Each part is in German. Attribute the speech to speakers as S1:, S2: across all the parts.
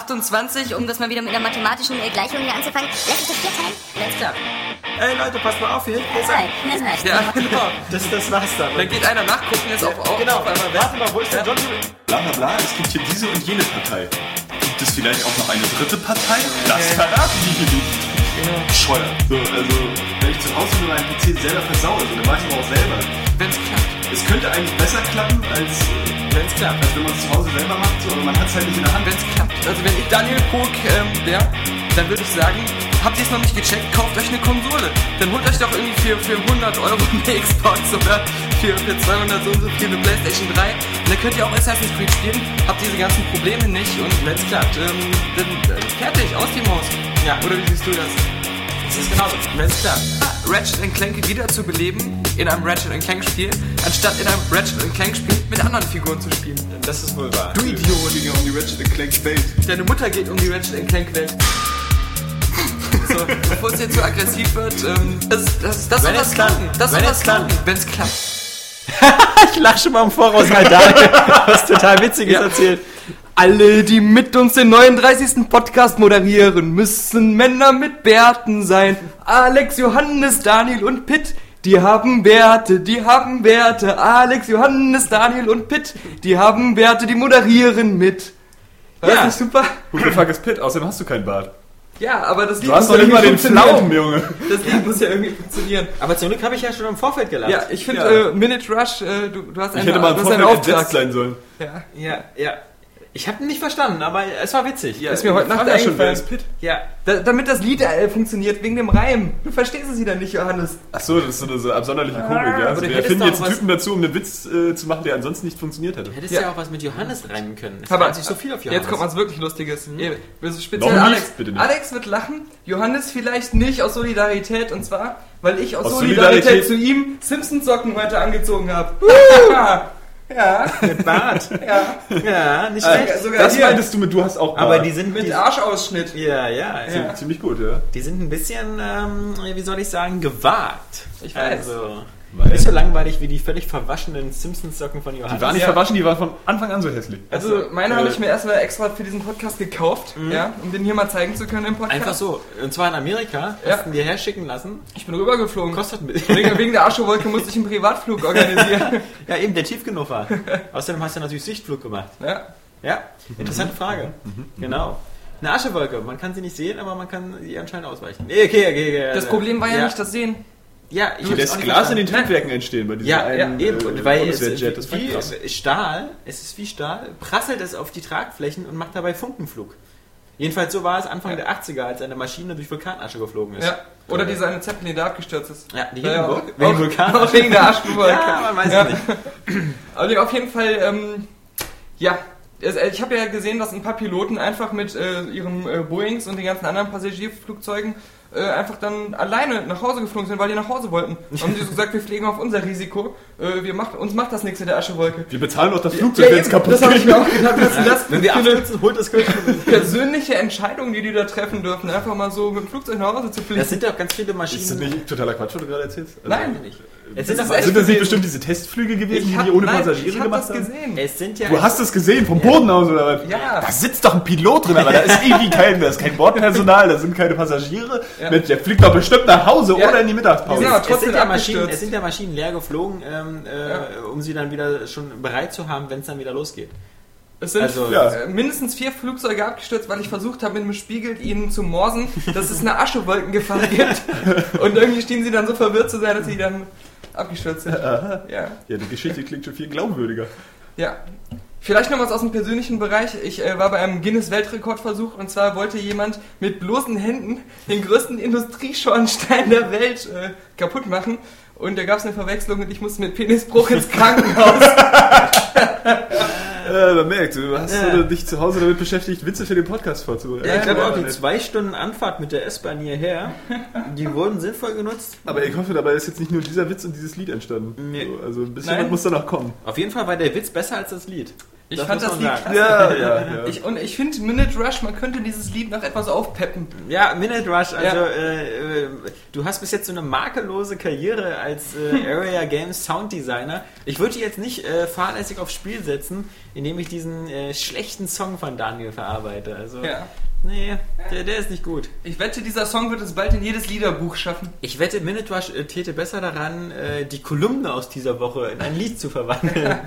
S1: 28, um das mal wieder mit einer mathematischen äh, Gleichung hier anzufangen. Lass uns das vier teilen.
S2: Alles klar.
S3: Ey Leute, passt mal auf, hier hinten ist
S1: Nein,
S3: ein...
S1: das reicht.
S2: Ja, genau.
S3: Das, das war's dann.
S2: Dann geht einer nachgucken, jetzt auf, auf,
S3: genau,
S2: auf einmal weg.
S3: warte mal, wo ist der John?
S4: Bla bla bla, es gibt hier diese und jene Partei. Gibt es vielleicht auch noch eine dritte Partei? Das verraten die hier nicht. Scheuer. So, also, wenn ich zu Hause mit meinem PC selber versaue, so, dann weiß ich aber auch selber.
S2: Wenn's klappt.
S4: Es könnte eigentlich besser klappen, als, äh,
S2: Wenn's klappt.
S4: als wenn man es zu Hause selber macht, so, aber man hat es halt nicht in der Hand.
S2: Wenn's klappt. Also wenn ich Daniel Pog ähm, wäre, dann würde ich sagen, habt ihr es noch nicht gecheckt, kauft euch eine Konsole. Dann holt euch doch irgendwie für, für 100 Euro eine Xbox oder für, für 200 so und so viel eine Playstation 3. Und dann könnt ihr auch Assassin's Creed spielen, habt diese ganzen Probleme nicht und wenn's klappt, ähm, dann äh, fertig, aus dem Haus. Ja, oder wie siehst du das? Ah,
S3: Das ist genauso. Wenn's klar.
S2: Ratchet Clank wieder zu beleben in einem Ratchet Clank Spiel, anstatt in einem Ratchet Clank Spiel mit anderen Figuren zu spielen.
S3: Das ist wohl wahr.
S4: Du Idiot, Digga, um die Ratchet Clank Welt.
S2: Deine Mutter geht um die Ratchet Clank Welt. So, bevor es jetzt zu aggressiv wird, ähm, das, das, das soll
S3: Wenn es
S2: was klappen.
S3: klappt.
S2: Das soll
S3: Wenn
S2: was
S3: es klappt.
S2: klappen, wenn es klappt.
S3: Ich lach schon mal im Voraus, weil Daniel was total Witziges
S2: Ja.
S3: erzählt.
S2: Alle, die mit uns den 39. Podcast moderieren, müssen Männer mit Bärten sein. Alex, Johannes, Daniel und Pitt, die haben Bärte, die haben Bärte. Alex, Johannes, Daniel und Pitt, die haben Bärte, die moderieren mit. War
S3: Ja.
S2: das nicht super?
S4: Who the fuck is Pit? Außerdem hast du keinen Bart.
S2: Ja, aber das Lied
S4: Du hast
S2: muss
S4: doch
S2: ja
S4: nicht mal den
S2: irgendwie
S4: Pflaumen,
S2: funktionieren.
S4: Junge.
S2: Das Lied muss ja irgendwie funktionieren.
S3: Aber zum Glück habe ich ja schon im Vorfeld gelacht.
S2: Ja, ich finde
S4: Ja.
S2: äh, Minute Rush, äh, du, du hast einen,
S4: Ich hätte mal im
S2: du hast einen
S4: Vorfeld entsetzt
S2: Auftrag.
S4: sein sollen.
S2: Ja.
S3: ja. ja. Ich habe ihn nicht verstanden, aber es war witzig. Ja.
S2: Ist mir heute
S4: Ich
S2: Nacht
S4: frag ja schon, wer
S2: eingefallen.
S4: ist Pit?
S3: ja.
S2: Da, damit das Lied äh, funktioniert, wegen dem Reim. Du verstehst es wieder nicht, Johannes.
S4: Achso, das ist so eine so absonderliche Komik, ja. Also
S2: aber
S4: wir
S2: du hättest
S4: erfinden
S2: doch
S4: jetzt einen
S2: was-
S4: Typen dazu, um einen Witz äh, zu machen, der ansonsten nicht funktioniert hätte.
S3: Hättest
S2: Ja.
S3: ja. auch was mit Johannes reimen können. Es
S2: Aber
S3: reimt sich so viel auf Johannes. Hm?
S2: Jetzt kommt was wirklich Lustiges. Eben, wir sind Speziell
S4: Warum nicht?
S2: Alex.
S4: Bitte nicht.
S2: Alex wird lachen, Johannes vielleicht nicht aus Solidarität und zwar, weil ich aus,
S4: Aus
S2: Solidarität,
S4: Solidarität. Uh!
S2: zu ihm Simpsons-Socken heute angezogen habe. ja,
S3: mit Bart.
S2: ja.
S3: ja, nicht
S2: Äh,
S3: schlecht.
S2: sogar
S4: Das
S2: hier.
S4: meintest du mit, du hast auch
S3: Aber
S4: Bart.
S3: die sind
S2: Mit
S3: die,
S2: Arschausschnitt.
S3: ja, ja, ja.
S4: Zie- Ziemlich gut, ja.
S3: Die sind ein bisschen, ähm, wie soll ich sagen, gewagt.
S2: Ich weiß.
S3: Also,
S4: Weil-
S3: nicht so langweilig wie die völlig verwaschenen Simpsons-Socken von Johannes.
S4: Die waren nicht
S2: Ja.
S4: verwaschen, die waren von Anfang an so hässlich.
S2: Also meine habe
S4: Äh,
S2: ich mir erstmal extra für diesen Podcast gekauft, ja, um den hier mal zeigen zu können im Podcast.
S3: Mhm. Einfach so. Und zwar in Amerika.
S2: Ja.
S3: Hast du dir herschicken lassen.
S2: Ich bin rübergeflogen.
S3: Kostet ein bisschen.
S2: Wegen, wegen der Aschewolke musste ich einen Privatflug organisieren.
S3: ja, eben, der tief genug war. Außerdem hast du natürlich Sichtflug gemacht.
S2: ja. Mhm.
S3: Ja, interessante Frage. Genau. Eine Aschewolke. Man kann sie nicht sehen, aber man kann sie anscheinend ausweichen. Nee, okay, okay, okay.
S2: Das
S3: also,
S2: Problem war ja, nicht das Sehen.
S3: Ja, ich
S4: Wie
S3: hab's
S4: das
S3: auch nicht
S4: Glas in den
S3: verstanden.
S4: Triebwerken entstehen bei diesem
S3: Ja,
S4: einen
S3: ja, eben,
S4: äh,
S3: und weil es
S4: Bundeswehrjet. Das war
S3: wie
S4: krass.
S3: Stahl, es ist wie Stahl, prasselt es auf die Tragflächen und macht dabei Funkenflug. Jedenfalls so war es Anfang der 80er, als eine Maschine durch Vulkanasche geflogen ist.
S2: Ja. Oder diese eine Zeppelin, die da abgestürzt ist.
S3: Ja, die
S2: Ja,
S3: Hindenburg.
S2: auch-
S3: Wegen
S2: auch-
S3: Vulkanasche.
S2: auch wegen der Aschewolke.
S3: Ja, man weiß
S2: Ja.
S3: es nicht.
S2: Aber nee, auf jeden Fall, ähm, ja. Es- äh, Ich habe ja gesehen, dass ein paar Piloten einfach mit äh, ihren äh, Boeings und den ganzen anderen Passagierflugzeugen äh, einfach dann alleine nach Hause geflogen sind, weil die nach Hause wollten. Und haben sie so gesagt, wir fliegen auf unser Risiko. Äh, wir macht, uns macht das nichts mit der Aschewolke.
S4: Wir bezahlen doch das Flugzeug, wenn es
S2: eben,
S4: kaputt
S2: das habe ich mir
S4: geht.
S2: auch gedacht. Was ist denn das
S3: Wenn wir
S2: für eine
S3: abstürzen, holt das Kühlschrank.
S2: persönliche Entscheidung, die die da treffen dürfen? Einfach mal so mit dem Flugzeug nach Hause zu fliegen.
S3: Das sind ja auch ganz viele Maschinen.
S4: Ist das nicht totaler Quatsch, was du gerade erzählst? Also,
S2: Nein. Das
S3: Es sind,
S2: ist
S3: aber,
S2: echt-
S4: Sind das nicht bestimmt diese Testflüge gewesen, die
S2: hab-
S4: die ohne
S2: nein,
S4: Passagiere
S2: ich hab
S4: gemacht
S2: das
S4: haben?
S2: gesehen.
S3: es sind ja.
S4: Du hast es gesehen, vom Boden aus oder was?
S2: Ja.
S4: Da sitzt doch ein Pilot drin, aber da ist irgendwie kein, da ist kein Bordpersonal, da sind keine Passagiere.
S2: Ja.
S4: Mensch, der fliegt doch bestimmt nach Hause
S2: Ja. Genau,
S4: oder in die Mittagspause.
S2: Ja,
S3: es,
S2: trotzdem
S3: sind ja Maschinen,
S2: abgestürzt.
S3: es sind ja Maschinen leer geflogen, ähm, äh,
S2: Ja.
S3: um sie dann wieder schon bereit zu haben, wenn es dann wieder losgeht.
S2: Es sind
S3: Also,
S4: Ja.
S2: äh, mindestens vier Flugzeuge abgestürzt, weil ich versucht habe, mit dem Spiegel ihnen zu morsen, dass es eine Aschewolkengefahr gibt. Und irgendwie stehen sie dann so verwirrt zu sein, dass sie dann abgestürzt sind.
S4: Aha.
S2: Ja.
S4: Ja, die Geschichte klingt schon viel glaubwürdiger.
S2: ja. Vielleicht noch was aus dem persönlichen Bereich. Ich äh, war bei einem Guinness-Weltrekordversuch und zwar wollte jemand mit bloßen Händen den größten Industrieschornstein der Welt äh, kaputt machen. Und da gab es eine Verwechslung und ich musste mit Penisbruch ins Krankenhaus.
S4: Äh, man merkt, du hast
S3: Ja.
S4: so dich zu Hause damit beschäftigt, Witze für den Podcast vorzubereiten.
S3: Ja, ich glaube auch, die
S4: nett.
S3: zwei Stunden Anfahrt mit der S-Bahn hierher, die wurden sinnvoll genutzt.
S4: Aber ich hoffe, dabei ist jetzt nicht nur dieser Witz und dieses Lied entstanden.
S3: Nee.
S4: So, also ein bisschen
S2: Nein.
S4: was muss da noch kommen.
S3: Auf jeden Fall war der Witz besser als das Lied.
S2: Ich
S3: Das
S2: fand
S3: muss
S2: das Lied
S3: man
S2: klasse.
S3: sagen.
S4: Ja, ja, ja.
S2: Ich, und ich finde Minute Rush, man könnte dieses Lied noch etwas aufpeppen.
S3: Ja, Minute Rush, also
S2: Ja.
S3: äh, äh, du hast bis jetzt so eine makellose Karriere als äh, Area Games Sounddesigner. Ich würde die jetzt nicht äh, fahrlässig aufs Spiel setzen, indem ich diesen äh, schlechten Song von Daniel verarbeite. Also,
S2: Ja.
S3: nee, der, der ist nicht gut.
S2: Ich wette, dieser Song wird es bald in jedes Liederbuch schaffen.
S3: Ich wette, Minute Rush äh, täte besser daran, äh, die Kolumne aus dieser Woche in ein Lied zu verwandeln.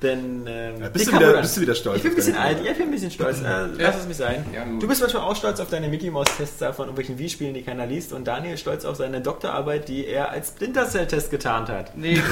S3: Denn ähm,
S4: Ja, bist,
S3: die
S4: du
S3: kann
S4: wieder,
S3: man-
S4: bist du wieder stolz?
S3: ich bin ein
S4: auf
S3: bisschen
S4: deine
S3: alt, ja,
S4: Figur?
S3: ich bin ein bisschen stolz. Äh, Lass es mich sein.
S2: Ja, gut.
S3: du bist manchmal auch stolz auf deine Mickey Mouse Tests von irgendwelchen Wii-Spielen, die keiner liest. Und Daniel stolz auf seine Doktorarbeit, die er als Splinter Cell Test getarnt hat.
S2: Nee,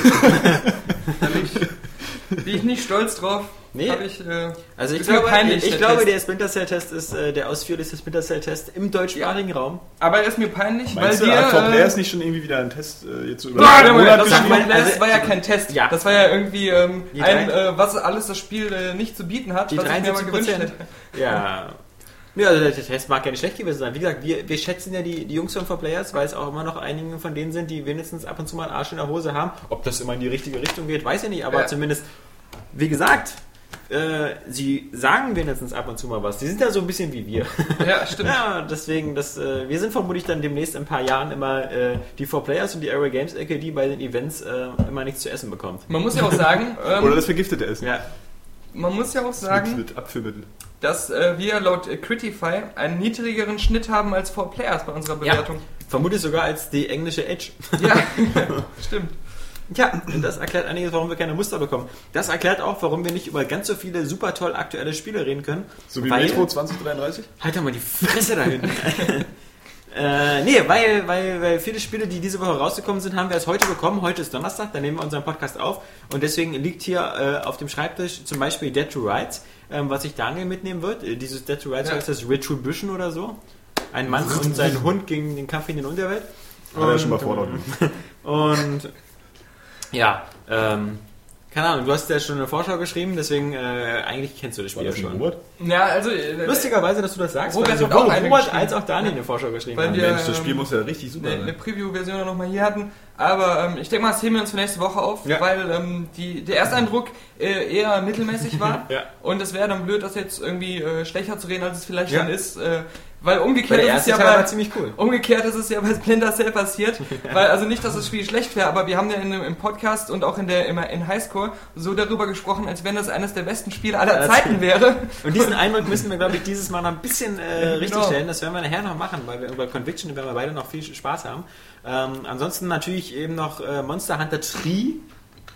S2: da bin ich, bin ich nicht stolz drauf.
S3: Nee.
S2: Hab ich, äh,
S3: Also ich
S2: Ist ja
S3: glaube,
S2: peinlich,
S3: ich
S2: der
S3: glaube,
S2: Test.
S3: der Splinter Cell Test ist äh, der ausführlichste Splinter Cell Test im deutschsprachigen Raum.
S2: aber er ist mir peinlich,
S4: Meinst
S2: weil
S4: du,
S2: wir...
S4: Art Top Player
S2: äh,
S4: ist nicht schon irgendwie wieder ein Test äh, jetzt so über
S2: Warte
S4: einen
S2: mal,
S4: Monat
S2: das,
S3: sag
S4: geschrieben?
S3: mal,
S2: war, das
S3: also-
S2: war ja kein Test.
S3: Ja.
S2: Das war ja irgendwie ähm,
S3: Die
S2: ein,
S3: drei-
S2: äh, was alles das Spiel äh, nicht zu bieten hat,
S3: Die
S2: was ich mir mal
S3: 73
S2: gewünscht
S3: Prozent.
S2: hätte.
S3: Ja. Ja, also der Test mag ja nicht schlecht gewesen sein. Wie gesagt, wir, wir schätzen ja die, die Jungs von Four Players, weil es auch immer noch einige von denen sind, die wenigstens ab und zu mal einen Arsch in der Hose haben. Ob das immer in die richtige Richtung geht, weiß ich nicht, aber
S2: Ja.
S3: zumindest, wie gesagt, äh, sie sagen wenigstens ab und zu mal was. Sie sind ja so ein bisschen wie wir.
S2: Ja, stimmt.
S3: Ja, deswegen, das, äh, wir sind vermutlich dann demnächst in ein paar Jahren immer äh, die Four Players und die Aero Games Ecke, die bei den Events äh, immer nichts zu essen bekommt.
S2: Man muss ja auch sagen,
S4: Oder
S2: ähm,
S4: das vergiftete Essen.
S3: Ja,
S2: man muss ja auch
S4: Mit,
S2: sagen,
S4: mit Abführmittel.
S2: dass äh, wir laut äh, Critify einen niedrigeren Schnitt haben als 4 Players bei unserer Bewertung.
S3: vermutlich sogar als die englische Edge.
S2: Ja, stimmt.
S3: Ja, und das erklärt einiges, warum wir keine Muster bekommen. Das erklärt auch, warum wir nicht über ganz so viele super toll aktuelle Spiele reden können.
S4: So wie
S3: weil,
S4: Metro 2033?
S3: Halt doch mal die Fresse da hinten. äh, nee, weil, weil, weil viele Spiele, die diese Woche rausgekommen sind, haben wir erst heute bekommen. Heute ist Donnerstag, da nehmen wir unseren Podcast auf. Und deswegen liegt hier äh, auf dem Schreibtisch zum Beispiel Dead to Rights, ähm, was sich Daniel mitnehmen wird. Äh, dieses Dead to Rights
S2: Ja.
S3: heißt das Retribution oder so. Ein Mann und sein Hund gegen den Kampf in den Unterwelt.
S4: Hat er ja schon mal
S3: Und,
S4: vorlauten.
S3: und ja, ähm, keine Ahnung, du hast ja schon eine Vorschau geschrieben, deswegen äh, eigentlich kennst du das
S4: War
S3: Spiel ja
S4: das schon
S3: schon.
S4: Robert?
S2: Ja, also äh,
S3: Lustigerweise, dass du das sagst,
S2: Robert
S3: weil
S2: hat auch
S3: sowohl
S2: eine
S3: Robert
S2: geschrieben.
S3: als auch Daniel eine Vorschau geschrieben
S2: Weil
S3: haben.
S2: wir-
S4: Mensch, das
S2: ähm,
S4: Spiel muss ja richtig super
S2: eine, eine
S4: sein.
S2: Preview-Version noch mal hier hatten. Aber ähm, ich denke mal, das heben wir uns für nächste Woche auf,
S3: Ja.
S2: weil ähm, die, der Ersteindruck äh, eher mittelmäßig war.
S3: Ja.
S2: Und es wäre dann blöd, das jetzt irgendwie äh, schlechter zu reden, als es vielleicht
S3: Ja.
S2: dann ist. Äh, weil
S3: Weil
S2: umgekehrt
S3: der
S2: ist es
S3: erste
S2: ja
S3: Teil
S2: bei,
S3: war ziemlich cool.
S2: Umgekehrt ist es ja bei Splinter Cell passiert, weil also nicht, dass das Spiel schlecht wäre, aber wir haben ja in, dem- im Podcast und auch in der immer in Highscore so darüber gesprochen, als wenn das eines der besten Spiele aller
S3: Ja,
S2: Zeiten wäre.
S3: Und diesen Eindruck müssen wir, glaube ich, dieses Mal noch ein bisschen äh, richtig
S2: Genau.
S3: stellen. Das werden wir nachher noch machen, weil wir über Conviction werden wir beide noch viel Spaß haben. Ähm, ansonsten natürlich eben noch äh, Monster Hunter Tree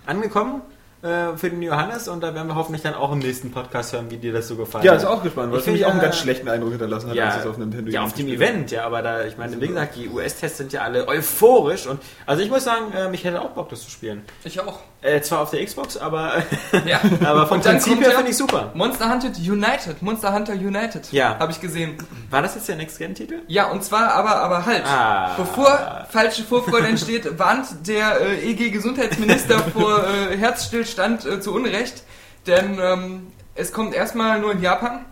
S3: angekommen äh, für den Johannes und da werden wir hoffentlich dann auch im nächsten Podcast hören, wie dir das so gefallen
S4: Ja,
S3: hat.
S4: ist auch gespannt,
S3: Ich
S4: weil es nämlich
S3: finde,
S4: auch einen ganz
S3: äh,
S4: schlechten Eindruck hinterlassen hat, als es auf Nintendo
S3: ja, auf dem
S4: gespielt hat.
S3: Event, ja, aber da, ich meine, wie gesagt, die US-Tests sind ja alle euphorisch und also ich muss sagen, ähm, ich hätte auch Bock, das zu spielen.
S2: Ich auch.
S3: Äh, zwar auf der Xbox, aber,
S2: Ja.
S3: aber vom
S2: Und dann
S3: Prinzip
S2: kommt
S3: her
S2: ja-
S3: finde ich super.
S2: Monster Hunter United, Monster Hunter United,
S3: Ja.
S2: habe ich gesehen.
S3: War das jetzt der Next Gen-Titel?
S2: Ja, und zwar aber, aber halt.
S3: Ah.
S2: Bevor falsche Vorfreude entsteht, warnt der äh, EG-Gesundheitsminister vor äh, Herzstillstand äh, zu Unrecht, denn ähm, es kommt erstmal nur in Japan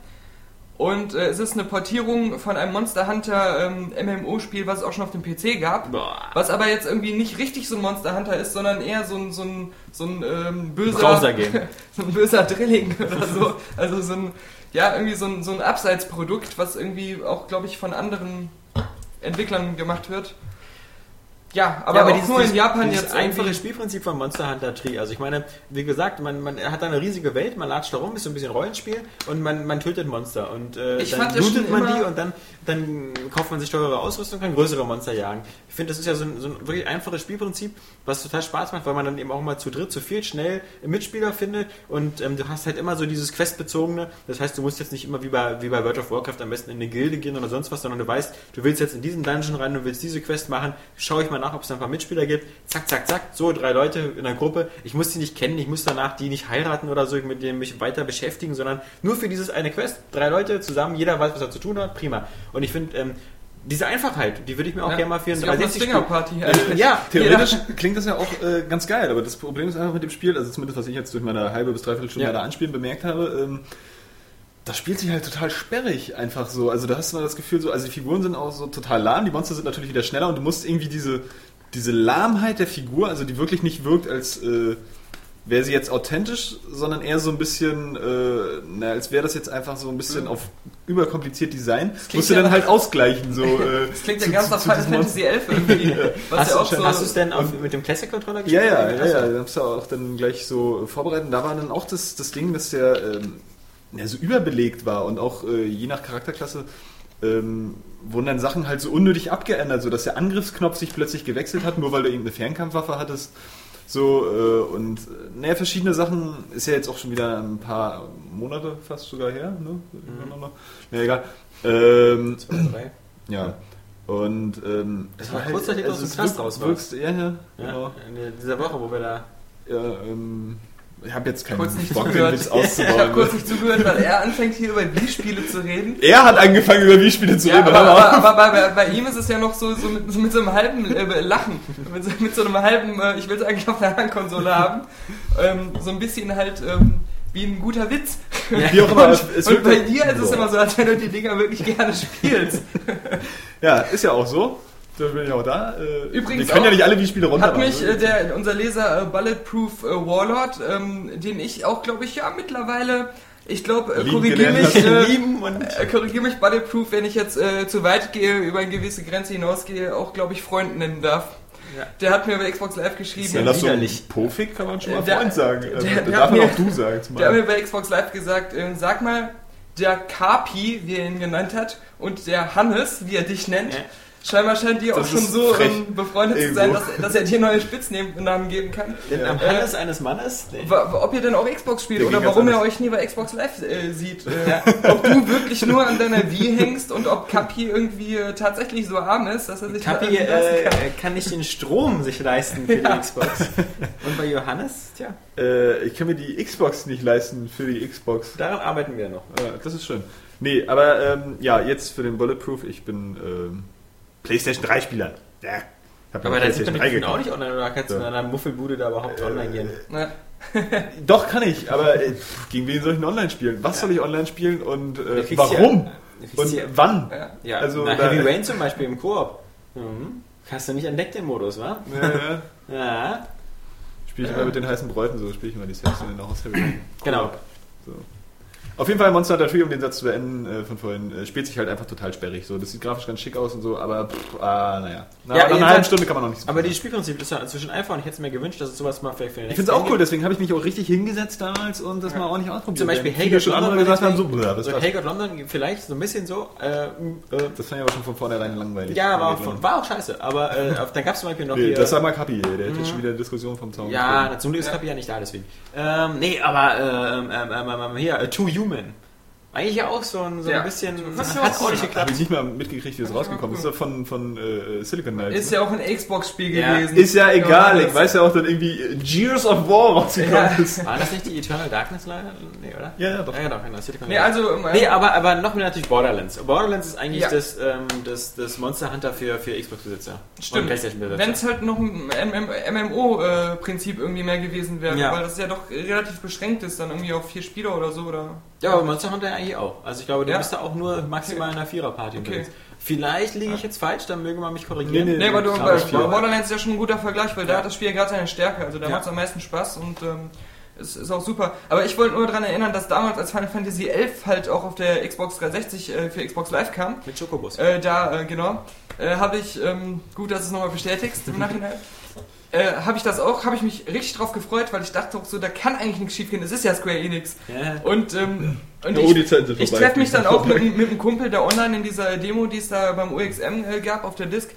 S2: und äh, es ist eine Portierung von einem Monster Hunter ähm, MMO-Spiel, was es auch schon auf dem PC gab.
S3: Boah.
S2: Was aber jetzt irgendwie nicht richtig so ein Monster Hunter ist, sondern eher so ein, so ein, so ein ähm, böser,
S3: Browser-Game.
S2: so ein böser Drilling oder so. Also so ein, ja, irgendwie so ein, so ein Abseitsprodukt, was irgendwie auch, glaube ich, von anderen Entwicklern gemacht wird. Ja, aber,
S3: Ja,
S2: auch nur in Japan
S3: dieses
S2: jetzt
S3: einfache
S2: irgendwie.
S3: Spielprinzip von Monster Hunter Tree. Also ich meine, wie gesagt, man, man hat da eine riesige Welt, man latscht da rum, ist so ein bisschen Rollenspiel und man, man tötet Monster und äh,
S2: Ich
S3: dann
S2: fand das schon
S3: lootet man
S2: immer-
S3: die und dann, dann kauft man sich teure Ausrüstung und kann größere Monster jagen. Ich finde, das ist ja so ein, so ein wirklich einfaches Spielprinzip, was total Spaß macht, weil man dann eben auch mal zu dritt, zu viert schnell Mitspieler findet und ähm, du hast halt immer so dieses Questbezogene. Das heißt, du musst jetzt nicht immer wie bei, wie bei World of Warcraft am besten in eine Gilde gehen oder sonst was, sondern du weißt, du willst jetzt in diesen Dungeon rein, du willst diese Quest machen, schaue ich mal nach, ob es da ein paar Mitspieler gibt. Zack, zack, zack, so drei Leute in einer Gruppe. Ich muss die nicht kennen, ich muss danach die nicht heiraten oder so, mit denen mich weiter beschäftigen, sondern nur für dieses eine Quest, drei Leute zusammen, jeder weiß, was er zu tun hat, prima. Und ich finde, ähm, diese Einfachheit, die würde ich mir auch gerne mal für
S2: ist
S3: einen
S2: ja auch eine
S3: 360 spielen.
S2: Swingerparty.
S3: Äh, Ja,
S4: Theoretisch klingt das ja auch äh, ganz geil, aber das Problem ist einfach mit dem Spiel, also zumindest was ich jetzt durch meine halbe bis dreiviertel Stunde
S3: Ja.
S4: da anspielen bemerkt habe, ähm, das spielt sich halt total sperrig einfach so. Also da hast du mal das Gefühl so, also die Figuren sind auch so total lahm, die Monster sind natürlich wieder schneller und du musst irgendwie diese, diese Lahmheit der Figur, also die wirklich nicht wirkt als äh, wäre sie jetzt authentisch, sondern eher so ein bisschen, äh, na, als wäre das jetzt einfach so ein bisschen auf überkompliziert Design. Musst du
S2: Mhm. ja-
S4: dann halt ausgleichen. So, äh,
S2: Das klingt ja
S4: zu-
S2: ganz
S4: zu-
S2: nach
S4: zu
S2: Final
S4: diesem Monster.
S2: Fantasy 11 irgendwie. Was
S3: Hast,
S2: ja
S3: du
S2: auch
S3: schon-
S2: so.
S3: hast du es denn auf, mit dem Classic Controller
S4: Ja,
S3: gespielt?
S4: ja, ja,
S3: Achso.
S4: ja. Da musst du auch dann gleich so äh, vorbereiten. Da war dann auch das, das Ding, dass der ähm, ja, so überbelegt war und auch äh, je nach Charakterklasse ähm, wurden dann Sachen halt so unnötig abgeändert, so dass der Angriffsknopf sich plötzlich gewechselt hat, nur weil du irgendeine Fernkampfwaffe hattest. So, äh, und äh, naja, verschiedene Sachen ist ja jetzt auch schon wieder ein paar Monate fast sogar her, ne? Na egal. Ähm,
S3: Zwei, drei.
S4: ja. Und ähm, es
S3: war kurz, nachdem du aus dem
S4: es
S3: Knast
S4: wirkt-
S3: raus warst.
S4: wirkst- Ja, ja,
S3: Ja,
S4: genau
S3: in dieser Woche, wo wir da.
S4: ja, ähm, ich habe jetzt keinen
S2: kurz nicht
S4: Bock, den
S2: zugehört.
S4: Witz
S2: ich habe
S4: auszubauen.
S2: kurz nicht zugehört, weil er anfängt hier über Wii-Spiele zu reden.
S4: er hat angefangen, über Wii-Spiele zu
S2: Ja,
S4: reden.
S2: aber,
S4: hör mal
S2: aber,
S4: auf.
S2: aber bei, bei, bei ihm ist es ja noch so, so, mit, so mit so einem halben äh, Lachen, mit so, mit so einem halben, äh, ich will es eigentlich auf einer anderen Konsole haben, ähm, so ein bisschen halt ähm, wie ein guter Witz.
S4: Wie auch immer,
S2: und,
S4: es
S2: und
S4: wird-
S2: bei dir ist es
S4: Boah.
S2: immer so, als wenn du die Dinger wirklich gerne spielst.
S4: ja, ist ja auch so. Da bin ich auch da. Äh,
S2: Übrigens
S4: wir können ja
S2: auch-
S4: nicht alle ne? Wii-Spiele
S2: Hat
S4: runtermachen.
S2: mich
S4: oder?
S2: äh, der, unser Leser äh, Bulletproof äh, Warlord, ähm, den ich auch, glaube ich, ja mittlerweile, ich glaube, äh,
S4: Lieben
S2: korrigiere
S4: gelernt
S2: mich, äh,
S3: Lieben und.
S2: äh, korrigier mich Bulletproof, wenn ich jetzt äh, zu weit gehe, über eine gewisse Grenze hinausgehe, auch, glaube ich, Freund nennen darf.
S3: Ja.
S2: Der hat mir bei Xbox Live geschrieben,
S4: wenn das so
S3: widerlich.
S4: Pofig kann man schon mal
S2: Der-
S4: Freund sagen.
S2: der-
S4: Also,
S2: der
S4: da
S2: hat
S4: darf man
S2: mir-
S4: auch du sagen. zum
S2: der hat
S4: Beispiel.
S2: mir bei Xbox Live gesagt, äh, sag mal, der Kapi, wie er ihn genannt hat, und der Hannes, wie er dich nennt,
S3: Ja.
S2: scheinbar scheint dir auch
S4: Das
S2: schon
S4: ist
S2: so
S4: frech.
S2: ähm, befreundet zu
S4: Irgendwo.
S2: sein, dass, dass er dir neue Spitznamen geben kann.
S3: Den am Hannes eines Mannes? Nee.
S2: Wa- wa- Ob ihr denn auch Xbox spielt
S4: Der
S2: oder
S4: ging ganz
S2: warum ihr
S4: anders.
S2: euch nie bei Xbox Live äh, sieht. Äh, Ob du wirklich nur an deiner Wii hängst und ob Kapi irgendwie äh, tatsächlich so arm ist, dass er sich
S3: Kapi
S2: nur anlassen
S3: äh,
S2: kann.
S3: kann nicht den Strom sich leisten für die Xbox. Und bei Johannes, tja,
S4: äh, ich kann mir die Xbox nicht leisten für die Xbox.
S3: daran arbeiten wir noch.
S4: Ja, das ist schön. Nee, aber ähm, ja, jetzt für den Bulletproof, ich bin ähm, PlayStation 3 Spieler. Ja. Hab mir
S3: Aber da
S4: PlayStation Äh, 3
S3: sind wir auch
S2: genau,
S4: gekauft.
S3: nicht online oder kannst du in einer Muffelbude da überhaupt online gehen?
S2: Na,
S4: Doch, kann ich, aber äh, gegen wen soll ich denn online spielen? Was soll ich online spielen und
S3: Da
S4: äh,
S3: kriegst
S4: warum?
S3: du Ja,
S4: Und
S3: und ja,
S4: wann?
S2: ja.
S3: ja,
S4: also
S3: also na,
S4: da-
S3: Heavy Rain zum Beispiel im Koop. Mhm. Hast du nicht entdeckt den Modus, wa?
S4: Ja, ja.
S3: Ja,
S4: Äh, Spiel ich immer mit den heißen Bräuten, so spiele ich immer die Sexen in der Hausherrie.
S3: genau.
S4: So. Auf jeden Fall Monster Hunter Tree, um den Satz zu beenden äh, von vorhin, äh, spielt sich halt einfach total sperrig. So, das sieht grafisch ganz schick aus und so, aber pff, ah, naja. Na,
S3: Ja,
S4: nach einer
S3: jedenfalls-
S4: halben Stunde kann man noch nichts
S3: Aber dieses Spielprinzip ist ja zwischen Alpha und ich hätte es mir gewünscht, dass es sowas mal vielleicht für den
S4: Ich finde es auch cool, deswegen habe ich mich auch richtig hingesetzt damals und das mal ordentlich ausprobiert.
S3: Zum Beispiel
S4: Wenn viele
S3: Helge
S4: schon andere
S3: Schlummer
S4: gesagt haben, so,
S3: meinetwegen.
S4: "Bruder, was ist
S3: So,
S4: das?
S3: Hey God London vielleicht so ein bisschen so. Äh, äh,
S4: Das fand ich aber schon von vornherein langweilig.
S3: ja, war
S4: Helge
S3: auch,
S4: Schlummer.
S3: war auch scheiße. Aber äh, auf- dann gab es zum Beispiel noch
S4: Nee,
S3: hier- Mhm.
S4: das war mal Kapi, der hat jetzt schon wieder eine Diskussion vom Zaun.
S3: Ja,
S4: gezogen.
S3: na, zum Glück ist Kapi ja nicht da, deswegen. Ähm, nee, aber ähm, ähm, ähm, ähm, hier, äh, Too Human. Eigentlich ja auch so ein, so ein
S2: Ja.
S3: bisschen.
S2: Das ist ja
S3: hat
S2: auch
S3: auch nicht
S2: so.
S4: Hab
S3: geklappt.
S4: ich nicht mal mitgekriegt, wie es rausgekommen ist. Das ist doch von, von äh, Silicon Knights. ne?
S2: Ist ja auch ein Xbox-Spiel
S3: Ja.
S2: gewesen.
S4: Ist ja egal,
S2: Ja,
S4: ich weiß ja auch, dass irgendwie äh, Gears of War rausgekommen
S2: Ja.
S4: ist.
S3: War das nicht die Eternal Darkness leider? Nee, oder?
S4: Ja, ja, doch.
S3: Ja, ja, doch, genau. Silicon
S2: Nee,
S3: Valley.
S2: also, ähm,
S3: Nee, aber, aber noch mehr natürlich Borderlands. Borderlands ist eigentlich
S2: Ja.
S3: das, ähm, das, das Monster Hunter für, für Xbox-Besitzer. Und
S2: stimmt.
S3: PlayStation-Besitzer.
S2: Wenn es halt noch ein MMO-Prinzip äh, irgendwie mehr gewesen wäre,
S3: Ja.
S2: weil das ja doch relativ beschränkt ist, dann irgendwie auf vier Spieler oder so, oder?
S3: Ja, aber Monster Hunter eigentlich auch. Also ich glaube, du
S2: Ja.
S3: bist da auch nur maximal in einer Viererparty
S2: Okay.
S3: unterwegs. Vielleicht liege ich jetzt falsch, dann möge man mich korrigieren.
S4: Nee, nee,
S2: Nee, aber du,
S4: Ja,
S2: bei,
S4: das Spiel.
S2: bei Borderlands ist ja schon ein guter Vergleich, weil da
S3: Ja.
S2: hat das Spiel ja gerade seine Stärke. Also da
S3: Ja.
S2: macht es am meisten Spaß und ähm, es ist auch super. Aber ich wollte nur daran erinnern, dass damals, als Final Fantasy 11 halt auch auf der Xbox 360 äh, für Xbox Live kam,
S3: Mit Schokobus.
S2: äh, da, äh, genau, äh, habe ich, ähm, gut, dass du es nochmal bestätigst im Nachhinein, äh, habe ich das auch, habe ich mich richtig drauf gefreut, weil ich dachte auch so, da kann eigentlich nichts schief gehen, es ist ja Square Enix.
S3: Ja.
S2: Und, ähm, und
S4: Ja, oh, die Zeiten sind
S2: ich, ich
S4: vorbei.
S2: treffe mich dann auch mit, mit einem Kumpel da online in dieser Demo, die es da beim OXM äh, gab auf der Disk.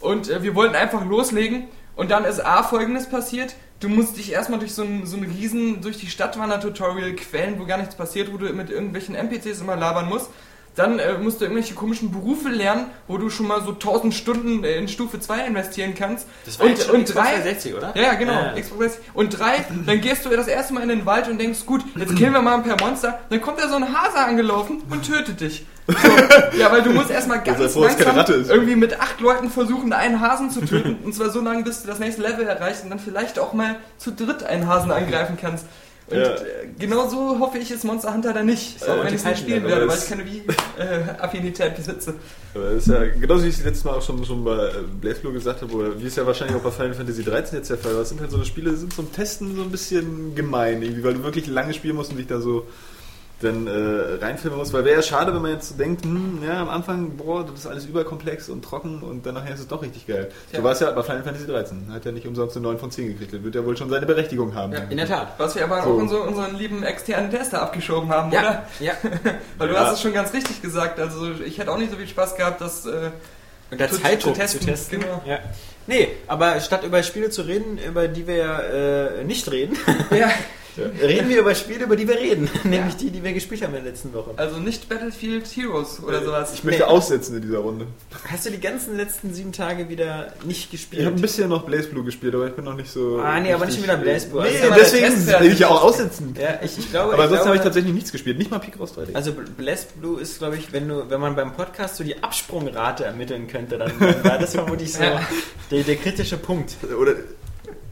S2: Und äh, wir wollten einfach loslegen. Und dann ist A folgendes passiert. Du musst dich erstmal durch so ein, so ein riesen, durch die Stadtwander-Tutorial quälen, wo gar nichts passiert, wo du mit irgendwelchen NPCs immer labern musst. Dann äh, musst du irgendwelche komischen Berufe lernen, wo du schon mal so 1000 Stunden äh, in Stufe 2 investieren kannst.
S3: jetzt
S2: und,
S3: schon
S2: und
S3: Xbox
S2: drei,
S3: 360, oder?
S2: ja, ja, genau.
S3: Ja, ja.
S2: Xbox 360. Und drei, dann gehst du das erste Mal in den Wald und denkst, gut, jetzt killen wir mal ein paar Monster. Dann kommt da so ein Hase angelaufen und tötet dich. So, ja, weil du musst erstmal ganz
S4: sei froh, dass keine
S2: langsam
S4: Ratte ist.
S2: irgendwie mit acht Leuten versuchen, einen Hasen zu töten. Und zwar so lange, bis du das nächste Level erreichst und dann vielleicht auch mal zu dritt einen Hasen angreifen kannst. Und
S3: Ja.
S2: äh, genau so hoffe ich es Monster Hunter dann nicht.
S3: ja
S2: auch wenn ich es nicht
S3: unterhalten
S2: spielen
S3: dann,
S2: werde,
S3: aber
S2: weil
S3: das-
S2: ich keine Wii-Affinität besitze.
S4: Aber das ist ja genauso wie ich es letztes Mal auch schon, schon bei äh, Blaseflow gesagt habe, oder wie es ja wahrscheinlich auch bei Final Fantasy 13 jetzt der Fall war. Das sind halt so eine Spiele, die sind zum Testen so ein bisschen gemein, irgendwie, weil du wirklich lange spielen musst und dich da so dann äh, reinfilmen musst. Weil wäre ja schade, wenn man jetzt so denkt, hm, ja, am Anfang, boah, das ist alles überkomplex und trocken und dann nachher ist es doch richtig geil.
S2: Ja.
S4: So war es ja bei Final Fantasy 13. Hat ja nicht umsonst eine 9 von 10 gekriegt. Das wird ja wohl schon seine Berechtigung haben.
S2: Ja.
S3: In der Tat.
S2: Was wir aber
S4: So.
S2: auch unsere, unseren lieben externen Tester abgeschoben haben, oder?
S3: ja.
S2: Weil du
S4: Ja.
S2: hast es schon ganz richtig gesagt. Also ich hätte auch nicht so viel Spaß gehabt, das äh,
S3: Unter
S2: zu- zu
S3: Zeitdruck
S2: testen.
S3: zu testen.
S2: Genau.
S3: Ja. Nee, aber statt über Spiele zu reden, über die wir ja äh, nicht reden,
S2: Ja,
S3: reden wir über Spiele, über die wir reden. Nämlich die, die wir gespielt haben in der letzten Woche.
S2: also nicht Battlefield Heroes oder
S4: Äh,
S2: sowas.
S4: Ich möchte
S3: Nee.
S4: aussetzen in dieser Runde.
S3: Hast du die ganzen letzten sieben Tage wieder nicht
S4: Ich habe ein
S3: gespielt?
S4: bisschen noch Blaze Blue gespielt, aber ich bin noch nicht so.
S3: Ah, nee, aber nicht schon wieder Blaze Blue.
S4: Nee,
S3: Also,
S2: aber der
S4: deswegen
S2: Test hat
S4: will ich ja
S2: nicht
S4: auch aussetzen.
S3: Ja, ich, ich glaube.
S4: Aber
S3: ich
S4: ansonsten
S3: glaube,
S4: habe ich tatsächlich nichts gespielt. Nicht mal Picross 3D.
S3: Also Blessed Blue ist, glaube ich, wenn du, wenn man beim Podcast so die Absprungrate ermitteln könnte, dann dann war das vermutlich so
S2: Ja.
S3: der, der kritische Punkt.
S4: Oder.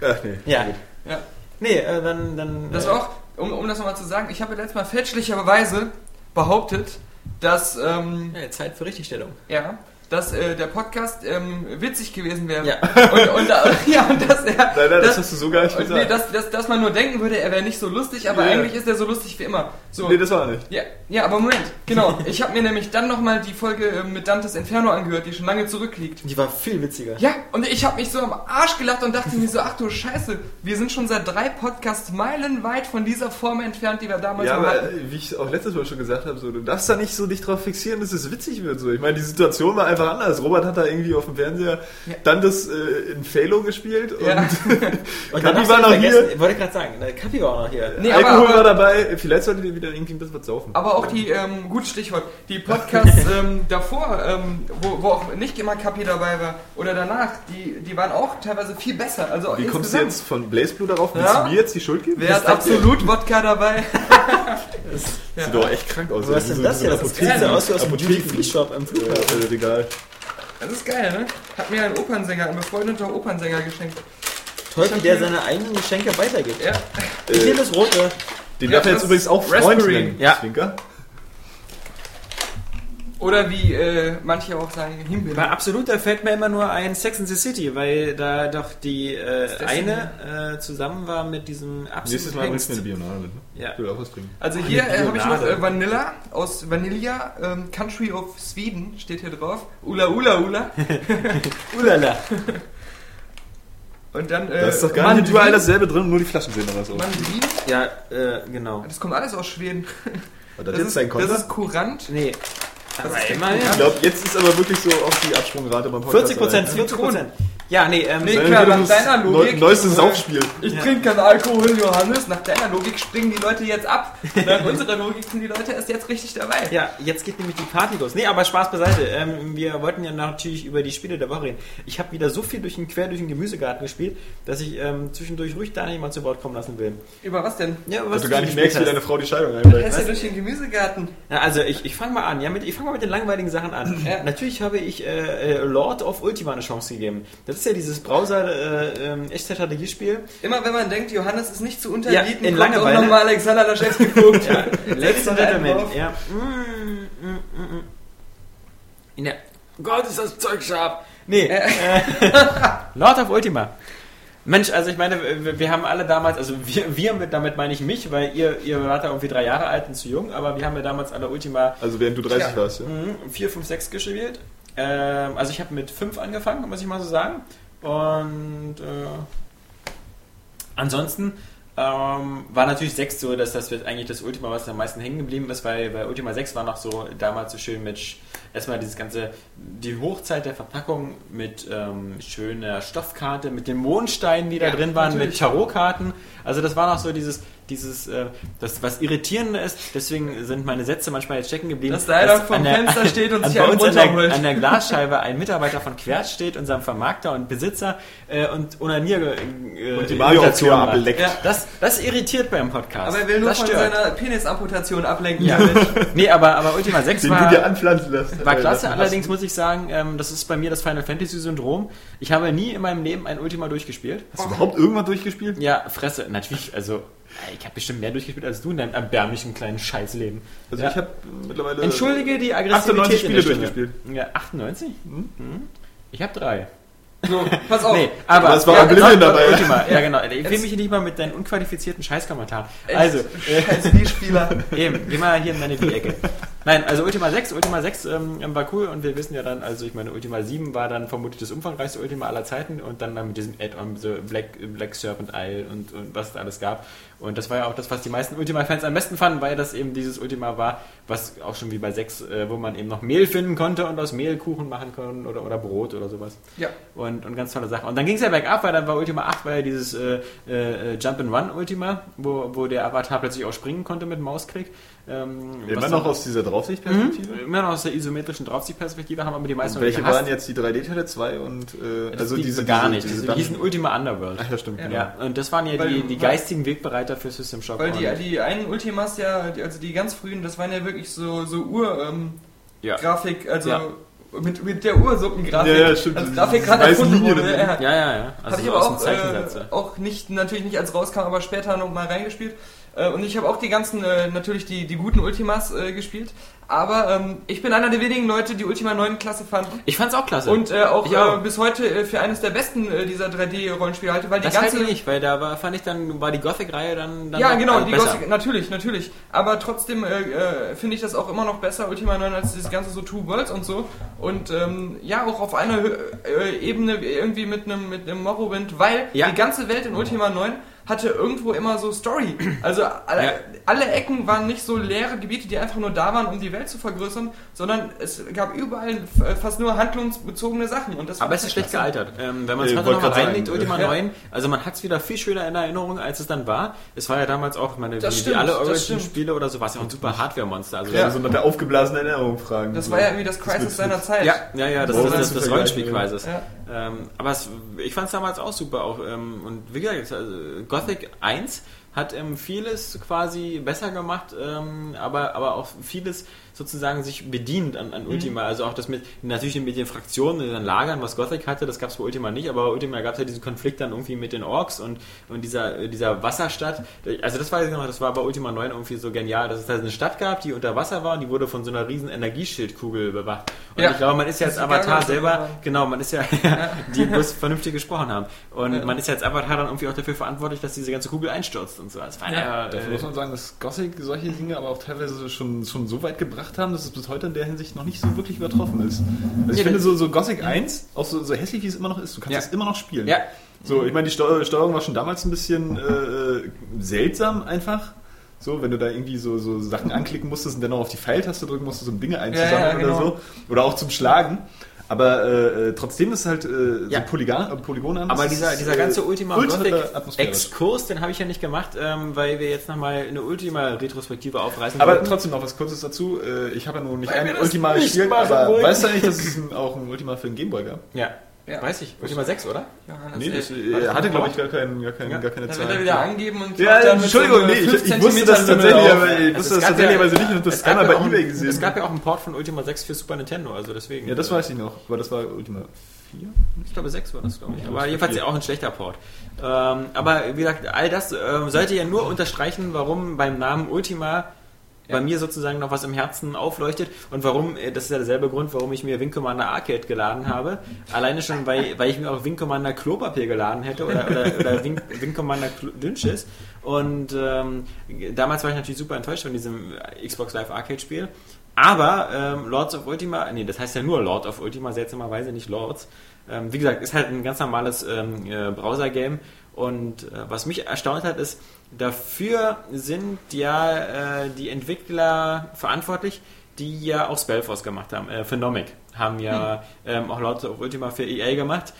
S4: Ach nee.
S3: Ja.
S2: Ja.
S3: Nee, äh, dann, dann.
S2: Das
S3: äh,
S2: war auch, um, um das nochmal zu sagen, ich habe letztes Mal fälschlicherweise behauptet, dass, ähm,
S3: ja, Zeit für Richtigstellung.
S2: ja, dass äh, der Podcast ähm, witzig gewesen wäre.
S3: Ja.
S2: Und, und, äh, ja, und dass er.
S4: Nein, nein, das,
S2: dass-
S4: hast du so gar nicht
S2: und nee,
S4: gesagt.
S2: dass, dass, dass man nur denken würde, er wäre nicht so lustig, aber
S4: Ja.
S2: eigentlich ist er so lustig wie immer. So.
S4: nee, das war nicht.
S2: Ja, ja, aber Moment, genau. Ich habe mir nämlich dann nochmal die Folge äh, mit Dantes Inferno angehört, die schon lange zurückliegt.
S3: Die war viel witziger.
S2: Ja, und ich habe mich so am Arsch gelacht und dachte mir so, ach du Scheiße, wir sind schon seit drei Podcasts meilenweit von dieser Form entfernt, die wir damals
S4: Ja,
S2: mal hatten.
S4: aber äh, wie ich auch letztes Mal schon gesagt habe, so, du darfst da nicht so dich drauf fixieren, dass es witzig wird. So. Ich meine, die Situation war einfach anders. Robert hat da irgendwie auf dem Fernseher
S2: Ja.
S4: dann das äh, in Falo gespielt und
S2: Ja.
S4: Kapi
S3: Und dann
S4: war noch hier.
S3: Ich wollte gerade sagen, der Kapi war auch noch hier.
S2: Nee, aber-
S4: Alkohol
S2: aber-
S4: war dabei. Vielleicht solltet ihr wieder irgendwie ein bisschen was saufen.
S2: Aber auch die, ähm, gut Stichwort, die Podcasts ähm, davor, ähm, wo, wo auch nicht immer Kapi dabei war oder danach, die, die waren auch teilweise viel besser. Also
S4: Wie kommst du
S2: insgesamt.
S4: jetzt von Blaze Blue darauf? Willst
S2: Ja.
S4: du mir jetzt die Schuld geben?
S2: Wer hat absolut Wodka dabei?
S4: Das Sieht doch echt krank aus.
S3: Was ist denn das hier? Das sieht so aus wie aus dem Duty Shop am Flughafen.
S4: Regal.
S2: Das ist geil, ne? Hat mir ein Opernsänger, ein befreundeter Opernsänger geschenkt.
S3: Toll, wie der seine eigenen Geschenke weitergibt.
S2: Ja.
S4: Äh.
S3: Ich nehme das rote.
S4: Den
S2: Ja,
S4: darf er jetzt
S2: das
S4: übrigens auch Freund
S2: Raspberry.
S4: nennen.
S3: Ja.
S4: Zwinker.
S2: Oder wie äh, manche auch sagen,
S3: Bei
S2: Himbeeren.
S3: Absolut, da fällt mir immer nur ein Sex in the City, weil da doch die äh,
S2: das
S3: eine äh, zusammen war mit diesem
S4: Nächstes
S3: Absolut
S4: Mal bringst du mir eine
S3: Hengst.
S4: Bionade mit. ne?
S3: Ja.
S4: Ich will auch was trinken.
S2: Also hier äh, habe ich noch
S3: Bionade.
S2: äh, Vanilla aus Vanilla, ähm, Country of Sweden steht hier drauf. Ula Ula Ula.
S3: Ulala.
S2: Und dann äh,
S4: Da ist doch gar nicht überall dasselbe drin, nur die Flaschen sehen anders aus.
S2: Mandarin.
S3: Ja, äh, genau.
S2: Das kommt alles aus Schweden. Das,
S4: Hat das jetzt
S2: ist,
S4: dein
S2: das
S4: Konter?
S2: ist Kurant.
S3: Nee.
S2: Das ist der
S3: immerhin.
S4: Ich
S2: Kurant.
S4: glaube, jetzt ist aber wirklich so auch die Absprungrate beim Podcast.
S3: 40 Prozent, 40 Prozent. Ja, nee, ähm,
S2: Nee.
S4: Deine
S2: Klar,
S4: Rede
S2: nach
S4: muss
S2: deiner Logik-
S4: neu- Neuestes Saufspiel.
S2: Ich
S3: Ja.
S2: trinke keinen Alkohol, Johannes. Nach deiner Logik springen die Leute jetzt ab. Nach unserer Logik sind die Leute erst jetzt richtig dabei.
S3: ja, jetzt geht nämlich die Party los. Nee, aber Spaß beiseite. Ähm, wir wollten ja natürlich über die Spiele der Woche reden. Ich habe wieder so viel durch den, quer durch den Gemüsegarten gespielt, dass ich ähm, zwischendurch ruhig Daniel mal zu Wort kommen lassen will.
S2: Über was denn?
S3: Ja,
S4: Dass du gar nicht
S3: gespielt
S4: merkst, wie
S3: hast.
S4: deine Frau die Scheidung ne? einbringt.
S2: Hesse durch den Gemüsegarten.
S3: Ja, also ich, ich fange mal an, ja, mit, ich fange mal mit den langweiligen Sachen an.
S2: Ja.
S3: Natürlich habe ich äh, äh, Lord of Ultima eine Chance gegeben. Das ist ja dieses Browser äh, ähm, Echtzeitstrategiespiel.
S2: Immer wenn man denkt, Johannes ist nicht zu unterbieten,
S3: Ja, in
S2: kommt auch
S3: Langeweile.
S2: nochmal Alexander Laschewski geguckt. ja.
S3: Ladies and Gentlemen,
S2: Gentleman.
S3: ja. Mm, mm, mm, mm. In der Gott, ist das Zeug scharf. Nee,
S2: Ja.
S3: äh, Lord of Ultima. Mensch, also ich meine, wir, wir haben alle damals, also wir, wir mit, damit meine ich mich, weil ihr, ihr wart da irgendwie drei Jahre alt und zu jung, aber wir haben ja damals alle Ultima
S4: Also während du 30
S2: Ja.
S4: warst, ja.
S3: Mhm, 4, 5, 6 gespielt. Ähm, also ich habe mit 5 angefangen, muss ich mal so sagen. Und äh, ansonsten ähm, war natürlich 6 so, dass das wird eigentlich das Ultima, was am meisten hängen geblieben ist, weil bei Ultima 6 war noch so damals so schön mit Sch- erstmal dieses ganze, die Hochzeit der Verpackung mit ähm, schöner Stoffkarte, mit den Mondsteinen, die da
S2: Ja,
S3: drin waren,
S2: natürlich.
S3: mit Tarotkarten. Also das war noch so dieses, dieses, äh, das was irritierend ist, deswegen sind meine Sätze manchmal jetzt stecken geblieben
S2: Dass da einer vom
S3: an der-
S2: Fenster steht und
S3: an,
S2: sich
S3: bei
S2: einen
S3: uns an der,
S2: runterholt.
S3: an der Glasscheibe ein Mitarbeiter von Querz steht, unserem Vermarkter und Besitzer äh, und Onanier äh,
S4: Und die Mario-Option
S3: Imitation macht.
S4: ableckt.
S2: Ja.
S3: Das, das irritiert beim Podcast.
S2: Aber er will nur
S3: das
S2: von seiner Penisamputation ablenken.
S3: Ja.
S2: damit.
S3: nee, aber, aber Ultima 6
S4: Den
S3: war...
S4: du dir anpflanzen lässt.
S3: War
S4: Äh,
S3: klasse,
S4: lassen
S3: allerdings
S4: hast.
S3: muss ich sagen, ähm, das ist bei mir das Final Fantasy Syndrom. Ich habe nie in meinem Leben ein Ultima durchgespielt.
S4: Hast du überhaupt irgendwann durchgespielt?
S3: Ja, Fresse, natürlich, also Ich habe bestimmt mehr durchgespielt als du in deinem erbärmlichen kleinen Scheißleben.
S4: Also
S3: Ja.
S4: ich habe mittlerweile.
S3: Entschuldige die Aggressivität
S4: 98
S3: in der
S4: Spiele
S3: Stimme. Ja, 98? Mhm. Ich habe drei.
S2: So, pass auf.
S3: Nee, aber,
S4: Aber es war Oblivion dabei.
S3: Ultima. Ja, genau. Ich will
S2: Jetzt-
S3: mich hier nicht mal mit deinen unqualifizierten Scheißkommentaren.
S2: Echt?
S3: Also, äh,
S2: Spieler.
S3: Eben, geh mal hier in deine Ecke. Nein, also Ultima 6, Ultima 6 ähm, war cool und wir wissen ja dann, also ich meine, Ultima 7 war dann vermutlich das umfangreichste Ultima aller Zeiten und dann, dann mit diesem Add-on, so Black, Black Serpent Isle und, und was es da alles gab. Und das war ja auch das, was die meisten Ultima-Fans am besten fanden, weil das eben dieses Ultima war, was auch schon wie bei 6, äh, wo man eben noch Mehl finden konnte und aus Mehl Kuchen machen konnte oder, oder Brot oder sowas.
S2: Ja.
S3: Und, und ganz tolle Sache. Und dann ging es ja bergab, weil dann war Ultima 8, war ja dieses äh, äh, Jump-and-Run-Ultima, wo, wo der Avatar plötzlich auch springen konnte mit Mausklick. Ähm,
S4: Immer
S3: was Hm?
S4: noch
S3: dann-
S4: aus dieser Draufsichtperspektive?
S3: immer noch aus der isometrischen Draufsicht-Perspektive haben aber die meisten
S4: Welche
S3: gehasst.
S4: waren jetzt die 3D-Teile 2 und äh,
S3: Das
S4: also
S3: die-
S4: diese
S3: gar nicht.
S4: diese-
S3: Diese,
S4: Diese
S3: die hießen Ultima Underworld.
S4: Ach ja, stimmt. genau.
S3: Ja, und das waren ja
S2: Weil-
S3: die, die geistigen Wegbereiter für System Shock.
S2: Weil die,
S3: Und-
S2: die einen Ultimas ja, die, also die ganz frühen, das waren ja wirklich so, so Ur-Grafik,
S3: ja.
S2: also
S3: Ja.
S2: mit, mit der Ursuppengrafik.
S4: Ja, ja, stimmt.
S2: Als
S4: Diese
S2: Grafik gerade
S4: weißen
S2: erfunden
S4: Linien
S2: wurde.
S4: da
S2: Ja.
S3: ja, also ja, ja.
S2: habe ich
S3: so
S2: aber
S3: aus dem
S2: auch,
S3: Zeichensatz, ja.
S2: äh, auch nicht, natürlich nicht als rauskam, aber später noch mal reingespielt. Äh, und ich habe auch die ganzen, äh, natürlich die, die guten Ultimas äh, gespielt. Aber ähm, ich bin einer der wenigen Leute, die Ultima 9 klasse fanden.
S3: Ich fand's auch klasse.
S2: Und äh, auch
S3: Ich auch.
S2: äh, bis heute äh, für eines der besten äh, dieser 3D-Rollenspiele halte, weil die
S3: das
S2: ganze.
S3: halt nicht, weil da war, fand ich dann, war die Gothic-Reihe dann, dann
S2: ja,
S3: noch-
S2: genau,
S3: also
S2: die
S3: besser.
S2: Gothic, natürlich, natürlich. Aber trotzdem äh, äh, finde ich das auch immer noch besser, Ultima 9, als dieses ganze so Two Worlds und so. Und ähm, ja, auch auf einer Hö äh, Ebene irgendwie mit einem mit einem Morrowind, weil
S3: Ja.
S2: die ganze Welt in Ultima 9 hatte irgendwo immer so Story. Also alle,
S3: Ja.
S2: alle Ecken waren nicht so leere Gebiete, die einfach nur da waren, um die Welt zu vergrößern, sondern es gab überall äh, fast nur handlungsbezogene Sachen. Und das
S3: Aber
S2: war
S3: es ist schlecht
S2: klasse.
S3: gealtert. Ähm, wenn man es
S4: Äh,
S3: heute
S4: wollte
S3: nochmal
S4: grad
S3: reinlegt,
S4: sagen,
S3: Ultima
S2: ja.
S3: 9, also man hat es wieder viel schöner in Erinnerung, als es dann war. Es war ja damals auch, meine,
S2: Das
S3: wie,
S2: stimmt,
S3: wie alle
S2: das stimmt.
S3: Origin-Spiele oder so, war es ja auch ein super Hardware-Monster. Also
S4: Ja. Also nach der aufgeblasenen Erinnerung fragen.
S2: Das
S4: So.
S2: war ja irgendwie das Crisis
S4: wird's
S2: seiner Zeit.
S3: Ja, ja, ja, das
S4: Wow,
S3: ist
S4: das
S3: das,
S4: ist
S3: das
S4: vergleichbar.
S3: Rollenspiel-Crisis.
S2: Ja.
S3: Ähm, aber es, ich fand es damals auch super. Auch, ähm, und wie gesagt, also Gothic 1 hat ähm, vieles quasi besser gemacht, ähm, aber, aber auch vieles sozusagen sich bedient an,
S2: Mhm.
S3: an Ultima. Also auch das mit, natürlich mit den Fraktionen, mit den Lagern, was Gothic hatte, das gab es bei Ultima nicht, aber bei Ultima gab es ja diesen Konflikt dann irgendwie mit den Orks und, und dieser, äh, dieser Wasserstadt. Also das weiß ich noch, das war bei Ultima 9 irgendwie so genial, dass es da eine Stadt gab, die unter Wasser war und die wurde von so einer riesen Energieschildkugel bewacht. Und
S2: Ja.
S3: ich glaube, man ist ja als
S2: Das ist gar
S3: Avatar
S2: nicht so
S3: selber
S2: gegangen.
S3: Genau, man ist ja, die bloß vernünftig gesprochen haben. Und man ist ja als Avatar dann irgendwie auch dafür verantwortlich, dass diese ganze Kugel einstürzt und so. Das war ja, äh,
S4: Dafür muss man sagen, dass Gothic solche Dinge aber auch teilweise schon, schon so weit gebracht haben, dass es bis heute in der Hinsicht noch nicht so wirklich übertroffen ist. Also ich
S3: Nee,
S4: finde
S3: das-
S4: so, so Gothic 1, auch so, so hässlich wie es immer noch ist, du kannst
S3: Ja.
S4: es immer noch spielen.
S3: Ja.
S4: So, ich meine, die Steu Steuerung war schon damals ein bisschen äh, seltsam einfach. So, wenn du da irgendwie so, so Sachen anklicken musstest und dann noch auf die Pfeiltaste drücken musstest, um Dinge einzusammeln
S2: Ja, ja, genau.
S4: oder so. Oder auch zum Schlagen. Aber äh, äh, trotzdem ist es halt äh,
S3: Ja.
S4: so Polygon, äh, Polygon an.
S3: aber
S4: Das
S3: dieser,
S4: ist,
S3: dieser ganze
S4: äh,
S3: Ultima
S4: ultra
S3: Gothic
S4: atmosphärisch.
S3: Exkurs, den habe ich ja nicht gemacht, ähm, weil wir jetzt nochmal eine Ultima Retrospektive aufreißen
S4: Aber
S3: wollten.
S4: trotzdem noch was Kurzes dazu. Äh, Ich habe ja nur nicht
S2: Weil wir
S4: ein
S2: das
S4: Ultima
S2: nicht
S4: gespielt,
S2: machen
S4: aber
S2: wollten.
S4: weißt du eigentlich, dass es ein, auch ein Ultima für den Gameboy gab?
S3: ja.
S2: Ja.
S3: weiß ich. Ultima 6, oder?
S2: Johannes,
S4: Nee,
S2: ey.
S4: das äh,
S3: das
S4: hatte,
S3: noch
S4: glaube
S3: mal?
S4: ich, gar, kein, gar, kein,
S3: Ja.
S4: gar keine
S2: Da
S4: Zahl.
S2: wird er wieder angeben und
S4: ja,
S2: klaut dann mit
S4: Entschuldigung,
S2: so
S4: nee,
S2: einer
S4: ich,
S2: 5
S4: ich wusste
S2: Zentimeter
S4: das tatsächlich,
S2: Lümmel auf.
S4: aber ich wusste das
S3: Also gab
S4: tatsächlich,
S3: ja-
S4: aber so nicht und hab das
S3: es gab
S4: einmal
S3: ja
S4: bei
S3: auch
S4: Ebay
S3: ein-
S4: gesehen.
S3: Es gab ja auch einen Port von Ultima 6 für Super Nintendo, also deswegen.
S4: ja, das weiß ich noch, aber das war Ultima 4.
S3: Ich glaube, 6 war das, glaube ich.
S4: Ja,
S3: Aber
S4: das
S3: jedenfalls
S4: geht.
S3: ja auch ein schlechter Port. Ähm, aber wie gesagt, all das ähm, sollte ja nur unterstreichen, warum beim Namen Ultima bei mir sozusagen noch was im Herzen aufleuchtet und warum, äh, das ist ja derselbe Grund, warum ich mir Wing Commander Arcade geladen habe. Alleine schon, weil, weil ich mir auch Wing Commander Klopapier geladen hätte oder, oder, oder Wing, Wing Commander Kl- Dünnschiss. Und ähm, damals war ich natürlich super enttäuscht von diesem Xbox Live Arcade Spiel. Aber ähm, Lords of Ultima, nee, das heißt ja nur Lord of Ultima, seltsamerweise nicht Lords. Ähm, wie gesagt, ist halt ein ganz normales ähm, äh, Browser-Game. Und äh, was mich erstaunt hat, ist, dafür sind ja äh, die Entwickler verantwortlich, die ja auch Spellforce gemacht haben. Äh, Phenomic haben ja ähm, auch Lords of Ultima für EA gemacht.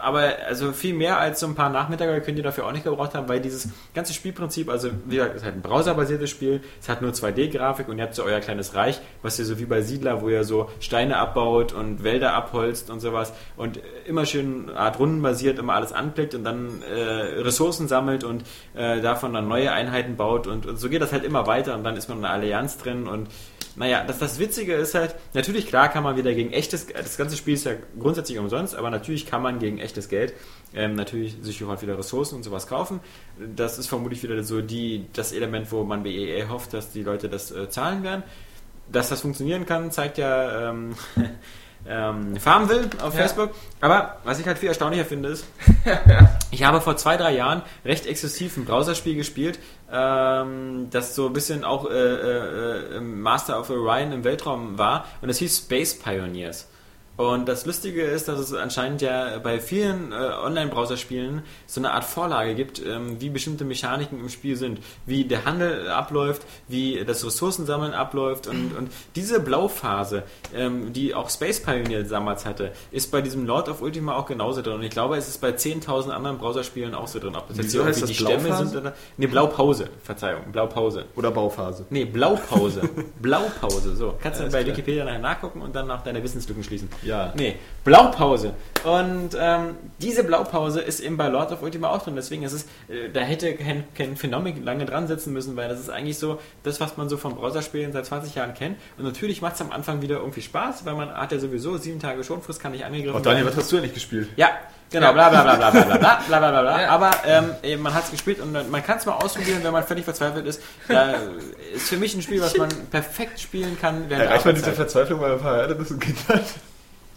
S3: Aber also viel mehr als so ein paar Nachmittage könnt ihr dafür auch nicht gebraucht haben, weil dieses ganze Spielprinzip, also wie gesagt, es ist halt ein browserbasiertes Spiel, es hat nur 2D-Grafik und ihr habt so euer kleines Reich, was ihr so wie bei Siedler, wo ihr so Steine abbaut und Wälder abholzt und sowas und äh, immer schön Art rundenbasiert, immer alles anklickt und dann äh, Ressourcen sammelt und äh, davon dann neue Einheiten baut und, und so geht das halt immer weiter und dann ist man in einer Allianz drin und Naja, das, das Witzige ist halt, natürlich klar kann man wieder gegen echtes, das ganze Spiel ist ja grundsätzlich umsonst, aber natürlich kann man gegen echtes Geld ähm, natürlich sich halt wieder Ressourcen und sowas kaufen. Das ist vermutlich wieder so die, das Element, wo man bei EA hofft, dass die Leute das äh, zahlen werden. Dass das funktionieren kann, zeigt ja ähm, ähm, Farmville auf
S2: Ja.
S3: Facebook. Aber was ich halt viel erstaunlicher finde, ist, ich habe vor zwei, drei Jahren recht exzessiv ein Browserspiel gespielt, ähm, das so ein bisschen auch äh, äh, äh, Master of Orion im Weltraum war und es hieß Space Pioneers. Und das Lustige ist, dass es anscheinend ja bei vielen äh, Online-Browserspielen so eine Art Vorlage gibt, ähm, wie bestimmte Mechaniken im Spiel sind, wie der Handel abläuft, wie das Ressourcensammeln abläuft und, und diese Blauphase, ähm, die auch Space Pioneer damals hatte, ist bei diesem Lord of Ultima auch genauso drin. Und ich glaube, es ist bei 10.000 anderen Browserspielen auch so drin. Ob das
S4: Wieso heißt
S3: irgendwie
S4: das Blauphase?
S3: oder... Nee, Blaupause. Verzeihung, Blaupause.
S4: Oder Bauphase.
S3: Nee, Blaupause. Blaupause. So, kannst du
S4: Alles
S3: bei
S4: klar.
S3: Wikipedia nachher nachgucken und dann nach deine Wissenslücken schließen.
S4: Ja.
S3: Nee, Blaupause. Und ähm, diese Blaupause ist eben bei Lord of Ultima auch drin. Deswegen ist es, äh, da hätte kein, kein Phänomen lange dran sitzen müssen, weil das ist eigentlich so das, was man so von Browserspielen seit 20 Jahren kennt. Und natürlich macht es am Anfang wieder irgendwie Spaß, weil man hat ja sowieso sieben Tage Schonfrist, kann nicht angegriffen
S4: Oh, Daniel, was hast du eigentlich gespielt?
S3: ja, genau, bla bla bla bla bla bla bla bla bla bla bla. Aber ähm, eben, man hat es gespielt und dann- man kann es mal ausprobieren, wenn man völlig verzweifelt ist. Da äh, ist für mich ein Spiel, was man perfekt spielen kann. während der
S4: Erreicht man diese
S3: Arbeitszeit.
S4: Verzweiflung bei ein paar Erdnüssen Kindern?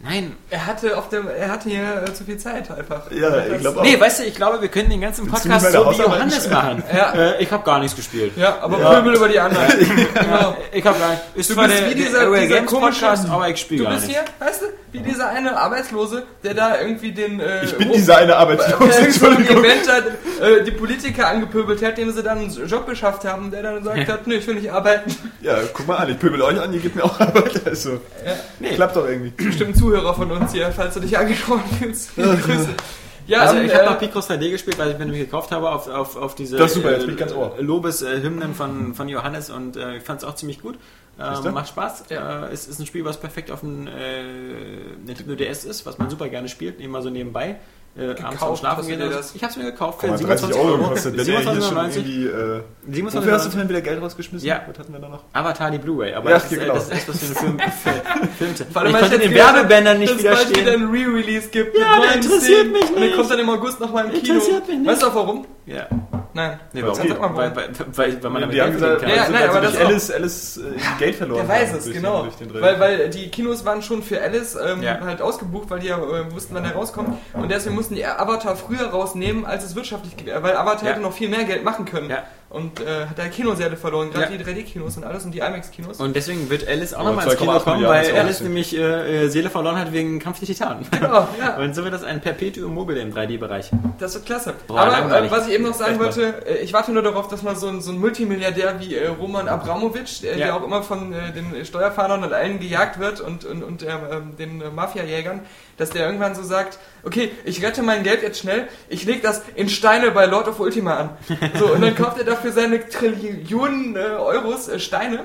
S3: Nein.
S2: Er hatte, auf dem, er hatte hier äh, zu viel Zeit einfach.
S4: Ja, ich glaube auch.
S3: Nee, weißt du, ich glaube, wir können den ganzen
S4: du nicht
S3: Podcast
S4: meine
S3: so wie
S4: Hausarbeit
S3: Johannes machen.
S2: Ja.
S3: Äh, ich habe gar nichts gespielt.
S2: Ja, aber Pöbel über die anderen. genau.
S3: Ich habe gar nichts. Ist
S2: Du
S3: zwar
S2: bist
S3: der-
S2: wie
S3: der
S2: dieser-
S3: Area
S2: dieser
S3: Games
S2: komische-
S3: Podcast, aber ich spiele
S2: Du
S3: gar
S2: bist
S3: nicht.
S2: hier, weißt du, wie dieser eine Arbeitslose, der da irgendwie den. Äh,
S4: Ich bin dieser eine Arbeitslose, Entschuldigung.
S2: Event hat, äh, die Politiker angepöbelt hat, dem sie dann einen Job geschafft haben, der dann gesagt hat, nö, ich will nicht arbeiten.
S4: Ja, guck mal an, ich pöbel euch an, ihr gebt mir auch Arbeit. Also, klappt doch irgendwie.
S2: Bestimmt Zuhörer von uns hier, falls du dich angesprochen fühlst. Liebe Grüße. Ja,
S3: Also
S4: Ähm,
S2: und,
S3: ich habe
S2: äh,
S3: noch Picross 3D gespielt, weil ich mir nämlich gekauft habe auf, auf, auf diese äh,
S4: Das ist super, jetzt bin ich ganz ohr.
S3: Lobeshymnen von, von Johannes und äh, ich fand es auch ziemlich gut.
S4: Siehst du?
S3: Ähm, macht Spaß.
S2: Ja.
S3: Äh, es ist ein Spiel, was perfekt auf dem äh, Nintendo DS ist, was man super gerne spielt, eben mal so nebenbei. Äh, abends am
S2: Gekauft,
S3: Schlafen
S2: hast du
S3: gehen.
S2: dir
S3: oder so.
S2: das?
S3: Ich habe es mir gekauft
S4: Guck mal, 30 Euro gekostet, wenn ihr hier schon
S3: 27,90.
S4: irgendwie... Äh, wofür hast du
S3: 27,90.
S4: vorhin wieder Geld rausgeschmissen?
S3: Ja.
S4: Was hatten wir da noch?
S3: Avatar die Blu-ray, aber
S4: Ja,
S3: das, ist, äh,
S4: genau.
S3: das ist was für eine Film, Film, Filmte. Ich
S2: allem, weil
S3: konnte
S2: ich jetzt
S3: den
S2: gehört hab,
S3: Werbebändern nicht
S2: dass es bald wieder
S3: widerstehen.
S2: ein Re-Release gibt.
S3: Ja,
S2: mit
S3: der
S2: neuen
S3: interessiert
S2: Szenen.
S3: mich
S2: Und der
S3: nicht.
S2: kommt dann im August nochmal im Kino.
S3: Interessiert mich nicht.
S2: Weißt du auch warum?
S3: Ja.
S2: Nein.
S3: Nee,
S4: Warum?
S3: warum? Weil, weil, weil, weil man damit
S4: Die haben
S3: Geld
S4: gesagt,
S3: verdienen kann.
S2: Ja, ja,
S4: also,
S2: nein,
S4: also
S2: aber
S4: nicht
S2: das auch.
S4: Alice, Alice äh, Geld verloren
S2: Der weiß
S4: haben
S2: es,
S4: durch den-
S2: genau.
S4: durch den Drill.
S2: Weil, weil die Kinos waren schon für Alice ähm,
S3: Ja.
S2: halt ausgebucht, weil die ja äh, wussten, wann er rauskommt. Und deswegen mussten die Avatar früher rausnehmen, als es wirtschaftlich ge- äh, Weil Avatar
S3: Ja.
S2: hätte noch viel mehr Geld machen können.
S3: Ja.
S2: Und äh, hat da Kinoserie verloren, gerade
S3: Ja.
S2: die 3D-Kinos und alles und die IMAX-Kinos.
S3: Und deswegen wird Alice auch
S4: Aber
S3: nochmal ins Kino
S4: 2,8
S3: kommen,
S4: Milliarden
S3: weil
S4: ist auch
S3: Alice
S4: nicht
S3: nämlich äh, äh, Seele verloren hat wegen Kampf der Titanen.
S2: Genau, ja,
S3: Und so wird das ein Perpetuum mobile im 3D-Bereich.
S2: das wird klasse.
S3: Boah,
S2: Aber äh,
S3: langweilig.
S2: was ich eben noch sagen
S3: Echt mal.
S2: wollte, äh, ich warte nur darauf, dass mal so ein, so ein Multimilliardär wie äh, Roman Abramowitsch, äh,
S3: Ja.
S2: der auch immer von äh, den Steuerfahndern und allen gejagt wird und, und, und ähm, ähm, den äh, Mafiajägern, dass der irgendwann so sagt, okay, ich rette mein Geld jetzt schnell, ich leg das in Steine bei Lord of Ultima an. So, und dann kauft er dafür seine Trillionen äh, Euros äh, Steine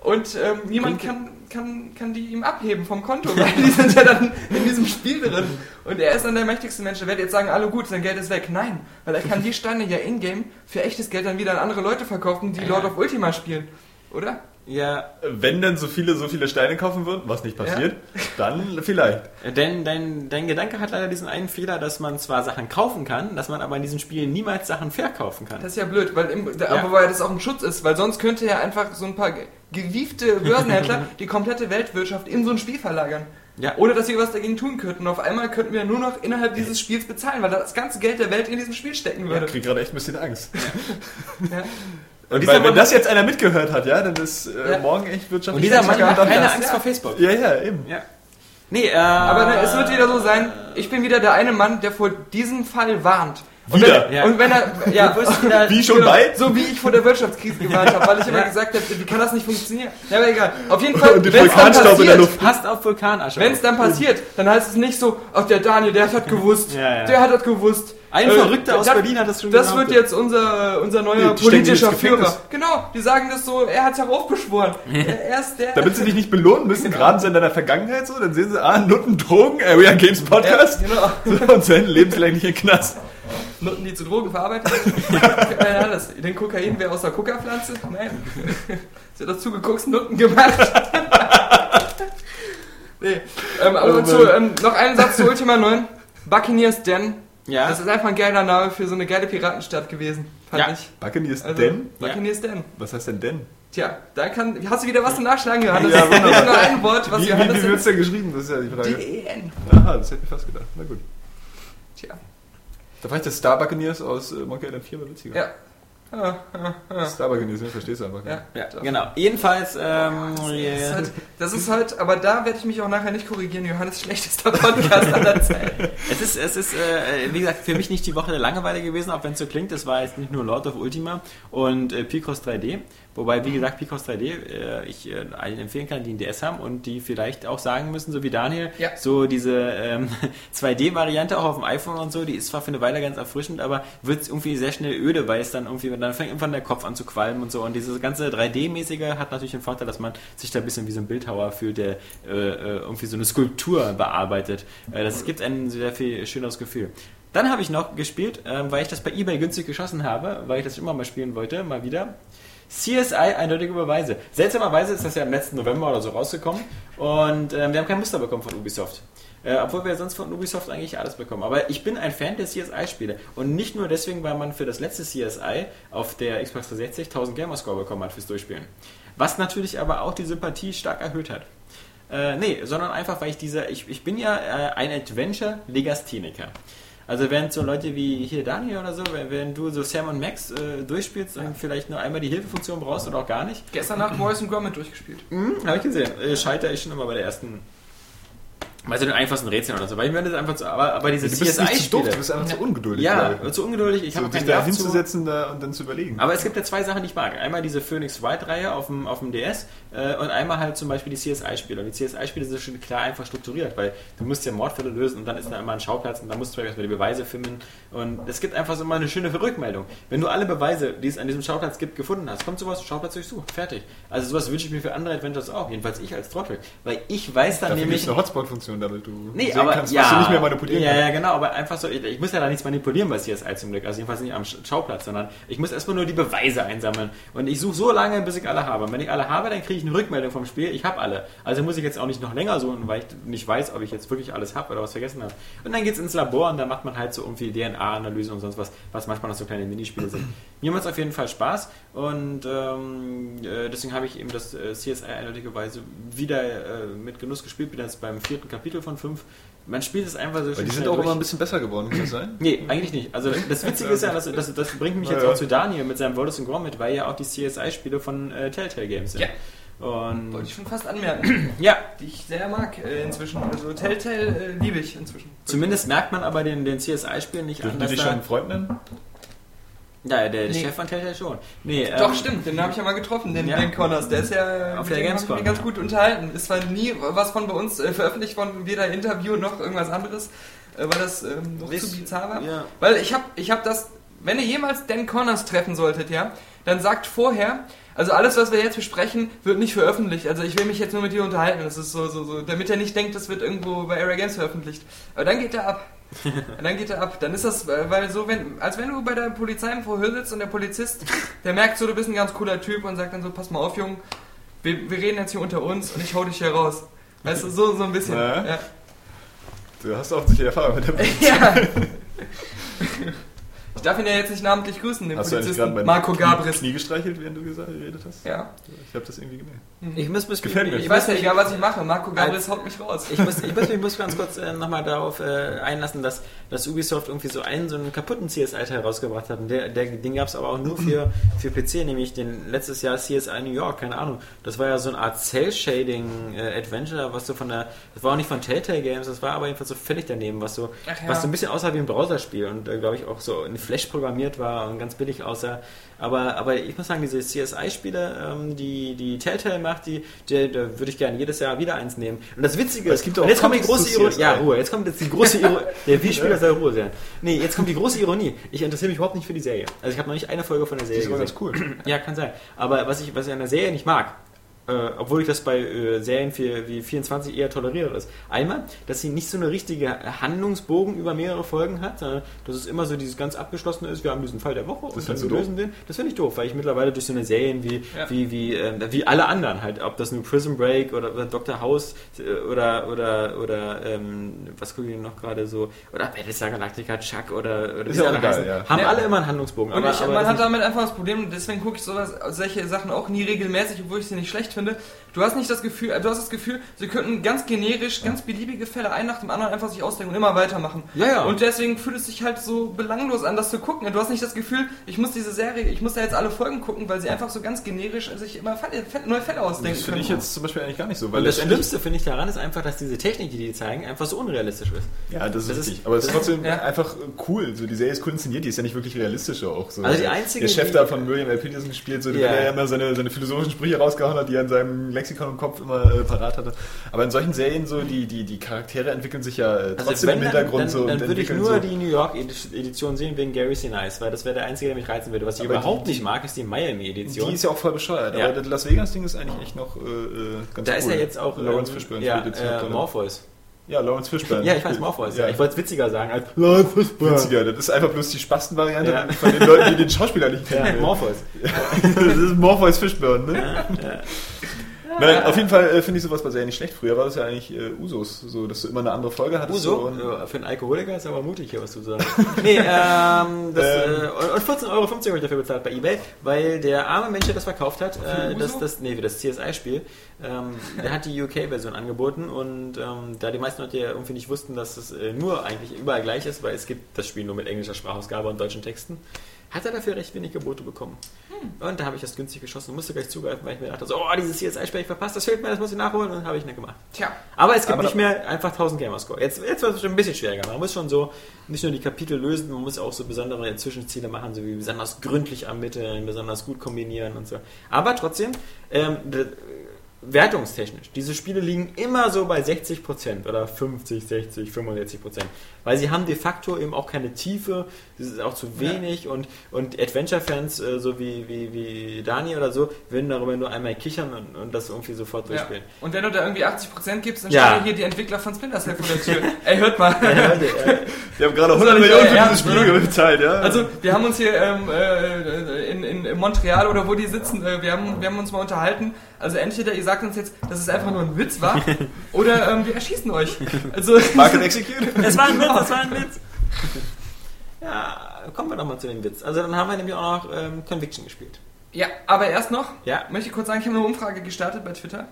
S2: und ähm, niemand kann, kann, kann die ihm abheben vom Konto, weil die sind ja dann in diesem Spiel drin. Und er ist dann der mächtigste Mensch der Welt. Jetzt sagen alle, gut, sein Geld ist weg. Nein, weil er kann die Steine ja in-game für echtes Geld dann wieder an andere Leute verkaufen, die Lord of Ultima spielen. Oder?
S3: Ja,
S4: Wenn dann so viele, so viele Steine kaufen würden, was nicht passiert, dann vielleicht.
S3: Äh, denn dein, dein Gedanke hat leider diesen einen Fehler, dass man zwar Sachen kaufen kann, dass man aber in diesem Spiel niemals Sachen verkaufen kann.
S2: Das ist ja blöd, weil im, da,
S3: Ja.
S2: aber weil das auch ein Schutz ist, weil sonst könnte ja einfach so ein paar ge- gewiefte Börsenhändler die komplette Weltwirtschaft in so ein Spiel verlagern.
S3: Ja.
S2: Ohne dass wir was dagegen tun könnten. Und auf einmal könnten wir nur noch innerhalb dieses Spiels bezahlen, weil das ganze Geld der Welt in diesem Spiel stecken
S4: Ich
S2: würde.
S4: krieg gerade echt ein bisschen Angst.
S2: Ja.
S4: Und
S3: dieser
S4: weil, wenn
S3: Mann-
S4: das jetzt einer mitgehört hat, ja, dann ist äh,
S2: Ja.
S4: morgen echt wirtschaftlich.
S3: Und dieser Mann
S2: gar
S3: hat
S2: nicht
S3: keine
S2: das,
S3: Angst
S2: ja.
S3: vor Facebook.
S4: Ja, ja, eben.
S3: Ja. Nee, äh, aber
S2: Aber ne, es wird
S4: Äh.
S2: wieder so sein, ich bin wieder der eine Mann, der vor diesem Fall warnt. Und
S4: Wieder?
S2: Wenn,
S3: Ja.
S2: Und wenn er, ja,
S3: wieder,
S4: Wie schon bald?
S2: so wie ich vor der Wirtschaftskrise gewarnt habe, weil ich immer gesagt habe, wie kann das nicht funktionieren? Ja, aber egal. Auf jeden Fall,
S4: Und den
S2: wenn es dann
S4: Vulkanstaub in der
S2: passiert,
S4: Luft.
S3: passt auf Vulkanasche.
S2: wenn es dann passiert, dann heißt es nicht so, ach der Daniel, der hat gewusst,
S3: Ja, ja.
S2: der hat das gewusst.
S3: Ein
S2: Äh,
S3: Verrückter aus
S2: das-
S3: Berlin hat das schon
S2: Das
S3: gehabt.
S2: wird jetzt unser, unser neuer
S4: Nee, die stecken
S2: politischer
S4: ins Gefängnis.
S2: Führer. Genau, die sagen das so, er hat heraufbeschworen. Er er ist der.
S4: Damit sie dich nicht belohnen müssen, graben sie in deiner Vergangenheit so, dann sehen sie, ah, Nutten, Drogen, Area Games
S2: ja,
S4: Podcast.
S2: genau.
S4: So, Und sein lebenslänglich in den Knast.
S2: Noten, die zu Drogen verarbeitet werden. Keine Ahnung, das- denn Kokain wäre aus der Koka-Pflanze? Nein. Sie hat dazu geguckt, Noten gemacht. nee. Ähm,
S4: Oh
S2: aber zu, ähm, noch einen Satz zu Ultima 9. Buccaneers Den.
S3: Ja.
S2: Das ist einfach ein geiler Name für so eine geile Piratenstadt gewesen, fand
S3: Ja.
S2: ich.
S4: Buccaneers
S2: Also,
S4: denn?
S2: Buccaneers Den.
S4: Was heißt denn denn?
S2: Tja, da kann. Hast du wieder was zum Nachschlagen, Johannes?
S4: Ja,
S2: Nicht
S4: wunderbar.
S2: nur ein Wort, was
S4: wie wie,
S2: Johannes
S4: wie wird's denn geschrieben? Das ist ja die Frage.
S3: E
S2: D-E-N.
S4: Aha, das hätte ich mir fast gedacht. Na gut.
S2: Tja.
S4: Da fand ich das Star Buccaneers aus äh, Monkey Island 4 mal witziger.
S2: Ja. Ah, ah, ah.
S4: Star Buccaneers, ne? verstehst du einfach.
S2: Ja.
S3: Ja, genau. Jedenfalls, ähm,
S2: Das ist,
S3: yeah.
S2: halt, das ist halt, aber da werde ich mich auch nachher nicht korrigieren. Johannes schlechtester Podcast aller Zeiten.
S3: es ist, es ist äh, wie gesagt, für mich nicht die Woche der Langeweile gewesen, auch wenn es so klingt. Es war jetzt nicht nur Lord of Ultima und äh, Picross 3D. Wobei,
S2: Mhm.
S3: wie gesagt, Picross 3D äh, ich äh, allen empfehlen kann, die einen DS haben und die vielleicht auch sagen müssen, so wie Daniel,
S2: Ja.
S3: so diese ähm, 2D-Variante auch auf dem iPhone und so, die ist zwar für eine Weile ganz erfrischend, aber wird irgendwie sehr schnell öde, weil es dann irgendwie, dann fängt irgendwann der Kopf an zu qualmen und so. Und dieses ganze 3D-mäßige hat natürlich den Vorteil, dass man sich da ein bisschen wie so ein Bildhauer fühlt, der äh, äh, irgendwie so eine Skulptur bearbeitet. Äh, das gibt einem sehr viel schöneres Gefühl. Dann habe ich noch gespielt, ähm, weil ich das bei eBay günstig geschossen habe, weil ich das immer mal spielen wollte, mal wieder. CSI eindeutige Beweise. Seltsamerweise ist das ja im letzten November oder so rausgekommen und ähm, wir haben kein Muster bekommen von Ubisoft. Äh, obwohl wir sonst von Ubisoft eigentlich alles bekommen. Aber ich bin ein Fan der CSI-Spiele. Und nicht nur deswegen, weil man für das letzte CSI auf der Xbox 360 1000 Gamerscore bekommen hat fürs Durchspielen. Was natürlich aber auch die Sympathie stark erhöht hat. Äh, nee, sondern einfach, weil ich dieser, ich, ich bin ja äh, ein Adventure-Legastheniker. Also während so Leute wie hier Daniel oder so, wenn, wenn du so Sam und Max äh, durchspielst und vielleicht nur einmal die Hilfefunktion brauchst oder auch gar nicht,
S2: Gestern Nacht Morris und Gromit durchgespielt.
S3: hm, habe ich gesehen. Äh, scheitere ich schon immer bei der ersten, also den einfachsten Rätseln oder so. Weil ich mir das einfach zu, aber, aber diese
S4: Du bist nicht zu doof, du
S3: CSI-Spiele,
S4: bist einfach zu ungeduldig.
S3: ja,
S4: glaub ich.
S3: zu ungeduldig, ich
S4: so,
S3: habe
S4: dich
S3: keinen
S4: da
S3: Nerv zu.
S4: hinzusetzen da und dann zu überlegen.
S3: Aber es gibt ja zwei Sachen, die ich mag. Einmal diese Phoenix White-Reihe auf dem, auf dem DS äh, und einmal halt zum Beispiel die CSI-Spiele. Und die CSI-Spiele sind schon klar einfach strukturiert, weil du musst ja Mordfälle lösen und dann ist da immer ein Schauplatz und dann musst du erstmal die Beweise finden. Und es gibt einfach so mal eine schöne Rückmeldung. Wenn du alle Beweise, die es an diesem Schauplatz gibt, gefunden hast, kommt sowas, Schauplatz durchsucht, fertig. Also sowas wünsche ich mir für andere Adventures auch, jedenfalls ich als Trottel. Weil ich weiß dann
S4: Dafür
S3: nämlich...
S4: gibt's eine Hotspot-Funktion, damit du
S3: Nee,
S4: sehen
S3: aber
S4: kannst,
S3: ja,
S4: was du nicht mehr manipulieren
S3: ja,
S4: kannst.
S3: ja, genau, aber einfach so, ich, ich muss ja da nichts manipulieren bei CSI zum Glück, also jedenfalls nicht am Sch- Schauplatz, sondern ich muss erstmal nur die Beweise einsammeln und ich suche so lange, bis ich alle habe. Und wenn ich alle habe, dann kriege ich eine Rückmeldung vom Spiel, ich habe alle. Also muss ich jetzt auch nicht noch länger suchen, weil ich nicht weiß, ob ich jetzt wirklich alles habe oder was vergessen habe. Und dann geht's ins Labor und da macht man halt so irgendwie DNA-Analysen und sonst was, was manchmal noch so kleine Minispiele sind. Mir macht's auf jeden Fall Spaß und ähm, äh, deswegen habe ich eben das äh, CSI eindeutigerweise wieder äh, mit Genuss gespielt, bin jetzt beim vierten Kapitel von fünf. Man spielt es einfach so
S4: Weil die
S3: schnell
S4: sind auch
S3: halt durch.
S4: immer ein bisschen besser geworden, kann das sein?
S3: Nee, eigentlich nicht. Also das Witzige ist ja, das, das, das bringt mich jetzt
S4: Naja.
S3: auch zu Daniel mit seinem Wallace und Gromit, weil ja auch die CSI-Spiele von äh, Telltale Games sind.
S2: Ja. Wollte
S3: Und
S2: ich schon fast anmerken.
S3: ja,
S2: Die ich sehr mag äh, inzwischen. Also Telltale äh, liebe ich inzwischen.
S3: zumindest merkt man aber den, den CSI-Spielen nicht
S4: Dürfen
S3: an,
S4: die
S3: dass
S4: dich
S3: da,
S4: schon einen Freund nennen?
S3: Ja, der, der
S2: Nee.
S3: Chef von Telltale schon. Nee,
S2: Doch,
S3: ähm,
S2: stimmt, den habe ich ja mal getroffen, den,
S3: Ja.
S2: den Connors. Der ist ja
S3: Auf
S2: mit
S3: der
S2: dem hab ich
S3: Gamescom.
S2: mich ganz gut unterhalten. Ist zwar nie was von bei uns äh, veröffentlicht worden, weder Interview noch irgendwas anderes, äh, weil das ähm, noch
S3: Wisst-
S2: zu bizarr war.
S3: Ja.
S2: Weil ich habe ich hab das, wenn ihr jemals Dan Connors treffen solltet, ja, dann sagt vorher, also alles, was wir jetzt besprechen, wird nicht veröffentlicht. Also ich will mich jetzt nur mit dir unterhalten. Das ist so, so, so, damit er nicht denkt, das wird irgendwo bei Era Games veröffentlicht. Aber dann geht er ab. Und dann geht er ab. Dann ist das, äh, weil so, wenn, als wenn du bei der Polizei im Verhör sitzt und der Polizist, der merkt so, du bist ein ganz cooler Typ und sagt dann so, pass mal auf, Junge, wir, wir reden jetzt hier unter uns und ich hau dich hier raus. Weißt du, so, so ein bisschen.
S4: Ja.
S2: Ja.
S4: Du hast auch sicher Erfahrung mit der
S2: Ja. Ich darf ihn ja jetzt nicht namentlich grüßen, den
S4: Hast du eigentlich gerade
S2: Polizisten
S4: mein
S2: Marco
S4: Knie-
S2: Gabris.
S4: Knie gestreichelt, während du gesagt- geredet hast?
S2: Ja.
S4: Ich habe das irgendwie gemerkt.
S3: Ich muss mich,
S4: Gefällt mir.
S2: Ich
S3: Ich
S2: weiß
S3: muss
S2: ja
S3: mich,
S2: egal, was ich mache. Marco Gabris haut mich raus.
S3: ich muss, ich muss mich muss ganz kurz äh, nochmal darauf äh, einlassen, dass, dass Ubisoft irgendwie so einen so einen kaputten CSI-Teil rausgebracht hat. Und der, der, den gab es aber auch nur für, für PC, nämlich den letztes Jahr CSI New York, keine Ahnung. Das war ja so eine Art Cell-Shading-Adventure, was so von der. Das war auch nicht von Telltale Games, das war aber jedenfalls so völlig daneben, was so,
S2: Ach ja.
S3: was so ein bisschen aussah wie ein Browserspiel und äh, glaube ich auch so in Flash programmiert war und ganz billig aussah. Aber, aber ich muss sagen, diese CSI-Spiele, ähm, die, die Telltale macht, die, die, da würde ich gerne jedes Jahr wieder eins nehmen. Und das Witzige
S4: Es gibt auch
S3: und jetzt kommt die
S4: Comics
S3: große
S4: zu
S3: Ironie.
S4: CSI.
S3: Ja, Ruhe. Jetzt kommt jetzt die große Ironie. Der Videospieler soll Ruhe sein. Nee, jetzt kommt die große Ironie. Ich interessiere mich überhaupt nicht für die Serie. Also ich habe noch nicht eine Folge von der Serie
S4: Das war
S3: gesehen.
S4: ganz cool.
S3: Ja, kann sein. Aber was ich, was ich an der Serie nicht mag, äh, obwohl ich das bei äh, Serien wie, wie 24 eher toleriert ist. Einmal, dass sie nicht so eine richtige Handlungsbogen über mehrere Folgen hat, sondern dass es immer so dieses ganz abgeschlossene ist, wir haben diesen Fall der Woche und dann
S4: findest du
S3: wir lösen den. Das finde ich doof, weil ich mittlerweile durch so eine Serien wie,
S2: Ja.
S3: wie, wie, ähm, wie alle anderen halt, ob das nun Prison Break oder, oder Dr. House äh, oder, oder, oder ähm, was gucke ich denn noch gerade so, oder Battlestar Galactica, Chuck oder, oder
S4: Ist
S3: wie sie
S4: auch
S3: alle
S4: geil,
S3: heißen.
S4: ja.
S3: haben
S2: Ja.
S3: alle immer einen Handlungsbogen.
S2: Und ich, man
S3: das
S2: hat
S3: ist-
S2: damit einfach das Problem, deswegen gucke ich sowas, solche Sachen auch nie regelmäßig, obwohl ich sie nicht schlecht finde. Du hast nicht das Gefühl, äh, du hast das Gefühl, sie könnten ganz generisch, ganz beliebige Fälle ein nach dem anderen einfach sich ausdenken und immer weitermachen.
S3: Ja, ja.
S2: Und deswegen fühlt es sich halt so belanglos an, das zu gucken. Und du hast nicht das Gefühl, ich muss diese Serie, ich muss da jetzt alle Folgen gucken, weil sie einfach so ganz generisch sich immer Fälle, Fälle, neue Fälle ausdenken.
S4: Das finde ich
S2: können.
S4: jetzt zum Beispiel eigentlich gar nicht so, weil
S3: Und das
S4: letztendlich-
S3: Schlimmste finde ich daran ist einfach, dass diese Technik, die die zeigen, einfach so unrealistisch ist.
S4: Ja, das ist
S3: Das ist-
S4: richtig. Aber es ist trotzdem
S2: Ja.
S4: einfach cool. So, die Serie ist cool inszeniert, die ist ja nicht wirklich realistisch auch. So.
S3: Also die einzige,
S4: der Chef
S3: die-
S4: da von William L. Peterson gespielt, so,
S3: Ja.
S4: der ja immer seine, seine philosophischen Sprüche rausgehauen hat, die er in seinem Lexikon im Kopf immer äh, parat hatte. Aber in solchen Serien so, die, die, die Charaktere entwickeln sich ja äh, trotzdem im Hintergrund
S3: Also dann,
S4: so
S3: dann, dann würde ich
S4: entwickeln
S3: nur
S4: so.
S3: die New York Edi- Edition sehen wegen Gary Sinise, weil das wäre der einzige, der mich reizen würde. Was ich
S4: Aber
S3: überhaupt
S4: die-
S3: nicht mag, ist die Miami
S4: Die
S3: Edition.
S4: ist ja auch voll bescheuert.
S3: Ja.
S4: Aber das Las Vegas-Ding ist eigentlich echt noch äh, äh, ganz
S3: da
S4: cool.
S3: ist ja jetzt auch
S4: Lawrence
S3: ähm,
S4: Fishburne
S3: ja,
S4: spielt jetzt noch
S3: äh,
S4: drin.
S3: Morpheus.
S4: Ja, Lawrence Fishburne.
S3: Ja, ich weiß
S4: spielt-
S3: Morpheus. Ja.
S4: Ja.
S3: Ich wollte es witziger sagen als Lawrence Fishburne.
S4: Witziger, das ist einfach bloß die Spastenvariante
S3: Ja.
S4: von den Leuten, die den Schauspieler nicht kennen.
S3: Ja, Morpheus.
S4: das ist Morpheus Fishburne, ne? Nein, auf jeden Fall äh, finde ich sowas bei Serien nicht schlecht. Früher war das ja eigentlich äh, Usus, so, dass du immer eine andere Folge hattest. So,
S3: Uso,
S4: und,
S3: äh, für einen Alkoholiker ist aber mutig hier, was du sagst. nee, ähm, das,
S4: Ähm.
S3: äh, und 14,50 Euro habe ich dafür bezahlt bei Ebay, weil der arme Mensch, der das verkauft hat, äh,
S2: Uso?
S3: das, das, nee, für das CSI-Spiel, ähm, der hat die UK-Version angeboten und ähm, da die meisten Leute ja irgendwie nicht wussten, dass es äh, nur eigentlich überall gleich ist, weil es gibt das Spiel nur mit englischer Sprachausgabe und deutschen Texten, hat er dafür recht wenig Gebote bekommen. Und da habe ich das günstig geschossen und musste gleich zugreifen, weil ich mir dachte, so, oh, dieses CSI-Spiel ich verpasst, das fehlt mir, das muss ich nachholen und habe ich nicht gemacht.
S2: Tja.
S3: Aber es gibt
S4: Aber
S3: nicht
S4: da-
S3: mehr einfach 1000 Gamerscore. Jetzt, jetzt wird es schon ein bisschen schwieriger. Man muss schon so nicht nur die Kapitel lösen, man muss auch so besondere Zwischenziele machen, so wie besonders gründlich ermitteln, besonders gut kombinieren und so. Aber trotzdem, ähm, d- wertungstechnisch, diese Spiele liegen immer so bei 60% oder 50, 60, 65%. Weil sie haben de facto eben auch keine Tiefe, es ist auch zu wenig und, und Adventure-Fans, äh, so wie, wie, wie Dani oder so, würden darüber nur einmal kichern und, und das irgendwie sofort
S2: Ja.
S3: durchspielen.
S2: Und wenn du da irgendwie 80% gibst, dann
S3: Ja.
S2: stehen hier die Entwickler von Splinter Cell vor der Tür. Ey, hört mal.
S3: äh,
S4: wir haben gerade
S2: ist doch
S4: 100
S2: nicht
S4: Millionen für
S2: euer
S4: dieses
S2: Ernst,
S4: Spiel bezahlt, ja?
S2: Also, wir haben uns hier ähm, äh, in, in, in Montreal oder wo die sitzen, äh, wir, haben, wir haben uns mal unterhalten. Also, entweder ihr sagt uns jetzt, dass es einfach nur ein Witz war, oder ähm, wir erschießen euch. Also,
S4: Market Execute?
S3: Es war ein Witz, es war ein Witz. Ja, kommen wir doch mal zu dem Witz. Also dann haben wir nämlich auch noch ähm, Conviction gespielt.
S2: ja, aber erst noch,
S3: Ja.
S2: möchte ich kurz sagen, ich habe eine Umfrage gestartet bei Twitter,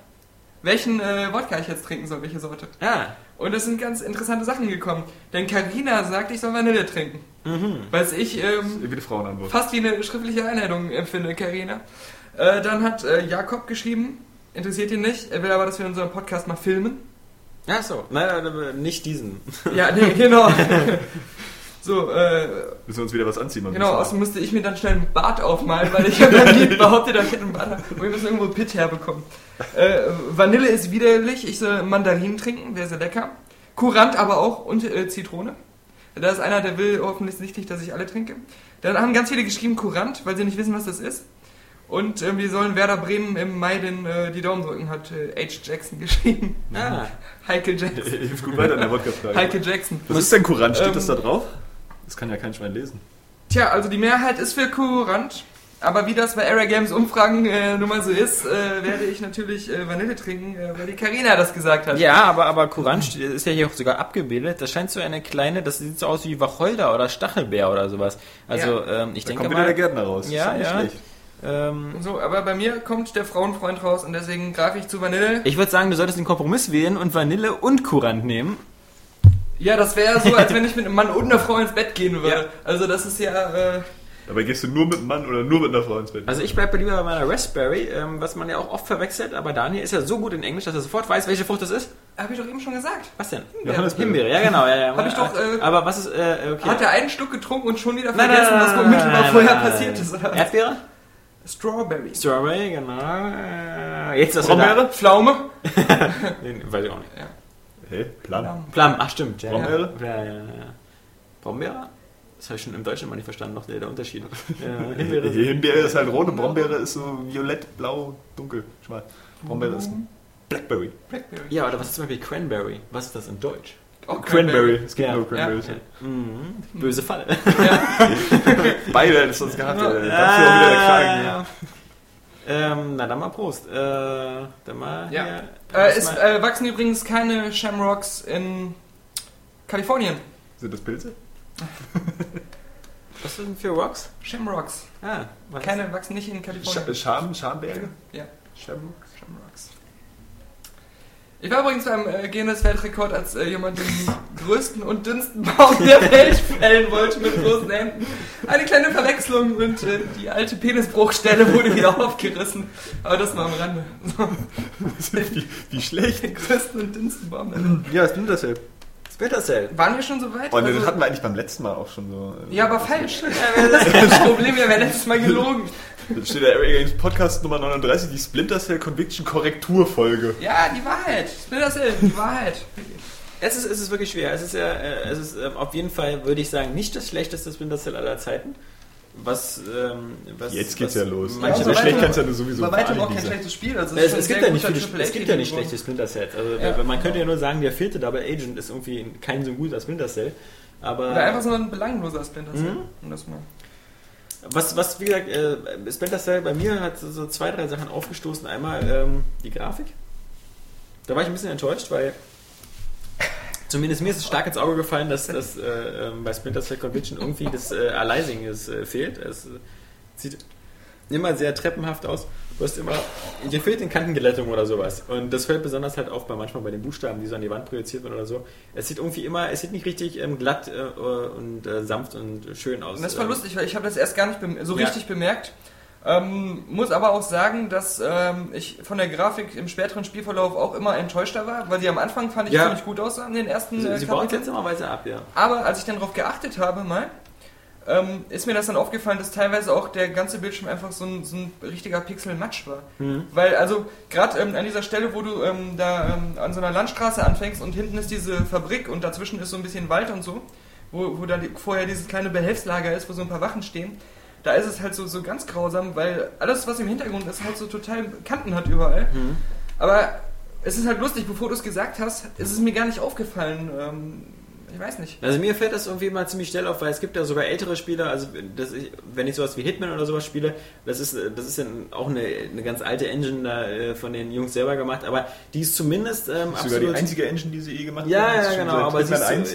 S2: welchen äh, Wodka ich jetzt trinken soll, welche Sorte.
S3: Ja.
S2: Und es sind ganz interessante Sachen gekommen. Denn Karina sagt, ich soll Vanille trinken.
S3: Mhm.
S2: Was ich ähm,
S4: Wie die Frauenantwort.
S2: fast wie eine schriftliche Einladung empfinde, Karina. Äh, dann hat äh, Jakob geschrieben, interessiert ihn nicht, er will aber, dass wir unseren Podcast mal filmen.
S3: Ja, so. Nein, nein, nein, nicht diesen.
S2: Ja, nee, genau. so, äh,
S4: Müssen wir uns wieder was anziehen?
S2: genau, außerdem musste ich mir dann schnell einen Bart aufmalen, weil ich ja dann nie behauptet habe, ich hätte einen Bart. Und wir müssen irgendwo Pit herbekommen. Äh, Vanille ist widerlich, ich soll Mandarinen trinken, der ist ja lecker. Kurant aber auch und äh, Zitrone. Da ist einer, der will offensichtlich nicht, dass ich alle trinke. Dann haben ganz viele geschrieben Kurant, weil sie nicht wissen, was das ist. Und äh, wir sollen Werder Bremen im Mai den, äh, die Daumen drücken, hat äh, H. Jackson geschrieben.
S3: Ja.
S2: Heike Jackson.
S4: Hilf gut weiter in der Wodka-Frage.
S2: Heike Jackson.
S4: Was ist denn Kurant? Steht
S2: Ähm,
S4: das da drauf? Das kann ja kein Schwein lesen.
S2: Tja, also die Mehrheit ist für Kurant. Aber wie das bei Era Games Umfragen äh, nun mal so ist, äh, werde ich natürlich äh, Vanille trinken, äh, weil die Karina das gesagt hat.
S3: Ja, aber, aber Courant steht- ist ja hier auch sogar abgebildet. Das scheint so eine kleine, das sieht so aus wie Wacholder oder Stachelbeer oder sowas. Also ähm, ich
S4: Da
S3: denke
S4: kommt wieder der
S3: mal,
S4: Gärtner raus.
S3: Ja,
S4: ist
S3: ja.
S4: nicht schlecht.
S3: ähm,
S2: So, aber bei mir kommt der Frauenfreund raus und deswegen greife ich zu Vanille.
S3: ich würde sagen, du solltest den Kompromiss wählen und Vanille und Courant nehmen.
S2: Ja, das wäre so, als wenn ich mit einem Mann und einer Frau ins Bett gehen würde. Also das ist ja... Äh,
S4: Dabei gehst du nur mit einem Mann oder nur mit einer Frau ins Bett.
S3: Also ich bleibe lieber bei meiner Raspberry, ähm, was man ja auch oft verwechselt, aber Daniel ist ja so gut in Englisch, dass er sofort weiß, welche Frucht das ist.
S2: habe ich doch eben schon gesagt.
S3: Was denn?
S4: Johannes, bitte.
S3: Himbeere, ja genau. Ja, ja.
S2: Hab ich doch, äh,
S3: aber was ist, äh, okay.
S2: Hat er einen Schluck getrunken und schon wieder vergessen, was unmittelbar
S3: nein,
S2: vorher
S3: nein, nein,
S2: passiert
S3: nein.
S2: ist? Oder? was?
S3: Erdbeere?
S2: Strawberries.
S3: Strawberry, genau. Äh, Jetzt das
S4: Brombeere?
S2: Pflaume.
S3: Nee, weiß ich auch nicht.
S4: Hä? Plan?
S3: Plum, ach stimmt. Ja,
S4: Brombeere?
S3: Ja, ja, ja. Brombeere? Das habe ich schon im Deutschen mal nicht verstanden, noch der, der Unterschied.
S4: Die Himbeere ist halt rot und Brombeere ist so violett, blau, dunkel, schmal. Brombeere ist Blackberry.
S3: ja, oder was ist zum Beispiel Cranberry? Was ist das in Deutsch?
S2: Oh,
S4: Cranberry. Es gibt
S3: Ja,
S4: nur Cranberries.
S3: ja, Böse Falle.
S4: Beide hättest du uns gehabt. Alter. Dafür auch wieder der Kragen.
S3: ja. Ah, Ähm, na dann mal Prost. Äh, dann mal.
S2: Ja.
S3: hier
S2: Äh, es
S3: erstmal-
S2: äh, wachsen übrigens keine Shamrocks in Kalifornien.
S4: Sind das Pilze?
S3: was sind für Rocks?
S2: Shamrocks.
S3: Ah, was?
S2: Keine wachsen nicht in Kalifornien.
S4: Sch Scham, Schamberge?
S2: Ja.
S4: Scham.
S2: Shamrocks. Ich war übrigens beim äh, Guinness-Weltrekord, als äh, jemand den größten und dünnsten Baum der Welt fällen wollte mit bloßen Händen. Eine kleine Verwechslung und äh, die alte Penisbruchstelle wurde wieder aufgerissen. Aber das mal am Rande.
S4: wie, wie schlecht.
S2: den größten und dünnsten Baum der Welt.
S4: Ja, es nimmt das ja.
S3: Splitter Cell.
S2: Waren wir schon so weit?
S4: Oh, ne, das
S2: Also-
S4: hatten wir eigentlich beim letzten Mal auch schon so. äh,
S2: ja, aber falsch. Äh, Das ist das Problem, wir haben ja letztes Mal gelogen.
S4: Da steht der Area Games Podcast Nummer 39, die Splinter Cell Conviction Korrekturfolge.
S2: Ja, die Wahrheit. Splinter Cell, die Wahrheit.
S3: Es ist, es ist wirklich schwer. Es ist ja, äh, es ist ähm, auf jeden Fall, würde ich sagen, nicht das schlechteste Splinter Cell aller Zeiten. Was, ähm, was
S4: Jetzt
S3: was
S4: geht's ja los. Also,
S3: Manche
S2: Ja, aber
S4: so schlecht
S2: weiter-
S4: kannst du ja sowieso
S2: Bei weitem
S4: gar
S2: auch
S4: nicht
S2: kein
S4: sein.
S2: schlechtes Spiel. Also
S3: Ja, Es, es, gibt ja nicht viele, es gibt ja nicht schlechte
S2: schlechtes
S3: Splinter Sets. Also,
S2: Ja.
S3: Man könnte ja nur sagen, der vierte Double Agent ist irgendwie kein so guter Splinter Cell. Aber
S2: Oder einfach so ein belangloser Splinter Cell.
S3: Mhm.
S2: Um das mal.
S3: was, was, wie gesagt, äh, Splinter Cell bei mir hat so- so zwei, drei Sachen aufgestoßen. Einmal ähm, die Grafik. Da war ich ein bisschen enttäuscht, weil zumindest mir ist es stark ins Auge gefallen, dass, dass äh, ähm, bei Splinter Cell Conviction irgendwie das äh, Aliasing ist, äh, fehlt. Es äh, sieht immer sehr treppenhaft aus. Du hast immer, dir fehlt eine Kantenglättung oder sowas. Und das fällt besonders halt auf bei manchmal bei den Buchstaben, die so an die Wand projiziert werden oder so. Es sieht irgendwie immer, es sieht nicht richtig ähm, glatt äh, und äh, sanft und schön aus.
S2: Und das war
S3: Ähm,
S2: lustig, weil ich habe das erst gar nicht bem- so
S3: Ja.
S2: richtig bemerkt. Ähm, muss aber auch sagen, dass ähm, ich von der Grafik im späteren Spielverlauf auch immer enttäuschter war, weil die am Anfang fand ich
S3: Ja.
S2: ziemlich gut aussah in den ersten
S3: Sie,
S2: äh,
S3: sie baut
S2: Kapiteln.
S3: jetzt immer weiter ab, ja.
S2: Aber als ich dann darauf geachtet habe mal, ähm, ist mir das dann aufgefallen, dass teilweise auch der ganze Bildschirm einfach so ein, so ein richtiger Pixelmatsch war. Weil also gerade ähm, an dieser Stelle, wo du ähm, da ähm, an so einer Landstraße anfängst und hinten ist diese Fabrik und dazwischen ist so ein bisschen Wald und so, wo, wo dann die, vorher dieses kleine Behelfslager ist, wo so ein paar Wachen stehen, da ist es halt so, so ganz grausam, weil alles, was im Hintergrund ist, halt so total Kanten hat überall. Aber es ist halt lustig, bevor du es gesagt hast, ist es mir gar nicht aufgefallen. Ähm, ich weiß nicht.
S3: Also mir fällt das irgendwie immer ziemlich schnell auf, weil es gibt ja sogar ältere Spieler, also das, ich- wenn ich sowas wie Hitman oder sowas spiele, das ist, äh, das ist ja auch eine, eine ganz alte Engine da äh, von den Jungs selber gemacht, aber die ist zumindest ähm,
S4: Das ist sogar die einzige Engine, die sie eh gemacht
S3: ja,
S4: haben. Das
S3: ja,
S4: ist schon
S3: genau,
S4: seit
S3: aber sie
S4: Hitman 1.
S3: ist,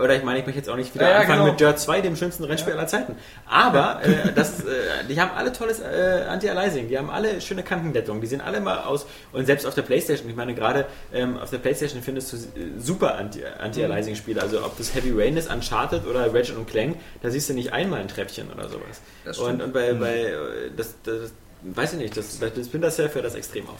S3: äh, oder ich meine, ich möchte jetzt auch nicht wieder
S2: Ja, ja,
S3: anfangen
S2: genau.
S3: mit Dirt 2, dem schönsten Rennspiel aller Zeiten. Aber äh, das ist, äh, die haben alle tolles äh, Anti-Aliasing, die haben alle schöne Kantenglättung, die sehen alle mal aus und selbst auf der Playstation, ich meine gerade ähm, auf der Playstation findest du äh, super Anti- Anti-Aliasing-Spiele,
S2: Mhm.
S3: also ob das Heavy Rain ist, Uncharted oder Ratchet und Clank, da siehst du nicht einmal ein Treppchen oder sowas.
S2: Das stimmt. Mhm.
S3: und, und bei, bei äh, das, das weiß ich nicht, das, das Splinter Cell fällt das extrem auf.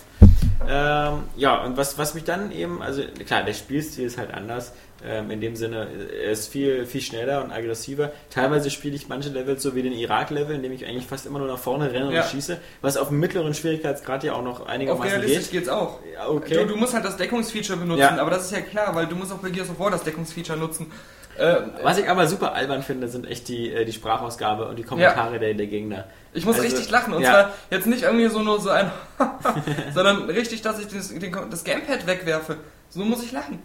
S3: Ähm, ja, und was, was mich dann eben, also klar, der Spielstil ist halt anders. Ähm, in dem Sinne, er ist viel, viel schneller und aggressiver. Teilweise spiele ich manche Levels so wie den Irak-Level, in dem ich eigentlich fast immer nur nach vorne renne
S2: Ja.
S3: und schieße, was auf dem mittleren Schwierigkeitsgrad ja auch noch
S2: Auf
S3: einigermaßen
S2: realistisch
S3: geht.
S2: geht's auch.
S3: Ja, okay.
S2: Du, du musst halt das Deckungsfeature benutzen,
S3: Ja.
S2: aber das ist ja klar, weil du musst auch bei Gears of War das Deckungsfeature nutzen. Ähm,
S3: Was ich aber super albern finde, sind echt die, äh, die Sprachausgabe und die Kommentare der, der Gegner.
S2: ich muss
S3: Also,
S2: richtig lachen und
S3: ja.
S2: zwar jetzt nicht irgendwie so nur so ein, sondern richtig, dass ich das, den, das Gamepad wegwerfe. So muss ich lachen.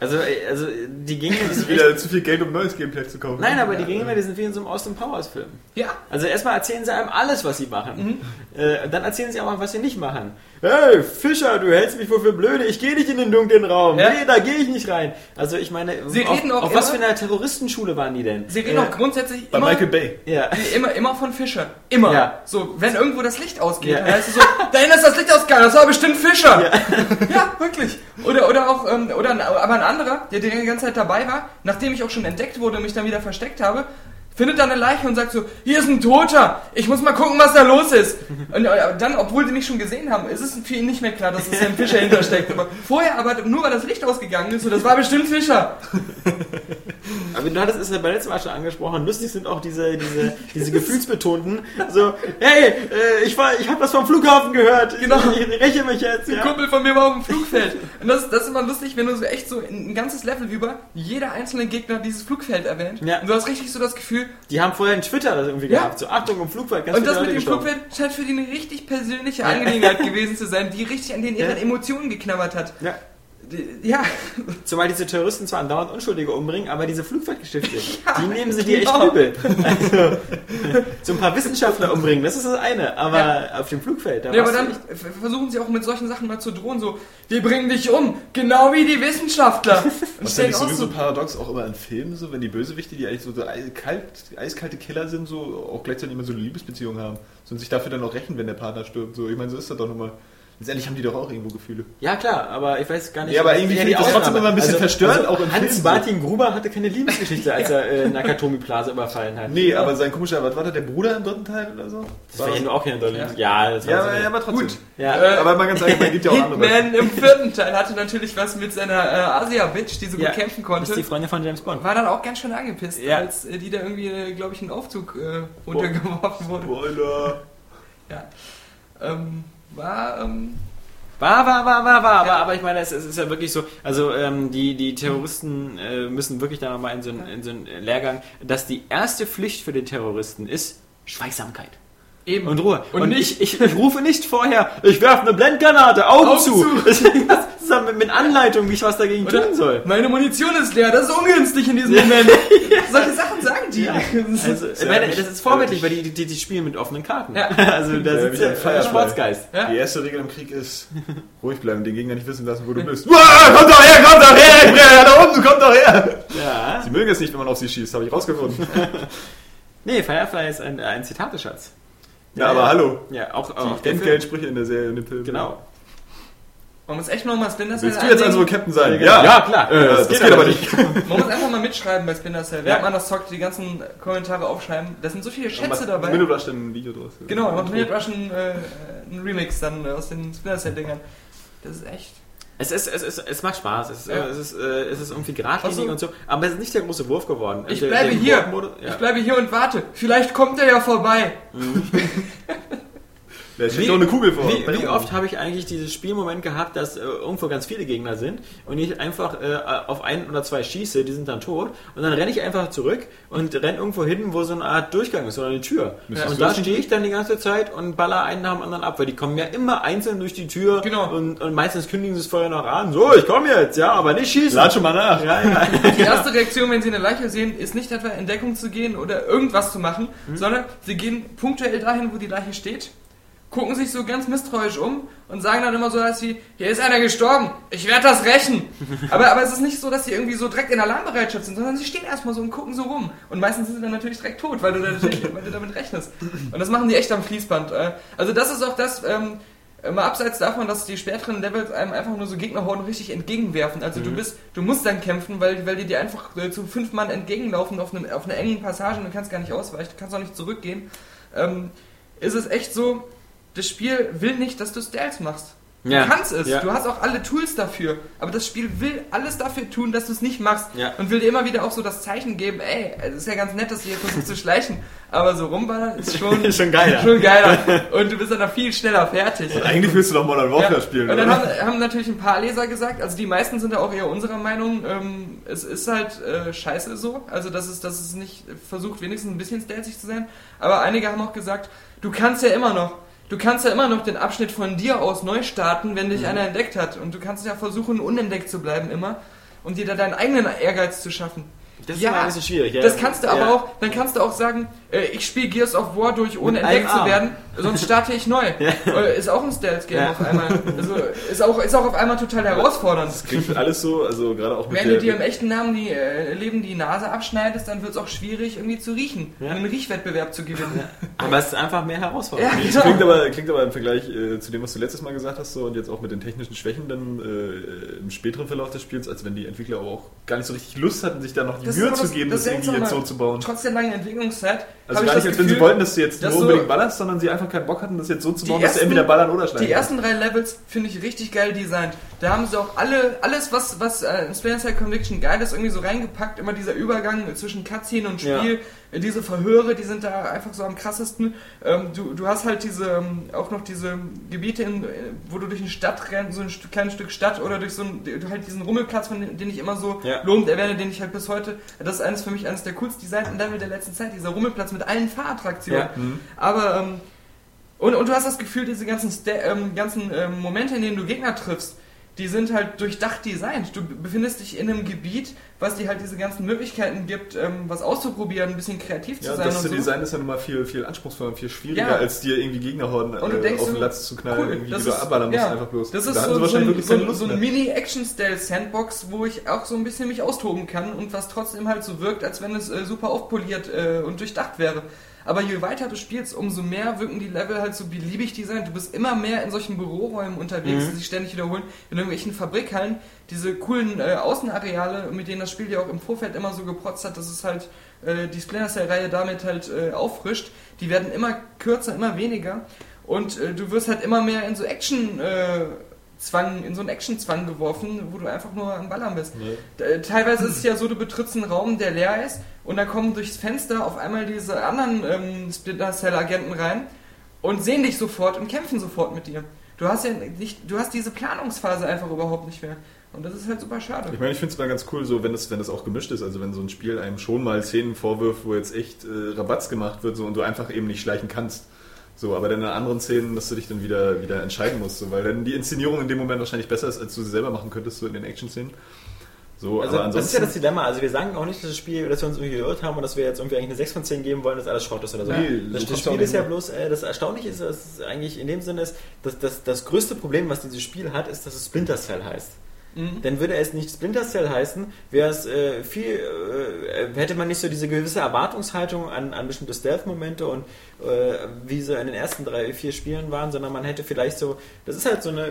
S3: Also, äh, also äh, die Gegner, die
S4: Das ist
S3: sind
S4: wieder
S3: echt,
S4: zu viel Geld, um neues Gameplay zu kaufen.
S3: Nein, aber die Gegner, die sind wie in so einem Austin Powers-Film.
S2: Ja,
S3: Also erstmal erzählen sie einem alles, was sie machen. Äh, dann erzählen sie auch mal, was sie nicht machen. Hey, Fischer, du hältst mich wohl für blöde, ich gehe nicht in den dunklen Raum.
S2: Ja.
S3: Nee, da gehe ich nicht rein. Also ich meine,
S2: Sie
S3: auf,
S2: reden auch
S3: auf was für
S2: immer-
S3: einer Terroristenschule waren die denn?
S2: sie reden
S3: Äh,
S2: auch grundsätzlich
S4: Bei
S2: immer,
S4: Michael Bay.
S3: Ja.
S2: immer, immer von Fischer. Immer.
S3: Ja.
S2: So, wenn irgendwo das Licht ausgeht,
S3: Ja.
S2: dann heißt es so, da hinten ist das Licht ausgegangen, das war bestimmt Fischer. Ja, wirklich. Oder, oder auch, ähm, oder, ein- aber ein anderer, der die ganze Zeit dabei war, nachdem ich auch schon entdeckt wurde und mich dann wieder versteckt habe, findet dann eine Leiche und sagt so, hier ist ein Toter, ich muss mal gucken, was da los ist. Und äh, dann, obwohl sie mich schon gesehen haben, ist es für ihn nicht mehr klar, dass es Sam Fischer hintersteckt. Aber vorher, aber nur weil das Licht ausgegangen ist, so, das war bestimmt Fischer.
S3: Aber du hattest es ja beim letzten Mal schon angesprochen. Lustig sind auch diese, diese, diese gefühlsbetonten. So, hey, äh, ich, war, ich habe was vom Flughafen gehört.
S2: Genau.
S3: Ich, ich räche mich jetzt.
S2: Ein
S3: Ja.
S2: Kumpel von mir war auf dem Flugfeld. Und das, das ist immer lustig, wenn du so echt so ein ein ganzes Level über jeder einzelne Gegner dieses Flugfeld erwähnt.
S3: Ja.
S2: Und du hast richtig so das Gefühl,
S3: Die haben vorher einen Twitter das irgendwie
S2: Ja.
S3: gehabt. So, Achtung, um im Flugzeug. ganz
S2: und
S3: viele
S2: das mit
S3: Leute
S2: dem
S3: gestorben.
S2: Flugfeld scheint für die eine richtig persönliche Angelegenheit gewesen zu sein, die richtig an den ihren
S3: Ja.
S2: Emotionen geknabbert hat.
S3: Ja.
S2: Die- Ja,
S3: Zumal diese Terroristen zwar andauernd Unschuldige umbringen, aber diese Flugzeuggeschichte, die nehmen sie
S2: genau.
S3: dir echt übel. Also, so ein paar Wissenschaftler umbringen, das ist das eine. Aber auf dem Flugfeld, da
S2: ja aber
S3: warst
S2: dann
S3: du echt-
S2: f- versuchen sie auch mit solchen Sachen mal zu drohen, so, wir bringen dich um, genau wie die Wissenschaftler. Und
S4: Was ja
S2: stellen
S4: nicht
S2: auch
S4: sowieso
S2: so,
S4: paradox auch immer in Filmen, so, wenn die Bösewichte, die eigentlich so, so eiskalt, eiskalte Killer sind, so auch gleichzeitig immer so eine Liebesbeziehung haben. So, und sich dafür dann auch rächen, wenn der Partner stirbt. So, ich meine, so ist das doch nochmal. Letztendlich haben die doch auch irgendwo Gefühle.
S3: Ja klar, aber ich weiß gar nicht.
S4: Ja, aber irgendwie finde ich das
S3: Ausnahme. Also,
S4: trotzdem immer ein bisschen verstörend, auch im Film
S3: Hans
S4: so.
S3: Martin Gruber hatte keine Liebesgeschichte, als er äh, Nakatomi Plaza überfallen hat.
S4: Nee, aber sein komischer, was war das, der Bruder im dritten Teil oder so?
S3: Das
S4: War
S3: war
S4: das-
S3: ja nur auch hier in Deutschland. Ja, das war
S4: ja,
S3: so
S4: aber,
S3: eine-
S4: ja, aber trotzdem.
S2: Gut.
S3: ja.
S2: Äh,
S4: Aber mal ganz ehrlich, man gibt ja auch andere.
S2: Hitman im vierten Teil hatte natürlich was mit seiner äh, Asia-Bitch, die so
S3: Ja,
S2: gut kämpfen
S3: Das ist
S2: konnte.
S3: die Freundin von James Bond.
S2: War dann auch ganz schön angepisst,
S3: Ja.
S2: als äh, die da irgendwie, glaube ich, in den Aufzug äh, runtergeworfen wurde.
S4: Spoiler.
S2: Ähm, war, ähm,
S3: War, war, war, war, war,
S2: Ja.
S3: aber, aber ich meine, es, es ist ja wirklich so, also ähm, die, die Terroristen äh, müssen wirklich da nochmal in so einen in so einen Lehrgang, dass die erste Pflicht für den Terroristen ist Schweigsamkeit
S2: eben.
S3: und Ruhe.
S2: Mhm. Und nicht-
S3: ich, ich, ich rufe nicht vorher, ich werfe eine Blendgranate, Augen,
S2: Augen
S3: zu.
S2: zu.
S3: Das ist dann mit, mit Anleitung, wie ich was dagegen
S2: Oder?
S3: tun soll.
S2: Meine Munition ist leer, das ist ungünstig in diesem Moment. Solche Sachen sagen die.
S3: Also, ich
S4: Ja,
S3: meine,
S4: mich-
S3: das ist vorbildlich,
S4: äh,
S3: weil die, die, die, die spielen mit offenen Karten.
S2: Ja.
S3: Also da
S4: Ja,
S3: sitzt
S4: wie ein
S3: der
S4: Firefly.
S3: Sportsgeist.
S2: Ja.
S4: Die erste Regel im Krieg ist, ruhig bleiben, den Gegner nicht wissen lassen, wo du bist. Uah, komm doch her, komm doch her, Herr da oben, komm doch her!
S3: Ja.
S4: Sie mögen es nicht, wenn man auf sie schießt, habe ich rausgefunden.
S3: Nee, Firefly ist ein, ein Zitateschatz.
S4: Ja, aber hallo.
S3: Ja, auch,
S4: Die
S3: auch der Film.
S4: Entgeltsprüche in der Serie und im Film.
S3: Genau.
S2: Man muss echt nochmal Splinter Cell
S4: Willst du jetzt also
S2: anlegen.
S4: Captain sein?
S3: Ja, klar.
S4: Äh, das, geht, aber nicht.
S2: Man muss einfach mal mitschreiben bei Splinter Cell. Wer
S3: Ja.
S2: hat man das zockt, die ganzen Kommentare aufschreiben. Da sind so viele Schätze dabei.
S4: Minute Rush dann ein Video draus.
S2: Genau, man macht mit Russian äh, ein Remix dann äh, aus den Splinter Cell Dingern. Das ist echt.
S3: Es, ist, es, ist, es macht Spaß, es ist,
S2: Ja.
S3: äh, es ist, äh, es ist irgendwie geradlinig
S2: Ach so.
S3: und so, aber es ist nicht der große Wurf geworden.
S2: Ich
S3: Der-
S2: bleibe
S3: der
S2: hier.
S3: Wurfmodus-
S2: Ich
S3: Ja.
S2: bleibe hier und warte. Vielleicht kommt er ja vorbei.
S4: Da steht noch eine Kugel vor.
S3: Wie, wie oft habe ich eigentlich dieses Spielmoment gehabt, dass äh, irgendwo ganz viele Gegner sind und ich einfach äh, auf einen oder zwei schieße, die sind dann tot und dann renne ich einfach zurück und renne irgendwo hin, wo so eine Art Durchgang ist oder eine Tür.
S4: Müsstest
S3: Und
S4: du
S3: da
S4: das
S3: stehe ich dann die ganze Zeit und baller einen nach dem anderen ab, weil die kommen ja immer einzeln durch die Tür
S2: Genau.
S3: und, und meistens kündigen sie es vorher noch an. So, ich komme jetzt, ja, aber nicht schießen.
S4: Lad schon mal nach.
S3: Ja, ja.
S2: Die erste Reaktion, wenn sie eine Leiche sehen, ist nicht etwa in Deckung zu gehen oder irgendwas zu machen, sondern sie gehen punktuell dahin, wo die Leiche steht, gucken sich so ganz misstrauisch um und sagen dann immer so was wie, hier ist einer gestorben, ich werde das rächen. aber, aber es ist nicht so, dass sie irgendwie so direkt in Alarmbereitschaft sind, sondern sie stehen erstmal so und gucken so rum. Und meistens sind sie dann natürlich direkt tot, weil du, da natürlich, weil du damit rechnest. Und das machen die echt am Fließband. Äh, Also das ist auch das... Ähm, Mal abseits davon, dass die späteren Levels einem einfach nur so Gegnerhorden richtig entgegenwerfen. Also
S3: Mhm.
S2: du bist, du musst dann kämpfen, weil, weil die dir einfach äh, zu fünf Mann entgegenlaufen auf, einem, auf einer engen Passage und du kannst gar nicht ausweichen, du kannst auch nicht zurückgehen. Ähm, ist es echt so, das Spiel will nicht, dass du Stealth machst. Du
S3: Ja.
S2: kannst es,
S3: Ja.
S2: du hast auch alle Tools dafür, aber das Spiel will alles dafür tun, dass du es nicht machst
S3: Ja.
S2: und will dir immer wieder auch so das Zeichen geben, ey, es ist ja ganz nett, dass du hier versuchst zu schleichen, aber so rumballern ist schon,
S3: Schon geiler.
S2: schon geiler und du bist dann da viel schneller fertig.
S4: Eigentlich willst du doch Modern Warfare spielen,
S2: Und dann
S4: oder?
S2: haben, haben natürlich ein paar Leser gesagt, also die meisten sind da auch eher unserer Meinung, ähm, es ist halt äh, scheiße so, also dass es, dass es nicht versucht, wenigstens ein bisschen stealthig zu sein, aber einige haben auch gesagt, du kannst ja immer noch, du kannst ja immer noch den Abschnitt von dir aus neu starten, wenn dich einer entdeckt hat und du kannst ja versuchen, unentdeckt zu bleiben immer und dir da deinen eigenen Ehrgeiz zu schaffen.
S3: Das ist immer ein bisschen schwierig, ja.
S2: Das kannst du aber
S3: Ja.
S2: auch, dann kannst du auch sagen, äh, ich spiele Gears of War durch, ohne
S3: Mit einem
S2: entdeckt zu
S3: Arm.
S2: werden. sonst starte ich neu. Äh, Ist auch ein Stealth-Game auf einmal. Also, ist, auch, ist auch auf einmal total herausfordernd.
S4: Klingt alles so, also gerade auch mit
S2: Wenn du dir im
S4: der...
S2: echten Namen die, äh, Leben die Nase abschneidest, dann wird es auch schwierig, irgendwie zu riechen
S3: Ja.
S2: und einen Riechwettbewerb zu gewinnen.
S3: Aber es ist einfach mehr herausfordernd.
S2: Ja.
S4: Das klingt aber, klingt aber im Vergleich äh, zu dem, was du letztes Mal gesagt hast, so und jetzt auch mit den technischen Schwächen dann äh, im späteren Verlauf des Spiels, als wenn die Entwickler aber auch gar nicht so richtig Lust hatten, sich da noch die
S2: Das ist
S4: Mühe
S2: aber
S4: zu
S2: das-
S4: geben,
S2: das
S4: das, irgendwie
S2: Seltsame.
S4: jetzt so zu bauen.
S2: Trotz der langen Entwicklungszeit
S4: Also
S2: habe ich
S4: gar
S2: das
S4: nicht, als wenn sie
S2: Gefühl,
S4: wollten, dass du jetzt
S2: dass
S4: nur
S2: so-
S4: unbedingt ballerst, sondern sie einfach keinen Bock hatten, das jetzt so zu
S2: Die
S4: bauen, dass du
S2: ersten-
S4: entweder ballern oder schneiden
S2: Die ersten drei Levels finde ich richtig geil designt. Da haben sie auch alle, alles, was, was äh, in Splinter Cell Conviction geil ist, irgendwie so reingepackt. Immer dieser Übergang zwischen Cutscene und Spiel. Äh, Diese Verhöre, die sind da einfach so am krassesten. Ähm, du, du hast halt diese, ähm, auch noch diese Gebiete, in, äh, wo du durch eine Stadt rennst, so ein st- kleines Stück Stadt oder durch so ein, halt diesen Rummelplatz, von dem, den ich immer so
S3: Ja.
S2: lobend erwähne, den ich halt bis heute, das ist eines für mich eines der coolsten designten Level der letzten Zeit, dieser Rummelplatz mit allen Fahrattraktionen.
S3: Ja. Mhm.
S2: Aber, ähm, und, und du hast das Gefühl, diese ganzen, Sta ähm, ganzen ähm, Momente, in denen du Gegner triffst, die sind halt durchdacht designt. Du befindest dich in einem Gebiet, was dir halt diese ganzen Möglichkeiten gibt, ähm, was auszuprobieren, ein bisschen kreativ zu
S4: Ja,
S2: sein.
S4: das zu
S2: und so.
S4: Design ist ja nun mal viel, viel anspruchsvoller und viel schwieriger,
S2: Ja.
S4: als dir irgendwie Gegnerhorden
S2: Und du
S4: äh,
S2: denkst
S4: auf den
S2: so,
S4: Latz zu knallen,
S2: cool,
S4: irgendwie,
S2: das
S4: die du
S2: ist-
S4: abballern musst
S2: ja.
S4: einfach bloß.
S2: Das
S4: Da
S2: ist
S4: hatten
S2: so,
S4: sie
S2: so, ein,
S4: wirklich
S2: so,
S4: keine
S2: ein-
S4: Lust
S2: so ein
S4: mehr.
S2: Mini-Action-Style-Sandbox, wo ich auch so ein bisschen mich austoben kann und was trotzdem halt so wirkt, als wenn es äh, super aufpoliert äh, und durchdacht wäre. Aber je weiter du spielst, umso mehr wirken die Level halt so beliebig designt. Du bist immer mehr in solchen Büroräumen unterwegs, die sich ständig wiederholen, in irgendwelchen Fabrikhallen. Diese coolen äh, Außenareale, mit denen das Spiel ja auch im Vorfeld immer so geprotzt hat, dass es halt äh, die Splinter Cell-Reihe damit halt äh, auffrischt. Die werden immer kürzer, immer weniger. Und äh, du wirst halt immer mehr in so Action äh, Zwang, in so einen Action-Zwang geworfen, wo du einfach nur am Ballern bist. Äh, Teilweise ist es ja so, du betrittst einen Raum, der leer ist und da kommen durchs Fenster auf einmal diese anderen ähm, Splinter Cell-Agenten rein und sehen dich sofort und kämpfen sofort mit dir. Du hast ja nicht, du hast diese Planungsphase einfach überhaupt nicht mehr. Und das ist halt super schade.
S4: Ich meine, ich finde es mal ganz cool, so wenn das, wenn das auch gemischt ist, also wenn so ein Spiel einem schon mal Szenen vorwirft, wo jetzt echt äh, Rabatz gemacht wird so, und du einfach eben nicht schleichen kannst. So, aber dann in anderen Szenen, dass du dich dann wieder, wieder entscheiden musst, so, weil dann die Inszenierung in dem Moment wahrscheinlich besser ist, als du sie selber machen könntest, so in den Action-Szenen. So,
S3: Also
S4: aber
S3: das ist
S4: ansonsten.
S3: ja das Dilemma. Also wir sagen auch nicht, dass das Spiel, dass wir uns irgendwie geirrt haben und dass wir jetzt irgendwie eigentlich eine 6 von 10 geben wollen, dass alles Schrott ist oder so.
S4: Nee, so
S3: das, das
S4: kommt's auch
S3: Spiel
S4: nicht
S3: ist ja
S4: hin.
S3: bloß, äh, das Erstaunliche ist, dass es eigentlich in dem Sinne ist, dass, dass das größte Problem, was dieses Spiel hat, ist, dass es Splinter Cell heißt.
S4: Mhm.
S3: Dann würde es nicht Splinter Cell heißen, wäre es äh, viel, äh, hätte man nicht so diese gewisse Erwartungshaltung an, an bestimmte Stealth-Momente und äh, wie so in den ersten drei, vier Spielen waren, sondern man hätte vielleicht so, das ist halt so eine,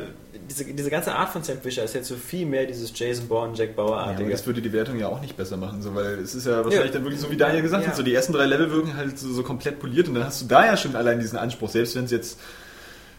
S3: diese, diese ganze Art von Sam Fisher ist jetzt so viel mehr dieses Jason Bourne, Jack
S4: Ja, aber
S3: Bauer-artige.
S4: das würde die Wertung ja auch nicht besser machen, so, weil es ist ja wahrscheinlich
S3: Ja.
S4: dann wirklich so, wie Daniel gesagt
S2: Ja.
S4: hat, so die ersten drei Level wirken halt so, so komplett poliert und dann hast du da ja schon allein diesen Anspruch, selbst wenn es jetzt,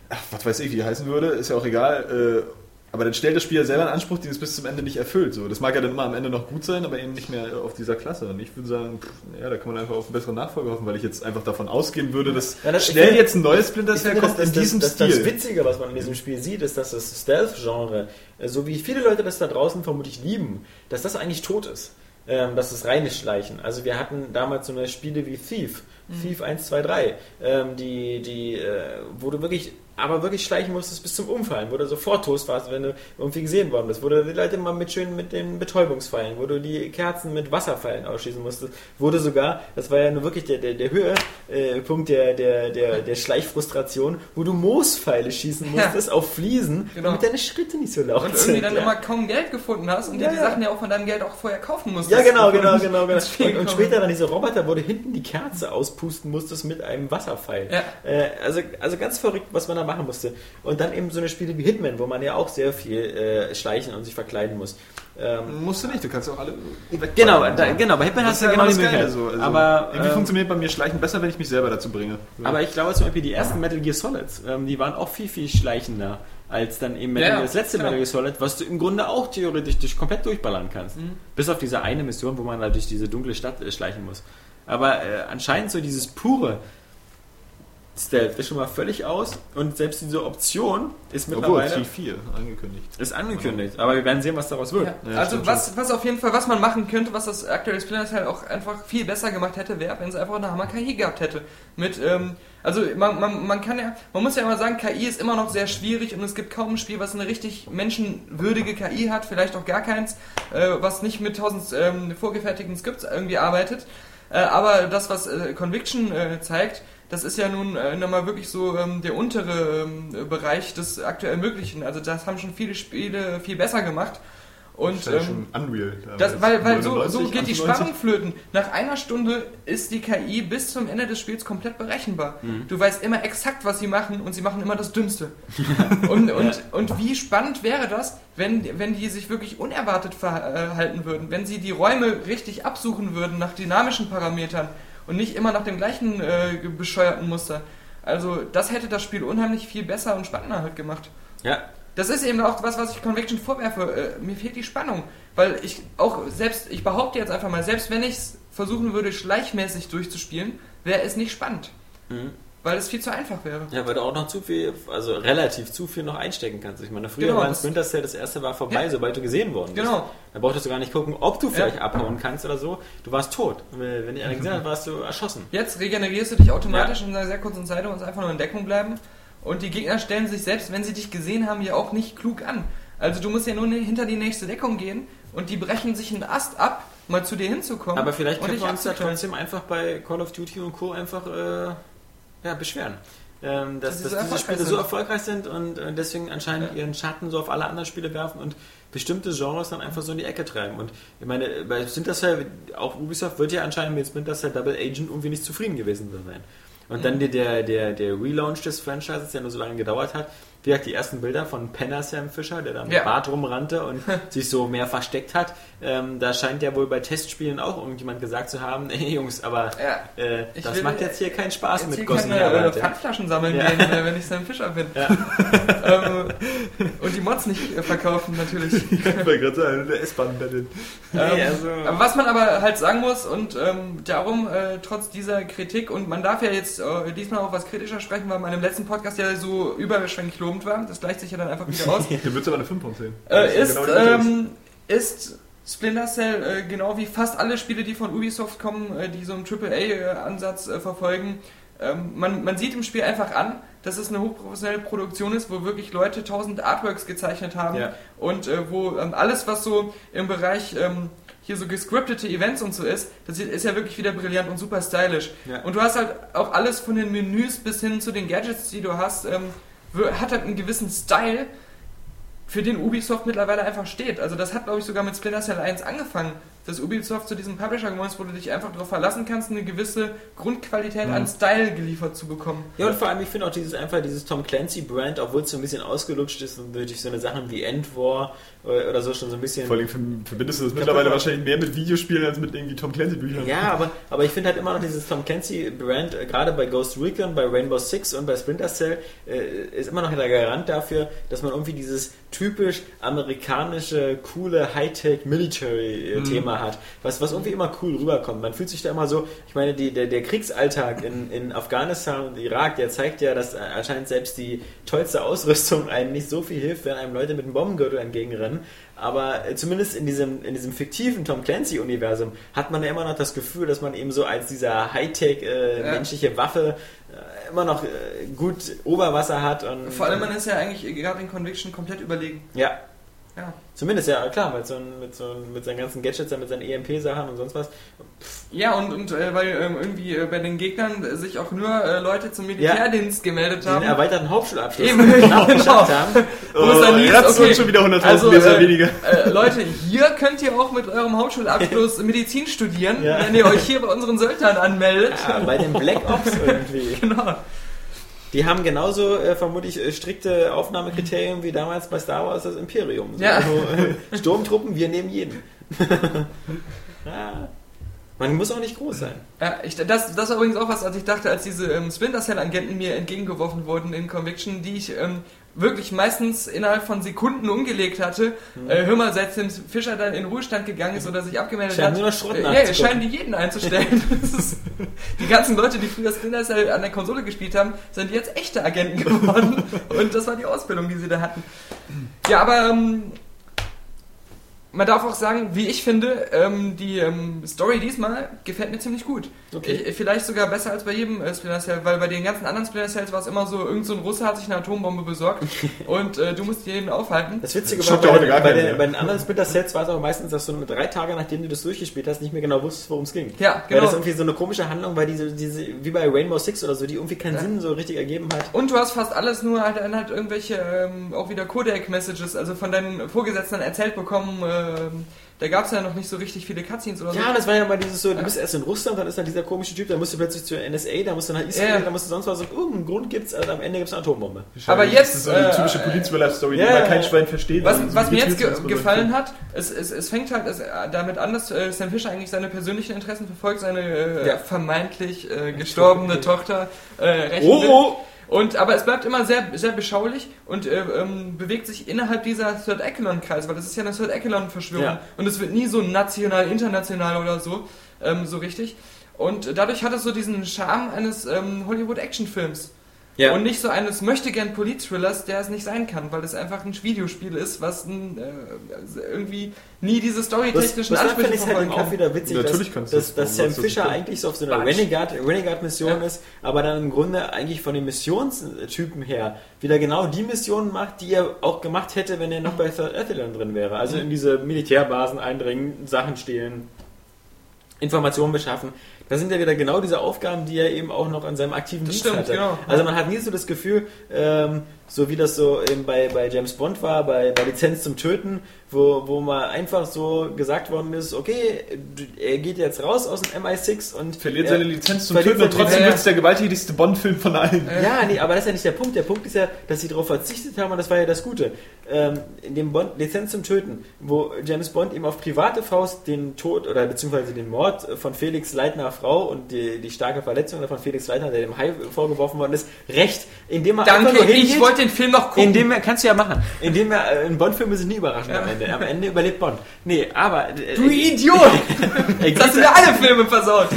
S4: ach, was weiß ich, wie die heißen würde, ist ja auch egal, äh, aber dann stellt das Spiel ja selber einen Anspruch, den es bis zum Ende nicht erfüllt. So. Das mag ja dann immer am Ende noch gut sein, aber eben nicht mehr auf dieser Klasse. Und ich würde sagen, pff, ja, da kann man einfach auf einen besseren Nachfolger hoffen, weil ich jetzt einfach davon ausgehen würde, dass
S3: Ja, das- ich
S4: schnell
S3: finde-
S4: jetzt ein neues Splinter
S3: Ich
S4: Cell
S3: finde,
S4: kommt
S3: das,
S4: in diesem
S3: das, das,
S4: Stil.
S3: das Witzige, was man in diesem Spiel sieht, ist, dass das Stealth-Genre, äh, so wie viele Leute das da draußen vermutlich lieben, dass das eigentlich tot ist. Ähm, dass das reine Schleichen. Also wir hatten damals so eine Spiele wie Thief, Thief 1, 2, 3, ähm, die, die, äh, wo du wirklich, aber wirklich schleichen musstest bis zum Umfallen, wo du sofort tot warst, wenn du irgendwie gesehen worden bist, wo du die Leute mal mit schön mit den Betäubungsfallen, wo du die Kerzen mit Wasserfallen ausschießen musstest, wo du sogar, das war ja nur wirklich der, der, der Höhepunkt äh, der, der, der, der Schleichfrustration, wo du Moospfeile schießen
S2: Ja.
S3: musstest auf Fliesen,
S2: Genau.
S3: damit deine Schritte nicht so laut
S2: Und irgendwie
S3: sind.
S2: dann
S3: ja.
S2: immer kaum Geld gefunden hast und
S3: Ja,
S2: dir die
S3: ja.
S2: Sachen ja auch von deinem Geld auch vorher kaufen musst.
S3: Ja, genau, genau, genau, genau.
S2: Spiel
S3: Und, und
S2: kommen.
S3: später dann diese Roboter, wo du hinten die Kerze auspusten musstest mit einem Wasserpfeil.
S2: Ja.
S3: Äh, also, also ganz verrückt, was man da machen musste. Und dann eben so eine Spiele wie Hitman, wo man ja auch sehr viel äh, schleichen und sich verkleiden muss. Ähm,
S4: Musst du nicht, du kannst ja auch alle wegballern.
S3: genau, da, genau, bei Hitman
S4: Das ist
S3: hast du
S4: ja
S3: genau
S4: genau
S3: die
S4: das Geile
S3: Möglichkeit.
S4: so. Also
S3: aber,
S4: irgendwie
S3: ähm,
S4: funktioniert bei mir Schleichen besser, wenn ich mich selber dazu bringe.
S3: aber ich glaube zum Beispiel, die ersten Metal Gear Solids, ähm, die waren auch viel, viel schleichender als dann eben Metal
S2: Ja,
S3: Gear, das letzte
S2: klar.
S3: Metal Gear Solid, was du im Grunde auch theoretisch durch, komplett durchballern kannst.
S2: Mhm.
S3: Bis auf diese eine Mission, wo man halt durch diese dunkle Stadt äh, schleichen muss. Aber äh, anscheinend so dieses pure Stealth ist schon mal völlig aus und selbst diese Option ist
S4: Obwohl,
S3: mittlerweile
S4: T4 angekündigt.
S3: ist angekündigt. Aber wir werden sehen, was daraus wird.
S2: Ja.
S4: Ja,
S2: also
S4: stimmt
S2: was, was auf jeden Fall, was man machen könnte, was das aktuelle Splinter Cell auch einfach viel besser gemacht hätte, wäre, wenn es einfach eine Hammer KI gehabt hätte. Mit, ähm, also man, man, man kann ja, man muss ja immer sagen, KI ist immer noch sehr schwierig und es gibt kaum ein Spiel, was eine richtig menschenwürdige KI hat, vielleicht auch gar keins, äh, was nicht mit tausend ähm, vorgefertigten Skripts irgendwie arbeitet. Äh, aber das, was äh, Conviction äh, zeigt, das ist ja nun äh, nochmal wirklich so ähm, der untere ähm, äh, Bereich des aktuell Möglichen. Also das haben schon viele Spiele viel besser gemacht. Und
S4: Das ist
S2: ähm,
S4: schon unreal. damals.
S2: das, weil, weil so,
S4: 99,
S2: so geht die
S4: 98.
S2: Spannung flöten. Nach einer Stunde ist die KI bis zum Ende des Spiels komplett berechenbar. Du weißt immer exakt, was sie machen und sie machen immer das Dümmste. und, und, und wie spannend wäre das, wenn, wenn die sich wirklich unerwartet verhalten würden, wenn sie die Räume richtig absuchen würden nach dynamischen Parametern und nicht immer nach dem gleichen äh, bescheuerten Muster. Also das hätte das Spiel unheimlich viel besser und spannender halt gemacht.
S3: Ja,
S2: Das ist eben auch was, was ich Conviction vorwerfe. Äh, mir fehlt die Spannung. Weil ich auch selbst, ich behaupte jetzt einfach mal, selbst wenn ich es versuchen würde, schleichmäßig durchzuspielen, wäre es nicht spannend. Weil es viel zu einfach wäre.
S3: Mhm. Ja, weil du auch noch zu viel, also relativ zu viel noch einstecken kannst. Ich meine, früher
S2: Genau,
S3: war ein
S2: das-
S3: Splinter Cell, das erste war vorbei,
S2: Ja.
S3: sobald du gesehen worden bist.
S2: Genau.
S3: Da brauchtest du gar nicht gucken, ob du vielleicht
S2: Ja.
S3: abhauen kannst oder so. Du warst tot. Wenn dich einer gesehen hat, warst du erschossen.
S2: Jetzt regenerierst du dich automatisch
S3: Ja.
S2: in einer sehr kurzen Zeit und musst einfach nur in Deckung bleiben. Und die Gegner stellen sich selbst, wenn sie dich gesehen haben, ja auch nicht klug an. Also du musst ja nur ne- hinter die nächste Deckung gehen und die brechen sich einen Ast ab, mal zu dir hinzukommen.
S3: Aber vielleicht
S2: und
S3: können
S2: dich
S3: wir uns da
S2: abzuknallen.
S3: trotzdem einfach bei Call of Duty und Co. einfach äh, ja, beschweren. Ähm, dass,
S2: sie
S3: dass,
S2: so
S3: diese
S2: erfolgreich
S3: Spiele
S2: sind.
S3: so erfolgreich sind und äh, deswegen anscheinend ihren Schatten so auf alle anderen Spiele werfen und bestimmte Genres dann einfach so in die Ecke treiben. Und ich meine, bei Splinter Cell, auch Ubisoft wird ja anscheinend mit Splinter Cell Double Agent irgendwie nicht zufrieden gewesen sein. Und
S2: Mhm.
S3: dann der- der, der, der Relaunch des Franchises, der nur so lange gedauert hat. Wie gesagt, die ersten Bilder von Penner Sam Fischer, der da mit
S2: Ja.
S3: Bart rumrannte und sich so mehr versteckt hat. Ähm, da scheint ja wohl bei Testspielen auch irgendjemand gesagt zu haben, ey Jungs, aber
S2: Ja.
S3: äh,
S2: Ich
S3: das
S2: will-
S3: macht jetzt hier keinen Spaß
S2: Jetzt
S3: mit
S2: hier
S3: Gossen.
S2: kann äh, Pfandflaschen sammeln
S3: Ja.
S2: gehen, äh, wenn ich Sam Fischer bin. ähm, und die Mods nicht äh, verkaufen natürlich.
S4: Ich wollte gerade sagen, der S-Bahn-Battle.
S2: Ähm,
S3: also-
S2: aber was man aber halt sagen muss und ähm, darum äh, trotz dieser Kritik und man darf ja jetzt äh, diesmal auch was kritischer sprechen, weil man im letzten Podcast ja so überschwänglich lobend war. Das gleicht sich ja dann einfach wieder aus.
S4: Hier wird es aber eine 5 von 10.
S2: äh,
S4: Das sind
S2: ist,
S4: genau die Details.
S2: ähm, ist Splinter Cell äh, genau wie fast alle Spiele, die von Ubisoft kommen, äh, die so einen AAA-Ansatz äh, verfolgen. Ähm, man, man sieht im Spiel einfach an, dass es eine hochprofessionelle Produktion ist, wo wirklich Leute tausend Artworks gezeichnet haben
S3: Ja.
S2: und äh, wo ähm, alles, was so im Bereich ähm, hier so gescriptete Events und so ist, das ist ja wirklich wieder brillant und super stylisch.
S3: Ja.
S2: Und du hast halt auch alles von den Menüs bis hin zu den Gadgets, die du hast, ähm, wir- hat halt einen gewissen Style, für den Ubisoft mittlerweile einfach steht. Also das hat, glaube ich, sogar mit Splinter Cell 1 angefangen, dass Ubisoft zu diesem Publisher geworden ist, wo du dich einfach darauf verlassen kannst, eine gewisse Grundqualität an Style geliefert zu bekommen.
S3: Ja, und vor allem, ich finde auch dieses einfach dieses Tom Clancy-Brand, obwohl es so ein bisschen ausgelutscht ist und durch so eine Sachen wie End War äh, oder so schon so ein bisschen.
S4: Vor allem verb- verbindest du das mittlerweile wahrscheinlich mehr mit Videospielen als mit irgendwie Tom Clancy-Büchern.
S3: Ja, aber, aber ich finde halt immer noch dieses Tom Clancy-Brand, äh, gerade bei Ghost Recon, bei Rainbow Six und bei Splinter Cell, äh, ist immer noch der Garant dafür, dass man irgendwie dieses typisch amerikanische, coole Hightech-Military-Thema hat, was, was irgendwie immer cool rüberkommt. Man fühlt sich da immer so, ich meine, die, der, der Kriegsalltag in, in Afghanistan und Irak, der zeigt ja, dass äh, anscheinend selbst die tollste Ausrüstung einem nicht so viel hilft, wenn einem Leute mit einem Bombengürtel entgegenrennen. Aber äh, zumindest in diesem, in diesem fiktiven Tom Clancy-Universum hat man ja immer noch das Gefühl, dass man eben so als dieser
S2: Ja.
S3: Hightech-menschliche Waffe äh, immer noch äh, gut Oberwasser hat. Und,
S2: Vor allem, man ist ja eigentlich gerade in Conviction komplett überlegen.
S3: Ja,
S2: Ja.
S3: zumindest, ja, klar, mit, so, einem- mit, so, einem- mit seinen ganzen Gadgets, mit seinen E EMP-Sachen und sonst was.
S2: Ja, und, und äh, weil ähm, irgendwie äh, bei den Gegnern äh, sich auch nur äh, Leute zum Militärdienst gemeldet
S3: Den
S2: haben.
S3: erweiterten Hauptschulabschluss
S2: Eben,
S3: genau.
S2: genau.
S3: geschafft haben.
S2: Wo es dann hieß,
S4: jetzt sind
S2: okay,
S4: Oh, schon wieder 100.000
S2: also,
S4: Leser
S2: äh,
S4: weniger.
S2: Äh, Leute, hier könnt ihr auch mit eurem Hauptschulabschluss Medizin studieren,
S3: Ja.
S2: wenn ihr euch hier bei unseren Söldnern anmeldet.
S3: Ja, bei den Black Ops irgendwie.
S2: Genau.
S3: Die haben genauso äh, vermutlich äh, strikte Aufnahmekriterien wie damals bei Star Wars das Imperium. So,
S2: Ja.
S3: Also, äh, Sturmtruppen, wir nehmen jeden. ja. Man muss auch nicht groß sein.
S2: Ja, Äh, ich, das, das war übrigens auch was, als ich dachte, als diese ähm, Splinter Cell-Agenten mir entgegengeworfen wurden in Conviction, die ich ähm, wirklich meistens innerhalb von Sekunden umgelegt hatte.
S3: Mhm.
S2: Äh, hör mal, seitdem Fischer dann in Ruhestand gegangen ist oder sich abgemeldet
S3: Scheinen
S2: hat,
S3: nur noch Schrott
S2: äh, ja,
S3: nachzugucken.
S2: scheinen die jeden einzustellen. das ist, die ganzen Leute, die früher Splinter Cell an der Konsole gespielt haben, sind jetzt echte Agenten geworden. Und das war die Ausbildung, die sie da hatten. Ja, aber ähm, man darf auch sagen, wie ich finde, ähm, die ähm, Story diesmal gefällt mir ziemlich gut.
S3: Okay.
S2: Ich, vielleicht sogar besser als bei jedem äh, Splinter Cell, weil bei den ganzen anderen Splinter Cells war es immer so, irgend so ein Russe hat sich eine Atombombe besorgt und äh, du musst jeden aufhalten.
S3: Das Witzige
S4: Ich
S3: war,
S4: hab da
S3: bei,
S4: heute gar
S3: bei,
S4: keinen
S3: den,
S4: mehr.
S3: bei den anderen Splinter-Sets war es auch meistens, dass du drei Tage, nachdem du das durchgespielt hast, nicht mehr genau wusstest, worum es ging.
S2: Ja,
S3: Weil
S2: genau.
S3: das irgendwie so eine komische Handlung war, diese, diese, wie bei Rainbow Six oder so, die irgendwie keinen Sinn so richtig ergeben hat.
S2: Und du hast fast alles nur halt, dann halt irgendwelche ähm, auch wieder Codec-Messages, also von deinen Vorgesetzten erzählt bekommen. Ähm, da gab es ja noch nicht so richtig viele Cutscenes oder so.
S3: Ja, das war ja mal dieses so, du bist erst in Russland, dann ist dann dieser komische Typ, dann musst du plötzlich zur NSA, dann musst du nach Israel,
S2: Ja.
S3: dann musst du sonst was. Und irgendeinen Grund gibt's, also am Ende gibt's eine Atombombe.
S2: Aber jetzt,
S4: Das ist eine
S2: äh,
S4: typische Polizei-Story, die
S3: ja,
S4: man
S3: ja.
S4: kein Schwein versteht.
S2: Was,
S4: Also,
S2: was
S4: wie
S2: mir jetzt
S4: geht's
S2: ge
S4: uns mit
S2: gefallen hat, es, es, es fängt halt es, äh, damit an, dass äh, Sam Fisher eigentlich seine persönlichen Interessen verfolgt, seine äh,
S3: Ja.
S2: vermeintlich äh, gestorbene Tochter äh, rächen
S3: Oh,
S2: will.
S3: oh.
S2: Und, aber es bleibt immer sehr, sehr beschaulich und äh, ähm, bewegt sich innerhalb dieser Third Echelon-Kreis, weil das ist ja eine Third Echelon-Verschwörung.
S3: Ja.
S2: Und es wird nie so national, international oder so, ähm, so richtig. Und äh, dadurch hat es so diesen Charme eines ähm, Hollywood-Action-Films.
S3: Ja.
S2: Und nicht so eines möchtegern Polit-Thrillers, der es nicht sein kann, weil es einfach ein Videospiel ist, was ein, äh, irgendwie nie diese
S3: Das,
S2: storytechnischen
S3: das finde
S2: Ansprüche
S3: ich halt eben
S2: verfolgen
S3: auch
S2: kann.
S3: wieder witzig,
S4: Natürlich
S3: dass,
S4: kannst du
S3: dass,
S4: das
S3: dass
S4: machen,
S3: Sam
S4: was das
S3: Fisher
S4: kann.
S3: eigentlich so auf so einer
S2: Quatsch.
S3: Renegade- Renegade-Mission
S2: Ja.
S3: ist, aber dann im Grunde eigentlich von den Missionstypen her wieder genau die Missionen macht, die er auch gemacht hätte, wenn er noch bei Third Echelon drin wäre. Also in diese Militärbasen eindringen, Sachen stehlen, Informationen beschaffen. Das sind ja wieder genau diese Aufgaben, die er eben auch noch an seinem aktiven
S2: Das
S3: Dienst
S2: stimmt,
S3: hatte.
S2: genau.
S3: Also man hat nie so das Gefühl, ähm, so wie das so eben bei, bei James Bond war, bei, bei Lizenz zum Töten, wo, wo mal einfach so gesagt worden ist, okay, d- er geht jetzt raus aus dem MI6 und
S4: Verliert
S3: er,
S4: seine Lizenz zum
S3: Verliert
S4: Töten und
S3: seine
S4: trotzdem
S2: Lizenz.
S4: wird es der gewalttätigste Bond-Film von allen.
S3: ja, nee, aber das ist ja nicht der Punkt. Der Punkt ist ja, dass sie darauf verzichtet haben und das war ja das Gute. Ähm, in dem Bond, Lizenz zum Töten, wo James Bond eben auf private Faust den Tod oder beziehungsweise den Mord von Felix Leitner Frau und die, die starke Verletzung von Felix Leitner, der dem Hai vorgeworfen worden ist, recht, indem er
S2: Danke,
S3: einfach nur
S2: ich
S3: hingeht-
S2: wollte den Film noch gucken.
S3: Indem er, kannst du ja machen. Indem er, äh, in Bond-Filme sind nie überraschend
S2: Ja.
S3: am Ende. Am Ende überlebt Bond. Nee, aber. äh,
S2: du Idiot!
S3: er,
S2: Jetzt hast du
S3: geht,
S2: mir alle Filme versaut.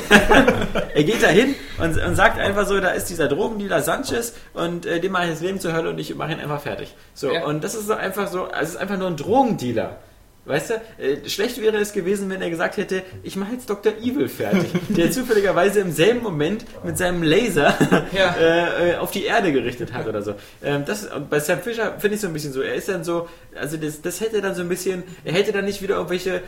S3: er geht da hin und, und sagt einfach so: Da ist dieser Drogendealer Sanchez und äh, dem mache ich das Leben zur Hölle und ich mache ihn einfach fertig. So,
S2: Ja.
S3: und das ist so einfach so: also Es ist einfach nur ein Drogendealer. Weißt du, äh, schlecht wäre es gewesen, wenn er gesagt hätte, ich mache jetzt Dr. Evil fertig, der zufälligerweise im selben Moment mit seinem Laser
S2: Ja.
S3: äh, äh, auf die Erde gerichtet hat oder so. Ähm, das, und bei Sam Fisher finde ich so ein bisschen so, er ist dann so, also das, das hätte dann so ein bisschen, er hätte dann nicht wieder irgendwelche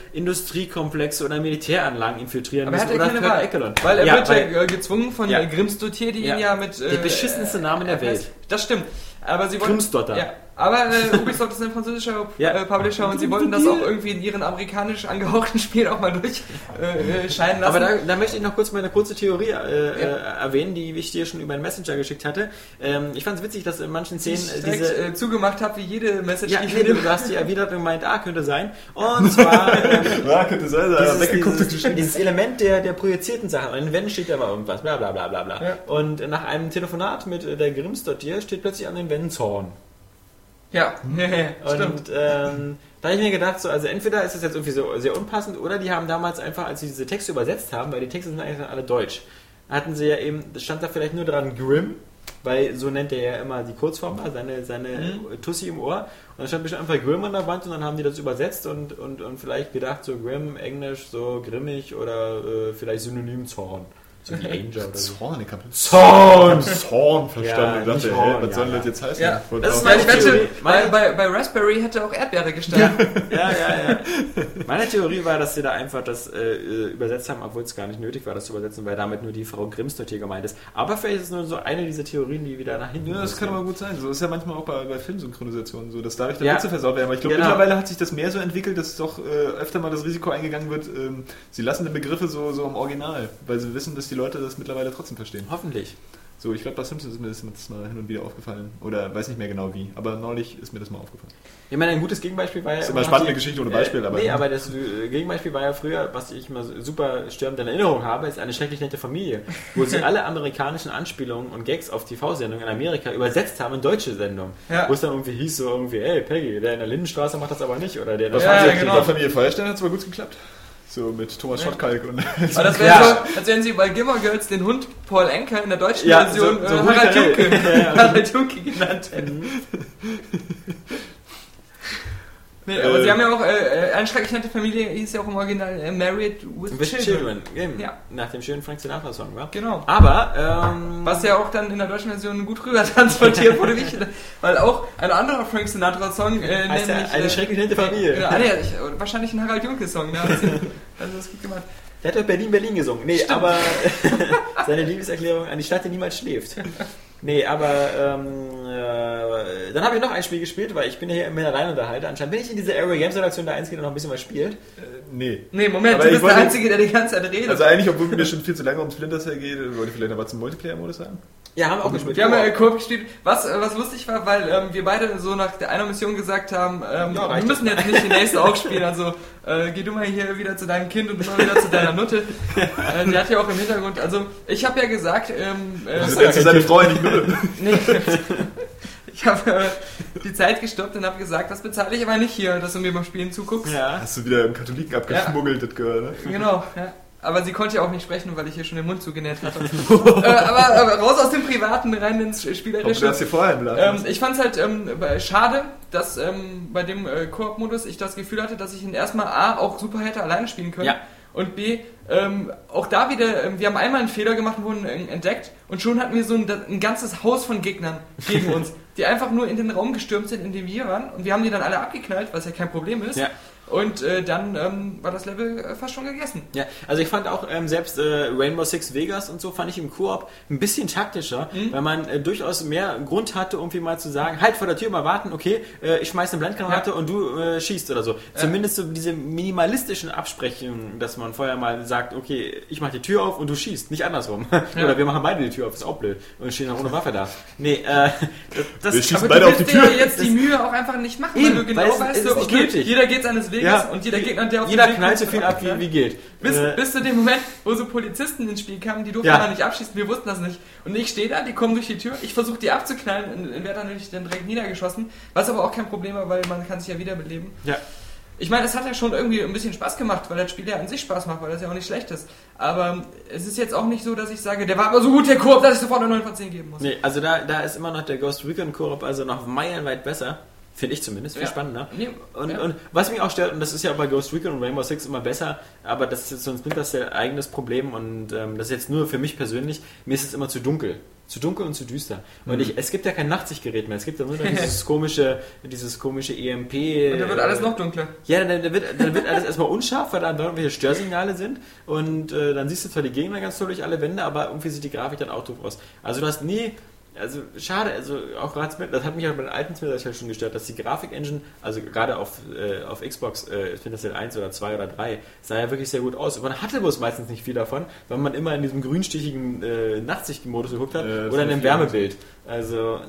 S3: Industriekomplexe oder Militäranlagen infiltrieren
S2: Aber er hat
S3: müssen
S2: ja
S3: oder
S2: keine
S3: Third
S2: Wahl,
S3: Echelon.
S2: weil er
S3: ja,
S2: wird
S3: weil,
S2: ja äh, gezwungen von
S3: Ja.
S2: ja. Grimmstotier, die
S3: Ja.
S2: ihn ja mit... Äh,
S3: Der beschissenste Name der Welt.
S2: Das stimmt. Aber sie wollten...
S3: Grimmsdotter.
S2: Ja. Aber äh, Ubisoft ist ein französischer
S3: Ja.
S2: äh, Publisher und sie wollten das auch irgendwie in ihren amerikanisch angehauchten Spielen auch mal durch äh, äh, scheinen lassen.
S3: Aber da, da möchte ich noch kurz meine kurze Theorie äh, äh,
S2: Ja.
S3: erwähnen, die ich dir schon über den Messenger geschickt hatte. Ähm, ich fand es witzig, dass in manchen Szenen
S2: ich
S3: äh,
S2: direkt,
S3: diese
S2: äh, zugemacht habe, wie jede Message,
S3: Ja,
S2: die ich
S3: nee, du
S2: finde.
S3: hast die erwidert und gemeint, ah, könnte sein. Und zwar ähm,
S4: Ja, könnte sein, dass er
S3: dieses,
S4: Äh, weggeguckt und
S3: dieses,
S4: geschrieben
S3: dieses Element der, der projizierten Sachen. An den Wänden steht da mal irgendwas, bla bla bla bla bla.
S2: Ja.
S3: Und nach einem Telefonat mit äh, der Grimmstottier steht plötzlich an den Wänden Zorn.
S2: Ja, stimmt.
S3: Und ähm, da habe ich mir gedacht, so, also entweder ist das jetzt irgendwie so sehr unpassend oder die haben damals einfach, als sie diese Texte übersetzt haben, weil die Texte sind eigentlich alle deutsch, hatten sie ja eben, das stand da vielleicht nur dran Grimm, weil so nennt er ja immer die Kurzform, also seine, seine Tussi im Ohr. Und dann stand bestimmt einfach Grimm an der Wand und dann haben die das übersetzt und, und, und vielleicht gedacht, so Grimm, Englisch, so grimmig oder äh, vielleicht synonym Zorn. So wie Angel oder so.
S4: Zorn, ich hab
S3: Zorn!
S4: Zorn
S3: Ja,
S4: verstanden.
S3: nicht
S4: ich dachte,
S3: Horn,
S4: hä, was
S3: ja,
S4: soll
S3: ja.
S4: das jetzt heißen?
S2: Ja.
S4: Und
S3: Das
S4: auch-
S3: ist
S2: Weil ich
S3: meine
S2: wette,
S3: Theorie.
S2: bei, bei, bei Raspberry hätte auch Erdbeere gestanden.
S3: Ja, ja, ja. Meine Theorie war, dass sie da einfach das äh, übersetzt haben, obwohl es gar nicht nötig war, das zu übersetzen, weil damit nur die Frau Grimms dort hier gemeint ist. Aber vielleicht ist es nur so eine dieser Theorien, die wieder nach hinten
S4: Ja, das kann
S3: losgehen.
S4: aber gut sein. So ist ja manchmal auch bei, bei Filmsynchronisationen so, dass dadurch der
S3: Ja.
S4: Witze versaut werden. Aber ich glaube,
S3: Genau.
S4: mittlerweile hat sich das mehr so entwickelt, dass doch äh, öfter mal das Risiko eingegangen wird, ähm, sie lassen die Begriffe so, so im Original, weil sie wissen, dass die Leute das mittlerweile trotzdem verstehen.
S3: Hoffentlich.
S4: So, ich glaube, bei Simpsons ist mir das jetzt mal hin und wieder aufgefallen. Oder weiß nicht mehr genau wie, aber neulich ist mir das mal aufgefallen.
S3: Ich meine, ein gutes Gegenbeispiel war ja.
S4: Ist immer
S3: noch
S4: spannende Geschichte ohne Beispiel,
S3: äh,
S4: aber-
S3: Nee, aber das äh, Gegenbeispiel war ja früher, was ich immer super stürmend in Erinnerung habe, ist eine schrecklich nette Familie, wo sie alle amerikanischen Anspielungen und Gags auf TV-Sendungen in Amerika übersetzt haben in deutsche Sendungen.
S2: Ja.
S3: Wo es dann irgendwie hieß, so irgendwie, ey, Peggy, der in der Lindenstraße macht das aber nicht, oder der in der
S2: Ja,
S3: Straße-
S2: genau.
S4: Also, Bei Familie Feuerstein hat es aber gut geklappt. So mit Thomas Schottkalk und
S2: Aber das wäre
S3: Ja.
S2: so, als wenn sie bei Gimmer Girls den Hund Paul Anker in der deutschen
S3: Ja,
S2: Version
S3: so- Mhm. so
S2: äh, Harald
S3: Hulk
S2: Junke
S3: Harald. Ja, ja.
S2: Harald Junke genannt hätten. Nee, aber
S3: Äh.
S2: sie haben ja auch, äh, äh, eine schrecklich nette Familie hieß ja auch im Original äh, Married with,
S3: With
S2: Children.
S3: Children, eben.
S2: Ja.
S3: Nach dem schönen Frank Sinatra-Song, wa?
S2: Genau.
S3: Aber, ähm,
S2: Was ja auch dann in der deutschen Version gut rüber transportiert wurde, wie ich, weil auch ein anderer Frank Sinatra-Song, äh,
S3: heißt ja, eine schreckliche nette Familie.
S2: Ja, Ah, nee, ich, wahrscheinlich ein Harald Junke-Song, ne? Also, das ist gut gemacht.
S3: Der hat doch Berlin Berlin gesungen. Nee, aber seine Liebeserklärung an die Stadt, die niemals schläft. Nee, aber ähm, äh, dann habe ich noch ein Spiel gespielt, weil ich bin ja hier immer alleine unterhalte. Anscheinend bin ich in diese Area Games Redaktion der Einzige, der noch ein bisschen was spielt.
S4: Äh, Nee.
S2: Nee, Moment,
S4: Aber
S2: du
S4: ich
S2: bist der
S4: wollte-
S2: Einzige, der die ganze Zeit redet.
S4: Also eigentlich, obwohl mir schon viel zu lange ums Splinter Cell geht, wollte ich vielleicht noch was zum Multiplayer-Modus sagen.
S3: Ja, haben wir auch gespielt.
S2: wir haben ja
S3: Wow.
S2: äh, Koop gespielt, was, äh, was lustig war, weil ähm, wir beide so nach der einer Mission gesagt haben, ähm,
S3: Ja,
S2: wir
S3: reicht
S2: müssen jetzt nicht die nächste auch spielen, also äh, geh du mal hier wieder zu deinem Kind und du mal wieder zu deiner Nutte. Äh, die hat ja auch im Hintergrund, also ich habe ja gesagt, ähm, äh,
S4: Also der zu seine Frau eigentlich nur.
S2: Nee. Ich habe äh, die Zeit gestoppt und habe gesagt, das bezahle ich aber nicht hier, dass du mir beim Spielen zuguckst.
S3: ja.
S4: Hast du wieder im Katholiken abgeschmuggelt, das Girl, ne?
S2: Genau, ja. Aber sie konnte ja auch nicht sprechen, weil ich hier schon den Mund zugenäht hatte. äh, aber, aber raus aus dem Privaten, rein ins
S4: Ob du das
S2: Spielerische.
S4: hier vorher im Laden
S2: Ähm, ich fand es halt ähm, bei- schade, dass ähm, bei dem äh, Koop-Modus ich das Gefühl hatte, dass ich ihn erstmal A, auch super hätte alleine spielen können.
S3: Ja.
S2: Und B, ähm, auch da wieder, ähm, wir haben einmal einen Fehler gemacht und wurden ähm, entdeckt und schon hatten wir so ein, ein ganzes Haus von Gegnern gegen uns, die einfach nur in den Raum gestürmt sind, in dem wir waren und wir haben die dann alle abgeknallt, was ja kein Problem ist.
S3: Ja.
S2: Und äh, dann ähm, war das Level äh, fast schon gegessen.
S3: Ja, also ich fand auch ähm, selbst äh, Rainbow Six Vegas und so fand ich im Koop ein bisschen taktischer, weil man äh, durchaus mehr Grund hatte, irgendwie mal zu sagen, halt vor der Tür mal warten, okay, äh, ich schmeiß eine Blendgranate und du äh, schießt oder so. Zumindest so diese minimalistischen Absprechungen, dass man vorher mal sagt, okay, ich mach die Tür auf und du schießt, nicht andersrum. oder wir machen beide die Tür auf, ist auch blöd und stehen auch ohne Waffe da. Nee, äh, das, das
S4: Wir schießen
S2: Aber
S3: Halt
S4: beide
S2: du
S4: auf die
S2: willst dir
S4: Tür.
S2: ja jetzt die Mühe auch einfach nicht machen,
S3: Eben,
S2: weil du
S3: weil
S2: genau
S3: es- es
S2: weißt,
S3: ist
S2: so,
S3: nicht
S2: okay,
S3: nötig.
S2: jeder geht seines Weges
S3: Ja.
S2: und jeder Gegner, der auf
S3: jeder
S2: den Weg
S3: knallt so
S2: kommt,
S3: viel ab, wie, wie geht.
S2: Bis,
S3: Äh,
S2: bis zu dem Moment, wo so Polizisten ins Spiel kamen, die durften
S3: Ja.
S2: da nicht abschießen, wir wussten das nicht. Und ich stehe da, die kommen durch die Tür, ich versuche die abzuknallen und- und werde dann natürlich dann direkt niedergeschossen, was aber auch kein Problem war, weil man kann sich ja wiederbeleben.
S3: ja.
S2: Ich meine, es hat ja schon irgendwie ein bisschen Spaß gemacht, weil das Spiel ja an sich Spaß macht, weil das ja auch nicht schlecht ist. Aber es ist jetzt auch nicht so, dass ich sage, der war aber so gut, der Koop, dass ich sofort eine 9 von 10 geben muss.
S3: Nee, also da, da ist immer noch der Ghost Recon Koop also noch meilenweit besser. Finde ich zumindest, viel
S2: Ja.
S3: spannender.
S2: Nee,
S3: Und,
S2: ja.
S3: und was mich auch stört, und das ist ja bei Ghost Recon und Rainbow Six immer besser, aber das ist jetzt so ein Splinter Cell eigenes Problem und ähm, das ist jetzt nur für mich persönlich, mir ist es immer zu dunkel. Zu dunkel und zu düster. Und ich, es gibt ja kein Nachtsichtgerät mehr, es gibt ja nur noch dieses komische, dieses komische E EMP.
S2: Und da wird
S3: äh,
S2: alles noch dunkler.
S3: Ja, dann, dann, wird, dann wird alles erstmal unscharf, weil da andauernd irgendwelche Störsignale sind. Und äh, dann siehst du zwar die Gegner ganz toll durch alle Wände, aber irgendwie sieht die Grafik dann auch doof aus. Also du hast nie. Also schade, also auch gerade Splinter- das hat mich ja bei den alten Splinter Cell schon gestört, dass die Grafik-Engine, also gerade auf, äh, auf Xbox äh, Splinter Cell 1 oder 2 oder 3, sah ja wirklich sehr gut aus. Und man hatte bloß meistens nicht viel davon, weil man immer in diesem grünstichigen äh, Nachtsichtmodus geguckt hat
S4: Ja, das
S3: oder in
S4: war
S3: einem
S4: viel.
S3: Wärmebild. Also, ne.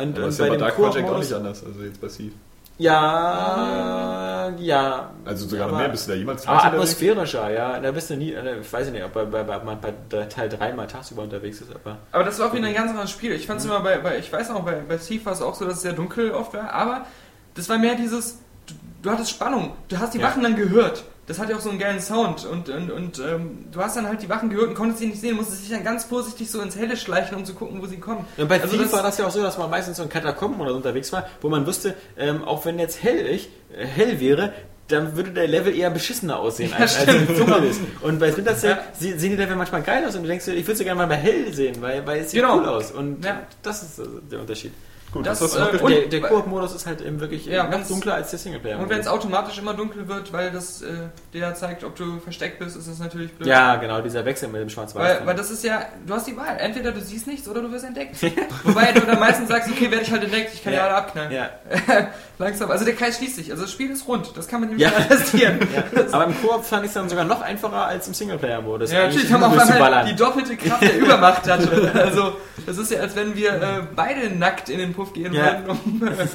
S3: Und,
S4: Aber
S3: und
S4: ist ja
S3: bei
S4: bei
S3: dem
S4: Dark Project auch
S3: Koop-Modus-
S4: nicht anders, also jetzt passiv.
S3: Ja, ja.
S4: Also sogar noch
S3: Aber- Ah,
S4: mehr, bist du da jemals
S3: Aber
S4: unterwegs?
S3: atmosphärischer, ja. Da bist du nie, äh, ich weiß nicht, ob, bei, bei, bei, ob man bei der Teil 3 mal tagsüber unterwegs ist, aber.
S2: Aber das war auch wieder ein ganz anderes Spiel. Ich fand es immer bei, bei, ich weiß noch, bei, bei Thief war es auch so, dass es sehr dunkel oft war, aber das war mehr dieses, du, du hattest Spannung, du hast die
S3: Ja.
S2: Wachen dann gehört. Das hatte auch so einen geilen Sound und, und, und ähm, du hast dann halt die Wachen gehört und konntest sie nicht sehen, musstest dich dann ganz vorsichtig so ins Helle schleichen, um zu gucken, wo sie kommen.
S3: Und bei
S2: Also
S3: Thief
S2: das-
S3: war das ja auch so, dass man meistens so in Katakomben oder so unterwegs war, wo man wusste, ähm, auch wenn jetzt hell, ich, äh, hell wäre, dann würde der Level eher beschissener aussehen,
S2: Ja,
S3: als, als er
S2: stimmt.
S3: im Dunkeln ist. Und bei Splinter Cell
S2: Ja.
S3: sie- sehen die Level manchmal geil aus und du denkst, dir, ich würde sie gerne mal bei hell sehen, weil, weil es sieht
S2: Genau.
S3: cool aus. Und
S2: Ja.
S3: das ist äh, der Unterschied.
S4: Gut,
S2: Das,
S4: das, hast du noch
S2: äh,
S4: gespielt.
S2: Und-
S3: der der Koop-Modus ist halt eben wirklich äh,
S2: Ja,
S3: noch
S2: wenn's-
S3: dunkler als der Singleplayer.
S2: Und wenn es automatisch immer dunkel wird, weil das äh, dir ja zeigt, ob du versteckt bist, ist das natürlich blöd.
S3: Ja, genau, dieser Wechsel mit dem Schwarz-Weiß.
S2: Weil, weil das ist ja, du hast die Wahl. Entweder du siehst nichts oder du wirst entdeckt. Wobei du dann meistens sagst, okay, werde ich halt entdeckt, ich kann ja,
S3: Ja.
S2: alle abknallen.
S3: ja.
S2: Langsam, also der Kreis schließt sich. Also das Spiel ist rund, das kann man nämlich
S3: Ja.
S2: ja. attestieren.
S3: Aber im Koop fand ich es dann sogar noch einfacher als im Singleplayer-Modus.
S2: Ja,
S3: eigentlich
S2: natürlich haben wir auf einmal
S3: durchzuballern.
S2: die doppelte Kraft der Übermacht hatte. Also das ist ja, als wenn wir äh, beide nackt in den Puff gehen
S3: Ja.
S2: würden, um äh,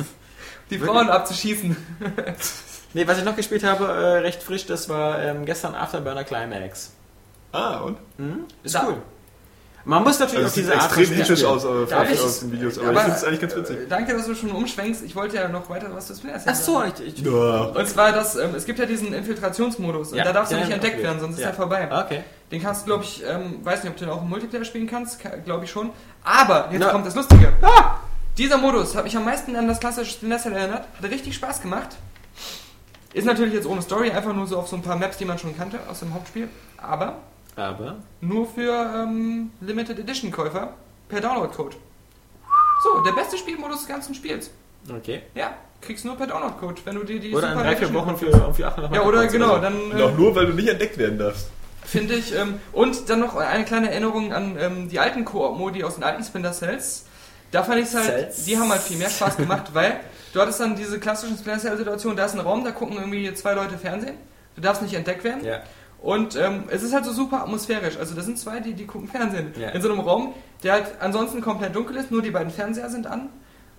S2: die Frauen abzuschießen.
S3: Nee, was ich noch gespielt habe, äh, recht frisch, das war ähm, gestern Afterburner Climax.
S4: Ah, und?
S3: Ist
S2: Da-
S3: cool. Man muss natürlich
S4: Also
S3: auf
S4: es sieht
S3: diese Art von
S4: extrem
S3: Spiel
S4: hektisch
S3: spielen.
S4: aus, äh, aber
S2: Darf
S4: vielleicht
S2: ich-
S4: aus den Videos, aber,
S2: aber-
S4: ich finde es eigentlich ganz witzig.
S2: Äh, Danke, dass du schon umschwenkst. Ich wollte ja noch weiter was zu Splinter Cell
S3: Ach so, ich, ich,
S4: Ja.
S2: Und zwar, das, ähm, es gibt ja diesen Infiltrationsmodus und
S3: Ja.
S2: da darfst
S3: Ja,
S2: du nicht
S3: ja,
S2: entdeckt
S3: okay.
S2: werden, sonst
S3: Ja.
S2: ist er vorbei.
S3: Okay.
S2: Den kannst du, glaube ich, ähm, weiß nicht, ob du den auch im Multiplayer spielen kannst, glaube ich schon. Aber jetzt
S3: Na. Ah!
S2: kommt das Lustige. Dieser Modus hat mich am meisten an das klassische Splinter Cell erinnert, hatte richtig Spaß gemacht. Ist natürlich jetzt ohne Story, einfach nur so auf so ein paar Maps, die man schon kannte aus dem Hauptspiel. Aber
S3: Aber
S2: nur für ähm, Limited Edition Käufer per Download-Code. So, der beste Spielmodus des ganzen Spiels.
S3: Okay.
S2: Ja, kriegst nur per Download-Code, wenn du dir die
S3: Oder in drei, vier
S2: Edition
S3: Wochen für, um
S2: kaufst.
S3: für 800
S2: Ja, oder genau, dann
S4: Doch
S2: äh,
S4: nur, weil du nicht entdeckt werden darfst.
S2: finde ich. Ähm, und dann noch eine kleine Erinnerung an ähm, die alten Koop-Modi aus den alten Splinter Cells. Da fand ich es halt,
S3: Cells.
S2: die haben halt viel mehr Spaß gemacht, weil du hattest dann diese klassischen Splinter Cell-Situationen, da ist ein Raum, da gucken irgendwie zwei Leute Fernsehen. Du darfst nicht entdeckt werden.
S3: Ja.
S2: Und ähm, es ist halt so super atmosphärisch. Also das sind zwei, die, die gucken Fernsehen.
S3: Ja.
S2: In so einem Raum, der halt ansonsten komplett dunkel ist, nur die beiden Fernseher sind an.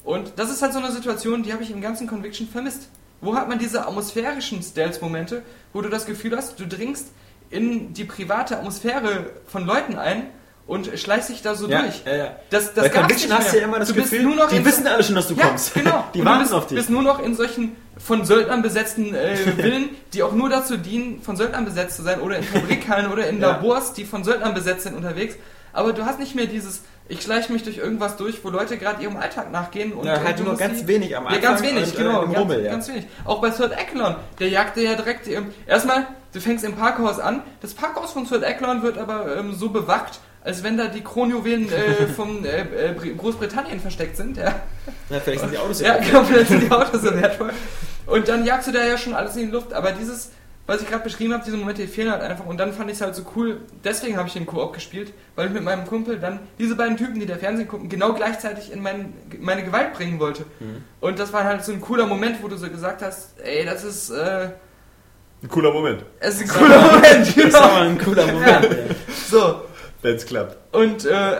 S2: Und das ist halt so eine Situation, die habe ich im ganzen Conviction vermisst. Wo hat man diese atmosphärischen Stealth-Momente, wo du das Gefühl hast, du dringst in die private Atmosphäre von Leuten ein und schleichst dich da so
S3: Ja,
S2: durch.
S3: ja, ja.
S2: Das,
S3: Bei
S2: das gab's
S3: Conviction
S2: nicht
S3: hast du
S2: mehr.
S3: ja immer das
S2: du bist
S3: Gefühl,
S2: nur noch
S3: die
S2: in
S3: wissen alles schon, dass du
S2: ja,
S3: kommst.
S2: Genau.
S3: Die
S2: Und
S3: warten
S2: du bist,
S3: auf dich.
S2: bist nur noch in solchen von Söldnern besetzten äh, Villen, die auch nur dazu dienen, von Söldnern besetzt zu sein oder in Fabrikhallen oder in
S3: Ja.
S2: Labors, die von Söldnern besetzt sind unterwegs. Aber du hast nicht mehr dieses, ich schleiche mich durch irgendwas durch, wo Leute gerade ihrem Alltag nachgehen und
S3: Ja,
S2: äh,
S3: halt
S2: du
S3: nur
S2: musst
S3: ganz
S2: die-
S3: wenig am
S2: Ja, ganz
S3: Anfang
S2: wenig,
S3: und, äh,
S2: genau.
S3: im
S2: ganz,
S3: Rummel, ja.
S2: ganz wenig. Auch bei Third Echelon, der jagte ja direkt. Ähm, erstmal, du fängst im Parkhaus an. Das Parkhaus von Third Echelon wird aber ähm, so bewacht, als wenn da die Kronjuwelen äh, von äh, äh, Br- Großbritannien versteckt sind. Ja.
S3: Na, vielleicht sind die Autos
S2: Ja, genau, vielleicht sind die Autos so wertvoll. Und dann jagst du da ja schon alles in die Luft. Aber dieses, was ich gerade beschrieben habe, diese Momente, die fehlen halt einfach. Und dann fand ich es halt so cool. Deswegen habe ich den Koop gespielt, weil ich mit meinem Kumpel dann diese beiden Typen, die da Fernsehen gucken, genau gleichzeitig in mein, meine Gewalt bringen wollte. Und das war halt so ein cooler Moment, wo du so gesagt hast, ey, das ist, äh,
S4: Ein cooler Moment,
S2: es ist ein cooler Moment.
S3: Das ist aber
S2: Genau.
S3: ein cooler Moment. ey.
S2: So.
S4: wenn es klappt.
S2: Und, äh,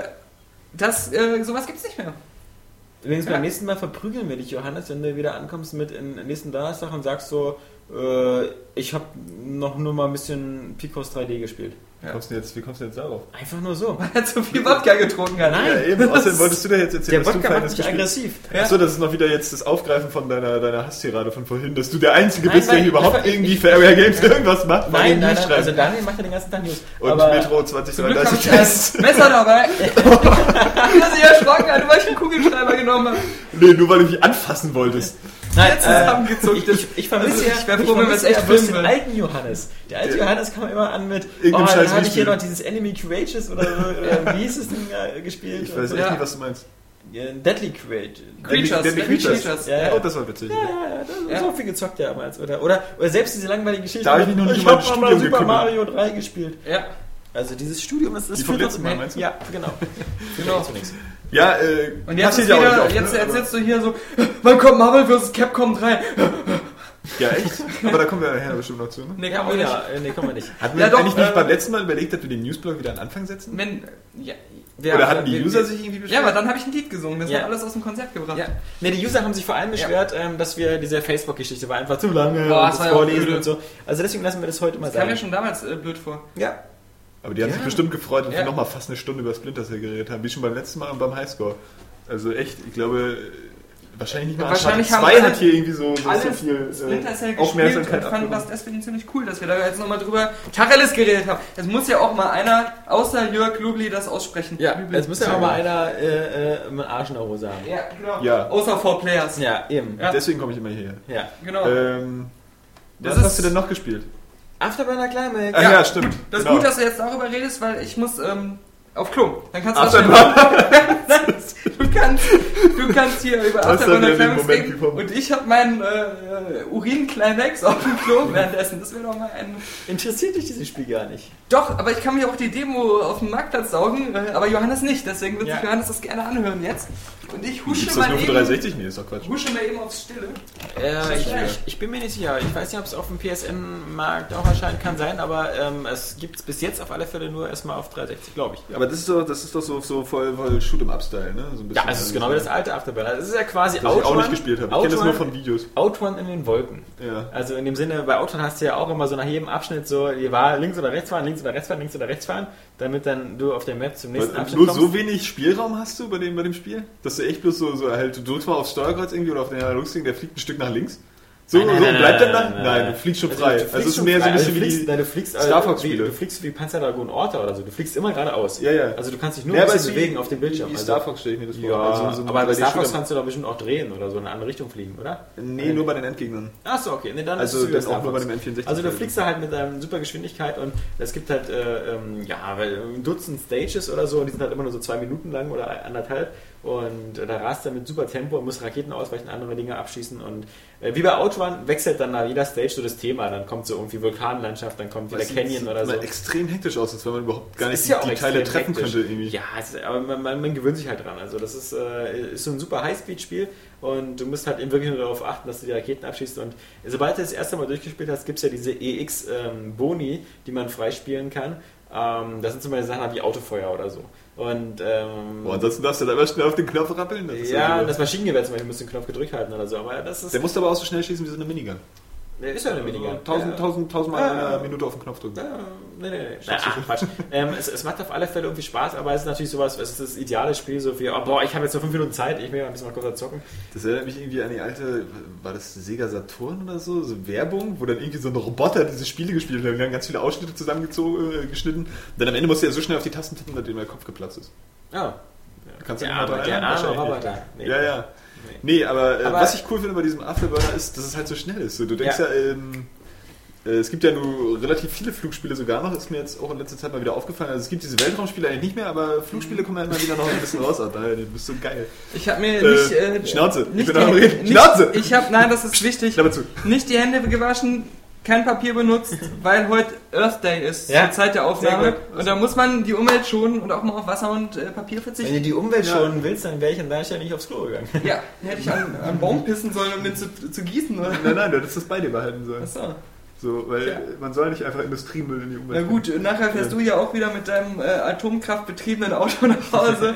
S2: das, äh, sowas gibt's nicht mehr.
S3: Übrigens,
S2: Ja.
S3: beim nächsten Mal verprügeln wir dich, Johannes, wenn du wieder ankommst mit in, nächsten Donnerstag und sagst so, äh, ich habe noch nur mal ein bisschen Picos 3D gespielt.
S4: Wie kommst du denn jetzt, wie kommst du denn jetzt darauf?
S3: Einfach nur so.
S2: Weil er zu viel Wodka getrunken hat.
S3: Nein.
S4: Ja, eben. Außerdem wolltest du dir jetzt erzählen,
S3: Der Wodka
S4: feines
S3: macht mich
S4: gespielt
S3: aggressiv.
S2: Ja.
S4: Achso, das ist noch wieder jetzt das Aufgreifen von deiner, deiner Hasstirade von vorhin, dass du der Einzige
S3: Nein,
S4: bist, der
S3: weil-
S4: hier überhaupt
S3: ich-
S4: irgendwie für Area Games irgendwas macht, weil
S3: Nein,
S4: du
S3: nein,
S4: nicht
S3: nein, also
S4: schreibst.
S3: Daniel macht ja den ganzen Tag News.
S4: Und
S3: aber
S4: Metro
S2: Zum Glück habe
S4: 2033
S2: ich ein
S4: Test.
S2: Messer dabei. Ich habe sich erschrocken, als ich einen Kugelschreiber genommen habe.
S4: Nee, nur weil du mich anfassen wolltest.
S3: nein,
S2: Jetzt zusammengezuckt.
S3: Ich, ich, ich vermisse
S4: Also
S2: Ich
S3: ja,
S2: wär froh, wenn wir es
S3: vermisse
S2: echt
S3: ja bloß
S2: filmen
S3: den
S2: würden.
S3: alten Johannes. Der alte
S4: Der-
S3: Johannes kam immer an mit, oh,
S4: Irgendeinem
S3: dann
S4: scheiß
S3: hatte ich hier
S4: Videospiel.
S3: noch dieses Enemy Courageous oder so, oder wie hieß es denn äh, gespielt?
S4: Ich weiß
S3: Und
S4: echt
S2: Ja.
S4: nicht, was du meinst.
S3: so. Ja, Deadly Courageous.
S2: Creatures,
S4: Deadly Creatures.
S3: Ja, ja.
S4: Oh, das war witzig.
S3: Ja, ja, ja, da
S2: Ja.
S3: so viel gezockt ja damals, oder? Oder, oder selbst diese langweilige Geschichte.
S4: Da hab ich mich noch nicht
S3: ich
S4: mal im
S3: hab noch mal
S4: Studium
S3: Super
S4: gekümmert.
S3: Mario 3 gespielt.
S2: Ja,
S3: Also dieses Studium ist das
S4: Die vom
S3: führt
S4: letzten
S3: uns-
S4: Mal, meinst du?
S3: Ja, genau.
S2: genau.
S4: Ja, äh,
S2: Und jetzt, ist
S4: passiert ja auch
S2: wieder,
S4: nicht oft,
S2: jetzt,
S4: ne?
S2: jetzt
S4: Aber-
S2: sitzt du hier so, wann kommt Marvel vs. Capcom 3?
S4: Ja, echt? Aber da kommen wir nachher bestimmt noch zu, ne?
S2: Nee,
S3: Ja,
S2: kann
S3: oh
S2: man nicht.
S3: ja, äh, nee, kommen wir nicht.
S4: Hatten
S2: Ja,
S4: wir
S2: doch,
S4: eigentlich nicht
S2: äh,
S4: beim letzten Mal überlegt, dass wir den Newsblog wieder an den Anfang setzen?
S2: Wenn, ja,
S3: Wir-
S4: Oder hatten die
S3: wir-
S4: User
S3: wir-
S4: sich irgendwie beschwert?
S2: ja, aber dann habe ich ein Lied gesungen, das
S3: Ja.
S2: hat alles aus dem Konzert gebracht.
S3: Ja. Ne, die User haben sich vor allem beschwert, ähm, dass wir diese Facebook-Geschichte war einfach zu lange
S2: Boah,
S3: und
S2: das
S3: das
S2: war ja auch
S3: Vorlesen
S2: öde.
S3: und so. Also deswegen lassen wir das heute mal
S2: Das kam mir
S3: sein.
S2: schon damals äh, blöd vor.
S3: Ja.
S4: Aber die haben
S3: Ja.
S4: sich bestimmt gefreut, dass
S2: Ja.
S4: wir nochmal fast eine Stunde über Splinter Cell geredet haben, wie schon beim letzten Mal und beim Highscore. Also echt, ich glaube, wahrscheinlich nicht mal
S2: Wahrscheinlich
S4: Uncharted
S2: haben
S4: 2
S2: alle-
S4: hat hier irgendwie so, so, so
S2: Alles
S4: viel
S2: Splinter
S4: äh,
S2: Cell gespielt äh, und
S4: Aufmerksamkeit
S2: fanden das
S4: abgenommen.
S2: deswegen ziemlich cool, dass wir da jetzt nochmal drüber Tacheles geredet haben. Es muss ja auch mal einer, außer Jörg Lubli, das aussprechen.
S3: Ja,
S2: Lubli.
S3: jetzt muss ja auch mal einer äh, äh, einen Arsch in der Hose haben.
S2: Ja, genau.
S4: Ja.
S2: Außer Four Players.
S3: Ja, eben.
S2: Ja.
S4: Deswegen komme ich immer hierher.
S3: Ja.
S2: Genau.
S4: Ähm,
S2: Das
S4: was
S2: ist-
S4: hast du denn noch gespielt?
S3: Afterburner Climax.
S4: Ach
S2: Ja.
S4: ja, stimmt. genau.
S2: Das ist gut, dass du jetzt darüber redest, weil ich muss ähm, auf Klo. Dann kannst du das
S4: Afterburner.
S2: schnell- du, kannst, du kannst hier über
S4: Hast du
S2: Afterburner
S4: denn den
S2: Climax
S4: Moment
S2: reden
S4: gekommen?
S2: und ich habe meinen äh, äh, Urin-Climax auf dem Klo währenddessen. Das wäre doch mal ein...
S3: Interessiert dich dieses Spiel gar nicht?
S2: Doch, aber ich kann mir auch die Demo auf dem Marktplatz saugen, äh, aber Johannes nicht. Deswegen wird sich
S3: Ja.
S2: Johannes das gerne anhören jetzt. Und ich
S4: Gibt's
S2: husche
S4: das
S2: mal
S4: nur für
S2: eben,
S4: 360? Nee, ist doch Quatsch.
S2: husche mal eben aufs Stille.
S3: Äh, ich,
S2: schwer.
S3: ich, ich bin mir nicht sicher. Ich weiß nicht, ob es auf dem PSN-Markt auch erscheinen kann sein, aber ähm, es gibt es bis jetzt auf alle Fälle nur erstmal auf 360, glaube ich.
S4: Aber das ist doch, das ist doch so, so voll, voll Shoot-em-up-Style, ne? So ein bisschen.
S3: Ja, es ist genau wie das alte Afterburner. Das ist ja quasi
S4: was ich auch nicht gespielt habe. Ich kenne das nur von
S3: Outrun,
S4: Videos.
S3: Outrun in den Wolken.
S4: Ja.
S3: Also in dem Sinne, bei Outrun hast du ja auch immer so nach jedem Abschnitt so, die war links oder rechts fahren, links oder rechts fahren, links oder rechts fahren, damit dann du auf der Map zum nächsten
S4: Weil,
S3: Abschnitt
S4: nur
S3: kommst.
S4: so wenig Spielraum hast du bei dem, bei dem Spiel? Dass du echt bloß so, so halt, du drückst mal aufs Steuerkreuz irgendwie oder auf den Analogstick, der fliegt ein Stück nach links. So,
S3: Nein, nein,
S4: so
S3: nein,
S4: bleibt dann
S3: nein,
S4: da?
S3: nein,
S4: Nein,
S3: nein,
S4: du fliegst schon
S3: Also,
S4: frei.
S3: du
S4: Also,
S3: fliegst
S4: es ist
S3: schon
S4: mehr so
S3: frei.
S4: ein bisschen
S3: du fliegst,
S4: wie die.
S3: nein, du fliegst, also,
S4: Star Fox
S3: wie,
S4: Spiele.
S3: du fliegst wie Panzer Dragon Orta oder so. Du fliegst immer geradeaus.
S4: Ja, ja.
S3: Also du kannst dich nur
S4: Ja,
S3: ein
S4: aber es
S3: bisschen
S4: ist wie-
S3: bewegen auf dem Bildschirm.
S4: Wie
S3: also,
S4: Star Fox stelle ich mir das vor.
S3: Ja,
S4: Also so
S3: aber
S4: bei
S3: bei Star
S4: den
S3: Fox
S4: Shootern.
S3: kannst du doch bestimmt auch drehen oder so in eine andere Richtung fliegen, oder?
S4: Nee, nur bei den Endgegnern.
S3: Achso, okay. Nee, dann
S4: Also
S3: es wie bei
S4: dann
S3: Star
S4: auch nur
S3: Fox.
S4: bei dem N64
S3: Also du
S4: Film.
S3: fliegst da halt mit deiner super Geschwindigkeit und es gibt halt äh, ähm, ja, weil ein Dutzend Stages oder so und die sind halt immer nur so zwei Minuten lang oder anderthalb und äh, da rast er mit super Tempo und muss Raketen ausweichen, andere Dinge abschießen und äh, wie bei Outrun wechselt dann nach jeder Stage so das Thema. Dann kommt so irgendwie Vulkanlandschaft, dann kommt wieder
S4: Weißt du,
S3: Canyon
S4: sieht
S3: oder so.
S4: immer extrem hektisch aus, als wenn man überhaupt gar nicht
S3: Ist
S4: die,
S3: ja auch
S4: Teile
S3: extrem
S4: treffen
S3: hektisch.
S4: könnte. Irgendwie.
S3: Ja, es ist, aber man, man, man gewöhnt sich halt dran. Also das ist, äh, ist so ein super Highspeed-Spiel und du musst halt eben wirklich nur darauf achten, dass du die Raketen abschießt. Und sobald du das erste Mal durchgespielt hast, gibt es ja diese E EX-Boni, die man freispielen kann. Ähm, das sind zum Beispiel Sachen wie Autofeuer oder so. Und ähm,
S4: Boah, ansonsten darfst du da immer schnell auf den Knopf rappeln. Das ist
S3: ja,
S4: so-
S3: das Maschinengewehr zum Beispiel musst du den Knopf gedrückt halten oder so. Aber das ist,
S4: der musste aber auch so schnell schießen wie so eine Minigun.
S3: der ist ja eine Minigun.
S4: Also, tausend,
S3: Ja.
S4: tausend, tausendmal in
S3: Ja.
S4: einer Minute auf den Knopf drücken.
S3: Nee, nee, nee. Ach, Quatsch. ähm, es, es macht auf alle Fälle irgendwie Spaß, aber es ist natürlich sowas, es ist das ideale Spiel, so wie, oh, boah, ich habe jetzt nur fünf Minuten Zeit, ich will mal ein bisschen mal kurz zocken.
S4: Das erinnert mich irgendwie an die alte, war das Sega Saturn oder so, so Werbung, wo dann irgendwie so ein Roboter diese Spiele gespielt hat und dann ganz viele Ausschnitte zusammengezogen, äh, geschnitten. Und dann am Ende musste er so schnell auf die Tasten tippen, dass ihm der Kopf geplatzt ist. Ah.
S3: Ja.
S4: Kannst
S3: Der
S4: dich noch
S3: arme,
S4: dran
S3: der
S4: erinnern?
S3: arme
S4: Wahrscheinlich
S3: Roboter.
S4: nicht. Ja, ja. Nee, aber, äh,
S3: Aber-
S4: was ich cool finde bei diesem Afterburner ist, dass es halt so schnell ist. So, du denkst
S3: Ja.
S4: ja, ähm, äh, es gibt ja nur relativ viele Flugspiele sogar noch, ist mir jetzt auch in letzter Zeit mal wieder aufgefallen. Also es gibt diese Weltraumspiele eigentlich nicht mehr, aber Flugspiele kommen ja immer wieder noch ein bisschen raus. Ah, Daher, du bist so geil.
S2: Ich habe mir
S4: Äh,
S2: nicht, äh,
S4: Schnauze. Ich
S2: nicht
S4: bin am
S2: die-
S4: Reden.
S2: nicht-
S4: Schnauze!
S2: Ich habe, nein, das ist wichtig.
S4: Klappe zu.
S2: Nicht die Hände gewaschen, kein Papier benutzt, weil heute Earth Day ist
S3: Ja.
S2: zur Zeit der Aufnahme.
S3: Sehr gut.
S2: Und da muss man die Umwelt schonen und auch mal auf Wasser und äh, Papier
S3: Wenn
S2: verzichten.
S3: du die Umwelt schonen willst, dann wäre ich an deiner Stelle nicht aufs Klo gegangen.
S2: Ja, hätte ich an, an Baum pissen sollen, um den zu, zu gießen, oder?
S4: Nein, nein, du hättest das bei dir behalten sollen.
S2: Achso.
S4: So, weil man soll nicht einfach Industriemüll in die Umwelt.
S2: Na gut, nachher fährst du ja auch wieder mit deinem äh, atomkraftbetriebenen Auto nach Hause.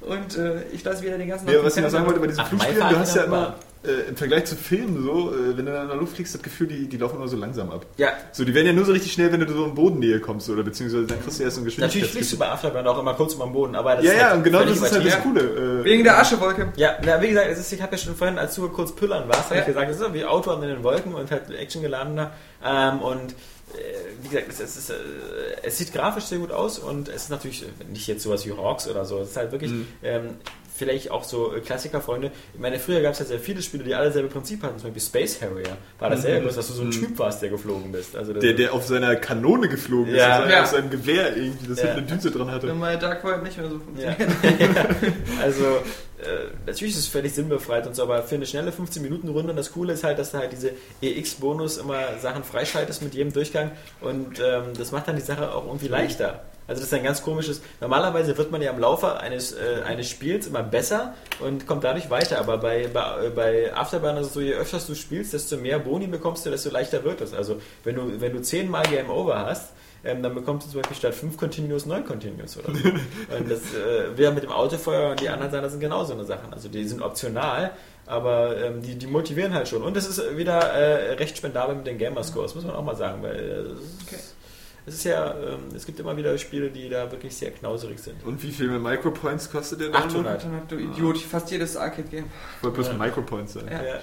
S2: Und äh, ich lasse wieder den ganzen
S4: Nee, aber was ich noch sagen wollte bei
S2: Tag-
S4: diesen
S3: Ach,
S4: Flugspielen,
S3: Beifahrt
S4: du hast ja
S3: wieder,
S4: immer äh, im Vergleich zu Filmen so, äh, wenn du dann in der Luft fliegst, das Gefühl, die, die laufen immer so langsam ab.
S3: Ja.
S4: So, die werden ja nur so richtig schnell, wenn du so in Bodennähe kommst oder beziehungsweise dann kriegst du erst so ein
S3: Natürlich fliegst du bei Afterburn auch immer kurz über den Boden, aber das
S4: Ja,
S3: ist
S4: ja, und genau das
S3: völlig
S4: ist halt das
S3: übertrieben.
S4: Coole. Äh,
S2: Wegen der Aschewolke.
S3: Ja, na, wie gesagt, es ist, ich habe ja schon vorhin, als du kurz püllern warst, habe
S2: Ja.
S3: ich gesagt, es ist so wie Autoren in den Wolken und halt actiongeladener. Ähm, und äh, wie gesagt, es, es, ist, äh, es sieht grafisch sehr gut aus und es ist natürlich äh, nicht jetzt sowas wie Hawks oder so. Es ist halt wirklich
S4: Mhm.
S3: ähm, vielleicht auch so äh, Klassikerfreunde. Ich meine, früher gab es ja sehr viele Spiele, die alle selbe Prinzip hatten. Zum Beispiel Space Harrier war dasselbe, bloß dass du so ein Typ warst, der geflogen bist. Also das
S4: Mhm. der, der auf seiner Kanone geflogen ist,
S3: Ja.
S4: auf, seinem,
S2: Ja.
S4: auf seinem Gewehr irgendwie, das
S3: Ja.
S4: hinten eine Düse dran hatte.
S2: Wenn meine Dark World nicht mehr so
S3: Ja.
S2: funktioniert.
S3: also, äh, natürlich ist es völlig sinnbefreit und so, aber für eine schnelle 15-Minuten-Runde und das Coole ist halt, dass du halt diese EX-Bonus immer Sachen freischaltest mit jedem Durchgang und ähm, das macht dann die Sache auch irgendwie leichter. Also das ist ein ganz komisches, normalerweise wird man ja am Laufe eines, äh, eines Spiels immer besser und kommt dadurch weiter, aber bei, bei, äh, bei Afterburn ist es so, je öfter du spielst, desto mehr Boni bekommst du, desto leichter wird es. Also wenn du, wenn du 10 Mal Game Over hast, ähm, dann bekommst du zum Beispiel statt 5 Continuous 9 Continuous oder so. Und das, äh, wir mit dem Autofeuer und die anderen Sachen, das sind genau so eine Sachen. Also die sind optional, aber ähm, die, die motivieren halt schon. Und es ist wieder äh, recht spendabel mit den Gamerscores, muss man auch mal sagen, weil äh, es ist- es ist ja, ähm, es gibt immer wieder Spiele, die da wirklich sehr knauserig sind.
S4: Und wie viel mit Micropoints kostet der
S3: 800.
S2: Internet, du Idiot, fast jedes Arcade-Game.
S4: Ich wollte bloß mit Micropoints sein.
S2: Ja.
S3: Ja, ja.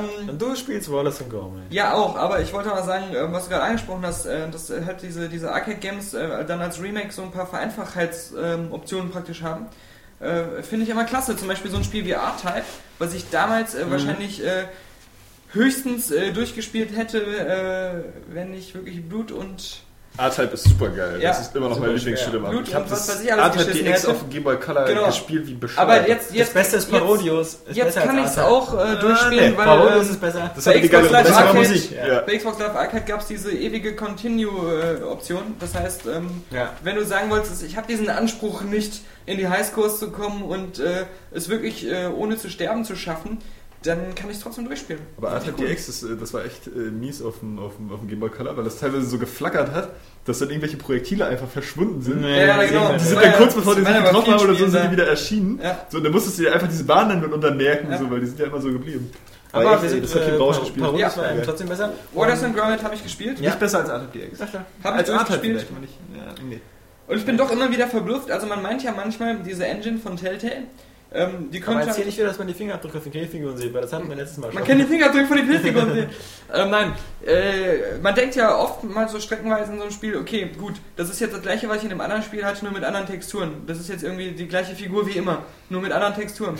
S2: Nee, ähm,
S3: Und du spielst Wallace and Gromit.
S2: ja auch, aber ich wollte mal sagen, äh, was du gerade angesprochen hast, äh, dass äh, halt diese, diese Arcade-Games äh, dann als Remake so ein paar Vereinfachheitsoptionen praktisch haben. Äh, Finde ich immer klasse. Zum Beispiel so ein Spiel wie R-Type, was ich damals
S3: Mhm.
S2: äh, wahrscheinlich äh, höchstens äh, durchgespielt hätte, äh, wenn ich wirklich Blut und
S4: R-Type ist super geil.
S2: Ja.
S4: das ist immer noch
S3: Super
S4: mein Lieblingsschüler.
S3: schwer.
S4: Mann.
S2: Blut
S4: Ich habe
S2: und was
S4: das
S2: weiß ich alles
S4: R-Type
S2: geschissen
S4: DX
S2: hätte.
S4: auf dem Game Boy Color
S2: Genau.
S4: gespielt wie bescheuert.
S2: Aber jetzt, jetzt,
S3: das Beste ist Parodius. Ist
S2: Jetzt, jetzt
S3: besser
S2: kann ich
S3: als
S2: es
S3: Arthur.
S2: auch äh, durchspielen,
S3: Nee,
S2: weil
S3: Parodius
S2: ähm,
S3: ist besser.
S4: das
S2: bei
S4: hat die geile
S2: Xbox Live
S4: bessere
S2: Arcade-
S4: Musik. Ja.
S2: Bei Xbox Live Arcade gab es diese ewige Continue-Option. Das heißt, ähm,
S3: Ja.
S2: wenn du sagen wolltest, ich habe diesen Anspruch nicht in die Highscores zu kommen und äh, es wirklich äh, ohne zu sterben zu schaffen, dann kann ich es trotzdem durchspielen.
S4: Aber
S2: Finde
S4: R-Type
S2: ich cool.
S4: DX, das, äh, das war echt äh, mies auf dem, auf, dem, auf dem Game Boy Color, weil das teilweise so geflackert hat, dass dann irgendwelche Projektile einfach verschwunden sind.
S2: Ja, ja, genau.
S4: Die sind
S2: Ja,
S4: dann
S2: ja,
S4: kurz bevor die
S2: das
S4: sich
S2: waren aber
S4: getroffen haben oder so,
S2: Spielen
S4: sind die
S2: da.
S4: wieder erschienen.
S2: Ja.
S4: So, und dann musstest du dir einfach diese Bahn dann mitunter merken,
S2: Ja.
S4: so, weil die sind ja immer so geblieben.
S3: Aber
S4: Weil echt,
S3: wir sind
S4: das hat
S3: äh,
S4: den Rausch
S3: Par-
S4: gespielt.
S3: Parodius
S2: Ja.
S3: war eben trotzdem besser.
S2: Waters and Gromit habe ich gespielt.
S3: Ja.
S4: besser als R-Type DX. Ach, klar.
S2: Hab ich durchgespielt.
S4: vielleicht, aber nicht. Ja, nee.
S2: Und ich bin doch immer wieder verblüfft. Also man meint ja manchmal, diese Engine von Telltale, äh, Ähm, die können
S3: Aber erzähl nicht wieder, dass man die Fingerabdrücke von Knetfiguren sieht, weil das hatten wir letztes Mal schon.
S2: Man kann die Fingerabdrücke von den Pilzfiguren sehen. ähm, nein, äh, man denkt ja oft mal so streckenweise in so einem Spiel, okay, gut, das ist jetzt das gleiche, was ich in dem anderen Spiel hatte, nur mit anderen Texturen. Das ist jetzt irgendwie die gleiche Figur wie immer, nur mit anderen Texturen.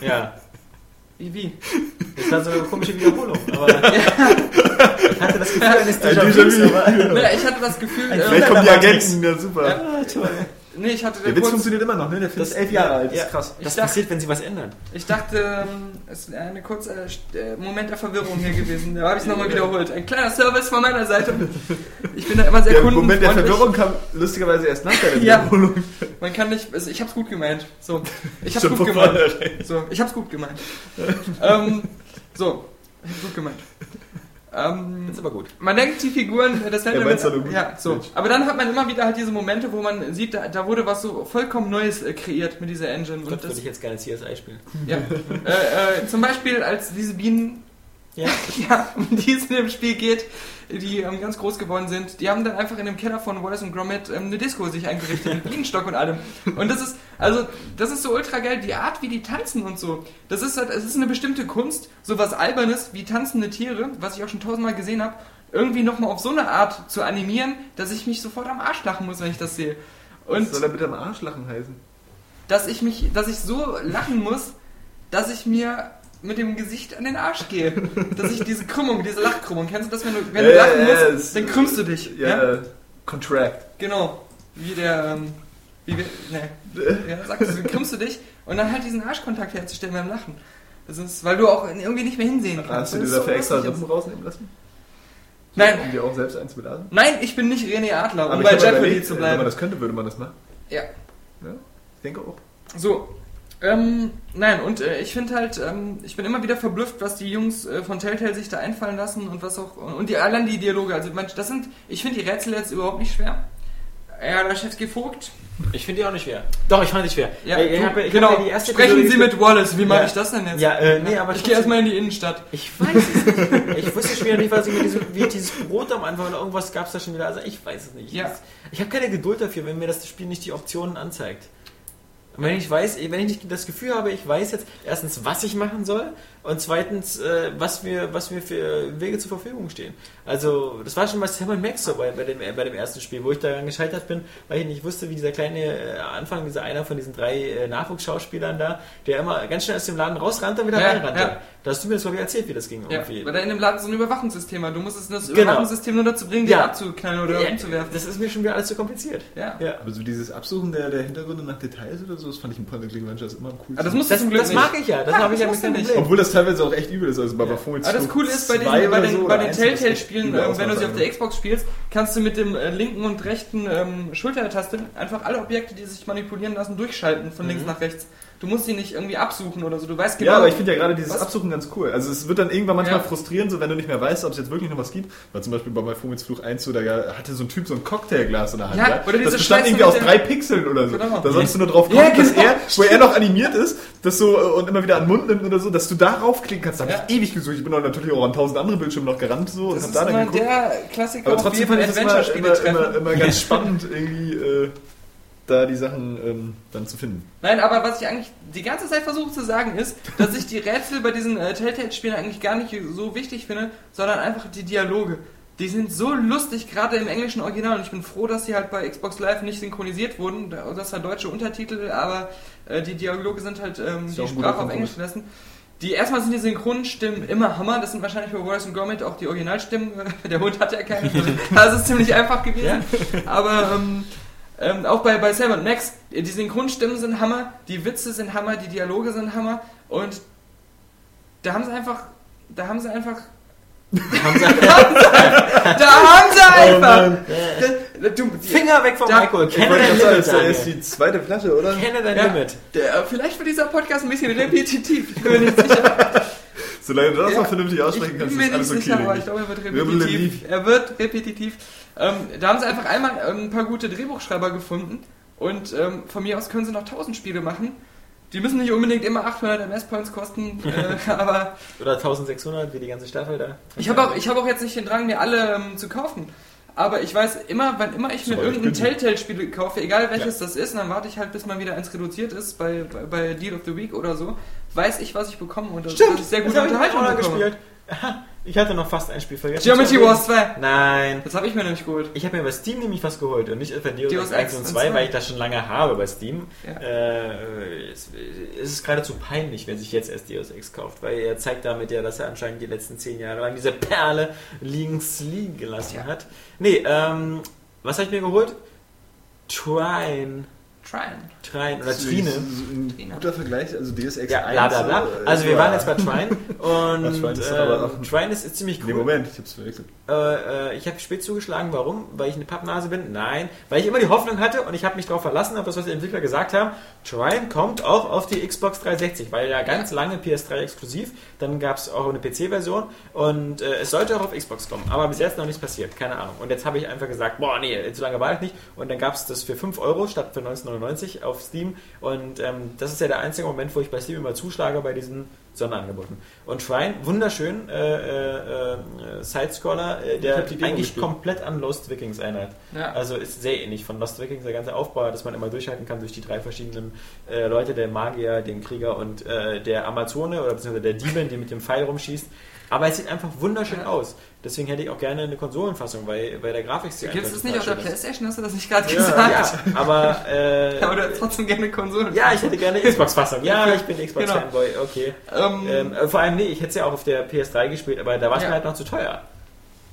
S3: ja,
S2: Wie, wie?
S3: das war so eine komische Wiederholung, aber ich hatte das Gefühl eines
S4: Ein
S3: Déjà-vus,
S4: Déjà-vu.
S3: aber...
S2: Naja, ich hatte das Gefühl,
S4: Vielleicht
S2: äh,
S4: kommen die Agenten, ja super.
S2: Ja. nee, ich hatte
S4: Der Witz
S2: kurz,
S4: funktioniert immer noch, ne? Der Film ist elf Jahre alt,
S3: Ja,
S4: ist krass.
S2: Ich
S3: Das
S2: dachte-
S3: passiert, wenn sie was ändern.
S2: ich dachte, ähm, es wäre ein kurzer äh, Moment der Verwirrung hier gewesen. Da habe ich es nochmal wiederholt. Ein kleiner Service von meiner Seite. Ich bin da immer sehr
S4: Der Moment der
S2: kundenfreundlich.
S4: Verwirrung kam lustigerweise erst nach der
S2: Ja.
S4: Wiederholung.
S2: Man kann nicht, also ich hab's gut gemeint. So, ich hab's
S4: Schon
S2: gut
S4: von
S2: gemeint.
S4: vornherein.
S2: So, ich hab's gut gemeint. ähm, so, ich hab's gut gemeint. Ähm,
S3: Das ist aber gut.
S2: man denkt, die Figuren, äh, das hätte
S4: Ja,
S2: man-
S4: meinst du, du-
S2: ja, so.
S4: Mensch.
S2: Aber dann hat man immer wieder halt diese Momente, wo man sieht, da, da wurde was so vollkommen Neues äh, kreiert mit dieser Engine.
S3: Gott,
S2: Und
S3: würde
S2: das,
S3: ich jetzt gerne CSI spielen.
S2: ja. äh, äh, zum Beispiel, als diese Bienen
S3: Ja.
S2: ja, um die es in dem Spiel geht, die ähm, ganz groß geworden sind, die haben dann einfach in dem Keller von Wallace und Gromit ähm, eine Disco sich eingerichtet, mit Bienenstock und allem. Und das ist, also, das ist so ultra geil, die Art, wie die tanzen und so. Das ist halt, es ist eine bestimmte Kunst, sowas Albernes wie tanzende Tiere, was ich auch schon tausendmal gesehen habe, irgendwie nochmal auf so eine Art zu animieren, dass ich mich sofort am Arsch lachen muss, wenn ich das sehe. Und
S4: Was soll er bitte am Arsch lachen heißen?
S2: dass ich mich, dass ich so lachen muss, dass ich mir mit dem Gesicht an den Arsch gehe. Dass ich diese Krümmung, diese Lachkrümmung, kennst du das, wenn du, wenn du
S4: Ja,
S2: lachen
S4: ja, ja, es-
S2: musst, dann krümmst du dich. Ja.
S4: Äh, Ja, äh, Contract.
S2: Genau. Wie der, ähm, wie wir, ne, ja, sagst du, dann krümmst du dich und dann halt diesen Arschkontakt herzustellen beim Lachen. Das ist, weil du auch irgendwie nicht mehr hinsehen kannst.
S4: Hast du
S2: Das
S4: dir
S2: ist so
S4: dafür extra
S2: lustig.
S4: Rippen rausnehmen lassen? Um
S2: Nein,
S4: dir auch selbst eins beladen?
S2: nein, ich bin nicht René Adler, um
S4: ich
S2: bei
S4: hab mal
S2: Jeopardy
S4: überlegt,
S2: zu
S4: Wenn man
S2: bleiben.
S4: das könnte, würde man das machen.
S2: Ja.
S4: Ja, ich denke auch.
S2: So, ähm, nein, und äh, ich finde halt, ähm, ich bin immer wieder verblüfft, was die Jungs äh, von Telltale sich da einfallen lassen und was auch, und die, allein die Dialoge, also man, das sind, ich finde die Rätsel jetzt überhaupt nicht schwer. Ja, der Chef gefogt.
S3: Ich finde die auch nicht schwer. Doch, ich fand die schwer.
S2: Ja,
S3: ich, ich
S2: du-
S3: hab- ich hab
S2: genau.
S3: ja die erste
S2: Sprechen
S3: Episode
S2: Sie mit Wallace, wie mache
S3: Ja.
S2: ich das denn jetzt?
S3: Ja, äh, nee, aber
S2: ich
S3: ich
S2: gehe
S3: wusste-
S2: erstmal in die Innenstadt.
S3: Ich weiß es nicht. Ich wusste schon wieder nicht, was ich mit diesem, wie dieses Brot am Anfang oder irgendwas gab es da schon wieder. Also ich weiß es nicht.
S2: Ja.
S3: Das- Ich habe keine Geduld dafür, wenn mir das Spiel nicht die Optionen anzeigt. Und wenn ich weiß, wenn ich nicht das Gefühl habe, ich weiß jetzt erstens, was ich machen soll und zweitens, äh, was mir, was mir für Wege zur Verfügung stehen. Also das war schon bei Sam Max so bei, bei, dem, äh, bei dem ersten Spiel, wo ich daran gescheitert bin, weil ich nicht wusste, wie dieser kleine äh, Anfang, dieser einer von diesen drei äh, Nachwuchsschauspielern da, der immer ganz schnell aus dem Laden rausrannte und wieder
S2: Ja,
S3: reinrannte.
S2: ja.
S3: Da hast du mir das glaube ich erzählt, wie das ging
S2: Ja,
S3: irgendwie.
S2: weil da in dem Laden so ein Überwachungssystem war. Du musst es in das
S3: Genau.
S2: Überwachungssystem nur dazu bringen, den
S3: Ja.
S2: abzuknallen oder
S3: Ja,
S2: umzuwerfen.
S3: Das ist mir schon wieder alles zu kompliziert.
S2: Ja.
S3: Ja.
S4: Aber so dieses Absuchen der, der Hintergründe nach Details oder so, das fand ich in Point and Ventures immer am coolsten.
S2: Aber das musst du
S3: Das,
S2: zum Glück
S3: das
S2: nicht.
S3: mag ich ja, das
S2: Ja,
S3: habe
S2: das
S3: ich ja mit
S2: musst du
S3: dem
S2: nicht.
S3: Problem.
S4: Obwohl das teilweise auch echt übel ist, also bei ja. Baphomets
S2: Aber Ah, das Coole ist, bei den,
S4: zwei
S2: bei
S4: oder
S2: den,
S4: so,
S2: bei
S4: oder
S2: den
S4: eins, das ist
S2: Telltale-Spielen,
S4: übel
S2: ähm,
S4: aus,
S2: wenn du
S4: was
S2: sie auf
S4: da
S2: der Xbox spielst, kannst du mit dem äh, linken und rechten ähm, Schultertaste einfach alle Objekte, die sich manipulieren lassen, durchschalten von links nach rechts. Du musst sie nicht irgendwie absuchen oder so. Du weißt genau.
S4: Mhm. Ja, aber ich finde ja gerade dieses
S2: Was?
S4: Absuchen ganz cool. Also es wird dann irgendwann manchmal
S2: Ja.
S4: frustrierend, so wenn du nicht mehr weißt, ob es jetzt wirklich noch was gibt. Weil zum Beispiel bei Baphomets Fluch 1 so, da hatte so ein Typ so ein Cocktailglas in der Hand.
S2: Ja,
S4: Ja,
S2: oder diese
S4: das bestand
S2: Scheiße
S4: irgendwie
S2: mit
S4: aus
S2: der-
S4: drei Pixeln oder so.
S2: Genau.
S4: Da sollst du nur drauf kommen,
S2: Ja,
S4: dass
S2: genau.
S4: er, wo er noch animiert ist, das so äh, und immer wieder an den Mund nimmt oder so, dass du da raufklicken kannst. Da
S2: Ja.
S4: hab ich ewig gesucht. Ich bin auch natürlich auch an tausend andere Bildschirme noch gerannt so
S2: das
S4: und
S2: ist
S4: hab da
S2: immer
S4: dann geguckt.
S2: der Klassiker,
S4: Aber
S2: auf
S4: trotzdem
S2: jeden
S4: fand ich das immer,
S2: Adventure-Spiele
S4: immer, immer,
S2: treffen.
S4: immer ganz spannend, irgendwie äh, da die Sachen ähm, dann zu finden.
S2: Nein, aber was ich eigentlich die ganze Zeit versuche zu sagen ist, dass ich die Rätsel bei diesen äh, Telltale-Spielen eigentlich gar nicht so wichtig finde, sondern einfach die Dialoge. Die sind so lustig, gerade im englischen Original. Und ich bin froh, dass sie halt bei Xbox Live nicht synchronisiert wurden. Da- Das war deutsche Untertitel, aber äh, die Dialoge sind halt ähm,
S4: ja
S2: die
S4: auch ein guter
S2: Sprache auf
S4: Kompromiss.
S2: Englisch gelassen. Die erstmal sind die synchronen Stimmen immer Hammer. Das sind wahrscheinlich bei Wallace und Gromit auch die Originalstimmen. Der Hund hat ja keine. Das ist ziemlich einfach gewesen. Aber ähm, ähm, auch bei, bei Sam und Max, die Synchronstimmen sind Hammer, die Witze sind Hammer, die Dialoge sind Hammer und da haben sie einfach, da haben sie einfach,
S3: Haben sie- Oh
S2: da haben sie einfach!
S4: Ähm,
S2: Da- du, die,
S3: Finger weg vom
S2: Da-
S3: Alkohol.
S4: ich
S3: Kenne
S4: wollte
S3: dein
S4: gerade sagen, das
S3: Limit,
S4: ist ja jetzt
S3: Daniel.
S4: die zweite Flasche, oder?
S3: Kenne dein
S2: Ja.
S3: Limit.
S2: der, äh, vielleicht wird dieser Podcast ein bisschen repetitiv, ich bin mir nicht sicher.
S4: Solange du das
S2: Ja.
S4: noch vernünftig aussprechen
S2: Ich bin
S4: kannst,
S2: mir
S4: ist
S2: nicht
S4: alles okay.
S2: sicher, aber
S4: denke
S2: ich glaube, er wird repetitiv.
S4: Repetitiv.
S2: Er wird repetitiv. Ähm, da haben sie einfach einmal ähm, ein paar gute Drehbuchschreiber gefunden und ähm, von mir aus können sie noch 1000 Spiele machen. Die müssen nicht unbedingt immer 800 MS-Points kosten, äh, aber
S3: Oder 1600, wie die ganze Staffel da.
S2: Ich habe auch, ich hab auch jetzt nicht den Drang, mir alle ähm, zu kaufen. Aber ich weiß immer, wann immer ich mir
S4: So, ich
S2: irgendein
S4: bin-
S2: Telltale-Spiel kaufe, egal welches das ist, und dann warte ich halt, bis mal wieder eins reduziert ist, bei, bei, bei Deal of the Week oder so, weiß ich mit bekomme und das dass ich sehr gute
S3: das habe ich
S2: Unterhaltung
S3: auch noch
S2: bekomme.
S3: gespielt. Ich hatte noch fast ein Spiel vergessen.
S2: Geometry Wars 2.
S3: Nein.
S2: Das habe ich mir nämlich geholt.
S3: Ich habe mir bei Steam nämlich was geholt und nicht etwa Deus,
S2: Deus
S3: Ex
S2: Ex
S3: 1 und
S2: und
S3: 2,
S2: zwei.
S3: weil ich das schon lange habe bei Steam.
S2: Ja.
S3: Äh, es, es ist geradezu peinlich, wenn sich jetzt erst Deus Ex kauft, weil er zeigt damit ja, dass er anscheinend die letzten zehn Jahre lang diese Perle links liegen gelassen
S2: Ja.
S3: hat. Nee, ähm, was habe ich mir geholt? Trine.
S2: Trine.
S3: Trine oder
S4: Das ist
S3: Trine.
S4: Ein guter Vergleich, also DSX
S3: Ja, bla bla bla.
S4: äh,
S3: Also wir waren jetzt bei Trine
S4: Ja,
S3: und
S4: Trine ist
S3: ähm,
S4: aber noch-
S3: Trine ist, ist ziemlich cool.
S4: Nee, Moment, ich hab's verwechselt.
S3: Äh, äh, ich habe spät zugeschlagen. Warum? Weil ich eine Pappnase bin? Nein. Weil ich immer die Hoffnung hatte und ich habe mich darauf verlassen, auf das, was die Entwickler gesagt haben. Trine kommt auch auf die Xbox 360, weil ja ganz lange PS3 exklusiv. Dann gab es auch eine PC-Version und äh, es sollte auch auf Xbox kommen. Aber bis jetzt noch nichts passiert. Keine Ahnung. Und jetzt habe ich einfach gesagt, boah, nee, so lange war ich nicht. Und dann gab es das für 5 Euro statt für 19,99 auf Steam. Und ähm, das ist ja der einzige Moment, wo ich bei Steam immer zuschlage bei diesen Sonderangeboten. Und Shrine, wunderschön, äh, äh, äh, Sidescroller, äh, der
S4: Ich hab die Demo
S3: eigentlich
S4: gespielt.
S3: komplett an Lost Vikings erinnert.
S2: Ja.
S3: Also ist sehr ähnlich von Lost Vikings, der ganze Aufbau, dass man immer durchhalten kann durch die drei verschiedenen äh, Leute, der Magier, den Krieger und äh, der Amazone oder beziehungsweise der Demon, die mit dem Pfeil rumschießt. Aber es sieht einfach wunderschön
S2: Ja.
S3: aus. Deswegen hätte ich auch gerne eine Konsolenfassung, weil bei der Grafik sieht
S2: Gibt es
S3: einfach
S2: nicht auf der
S3: total schön aus.
S2: Playstation? Hast du das nicht gerade gesagt?
S3: Ja, ja, aber äh,
S2: Aber du hast trotzdem gerne Konsolen.
S3: ja, ich hätte gerne Xbox-Fassung. Ja, ich bin
S2: Genau.
S3: Xbox-Fanboy, okay.
S2: Ähm,
S3: Ähm, äh, vor allem, nee, ich hätte es ja auch auf der PS3 gespielt, aber da war es
S2: Ja.
S3: mir halt noch zu teuer.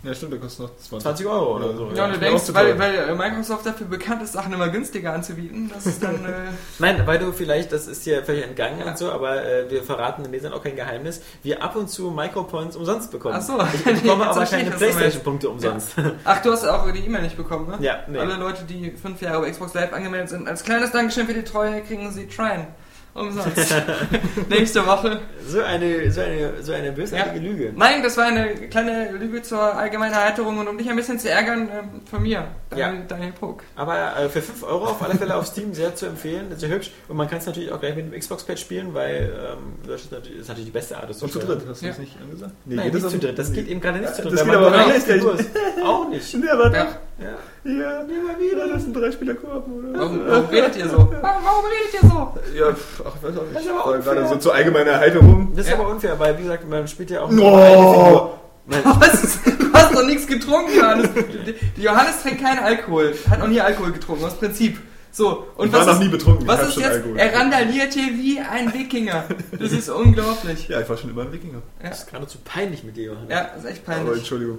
S4: Ja, stimmt, da kostet noch 20.
S3: 20 Euro oder
S2: ja,
S3: so.
S2: und du
S4: Ist mir auch
S2: denkst,
S4: zu
S2: weil,
S4: teuer.
S2: weil äh, Microsoft dafür bekannt ist, Sachen immer günstiger anzubieten, dass es dann. Äh,
S3: Nein, weil du vielleicht, das ist dir vielleicht entgangen
S2: Ja.
S3: und so, aber äh, wir verraten den Lesern auch kein Geheimnis, wir ab und zu Micropoints umsonst bekommen.
S2: Ach so.
S3: Ich bekomme
S2: Jetzt
S3: aber
S2: verstehe ich,
S3: keine
S2: was du meinst.
S3: Playstation-Punkte umsonst.
S2: ach, du hast auch die E-Mail nicht bekommen, ne?
S3: Ja, nee.
S2: Alle Leute, die fünf Jahre bei Xbox Live angemeldet sind, als kleines Dankeschön für die Treue kriegen sie Trine. Umsonst. Nächste Woche.
S3: So eine, so eine, so eine bösartige
S2: Ja.
S3: Lüge.
S2: Nein, das war eine kleine Lüge zur allgemeinen Erheiterung und um dich ein bisschen zu ärgern, ähm, von mir, Daniel,
S3: Ja.
S2: Daniel Pog.
S3: Aber äh, für 5 Euro auf alle Fälle auf Steam sehr zu empfehlen, sehr hübsch. Und man kann es natürlich auch gleich mit dem Xbox-Pad spielen, weil ähm, das ist natürlich, das ist natürlich die beste Art, es
S4: Und zu
S3: spielen.
S4: dritt, hast du
S2: Ja.
S4: das nicht angesagt? Nee,
S3: Nein,
S4: geht
S3: nicht
S4: das
S3: zu
S4: auf-
S3: dritt. Das geht eben gerade nicht zu dritt.
S4: Das
S3: weil
S4: geht
S3: man
S4: aber
S3: nur
S4: auch
S3: auf
S4: nicht.
S3: Tour ist. Auch nicht.
S4: Nee, aber
S2: Ja.
S4: doch.
S3: Ja.
S4: Ja, immer wieder, das sind drei Spieler Koop, oder?
S2: Warum, warum redet ihr so? Warum, warum redet ihr so?
S4: Ja, pf, ach, ich weiß auch nicht.
S3: Das ist aber
S4: War gerade
S3: unfair.
S4: so zur allgemeinen Erhaltung rum.
S3: Das ist
S2: Ja.
S3: aber unfair, weil wie gesagt, man spielt ja auch
S4: Oh.
S3: Nein,
S2: Was? Du hast doch nichts getrunken, Johannes. Die- die Johannes trinkt keinen Alkohol. Hat noch nie Alkohol getrunken, aus Prinzip. So, und
S4: Ich
S2: was
S4: war noch
S2: ist,
S4: nie betrunken, ich
S2: Was
S4: hab
S2: ist
S4: schon
S2: jetzt?
S4: Alkohol.
S2: Er randaliert hier wie ein Wikinger. Das ist unglaublich.
S4: Ja, ich war schon immer ein Wikinger.
S2: Ja,
S3: Das ist geradezu peinlich mit dir, Johannes.
S2: ja ist echt
S4: Aber
S2: peinlich.
S4: Entschuldigung.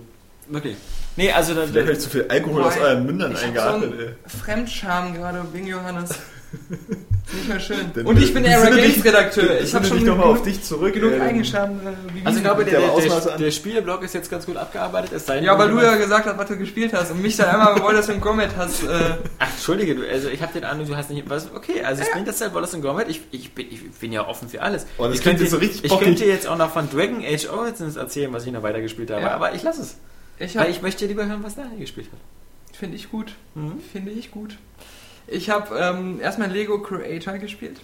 S3: Wirklich. Nee, also dann.
S4: Vielleicht habe ich zu viel Alkohol aus
S2: Why?
S4: euren Mündern
S2: Ich hab so
S4: eingeatmet, ey.
S2: einen Fremdscham gerade wegen Johannes. Ist nicht mehr schön.
S4: Dann-
S2: Und ich bin
S4: dann
S2: der
S4: sinne dich-
S2: Games-Redakteur.
S4: dann
S2: Ich habe
S4: sinne
S2: schon
S4: dich doch mal
S2: genug-
S4: auf dich zurück. ähm,
S2: genug
S4: ey, dann-
S2: Eigenschaften. Äh, wie
S3: also ich glaube,
S4: Mit
S3: der,
S4: der
S3: der,
S4: Ausmaße
S3: der,
S4: an.
S3: der Spieleblock ist jetzt ganz gut abgearbeitet. Es sei denn,
S2: ja, weil du ja
S3: jemand-
S2: gesagt hast, was du gespielt hast und mich da einmal wolltest und Comment hast. Äh,
S3: Ach, entschuldige, du, also ich habe den Ahnung, du hast nicht. Was, okay, also es klingt das halt Wallace und Gromit. Ich, ich, bin, ich bin ja offen für alles.
S4: Oh, das
S3: ich
S4: klingt
S3: könnte,
S4: jetzt so richtig
S3: ich
S4: bockig.
S3: könnte jetzt auch noch von Dragon Age Origins erzählen, was ich noch weitergespielt habe,
S2: Ja.
S3: aber ich lasse es.
S2: ich
S3: Weil
S2: hab,
S3: ich möchte lieber hören, was Daniel gespielt hat.
S2: finde ich gut.
S3: Mhm.
S2: Finde ich gut. Ich habe ähm, erstmal Lego Creator gespielt,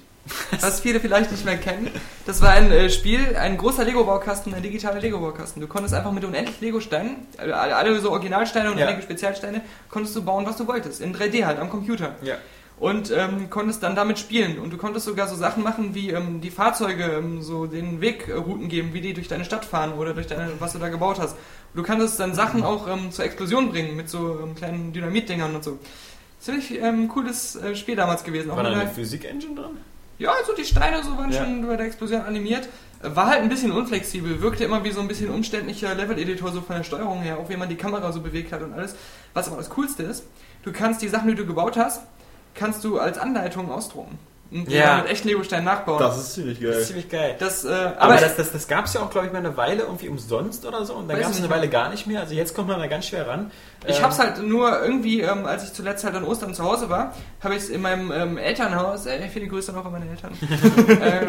S2: was viele vielleicht nicht mehr kennen. Das war ein äh, Spiel, ein großer Lego-Baukasten, ein digitaler Lego-Baukasten. Du konntest einfach mit unendlich Lego-Steinen, also alle alle so Originalsteine und
S3: Ja.
S2: einige Spezialsteine, konntest du bauen, was du wolltest. In 3D halt, am Computer.
S3: Ja.
S2: und ähm, konntest dann damit spielen. Und du konntest sogar so Sachen machen, wie ähm, die Fahrzeuge ähm, so den Wegrouten geben, wie die durch deine Stadt fahren oder durch deine, was du da gebaut hast. Du kannst dann Sachen auch ähm, zur Explosion bringen mit so ähm, kleinen Dynamitdingern und so. Ziemlich ähm, cooles äh, Spiel damals gewesen. Auch
S3: War da
S2: mit
S3: eine
S2: einer-
S3: Physik-Engine drin?
S2: ja, also die Steine so waren
S3: Ja.
S2: schon bei der Explosion animiert. Äh, War halt ein bisschen unflexibel, wirkte immer wie so ein bisschen umständlicher Level-Editor, so von der Steuerung her, auch wie man die Kamera so bewegt hat und alles. Was aber das Coolste ist, du kannst die Sachen, die du gebaut hast, kannst du als Anleitung ausdrucken. Und die
S3: Ja.
S2: dann mit echten Lego-Steinen nachbauen.
S4: Das ist ziemlich
S3: Das ist
S4: geil.
S3: ziemlich geil.
S2: Das, äh,
S3: Aber,
S2: aber
S3: das, das, das gab es ja auch, glaube ich, mal eine Weile irgendwie umsonst oder so. Und dann
S2: Weiß
S3: gab es
S2: ich
S3: eine
S2: nicht.
S3: Weile gar nicht mehr. Also jetzt kommt man da ganz schwer ran.
S2: Ich
S3: Ähm,
S2: hab's halt nur irgendwie, ähm, als ich zuletzt halt an Ostern zu Hause war, habe ich es in meinem ähm, Elternhaus, äh, viele Grüße noch an meine Eltern, äh,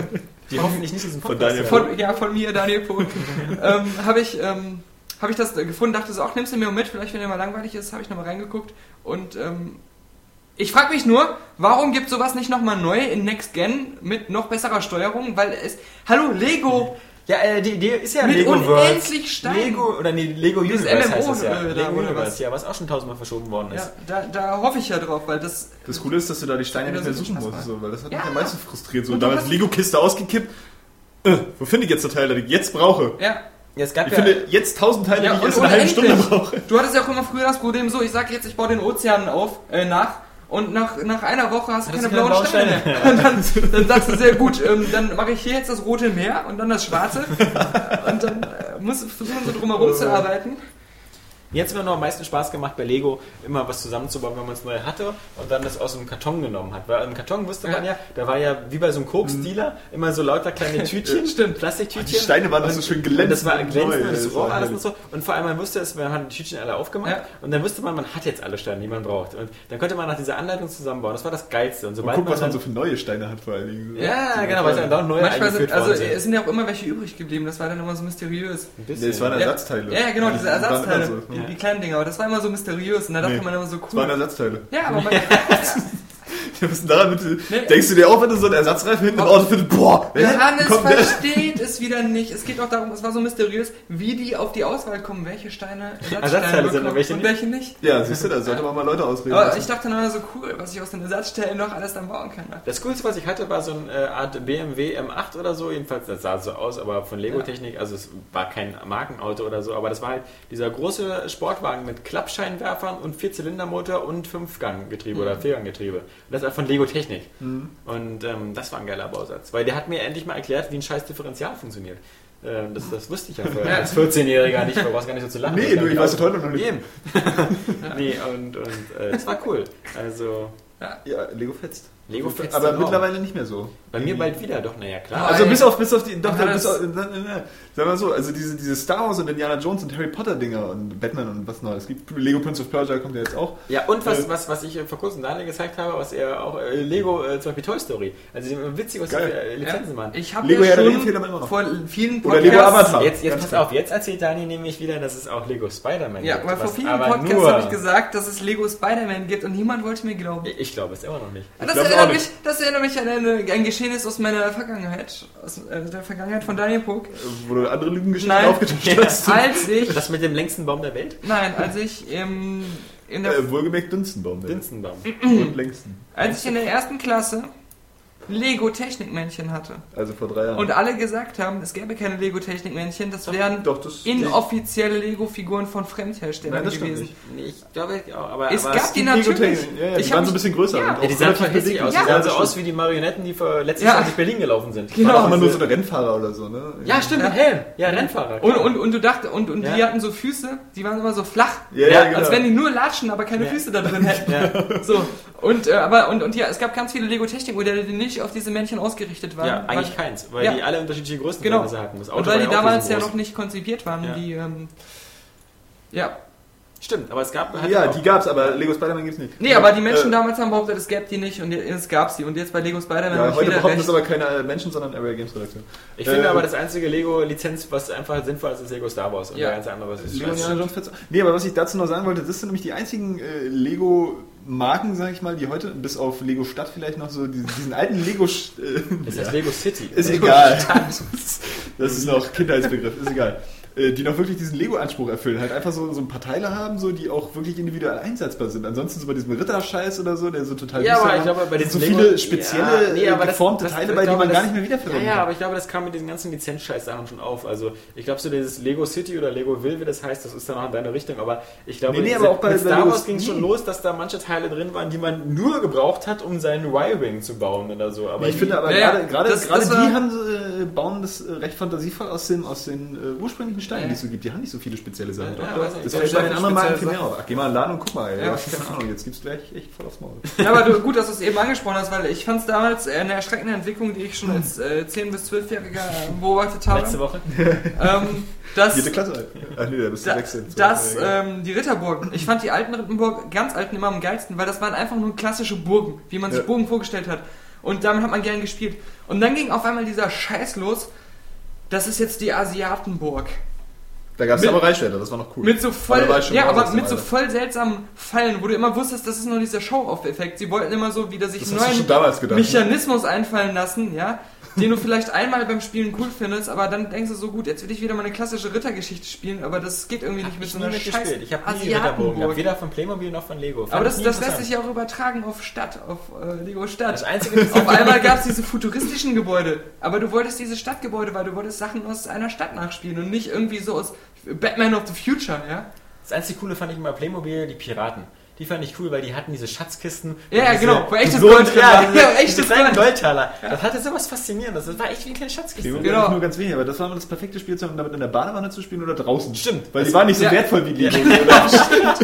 S3: Die hoffentlich nicht diesen
S4: Von
S3: Podcast
S4: Daniel
S3: hören.
S2: Von, ja, von mir, Daniel Pohl. ähm, habe ich, ähm, hab ich das äh, gefunden, dachte so, ach, nimmst du mir mit, vielleicht wenn der mal langweilig ist, habe ich nochmal reingeguckt. Und ähm, ich frage mich nur, warum gibt sowas nicht nochmal neu in Next Gen mit noch besserer Steuerung? Weil es. Hallo, Lego!
S3: Ja, äh, die Idee ist ja
S2: Mit
S3: Lego
S2: unendlich
S3: Worlds.
S2: Steinen.
S3: Lego, oder nee, Lego
S2: Dieses
S3: Universe
S2: MMO
S3: heißt das ja.
S2: äh, da,
S3: Lego
S2: oder was?
S3: Universe, ja, was auch schon tausendmal verschoben worden ist.
S2: Ja, da, da hoffe ich ja drauf, weil das.
S4: Das Coole ist, dass du da die Steine nicht mehr suchen
S2: Spaß
S4: musst, so, weil das hat
S2: Ja.
S4: mich am meisten frustriert. So,
S2: Und du
S4: damals
S2: hast-
S4: Lego-Kiste ausgekippt. Äh, wo finde ich jetzt das Teil, das ich jetzt brauche?
S2: Ja,
S3: Ja, es gab
S4: Ich
S3: ja,
S4: finde jetzt tausend Teile,
S2: Ja,
S4: die ich
S2: und
S4: erst in einer halben Stunde
S2: unendlich.
S4: brauche.
S2: Du hattest ja auch immer früher das Problem so, ich sag jetzt, ich baue den Ozean auf, äh, nach und nach, nach einer Woche hast du
S3: Hattest
S2: keine
S3: du
S2: blauen
S3: keine blauen
S2: Steine mehr. Und dann, dann sagst du sehr gut, ähm, dann mache ich hier jetzt das Rote Meer und dann das Schwarze und dann äh, musst du versuchen, so drum herum zu arbeiten.
S3: Mir hat's immer noch am meisten Spaß gemacht, bei Lego immer was zusammenzubauen, wenn man es neu hatte und dann das aus dem Karton genommen hat. Weil im Karton wusste
S2: Ja. Mhm.
S3: man ja, da war ja wie bei so einem Koks-Dealer immer so lauter kleine Tütchen,
S2: Stimmt.
S3: Plastiktütchen.
S4: Die Steine waren doch so schön glänzend.
S3: Und das war
S4: und
S3: glänzend,
S4: neu,
S3: und das
S4: das
S3: roch
S4: war
S3: alles
S4: herrlich.
S3: und so. Und vor allem, man wusste es, man hat die Tütchen alle aufgemacht
S2: Ja.
S3: und dann wusste man, man hat jetzt alle Steine, die man braucht. Und dann konnte man nach dieser Anleitung zusammenbauen. Das war das Geilste. Und
S4: Und
S3: sobald
S4: guck, was
S3: dann,
S4: man so für neue Steine hat vor allen Dingen.
S3: Ja, genau, weil dann auch neue
S2: Manchmal
S3: eingeführt
S2: sind, also,
S3: worden sind.
S2: es sind ja auch immer welche übrig geblieben, das war dann immer so mysteriös.
S3: Ein
S4: Nee, es waren Ersatzteile.
S2: Ja, ja, genau, diese
S4: waren
S2: Ersatzteile,
S4: immer so,
S2: die,
S4: ne?
S2: die kleinen Dinger, aber das war immer so mysteriös und da dachte
S4: Nee.
S2: man immer so
S4: Es waren
S2: cool.
S4: Ersatzteile.
S2: Ja, aber man,
S4: Wir müssen daran bitte.
S2: Nee. Oh.
S4: Denkst du dir auch, wenn du so einen Ersatzreifen hinten im Auto findest, boah, hä?
S2: Johannes
S4: Kommt der?
S2: versteht es wieder nicht. Es geht auch darum, es war so mysteriös, wie die auf die Auswahl kommen, welche Steine
S3: Ersatzteile sind
S2: bekommen
S3: und welche
S2: und
S3: nicht.
S2: welche nicht.
S4: Ja, siehst du, da sollte man mal Leute ausreden.
S2: Aber
S4: lassen.
S2: ich dachte dann immer so cool, was ich aus den Ersatzstellen noch alles dann bauen kann.
S3: Das Coolste, was ich hatte, war so eine Art BMW M8 oder so. Jedenfalls, das sah so aus, aber von Lego-Technik. Also, es war kein Markenauto oder so, aber das war halt dieser große Sportwagen mit Klappscheinwerfern und Vierzylindermotor und Fünfganggetriebe oder
S4: Mhm.
S3: Vierganggetriebe. Und das war von Lego-Technik. Und ähm, das war ein geiler Bausatz, weil der hat mir endlich mal erklärt, wie ein scheiß Differential funktioniert. Ähm, Das, das wusste ich ja vorher. Als 14-Jähriger nicht, man brauchst gar nicht so zu lachen. genau
S4: Nee, du, ich weiß es heute noch nicht.
S3: Eben. nee, und, und äh, das war cool. Also,
S4: Ja, Lego fetzt.
S3: Lego fetzt
S4: Aber
S3: enorm.
S4: mittlerweile nicht mehr so.
S3: bei mir bald wieder, doch, naja, klar.
S4: Also
S2: Nein.
S4: bis auf, bis auf die, doch,
S2: Ja,
S4: bis
S2: das-
S4: auf, na, na, na. sag mal so, also diese, diese Star Wars und Indiana Jones und Harry Potter Dinger und Batman und was noch, es gibt Lego Prince of Persia, kommt ja jetzt auch.
S3: Ja, und was,
S4: Äh,
S3: was, was ich äh, vor kurzem Daniel gezeigt habe, was er auch äh, Lego, äh, zum Beispiel Toy Story. Also die haben witzig, was die
S4: Geil.
S3: äh, Lizenzen
S2: Ja.
S3: waren.
S2: Ich habe
S4: Lego
S2: ja
S4: Herr der
S2: schon
S4: Ringe fehlt aber immer noch.
S2: vor vielen
S4: Oder Lego Avatar.
S3: Jetzt, jetzt
S4: Ganz
S3: pass auf, jetzt erzählt Daniel nämlich wieder, dass es auch Lego Spider-Man
S2: Ja,
S3: gibt.
S2: weil vor
S3: was
S2: vielen
S3: aber
S2: Podcasts
S3: nur-
S2: habe ich gesagt, dass es Lego Spider-Man gibt und niemand wollte mir glauben.
S3: Ich- Ich glaube es immer noch nicht.
S2: Und das,
S4: glaub auch
S2: erinnert
S4: nicht.
S2: mich, das erinnert mich an eine, ein Geschehnis aus meiner Vergangenheit, aus äh, der Vergangenheit von Daniel Puck.
S4: Wo du andere Lügengeschichten
S2: Nein.
S4: aufgetischt hast.
S2: Als ich,
S3: Das mit dem längsten Baum der Welt?
S2: nein, als ich ähm, in der
S4: Äh, wohlgemerkt Dünstenbaum. der-
S3: Dinstenbaum.
S4: Und längsten.
S2: Als ich in der ersten Klasse Lego-Technikmännchen hatte
S4: Also vor drei Jahren.
S2: und alle gesagt haben, es gäbe keine Lego-Technikmännchen, das wären
S4: doch, das
S2: inoffizielle Lego-Figuren von Fremdherstellern
S4: Nein, das stimmt
S2: gewesen.
S4: nicht.
S3: Nee, Ich glaube auch, aber...
S2: Es
S3: aber
S2: gab die natürlich.
S4: Lego-Technik, ja, ja, die
S2: Ich
S4: waren
S2: hab
S4: so
S2: mich-
S4: ein bisschen größer
S2: Ja,
S4: und auch
S3: ja, die sahen
S4: relativ
S3: total hässlich
S4: beweglich.
S3: aus.
S2: Ja.
S3: Die sahen so
S4: das
S3: aus wie die Marionetten, die vor letztes
S2: Ja.
S3: Jahr durch Berlin gelaufen sind.
S4: Waren
S2: Genau.
S4: auch immer nur so der Rennfahrer oder so, ne?
S3: Ja, stimmt, mit Helm. Ja, Rennfahrer.
S2: Und,
S3: klar.
S2: und, und du dachte, und, und die
S3: Ja.
S2: hatten so Füße, die waren immer so flach.
S4: Ja,
S3: Ja,
S4: ja,
S3: als
S4: genau.
S2: Als wenn die nur latschen, aber keine Füße da drin hätten. So. Und, äh, aber, und, und ja, es gab ganz viele Lego-Technikmodelle, die nicht auf diese Männchen ausgerichtet waren.
S3: ja, eigentlich
S2: Weil-
S3: keins, weil
S2: Ja.
S3: die alle unterschiedliche
S2: Genau.
S3: Größenverhältnisse hatten. Das
S2: Und
S3: war
S2: weil die
S3: auch
S2: damals ja
S3: riesengroß.
S2: noch nicht konzipiert waren,
S3: Ja.
S2: die, ähm, ja,
S3: Stimmt, aber es gab... halt
S4: ja,
S3: auch-
S4: die gab's, aber Lego Spider-Man gibt's nicht.
S2: Nee, aber die Menschen
S4: Äh,
S2: damals haben behauptet, es gäbe die nicht und jetzt gab sie. Und jetzt bei Lego Spider-Man
S4: Ja,
S2: hab ich
S4: heute
S2: wieder
S4: behaupten
S2: recht.
S4: das aber keine äh, Menschen, sondern Area Games Redaktion.
S3: Ich finde
S4: Äh,
S3: aber das einzige Lego-Lizenz, was einfach sinnvoll ist, ist Lego Star Wars und
S2: Ja.
S3: der ganze andere was ist
S4: Lego
S3: scheiße.
S4: Indiana Jones Fetzer. Nee, aber was ich dazu noch sagen wollte, das sind nämlich die einzigen äh, Lego-Marken, sag ich mal, die heute, bis auf Lego Stadt vielleicht noch so, die, diesen alten Lego. Sch- Äh,
S3: Das
S4: ja.
S3: heißt Lego City.
S4: Ist
S3: Lego
S4: egal.
S3: Stadt.
S4: Das ist noch Kindheitsbegriff, ist egal. Äh, Die noch wirklich diesen Lego-Anspruch erfüllen. Halt einfach so, so ein paar Teile haben, so, die auch wirklich individuell einsetzbar sind. Ansonsten so bei diesem Ritterscheiß oder so, der so total
S3: Ja,
S4: düster
S3: aber ich
S4: war,
S3: glaube, bei
S4: sind so
S3: diesem Lego-
S4: viele spezielle,
S3: Ja, nee,
S4: äh,
S3: aber das-
S4: geformte
S3: das-
S4: Teile,
S3: ich
S4: bei denen
S3: glaube,
S4: man gar
S3: das-
S4: nicht mehr
S3: Ja,
S4: wiederverwenden
S3: ja,
S4: kann.
S3: aber ich glaube, das kam mit diesen ganzen Lizenzscheiß-Sachen schon auf. Also, ich glaube, so dieses Lego City oder Lego Will, wie das heißt, das ist dann auch in deine Richtung. Aber ich glaube,
S4: Nee, nee,
S3: diese-
S4: aber auch bei-
S3: mit
S4: bei
S3: Star
S4: Lego
S3: Wars ging es schon
S4: City.
S3: los, dass da manche Teile drin waren, die man nur gebraucht hat, um seinen Y-Wing zu bauen oder so. Aber
S4: ich finde aber
S2: Ja, ja,
S4: gerade, gerade,
S2: das-
S4: gerade
S2: das
S4: die
S2: war-
S4: haben, so, äh, bauen das äh, recht fantasievoll aus, dem, aus den äh, ursprünglichen Steinen, die es so gibt. Die haben nicht so viele spezielle Sachen.
S3: Ja,
S4: drauf.
S3: weiß nicht.
S4: das
S3: Ja,
S4: fällt bei den anderen Marken viel
S2: spezielle
S4: mehr auf. Ach, Geh mal in den Laden und guck mal.
S2: Ja.
S4: ey. Keine Ahnung, jetzt gibst du gleich echt voll aufs Maul.
S2: Ja, aber du, gut, dass du es eben angesprochen hast, weil ich fand es damals äh, eine erschreckende Entwicklung, die ich schon als äh, 10- bis 12-Jähriger äh, beobachtet habe.
S3: letzte Woche.
S2: Ähm, dass
S4: Vierte Klasse halt. Ach nee, da bist du
S2: da,
S4: wechseln.
S2: dass ähm, die Ritterburgen, ich fand die alten Rittenburg, ganz alten immer am geilsten, weil das waren einfach nur klassische Burgen, wie man sich
S4: Ja.
S2: Burgen vorgestellt hat. Und damit hat man gern gespielt. Und dann ging auf einmal dieser Scheiß los, das ist jetzt die Asiatenburg.
S5: Da gab es
S2: Mit-
S5: aber Reichweite, das war noch cool.
S2: Mit so voll,
S5: Aber da war ich schon
S2: ja,
S5: raus
S2: aber
S5: aus dem
S2: mit so
S5: Alter.
S2: voll seltsamen Fallen, wo du immer wusstest, das ist nur dieser Show-Off-Effekt. Sie wollten immer so wieder sich
S5: Das
S2: einen
S5: hast du
S2: neuen
S5: schon damals gedacht. ne?
S2: Mechanismus einfallen lassen, ja, den du vielleicht einmal beim Spielen cool findest, aber dann denkst du so gut, jetzt will ich wieder meine klassische Rittergeschichte spielen, aber das geht irgendwie nicht mit so
S3: nie
S2: einer scheiß
S3: mitgespielt. Ich habe nie Ritterbogen gehabt.
S2: Asiatenburg.
S3: Weder von Playmobil noch von Lego. Fand
S2: Aber das,
S3: ich nie
S2: das lässt sich
S3: interessant.
S2: ja auch übertragen auf Stadt, auf äh, Lego Stadt.
S3: Das Einzige, das
S2: Auf einmal gab es diese futuristischen Gebäude, aber du wolltest diese Stadtgebäude, weil du wolltest Sachen aus einer Stadt nachspielen und nicht irgendwie so aus Batman of the Future, ja?
S3: Das einzige Coole fand ich immer Playmobil, die Piraten. Die fand ich cool, weil die hatten diese Schatzkisten. und
S2: Ja, ja,
S3: diese
S2: genau, wo echtes
S3: Gold
S2: Gold
S3: drin
S2: drin
S3: war.
S2: war.
S3: diese,
S2: Ja, echtes
S3: diese kleinen
S2: Gold.
S3: Goldtaler. Das hatte sowas Faszinierendes. Das war echt wie eine kleine Schatzkiste.
S5: Lego
S2: Genau.
S5: genau. nur ganz wenig, aber das war immer das perfekte Spielzeug, um damit in der Badewanne zu spielen oder draußen.
S3: Stimmt.
S5: Weil die waren nicht so
S2: Ja.
S5: wertvoll wie Lego. oder?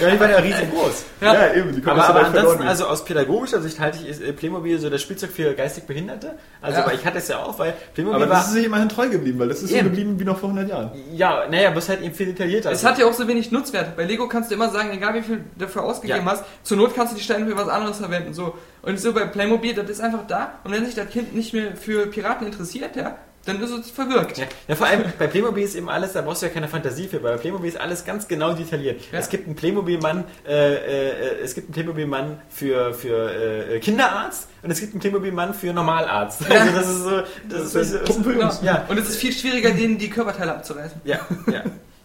S3: Ja, die waren ja riesengroß.
S5: ja. eben, die konnten
S3: Aber,
S5: so
S3: aber
S5: weit verloren
S3: ansonsten,
S5: gehen.
S3: also aus pädagogischer Sicht halte ich äh, Playmobil so das Spielzeug für geistig Behinderte. Also,
S2: Ja.
S3: aber ich hatte es ja auch, weil Playmobil
S5: aber das ist
S3: war...
S5: sich immerhin treu geblieben, weil das ist so
S3: Eben.
S5: geblieben wie noch vor 100 Jahren.
S3: Ja, naja, bloß halt eben viel detaillierter.
S2: Es hat ja auch so wenig Nutzwert. Bei Lego kannst du immer sagen, egal wie viel du dafür ausgegeben
S3: Ja.
S2: hast, zur Not kannst du die Steine für was anderes verwenden. So. Und so bei Playmobil, das ist einfach da. Und wenn sich das Kind nicht mehr für Piraten interessiert, ja, dann ist es verwirkt.
S3: Ja, ja, vor allem bei Playmobil ist eben alles, da brauchst du ja keine Fantasie für, weil bei Playmobil ist alles ganz genau detailliert.
S2: Ja.
S3: Es gibt einen Playmobil-Mann, äh, äh, es gibt einen Playmobil-Mann für, für äh, Kinderarzt und es gibt einen Playmobil-Mann für Normalarzt. Also das ist so, das, ist so-
S2: Ja.
S3: Ja.
S2: Genau. Und es ist viel schwieriger, denen die Körperteile abzureißen.
S3: Ja, ja.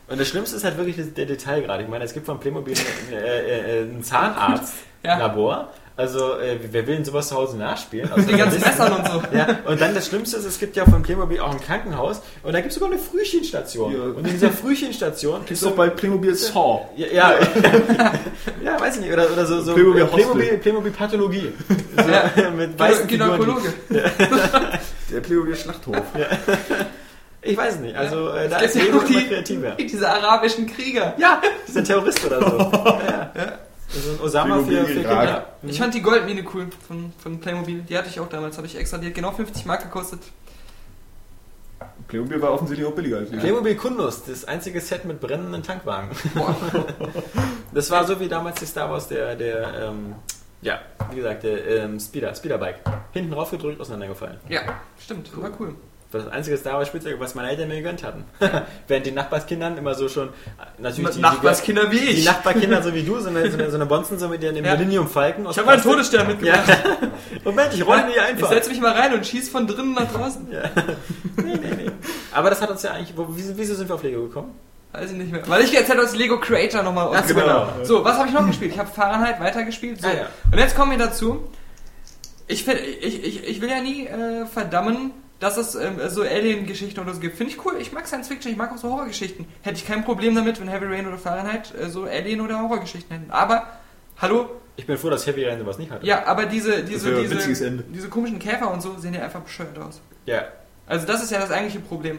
S3: Und das Schlimmste ist halt wirklich das- der Detail gerade. Ich meine, es gibt von Playmobil ein, äh, äh, ein Zahnarztlabor. Also, äh, wer will denn sowas zu Hause nachspielen? Aus
S2: Mit den ganzen Messern und so.
S3: ja, und dann das Schlimmste ist, es gibt ja von Playmobil auch ein Krankenhaus und da gibt es sogar eine Frühchenstation.
S5: Ja.
S3: Und in dieser Frühchenstation
S5: Ist doch bei Playmobil Saw.
S3: ja, ja, ja, weiß ich nicht, oder, oder so, so
S5: Playmobil Hospital.
S3: Playmobil, Playmobil Pathologie. So,
S2: Ja.
S3: mit weißen Figuren.
S2: Gynäkologe.
S5: Der Playmobil Schlachthof.
S3: Ich weiß nicht, also äh, da
S2: Es
S3: ist
S2: gibt ja
S3: Lego
S2: auch
S3: immer
S2: die,
S3: kreativer.
S2: diese arabischen Krieger.
S3: Ja, das ist ein Terrorist oder so. ja, ja. So ein Osama für,
S5: Playmobil
S3: für
S5: Irak.
S3: Kinder.
S2: Ich fand die Goldmine cool von, von Playmobil. Die hatte ich auch damals, habe ich extra. Die hat genau 50 Mark gekostet.
S5: Playmobil war offensichtlich auch billiger als Lego.
S3: Playmobil Kundus, das einzige Set mit brennenden Tankwagen.
S2: Boah.
S3: Das war so wie damals die Star Wars, der, der ähm, ja, wie gesagt, der ähm, Speeder, Speederbike. Hinten raufgedrückt, auseinandergefallen.
S2: Ja, stimmt. War cool.
S3: Das war das einzige Star Wars Spielzeug, was meine Eltern mir gegönnt hatten. Während die Nachbarskindern immer so schon, äh, natürlich die, die,
S2: Nachbarskinder wie
S3: die
S2: ich.
S3: Nachbarkinder so wie du, so eine, so eine, so eine Bonzensumme, die an dem
S2: Ja.
S3: Millennium Falken aus
S2: Ich habe einen
S3: Plastik-
S2: Todesstern
S3: Ja.
S2: mitgebracht.
S3: Moment, ich rolle die
S2: Ich
S3: einfach.
S2: setze mich mal rein und schieß von drinnen nach draußen.
S3: Aber das hat uns ja eigentlich, wo, wieso, wieso sind wir auf Lego gekommen?
S2: Weiß ich nicht mehr. Weil ich jetzt halt aus Lego Creator nochmal aus.
S3: genau.
S2: So, was habe ich noch gespielt? Ich habe Fahrenheit weitergespielt. So.
S3: Ah, ja.
S2: Und jetzt kommen wir dazu. Ich, find, ich, ich, ich will ja nie äh, verdammen, dass es ähm, so Alien-Geschichten oder so gibt. Finde ich cool. Ich mag Science-Fiction, ich mag auch so Horrorgeschichten. Hätte ich kein Problem damit, wenn Heavy Rain oder Fahrenheit äh, so Alien- oder Horrorgeschichten hätten. Aber, hallo,
S3: Ich bin froh, dass Heavy Rain sowas nicht hat.
S2: ja, aber diese,
S5: Das
S2: diese,
S5: wäre ein witziges
S2: diese,
S5: Ende.
S2: diese komischen Käfer und so sehen ja einfach bescheuert aus.
S3: ja.
S2: Also das ist ja das eigentliche Problem.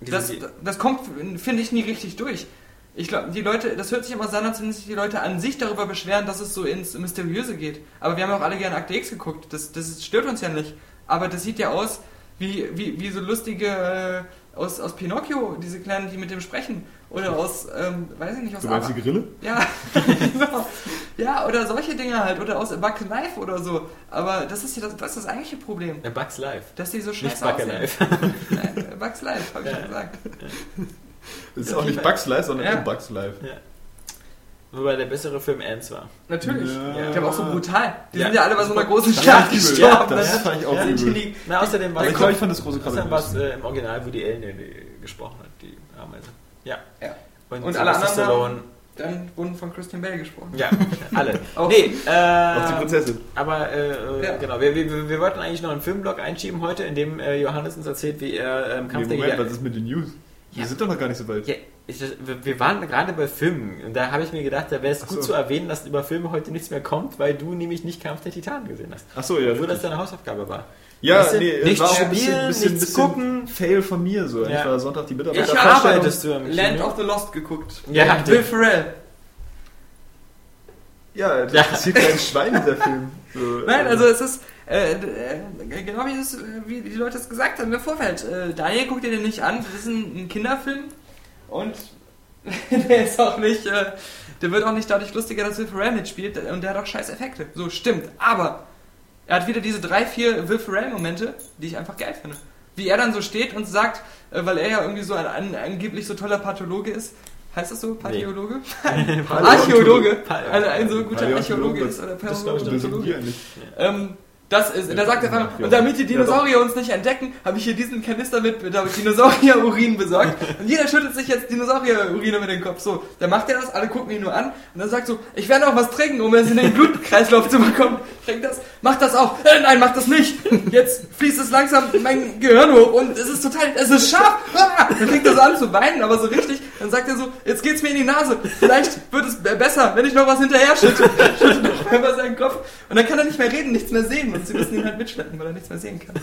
S2: Das, das kommt, finde ich, nie richtig durch. Ich glaube, die Leute, das hört sich immer so an, als wenn sich die Leute an sich darüber beschweren, dass es so ins Mysteriöse geht. Aber wir haben ja auch alle gerne Akte X geguckt. Das, das ist- stört uns ja nicht. Aber das sieht ja aus wie, wie, wie so lustige äh, aus, aus Pinocchio, diese Kleinen, die mit dem sprechen. Oder aus, ähm, weiß ich nicht, aus
S5: Du meinst
S2: Ava-
S5: die Grille?
S2: ja, genau. Ja, oder solche Dinge halt. Oder aus A Buck Knife oder so. Aber das ist ja das, das, ist das eigentliche Problem.
S3: A Bugs Life.
S2: Dass die so
S3: Nicht
S2: scheiße
S3: Bug
S2: aussehen.
S3: Alive.
S2: Nein, A Bugs Life, habe ich schon gesagt.
S5: Das ist auch nicht Bugs Life, sondern
S2: Ja.
S5: nur Bugs Life.
S3: Wobei der bessere Film Ants war.
S2: Natürlich.
S5: Ja.
S2: Die haben auch so brutal. Die
S3: Ja.
S2: sind ja alle bei so einer großen
S5: Ja,
S2: Schlacht
S5: übel.
S2: gestorben.
S5: Ja, das
S2: ne?
S5: fand ich auch
S3: Ja.
S5: übel.
S3: Na, außerdem
S4: Also
S3: war
S5: Aber ich
S3: es
S5: glaube, ich fand das große
S3: außerdem
S5: Krabbel.
S3: war es, äh, im Original, wo die Ellen äh, gesprochen hat, die Ameise. Ja.
S2: Ja.
S3: Und,
S2: Und alle
S3: Sylvester
S2: anderen
S3: Stallone.
S2: Dann wurden von Christian Bale gesprochen.
S3: Ja, alle.
S2: Auch-
S3: nee, äh,
S5: Auch
S2: ähm,
S5: die Prinzessin.
S3: aber äh, äh,
S2: Ja.
S3: genau, wir, wir, wir wollten eigentlich noch einen Filmblock einschieben heute, in dem äh, Johannes uns erzählt, wie er ähm,
S5: Nee,
S3: Kampf der
S5: Moment, was
S3: Giganten...
S5: ist mit den News? Wir sind doch noch gar nicht so weit.
S3: Ja, ich, wir wir waren gerade bei Filmen und da habe ich mir gedacht, da wäre es gut
S5: so.
S3: zu erwähnen, dass über Filme heute nichts mehr kommt, weil du nämlich nicht Kampf der Titanen gesehen hast.
S5: Achso, ja.
S3: Obwohl das deine Hausaufgabe war.
S5: Ja,
S3: Weißt du,
S5: nee, es
S3: nichts
S5: war auch ein
S3: spielen,
S5: bisschen, bisschen,
S3: nichts
S5: bisschen
S3: gucken.
S5: Fail von mir so.
S3: Ja.
S5: Ich war Sonntag die Mitarbeiter.
S2: Ich
S3: Da
S2: habe
S3: verschaltest du im
S2: Land
S3: Kino.
S2: of the Lost geguckt.
S3: Ja,
S2: Mit Will Ferrell.
S5: Ja, das
S3: Ja.
S5: interessiert kein Schwein, dieser Film. So,
S2: Nein,
S5: äh,
S2: also es ist äh, d- äh, genau wie, es, äh, wie die Leute es gesagt haben im Vorfeld. Äh, Daniel guckt dir den nicht an. Das ist ein, ein Kinderfilm und der ist auch nicht, äh, der wird auch nicht dadurch lustiger, dass Will Ferrell mitspielt und der hat auch scheiß Effekte. So stimmt, aber er hat wieder diese drei, vier Will Ferrell Momente, die ich einfach geil finde. wie er dann so steht und sagt, äh, weil er ja irgendwie so ein, ein angeblich so toller Pathologe ist. Heißt das so? Pathologe? Archäologe.
S3: Paläontologe.
S2: Ein, ein so guter
S4: Paläontologe,
S2: Archäologe ist. Oder
S4: Das glaube ich, das sind
S2: Paläontologe.
S4: wir nicht.
S2: Ähm, das ist, da sagt er einfach,
S4: Ja.
S2: und damit die Dinosaurier uns nicht entdecken, habe ich hier diesen Kanister mit, mit Dinosaurier-Urin besorgt. Und jeder schüttelt sich jetzt Dinosaurier-Urin über den Kopf. So, dann macht er das, alle gucken ihn nur an. Und dann sagt so, ich werde auch was trinken, um es in den Blutkreislauf zu bekommen. Trinkt das, macht das auch. Äh, nein, macht das nicht. Jetzt fließt es langsam in mein Gehirn hoch und es ist total, es ist scharf. Ah! Dann fängt er so an zu weinen, aber so richtig. Dann sagt er so, jetzt geht's mir in die Nase. Vielleicht wird es be- besser, wenn ich noch was hinterher schütte. Schüttet noch mal über seinen Kopf. Und dann kann er nicht mehr reden, nichts mehr sehen. Und sie müssen ihn halt mitschleppen, weil er nichts mehr sehen kann.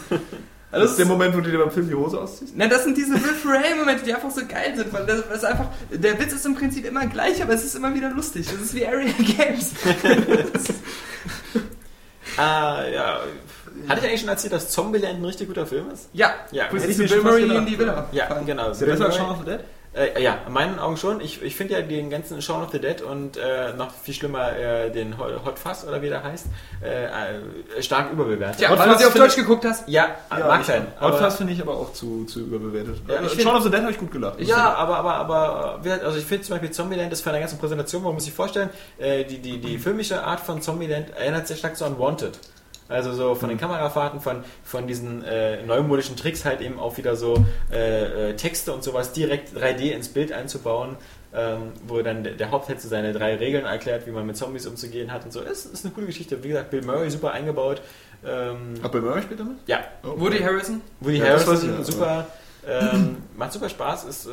S2: Also
S4: Das ist der Moment, wo du dir beim Film die Hose ausziehst?
S2: na, das sind diese Will Ferrell-Momente, die einfach so geil sind, weil das, das einfach, der Witz ist im Prinzip immer gleich, aber es ist immer wieder lustig. Das ist wie Area Games.
S3: Ah, ja. Hatte ich eigentlich schon erzählt, dass Zombieland ein richtig guter Film ist?
S2: Ja,
S3: Ja,
S2: Bis
S3: hätte
S4: ich
S2: zu
S4: mir
S2: Bill
S4: schon was
S2: Murray
S4: gedacht.
S2: in die Villa.
S3: Ja,
S2: fahren.
S3: genau.
S4: Ist der besser als
S3: Bill
S4: Shaun
S3: Murray-
S4: of the Dead?
S3: Äh, ja, in meinen Augen schon. Ich, ich finde ja den ganzen Shaun of the Dead und äh, noch viel schlimmer äh, den Ho- Hot Fuzz oder wie der heißt, äh, äh, stark überbewertet.
S2: Ja,
S3: Hot
S2: weil du
S3: Fuzz
S2: sie auf
S3: finde-
S2: Deutsch geguckt hast.
S3: Ja, mag sein. aber-
S4: Outcast finde ich Ah, aber auch zu, zu überbewertet.
S3: Ja, ich
S4: Äh,
S3: find-
S4: Shaun of the Dead habe ich gut gelacht.
S3: Ja, aber, aber, aber, äh, wie gesagt, also ich finde zum Beispiel Zombieland ist von der ganzen Präsentation, man muss sich vorstellen, äh, die, die, die filmische Art von Zombieland erinnert sehr stark so an Wanted. Also so von den Kamerafahrten, von, von diesen äh, neumodischen Tricks halt eben auch wieder so äh, äh, Texte und sowas direkt 3D ins Bild einzubauen, ähm, wo dann der, der Hauptheld so seine drei Regeln erklärt, wie man mit Zombies umzugehen hat und so. Ist, ist eine coole Geschichte. Wie gesagt, Bill Murray super eingebaut. Ähm,
S4: Hat Bill Murray später mit?
S3: ja,
S4: Oh.
S2: Woody Harrison?
S3: Woody
S4: Ja, das
S3: Harrison,
S4: weiß ich,
S3: super, ähm, macht super Spaß, ist äh,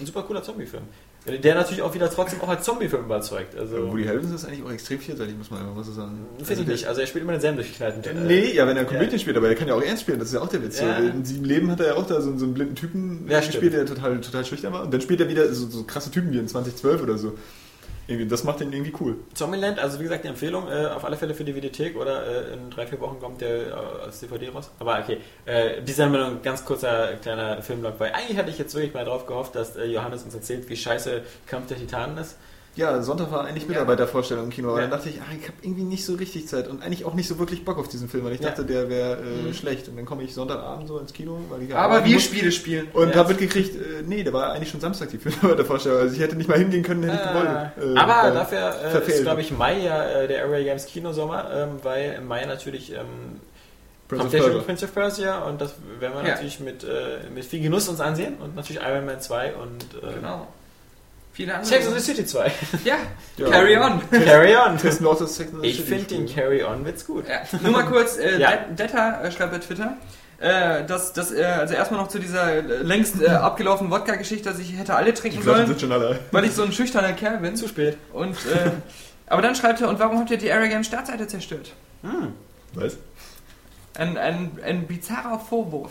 S3: ein super cooler Zombie-Film. Der natürlich auch wieder trotzdem auch als Zombie-Film überzeugt. Also,
S4: Woody Harrelson ist eigentlich auch extrem vielseitig, muss man einfach mal so sagen.
S3: finde ich
S4: der-
S3: nicht. Also, er spielt immer denselben durchgeknallten äh, Typen.
S4: Nee, ja, wenn er Komödien
S3: Ja.
S4: spielt, aber er kann ja auch ernst spielen, das ist ja auch der Witz.
S3: Ja.
S4: In sieben Leben hat er ja auch da so, einen- so einen blinden Typen
S3: Ja,
S4: gespielt, der total, total schüchtern war. Und dann spielt er wieder so, so krasse Typen wie in 2012 oder so. Irgendwie, das macht ihn irgendwie cool.
S3: Zombieland, also wie gesagt, die Empfehlung äh, auf alle Fälle für die Videothek oder äh, in drei, vier Wochen kommt der äh, als DVD raus. Aber okay, äh, diese Anmeldung, ganz kurzer kleiner Filmblog, weil eigentlich hatte ich jetzt wirklich mal drauf gehofft, dass äh, Johannes uns erzählt, wie scheiße Kampf der Titanen ist.
S4: Ja, Sonntag war eigentlich Mitarbeitervorstellung im Kino, aber
S3: Ja.
S4: dann dachte ich, ah, ich habe irgendwie nicht so richtig Zeit und eigentlich auch nicht so wirklich Bock auf diesen Film, weil ich
S3: Ja.
S4: dachte, der wäre äh, schlecht. Und dann komme ich Sonntagabend so ins Kino, weil ich
S2: Mhm. Aber
S4: arbeiten
S2: wir
S4: muss.
S2: Spiele spielen.
S4: Und
S3: Ja.
S4: hab mitgekriegt, äh, nee, der war eigentlich schon Samstag die Mitarbeitervorstellung, also ich hätte nicht mal hingehen können,
S2: Ah.
S4: hätte ich gewollt. Äh,
S3: Aber
S4: weil-
S3: dafür äh,
S4: verfehlt.
S3: ist, glaube ich, Mai ja äh, der Area Games Kinosommer, ähm, weil im Mai natürlich ähm,
S4: Prince of
S3: kommt der
S4: Persia.
S3: Film Prince of Persia und das werden wir
S2: Ja.
S3: natürlich mit, äh, mit viel Genuss uns ansehen und natürlich Iron Man 2 und äh,
S2: Genau. Viele andere.
S3: Sex and the City 2.
S2: Ja,
S4: Ja.
S2: carry on.
S3: Carry on.
S4: Das ist ein lautes Sex and the
S3: Ich
S4: City
S3: finde den
S4: Spiel.
S3: Carry on Witz gut.
S2: Ja. Nur mal kurz, äh,
S3: Ja.
S2: Det- Detta äh, schreibt bei Twitter, äh, dass, dass äh, also erstmal noch zu dieser äh, längst äh, abgelaufenen Wodka-Geschichte, dass ich hätte alle
S4: Die
S2: trinken
S4: Flaschen
S2: sollen,
S4: sind schon alle.
S2: weil ich so ein schüchterner Kerl bin.
S3: Zu spät.
S2: Und, äh, aber dann schreibt er, und warum habt ihr die Area Games Startseite zerstört?
S4: Was?
S2: Ein, ein, ein bizarrer Vorwurf.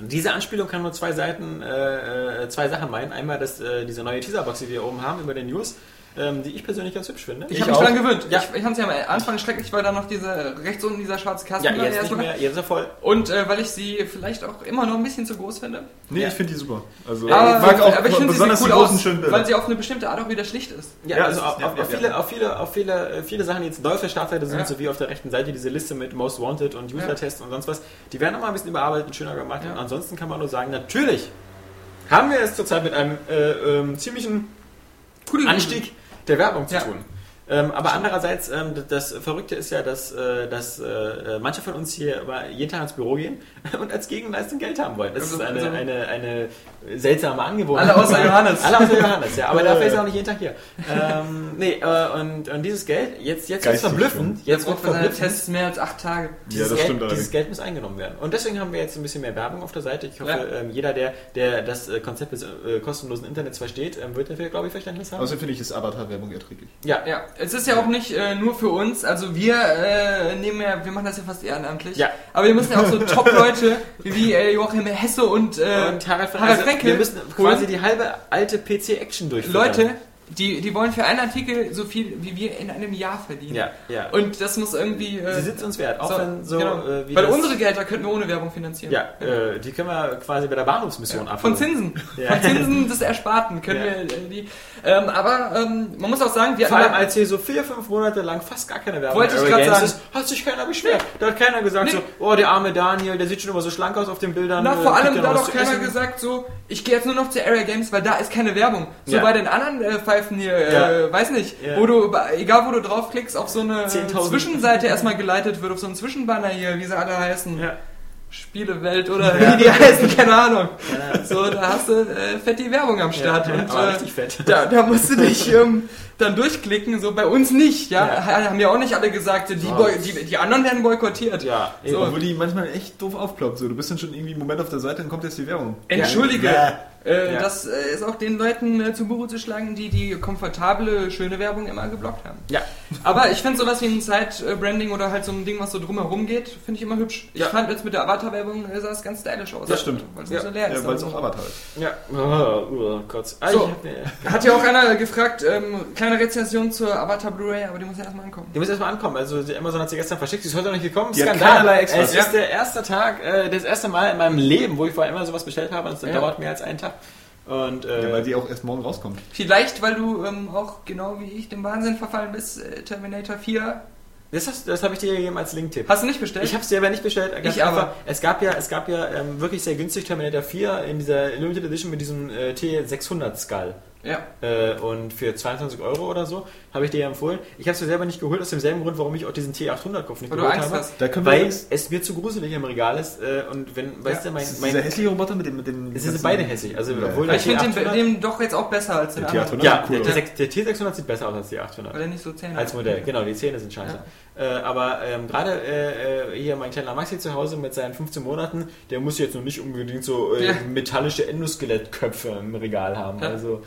S3: Diese Anspielung kann nur zwei Seiten, äh, äh, zwei Sachen meinen. Einmal dass, äh, diese neue Teaserbox, die wir hier oben haben über den News, ähm, die ich persönlich ganz hübsch finde.
S2: Ich,
S4: Ich
S2: habe mich
S4: auch.
S2: dran gewöhnt.
S3: Ja.
S2: Ich, ich fand sie am Anfang schrecklich, weil da noch diese, rechts unten dieser schwarze Kasten
S3: ja,
S2: war, der
S3: jetzt nicht
S2: erstmal-
S3: mehr, jetzt ist er voll.
S2: Und äh, weil ich sie vielleicht auch immer noch ein bisschen zu groß finde.
S4: Nee,
S3: Ja.
S4: ich finde die super. Also,
S2: Aber,
S4: ich mag auch
S2: aber ich finde sie
S4: besonders
S2: sieht cool
S4: die großen
S2: aus,
S4: schönen
S2: weil
S4: Bilder.
S2: sie auf eine bestimmte Art auch wieder schlicht ist.
S3: Ja,
S4: Ja,
S3: also
S4: das ist-
S3: auf,
S4: ja,
S3: auf,
S4: ja,
S3: auf
S4: ja.
S3: viele, auf viele, auf viele, äh, viele Sachen, die jetzt neu auf der Startseite sind,
S2: Ja.
S3: so wie auf der rechten Seite diese Liste mit Most Wanted und User-Tests und sonst was, die werden nochmal ein bisschen überarbeitet und schöner gemacht.
S2: Ja.
S3: Und ansonsten kann man nur sagen, natürlich haben wir es zurzeit mit einem äh, ähm, ziemlichen
S2: Coole
S3: Anstieg der Werbung zu
S2: Ja.
S3: tun. Ähm, aber andererseits, ähm, d- das Verrückte ist ja, dass, äh, dass äh, manche von uns hier immer jeden Tag ins Büro gehen und als Gegenleistung Geld haben wollen. Das
S2: Also-
S3: ist eine,
S2: also-
S3: eine, eine seltsame Angewohnheit.
S2: Alle außer Johannes. Äh.
S3: Alle außer Johannes, ja. Aber dafür ist er auch nicht jeden Tag hier. Ähm, nee, äh, und, und dieses Geld, jetzt, jetzt wird
S4: Geistig
S3: verblüffend.
S2: Jetzt
S3: Jetzt wird
S2: braucht man seine
S3: verblüffend.
S2: Tests mehr als acht Tage.
S4: Ja,
S3: Dieses,
S4: das stimmt
S3: Geld, dieses
S4: allerdings.
S3: Geld muss eingenommen werden. Und deswegen haben wir jetzt ein bisschen mehr Werbung auf der Seite. Ich hoffe,
S2: Ja.
S3: ähm, jeder, der, der das äh, Konzept des äh, kostenlosen Internets versteht, ähm, wird dafür, glaube ich, Verständnis haben.
S4: Außerdem finde ich, ist Avatar-Werbung erträglich.
S3: ja,
S2: Ja, es ist ja auch nicht äh, nur für uns. Also wir äh, nehmen ja, wir machen das ja fast ehrenamtlich.
S3: Ja.
S2: Aber wir müssen ja auch so Top-Leute wie äh, Joachim Hesse und, äh,
S3: und Harald, Frenkel.
S2: Harald
S3: Also,
S2: Frenkel
S3: wir müssen
S2: holen.
S3: quasi die halbe alte PC-Action durchführen.
S2: Leute, Die, die wollen für einen Artikel so viel, wie wir in einem Jahr verdienen.
S3: Ja, ja.
S2: Und das muss irgendwie... Äh,
S3: Sie sind uns wert, auch
S2: so,
S3: wenn so
S2: genau.
S3: äh, wie
S2: Weil
S3: das-
S2: unsere Gelder könnten wir ohne Werbung finanzieren.
S3: ja, äh, die können wir quasi bei der Bahnhofsmission ab.
S2: Von Zinsen.
S3: Ja.
S2: Von Zinsen des Ersparten können
S3: Ja.
S2: wir äh, die... Ähm, aber ähm, man muss auch sagen, wir
S3: Vor allem,
S2: hatten...
S3: als hier so vier, fünf Monate lang fast gar keine Werbung
S2: Wollte ich
S3: Aero
S2: grad
S3: Games
S2: sagen.
S3: ist, hat sich keiner beschwert. Da hat keiner gesagt
S2: Nee.
S3: so, oh, der arme Daniel, der sieht schon immer so schlank aus auf den Bildern.
S2: Na,
S3: äh,
S2: vor allem,
S3: kriegt
S2: da
S3: ja
S2: hat
S3: noch
S2: auch
S3: was zu
S2: keiner
S3: essen.
S2: gesagt, so, ich gehe jetzt nur noch zu Area Games, weil da ist keine Werbung. So
S3: Ja.
S2: bei den anderen äh, Pfeifen hier,
S3: Ja.
S2: äh, weiß nicht,
S3: Ja.
S2: wo du, bei- egal wo du draufklickst, auf so eine
S3: 10.000.
S2: Zwischenseite erstmal geleitet wird, auf so einen Zwischenbanner hier, wie sie alle heißen.
S3: Ja.
S2: Spielewelt oder wie die heißen, keine Ahnung. So, da hast du äh, fett die Werbung am Start.
S3: Ja,
S2: und,
S3: aber
S2: äh,
S3: richtig fett.
S2: Da, da musst du dich ähm, dann durchklicken, so bei uns nicht, ja. Ha- Haben ja auch nicht alle gesagt, die, boy- die, die anderen werden boykottiert.
S3: Ja,
S2: So.
S5: Obwohl die manchmal echt doof aufploppt. So, du bist dann schon irgendwie einen Moment auf der Seite, dann kommt jetzt die Werbung.
S2: Entschuldige.
S3: Ja.
S2: Äh,
S3: Ja.
S2: Das äh, ist auch den Leuten äh, zu Buche zu schlagen, die die komfortable, schöne Werbung immer geblockt haben.
S3: Ja.
S2: Aber ich finde sowas wie ein Side-Branding oder halt so ein Ding, was so drumherum geht, finde ich immer hübsch. Ich
S3: Ja.
S2: fand jetzt mit der Avatar-Werbung äh, sah es ganz stylisch aus.
S5: Das stimmt.
S2: Weil es
S5: Ja,
S2: nicht so leer ist.
S5: weil es auch Avatar ist.
S3: Ja. Oh, oh Gott. Ah,
S2: So.
S3: ich hab mir-
S2: Hat ja auch einer gefragt, ähm, kleine Rezension zur Avatar Blu-ray, aber die muss ja erstmal ankommen.
S3: Die muss erstmal ankommen. Also die Amazon hat sie gestern verschickt, sie ist heute noch nicht gekommen.
S5: Die hat keinerlei Extras.
S3: Es
S2: Ja.
S3: ist der erste Tag, äh, das erste Mal in meinem Leben, wo ich vorher immer sowas bestellt habe und es
S2: Ja.
S3: dauert mehr als einen Tag. Und
S5: Ja,
S3: äh,
S5: weil die auch erst morgen rauskommt.
S2: Vielleicht, weil du ähm, auch genau wie ich dem Wahnsinn verfallen bist, äh, Terminator 4.
S3: das, hast- das habe ich dir gegeben als Link-Tipp.
S2: Hast du nicht bestellt?
S3: Ich habe es selber nicht bestellt. ganz
S2: Ich aber.
S3: einfach. Es gab ja, es gab ja ähm, wirklich sehr günstig Terminator 4 in dieser Limited Edition mit diesem äh, T600-Skull.
S2: ja.
S3: Äh, und für 22 Euro oder so habe ich dir ja empfohlen. Ich habe es mir selber nicht geholt, aus demselben Grund, warum ich auch diesen T800-Kopf nicht
S2: Weil du
S3: geholt
S2: Angst
S3: habe.
S2: hast.
S5: Da können wir
S3: Weil
S5: jetzt-
S3: es mir zu gruselig im Regal ist. Äh, und wenn, weißt
S2: Ja,
S3: du, mein,
S5: Das ist
S3: mein
S5: dieser hässliche Roboter mit dem. Mit dem
S3: Es sind beide hässlich. Also, obwohl
S2: Aber ich finde den,
S3: T800
S2: den doch jetzt auch besser als den
S5: Der
S2: anderen.
S5: T800?
S3: ja,
S5: ne? cool.
S3: der, der, der T600 sieht besser aus als die 800.
S2: Weil er nicht so Zähne hat.
S3: Als Modell, genau, die Zähne sind scheiße. Äh, aber ähm, gerade äh, äh, hier mein kleiner Maxi zu Hause mit seinen 15 Monaten, der muss jetzt noch nicht unbedingt so äh,
S2: Ja.
S3: metallische Endoskelettköpfe im Regal haben.
S2: Ja.
S3: Also,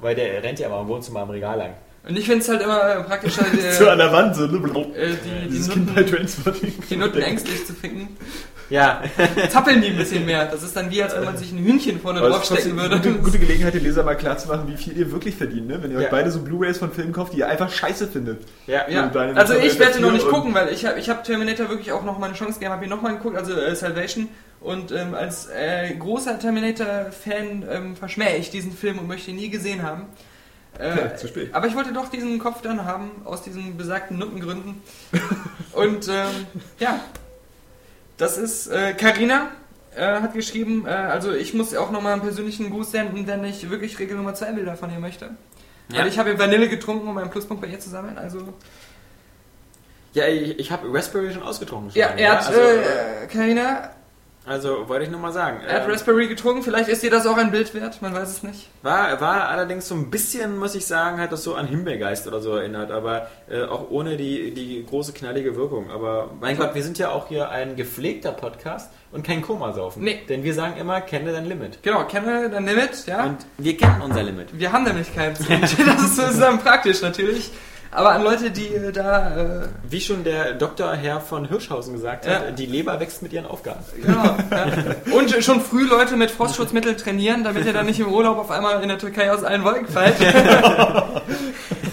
S3: weil der rennt ja mal im Wohnzimmer am Regal lang.
S2: Und ich finde es halt immer praktischer,
S5: So an
S2: die,
S5: der Wand, so. ne?
S2: äh, die, die,
S5: Dieses
S2: Nutten,
S5: Kind bei Transporting.
S2: die Nutten ängstlich zu ficken.
S3: Ja,
S2: Zappeln die ein bisschen mehr. Das ist dann wie, als wenn man sich ein Hühnchen vorne
S5: Aber es ist
S2: draufstecken
S5: trotzdem eine gute,
S2: würde.
S5: gute Gelegenheit, den Leser mal klarzumachen, wie viel ihr wirklich verdient, ne? Wenn ihr
S3: Ja.
S5: euch beide so Blu-Rays von Filmen kauft, die ihr einfach scheiße findet.
S3: ja,
S2: Ja.
S5: Und dann-
S2: Also ich werde noch nicht
S5: und-
S2: gucken, weil ich habe ich hab Terminator wirklich auch noch mal eine Chance gegeben, habe ihn noch mal geguckt, also äh, Salvation. Und ähm, als äh, großer Terminator-Fan ähm, verschmähe ich diesen Film und möchte ihn nie gesehen haben. Äh,
S5: Ja, zu spät.
S2: Aber ich wollte doch diesen Kopf dann haben, aus diesen besagten Nuttengründen. Und ähm, ja, das ist äh, Carina äh, hat geschrieben, äh, also ich muss auch nochmal einen persönlichen Gruß senden, wenn ich wirklich Regel Nummer 2 Bilder von ihr möchte.
S3: Ja.
S2: Weil ich habe ihr Vanille getrunken, um meinen Pluspunkt bei ihr zu sammeln. Also,
S3: ja ich, ich habe Raspberry schon ausgetrunken. schon
S2: ja,
S3: lange,
S2: er hat,
S3: also,
S2: äh, Carina,
S3: also wollte ich nur mal sagen.
S2: er hat
S3: ähm,
S2: Raspberry getrunken, vielleicht ist ihr das auch ein Bild wert, man weiß es nicht.
S3: War, war allerdings so ein bisschen, muss ich sagen, hat das so an Himbeergeist oder so erinnert, aber äh, auch ohne die, die große knallige Wirkung. Aber mein Gott, wir sind ja auch hier ein gepflegter Podcast und kein Komasaufen.
S2: Nee.
S3: Denn wir sagen immer, kenne dein Limit.
S2: Genau, kenne dann Limit, ja.
S3: Und wir kennen unser Limit.
S2: Wir haben nämlich keins. das ist, das ist dann praktisch natürlich. Aber an Leute, die äh, da, äh,
S3: Wie schon der Dr. Herr von Hirschhausen gesagt hat,
S2: Ja.
S3: die Leber wächst mit ihren Aufgaben.
S2: genau. ja. Und schon früh Leute mit Frostschutzmittel trainieren, damit ihr dann nicht im Urlaub auf einmal in der Türkei aus allen Wolken fallt.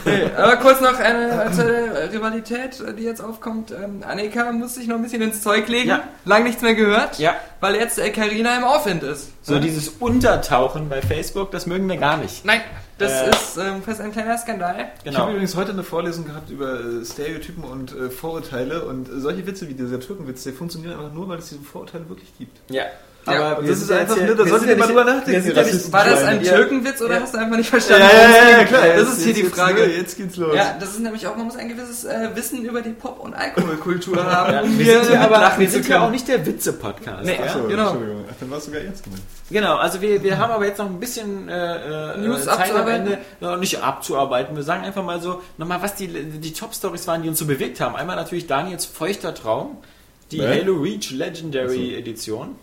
S2: Nee, aber kurz noch eine zweite Rivalität, die jetzt aufkommt. Ähm, Annika muss sich noch ein bisschen ins Zeug legen.
S3: Ja.
S2: Lang nichts mehr gehört.
S3: Ja.
S2: Weil jetzt äh, Carina im Aufwind ist.
S3: So dieses Untertauchen bei Facebook, das mögen wir gar nicht. Genau.
S2: Nein, das
S3: Äh.
S2: ist ähm, fast ein kleiner Skandal.
S5: Ich habe übrigens heute eine Vorlesung gehabt über äh, Stereotypen und äh, Vorurteile und äh, solche Witze wie dieser Türkenwitz, der funktionieren einfach nur, weil es diese Vorurteile wirklich gibt.
S3: Ja.
S2: Ja,
S3: Aber
S5: und
S3: wir
S5: das
S3: sind
S5: ist
S3: ja
S5: einfach,
S3: jetzt hier-
S5: ne, da
S3: wir
S5: solltet
S3: sind
S5: ihr mal
S3: ja
S5: drüber
S3: nicht- wir
S5: nachdenken.
S3: sind
S5: ihr
S3: ja nicht-
S2: War das ein
S5: Rassistenschweine.
S2: Türkenwitz oder
S3: Ja.
S2: hast du einfach nicht verstanden?
S5: Ja, ja,
S2: worum es
S5: ja, ja,
S2: ging?
S5: klar.
S2: Das
S5: jetzt-
S2: ist hier
S5: jetzt-
S2: die
S5: jetzt-
S2: Frage.
S5: Jetzt geht's los.
S2: Ja, das ist nämlich auch, man muss ein gewisses äh, Wissen über die Pop- und Alkoholkultur haben,
S3: Ja,
S2: um
S3: wir
S2: hier
S3: sind ja aber
S2: lachen
S3: wir
S2: zu
S3: sind ja auch
S2: können.
S3: nicht der Witze-Podcast.
S2: Nee.
S3: ja?
S5: Achso,
S2: genau.
S5: Entschuldigung. Ach, dann war es sogar ernst gemeint.
S3: Genau, also wir, wir haben aber jetzt noch ein bisschen äh, äh,
S2: News
S3: Zeit am
S2: abzuarbeiten.
S3: Ende, noch nicht abzuarbeiten. Wir sagen einfach mal so nochmal, was die, die Top-Stories waren, die uns so bewegt haben. Einmal natürlich Daniels feuchter Traum, die
S5: Ne?
S3: Halo Reach Legendary
S5: Ach so.
S3: Edition,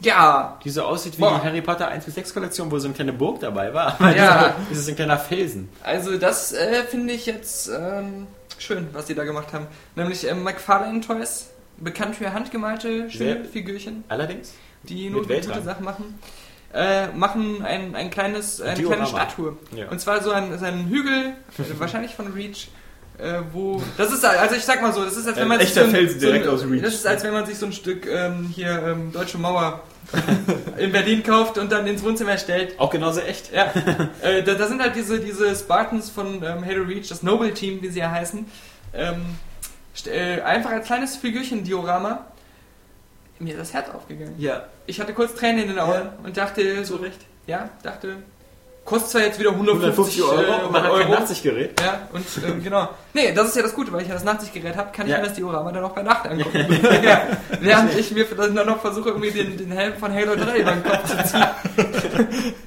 S2: Ja,
S3: die so aussieht wie
S2: Boah.
S3: die Harry Potter 1 bis 6 Kollektion, wo so eine kleine Burg dabei war. Aber
S2: Ja.
S3: das ist ein kleiner Felsen.
S2: also das äh, finde ich jetzt ähm, schön, was die da gemacht haben. Nämlich ähm, McFarlane Toys, bekannt für handgemalte schöne
S3: Wer-
S2: Figürchen,
S3: Allerdings,
S2: die
S3: Mit
S2: nur gute
S3: Weltrang.
S2: Sachen machen. äh, machen ein, ein kleines, eine
S3: Diorama.
S2: kleine Statue.
S3: Ja.
S2: Und zwar so ein, so einen Hügel, äh, wahrscheinlich von Reach, äh, wo. Das ist, also ich sag mal so, das ist, als wenn
S4: Ein
S2: man
S4: echter
S2: ein-
S4: Felsen direkt
S2: ein,
S4: aus Reach.
S2: Das ist, als wenn man sich so ein Stück ähm, hier ähm, Deutsche Mauer in Berlin kauft und dann ins Wohnzimmer stellt.
S3: Auch genauso echt.
S2: Ja, äh, da, da sind halt diese, diese Spartans von ähm, Halo Reach, das Noble Team, wie sie ja heißen. Ähm, st- äh, einfach als kleines Figürchen-Diorama. Mir ist das Herz aufgegangen.
S3: Ja.
S2: Ich hatte kurz Tränen in den Augen
S3: Ja.
S2: und dachte, so,
S3: recht.
S2: ja, dachte, kostet zwar jetzt wieder 150,
S3: 150 Euro
S2: äh,
S3: und man hat kein
S2: Euro.
S3: Nachtsichtgerät.
S2: Ja, und ähm, genau. Nee, das ist ja das Gute, weil ich ja das Nachtsichtgerät habe, kann ich
S3: Ja.
S2: mir das Diorama dann auch bei Nacht angucken. ja. Während ich mir dann noch versuche, irgendwie den, den Helm von Halo 3 über den Kopf zu ziehen.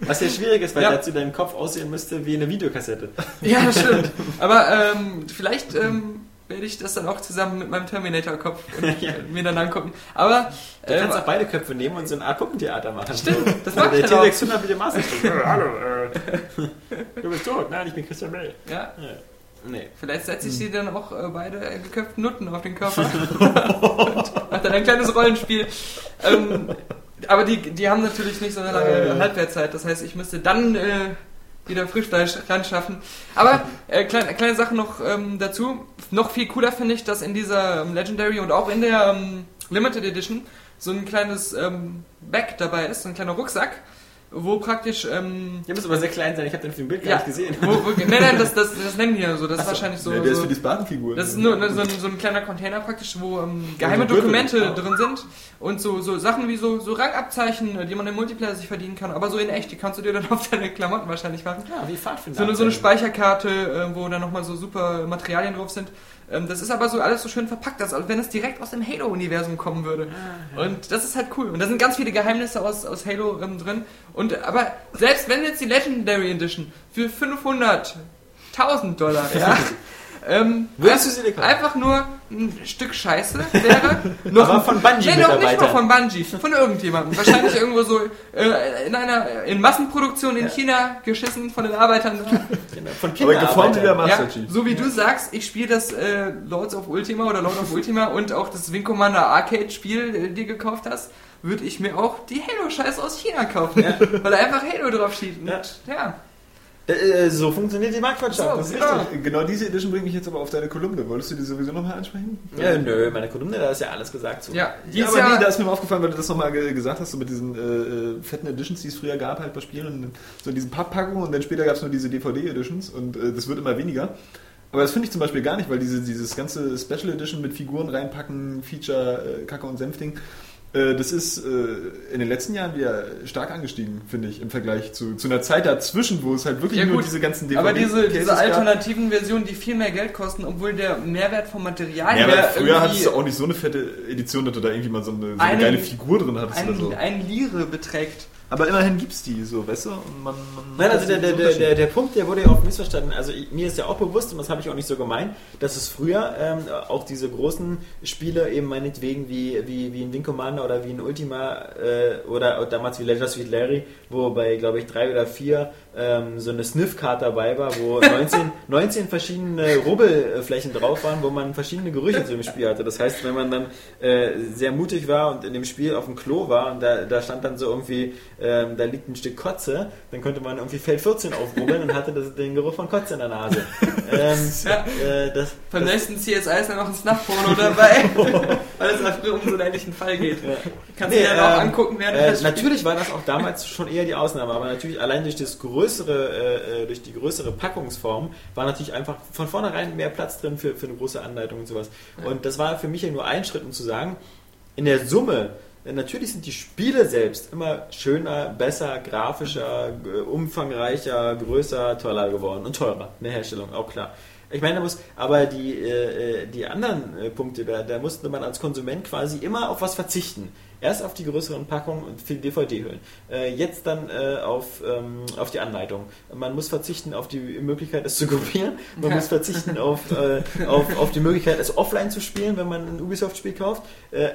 S3: Was ja schwierig ist, weil
S2: Ja.
S3: der zu deinem Kopf aussehen müsste wie eine Videokassette.
S2: Ja, das stimmt. Aber ähm, vielleicht ähm, werde ich das dann auch zusammen mit meinem Terminator-Kopf und, äh, mir dann angucken. Aber
S3: Du
S2: ähm,
S3: kannst auch beide Köpfe nehmen und so ah, eine Art Puppentheater machen.
S2: stimmt, das
S3: Der
S2: mache ich dann
S3: T-Rex
S2: auch.
S3: 100 wie der Master. Hallo, äh, du bist tot. Nein, ich bin Christian Bale.
S2: Ja,
S3: Nee.
S2: vielleicht setze ich
S4: Hm.
S2: sie dann auch äh, beide äh, geköpften Nutten auf den Körper und mache dann ein kleines Rollenspiel. Ähm, aber die, die haben natürlich nicht so eine lange
S4: Äh.
S2: Halbwertzeit, das heißt, ich müsste dann äh, wieder Frischfleisch ranschaffen. Aber äh, kleine, kleine Sache noch ähm, dazu. Noch viel cooler finde ich, dass in dieser ähm, Legendary und auch in der ähm, Limited Edition so ein kleines ähm, Bag dabei ist, so ein kleiner Rucksack, wo praktisch ähm,
S3: Ihr müsst aber sehr klein sein. Ich habe den auf dem Bild gar
S2: Ja.
S3: nicht gesehen.
S2: wo, wo, nein, nein, das, das, das nennen die ja so. Das ist wahrscheinlich so.
S4: Ja, der ist
S2: so
S4: für die Spartenfigur.
S2: das ist nur ne, so, ein, so ein kleiner Container praktisch, wo ähm, geheime
S3: so Gürtel.
S2: Dokumente
S3: Ja.
S2: drin sind und so, so Sachen wie so, so Rangabzeichen, äh, die man im Multiplayer sich verdienen kann, aber so in echt, die kannst du dir dann auf deine Klamotten wahrscheinlich machen.
S3: Ja, wie Pfadfinder.
S2: So eine, so eine Speicherkarte, äh, wo dann nochmal so super Materialien drauf sind. Ähm, das ist aber so alles so schön verpackt, als wenn es direkt aus dem Halo-Universum kommen würde.
S3: Ah,
S2: Und das ist halt cool. Und da sind ganz viele Geheimnisse aus, aus Halo ähm, drin. Und äh, aber selbst wenn jetzt die Legendary Edition für 500.000 Dollar, ja, ähm,
S3: Würdest du sie dir kaufen?
S2: einfach nur ein Stück Scheiße wäre, noch
S3: Aber von Bungie
S2: Nee, noch nicht mal
S3: Mitarbeiter.
S2: von Bungie, von irgendjemandem. Wahrscheinlich irgendwo so äh, in einer in Massenproduktion in China geschissen von den Arbeitern.
S3: Genau, Von
S4: aber
S3: Kindern.
S4: geformt wie der Master
S2: Ja,
S4: Chief.
S2: so wie du sagst, ich spiele das äh, Lords of Ultima oder Lord of Ultima und auch das Wing Commander Arcade Spiel äh, dir gekauft hast, würde ich mir auch die Halo-Scheiße aus China kaufen, weil da einfach Halo drauf steht. Und,
S3: Ja.
S2: ja.
S3: äh, So funktioniert die Marktwirtschaft.
S2: So,
S3: das ist
S2: ja.
S3: richtig.
S4: Genau diese Edition bringt mich jetzt aber auf deine Kolumne. Wolltest du die sowieso nochmal ansprechen?
S3: Ja, nö, meine Kolumne, da ist ja alles gesagt zu.
S2: Ja, die
S4: Ja,
S2: ist
S4: aber
S2: ja,
S4: nee, da ist mir mal aufgefallen, weil du das nochmal ge gesagt hast, so mit diesen äh, äh, fetten Editions, die es früher gab, halt bei Spielen, und so in diesen Papppackungen und dann später gab es nur diese DVD-Editions und äh, das wird immer weniger. Aber das finde ich zum Beispiel gar nicht, weil diese, dieses ganze Special Edition mit Figuren reinpacken, Feature, äh, Kacke und Senfting, äh, das ist äh, in den letzten Jahren wieder stark angestiegen, finde ich, im Vergleich zu, zu einer Zeit dazwischen, wo es halt wirklich
S2: Ja,
S4: nur
S2: gut.
S4: diese ganzen
S2: aber diese,
S4: DVD-Cases
S2: diese alternativen Versionen, die viel mehr Geld kosten, obwohl der Mehrwert vom Material
S4: Ja, aber
S2: her
S4: früher hattest du
S2: irgendwie
S4: auch nicht so eine fette Edition, dass du da irgendwie mal so eine, so eine
S2: Einen-
S4: geile Figur drin hattest oder
S2: ein,
S4: so.
S2: ein Lire beträgt.
S4: Aber immerhin gibt's die so, weißt du? Und man, man
S3: Nein, also der,
S4: das
S3: der,
S4: ist
S3: der,
S4: ein
S3: der, der Punkt, der wurde ja oft missverstanden. Also ich, mir ist ja auch bewusst, und das habe ich auch nicht so gemeint, dass es früher ähm, auch diese großen Spiele eben meinetwegen wie, wie, wie ein Wing Commander oder wie ein Ultima äh, oder damals wie Leisure Suite Larry, wo bei, glaube ich, drei oder vier ähm, so eine Sniff-Card dabei war, wo 19, 19 verschiedene Rubbelflächen drauf waren, wo man verschiedene Gerüche zu dem Spiel hatte. Das heißt, wenn man dann äh, sehr mutig war und in dem Spiel auf dem Klo war und da, da stand dann so irgendwie, ähm, da liegt ein Stück Kotze, dann konnte man irgendwie Feld 14 aufrubbeln und hatte das, den Geruch von Kotze in der Nase. Ähm, äh, das,
S2: Beim nächsten CSI ist dann noch ein Snuff-Porno dabei, weil es einfach um so einen ähnlichen Fall geht. Kannst du dir dann auch
S3: ähm,
S2: angucken, während
S3: äh,
S2: du das
S3: Natürlich war das auch damals schon eher die Ausnahme, aber natürlich allein durch das größere, äh, äh, durch die größere Packungsform war natürlich einfach von vornherein mehr Platz drin für, für eine große Anleitung und sowas. Und das war für mich ja nur ein Schritt, um zu sagen, in der Summe, äh, natürlich sind die Spiele selbst immer schöner, besser, grafischer, äh, umfangreicher, größer, toller geworden und teurer. Eine Herstellung, auch klar. Ich meine, da muss, aber die, äh, äh, die anderen äh, Punkte, da, da musste man als Konsument quasi immer auf was verzichten. Erst auf die größeren Packungen und für die DVD-Hüllen. Äh, jetzt dann äh, auf, ähm, auf die Anleitung. Man muss verzichten auf die Möglichkeit, es zu kopieren. Man muss verzichten auf, äh, auf, auf die Möglichkeit, es offline zu spielen, wenn man ein Ubisoft-Spiel kauft. Äh,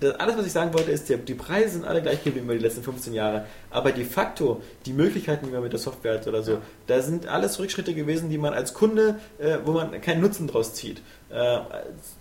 S3: das, alles, was ich sagen wollte, ist, der, die Preise sind alle gleich geblieben über die letzten 15 Jahre. Aber de facto, die Möglichkeiten, die man mit der Software hat oder so, da sind alles Rückschritte gewesen, die man als Kunde, äh, wo man keinen Nutzen draus zieht. Äh,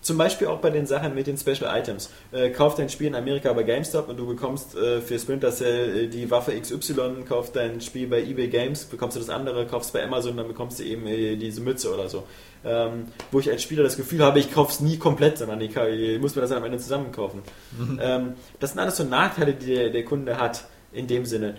S3: zum Beispiel auch bei den Sachen mit den Special Items. Äh, kauf dein Spiel in Amerika bei GameStop und du bekommst äh, für Splinter Cell äh, die Waffe XY, kauf dein Spiel bei eBay Games, bekommst du das andere, kaufst bei Amazon, dann bekommst du eben äh, diese Mütze oder so. Ähm, wo ich als Spieler das Gefühl habe, ich kauf's nie komplett, sondern ich, ka- ich muss mir das dann am Ende zusammen kaufen. ähm, das sind alles so Nachteile, die der, der Kunde hat. In dem Sinne.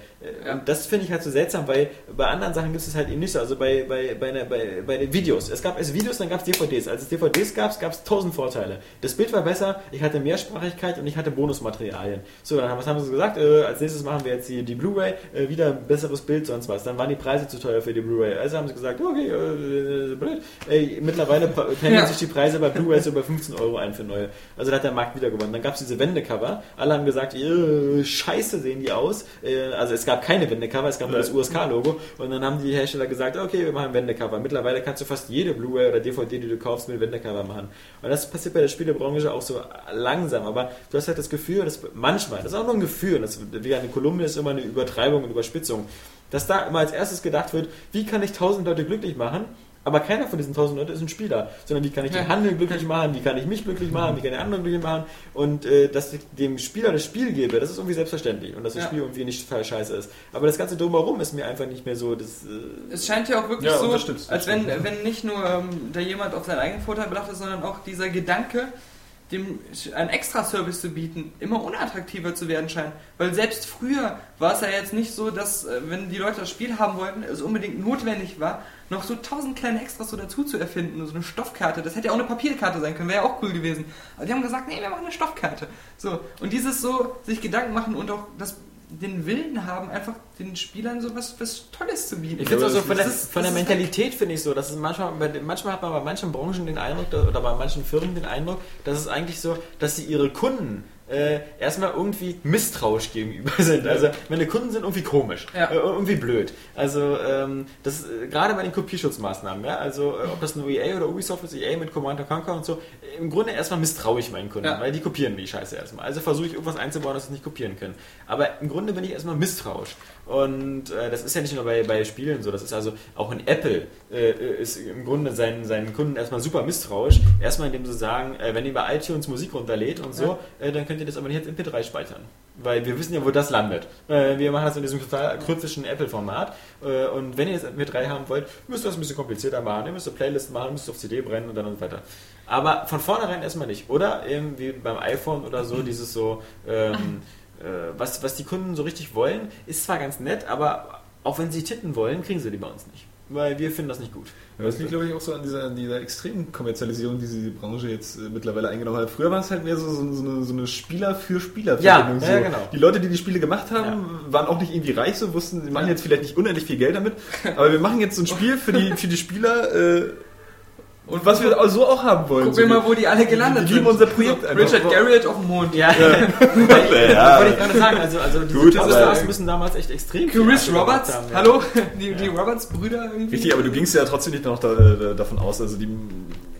S3: Äh, Und das finde ich halt so seltsam, weil bei anderen Sachen gibt es halt eben nicht so. Also bei, bei, bei, einer- bei, bei den Videos. Es gab erst Videos, dann gab es DVDs. Als es DVDs gab, gab es tausend Vorteile. Das Bild war besser, ich hatte Mehrsprachigkeit und ich hatte Bonusmaterialien. So, dann haben, was haben sie gesagt? Äh, als nächstes machen wir jetzt die, die Blu-ray, äh, wieder ein besseres Bild, sonst was. Dann waren die Preise zu teuer für die Blu-ray. Also haben sie gesagt, okay, äh, blöd. Ey, mittlerweile pa- pendeln
S2: Ja.
S3: sich die Preise bei Blu-rays so bei 15 Euro ein für neue. Also da hat der Markt wieder gewonnen. Dann gab es diese Wendecover. Alle haben gesagt, äh, scheiße sehen die aus. Äh, also es gab keine Wendecover, es gab nur das USK-Logo. Und dann haben die Hersteller gesagt, okay, wir machen Wendecover. Mittlerweile kannst du fast jede Blu-ray oder DVD, die du kaufst, mit Wendecover machen. Und das passiert bei der Spielebranche auch so langsam. Aber du hast halt das Gefühl, dass manchmal, das ist auch nur ein Gefühl, das, wie eine Kolumne ist immer eine Übertreibung und Überspitzung, dass da immer als erstes gedacht wird, wie kann ich tausend Leute glücklich machen? Aber keiner von diesen tausend Leuten ist ein Spieler, sondern wie kann ich den Handel glücklich machen, wie kann ich mich glücklich machen, wie kann der andere glücklich machen und äh, dass ich dem Spieler das Spiel gebe, das ist irgendwie selbstverständlich und dass das
S2: Ja.
S3: Spiel irgendwie nicht total scheiße ist. Aber das ganze Drumherum ist mir einfach nicht mehr so, das, äh,
S2: Es scheint ja auch wirklich
S4: Ja,
S2: so,
S4: das stimmt, das
S2: als wenn, wenn nicht nur ähm, da jemand auf seinen eigenen Vorteil bedacht ist, sondern auch dieser Gedanke, dem Sch- einen Extra-Service zu bieten, immer unattraktiver zu werden scheint. Weil selbst früher war es ja jetzt nicht so, dass, äh, wenn die Leute das Spiel haben wollten, es unbedingt notwendig war, noch so tausend kleine Extras so dazu zu erfinden, so eine Stoffkarte. Das hätte ja auch eine Papierkarte sein können, wäre ja auch cool gewesen. Aber die haben gesagt, nee, wir machen eine Stoffkarte. So, und dieses so, sich Gedanken machen und auch das den Willen haben, einfach den Spielern so was, was Tolles zu bieten.
S3: ich finde es auch so von der,
S2: Das ist-
S3: von der
S2: das ist
S3: Mentalität finde ich so, dass es manchmal, bei den- manchmal hat man bei manchen Branchen den Eindruck da- oder bei manchen Firmen den Eindruck, dass es eigentlich so, dass sie ihre Kunden äh, erstmal irgendwie misstrauisch gegenüber sind. Also meine Kunden sind irgendwie komisch,
S2: Ja.
S3: äh, irgendwie blöd. Also ähm, das ist, äh, gerade bei den Kopierschutzmaßnahmen, ja, also äh, ob das nur EA oder Ubisoft ist, EA mit Commander Conquer und so, äh, im Grunde erstmal misstraue ich meinen Kunden,
S2: Ja.
S3: weil die kopieren die Scheiße erstmal. Also versuche ich irgendwas einzubauen, das sie nicht kopieren können. Aber im Grunde bin ich erstmal misstrauisch. Und äh, das ist ja nicht nur bei, bei Spielen so, das ist also auch in Apple äh, ist im Grunde seinen, seinen Kunden erstmal super misstrauisch. Erstmal indem sie sagen, äh, wenn ihr bei iTunes Musik runterlädt und so, äh, dann könnt ihr das aber nicht als MP3 speichern. Weil wir wissen ja, wo das landet. Äh, wir machen das in diesem total kryptischen Apple-Format. Äh, und wenn ihr jetzt MP3 haben wollt, müsst ihr das ein bisschen komplizierter machen. Ihr müsst eine Playlist machen, müsst auf CD brennen und dann und so weiter. Aber von vornherein erstmal nicht. Oder eben wie beim iPhone oder so, dieses so, ähm, äh, was, was die Kunden so richtig wollen, ist zwar ganz nett, aber auch wenn sie titten wollen, kriegen sie die bei uns nicht. Weil wir finden das nicht gut.
S5: Ja, das liegt, glaube ich, auch so an dieser, an dieser extremen Kommerzialisierung, die die Branche jetzt äh, mittlerweile eingenommen hat. Früher war es halt mehr so, so, so, eine, so eine Spieler für Spieler.
S3: Ja,
S5: so.
S3: ja, genau.
S5: Die Leute, die die Spiele gemacht haben, waren auch nicht irgendwie reich so, wussten, sie machen jetzt vielleicht nicht unendlich viel Geld damit, aber wir machen jetzt so ein Spiel für die, für die Spieler, äh, und was wir auch so auch haben wollen.
S2: Gucken wir mal, wo die alle gelandet
S5: Die
S2: sind.
S5: lieben unser Projekt einfach.
S2: Richard Garriott auf dem Mond.
S3: Ja,
S4: Ja,
S3: wollte ich gerade sagen. Also, also diese
S4: Gut,
S3: Popstars
S4: aber-
S3: müssen damals echt extrem viel
S2: Chris
S3: Asche
S2: Roberts,
S3: gemacht haben, ja.
S2: hallo? Die, die Roberts-Brüder irgendwie.
S5: Richtig, aber du gingst ja trotzdem nicht noch da, da, davon aus. Also die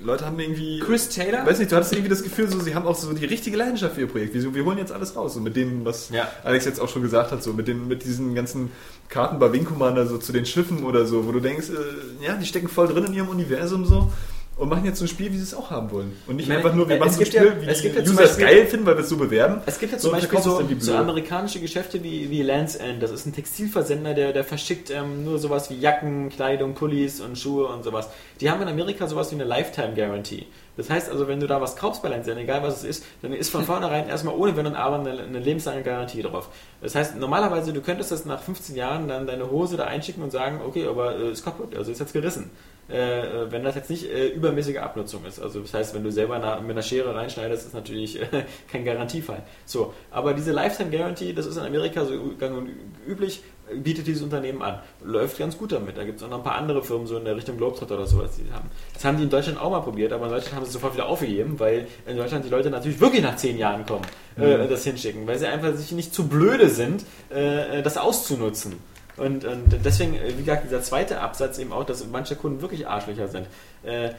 S5: Leute haben irgendwie...
S2: Chris Taylor?
S5: Weiß nicht, du hattest irgendwie das Gefühl, so, sie haben auch so die richtige Leidenschaft für ihr Projekt. Wir, wir holen jetzt alles raus. Und mit dem, was
S3: Ja.
S5: Alex jetzt auch schon gesagt hat, so mit, den, mit diesen ganzen Karten bei Wing Commander so zu den Schiffen oder so, wo du denkst, äh, ja, die stecken voll drin in ihrem Universum so und machen jetzt so ein Spiel, wie sie es auch haben wollen. Und nicht
S3: Ich meine,
S5: einfach nur, wir
S3: äh,
S5: machen
S3: es
S5: so ein
S3: gibt
S5: Spiel,
S3: ja-
S5: wie
S3: es gibt ja
S5: die
S3: zum
S5: User es
S3: Beispiel-
S5: geil finden, weil wir es ne? so bewerben.
S3: Es gibt ja zum
S5: und
S3: Beispiel
S5: verkaufen es
S3: so,
S5: dann wie
S3: so
S5: blöd.
S3: amerikanische Geschäfte wie, wie Lands End. Das ist ein Textilversender, der, der verschickt ähm, nur sowas wie Jacken, Kleidung, Pullis und Schuhe und sowas. Die haben in Amerika sowas wie eine Lifetime Guarantee. Das heißt also, wenn du da was kaufst bei Lands End, egal was es ist, dann ist von vornherein erstmal ohne Wenn und Aber eine, eine lebenslange Garantie drauf. Das heißt, normalerweise, du könntest das nach 15 Jahren dann deine Hose da einschicken und sagen, okay, aber äh, ist kaputt, also ist jetzt gerissen. Äh, äh, wenn das jetzt nicht äh, übermäßige Abnutzung ist. Also das heißt, wenn du selber na, mit einer Schere reinschneidest, ist natürlich äh, kein Garantiefall. So, aber diese Lifetime Guarantee, das ist in Amerika so ü- gang und ü- üblich, äh, bietet dieses Unternehmen an. Läuft ganz gut damit. Da gibt es auch noch ein paar andere Firmen so in der Richtung Globetrotter oder sowas, die das haben. Das haben die in Deutschland auch mal probiert, aber in Deutschland haben sie es sofort wieder aufgegeben, weil in Deutschland die Leute natürlich wirklich nach zehn Jahren kommen, äh, das hinschicken, weil sie einfach sich nicht zu blöde sind, äh, das auszunutzen. Und, und deswegen, äh, wie gesagt, dieser zweite Absatz eben auch, dass manche Kunden wirklich Arschlöcher sind. Äh,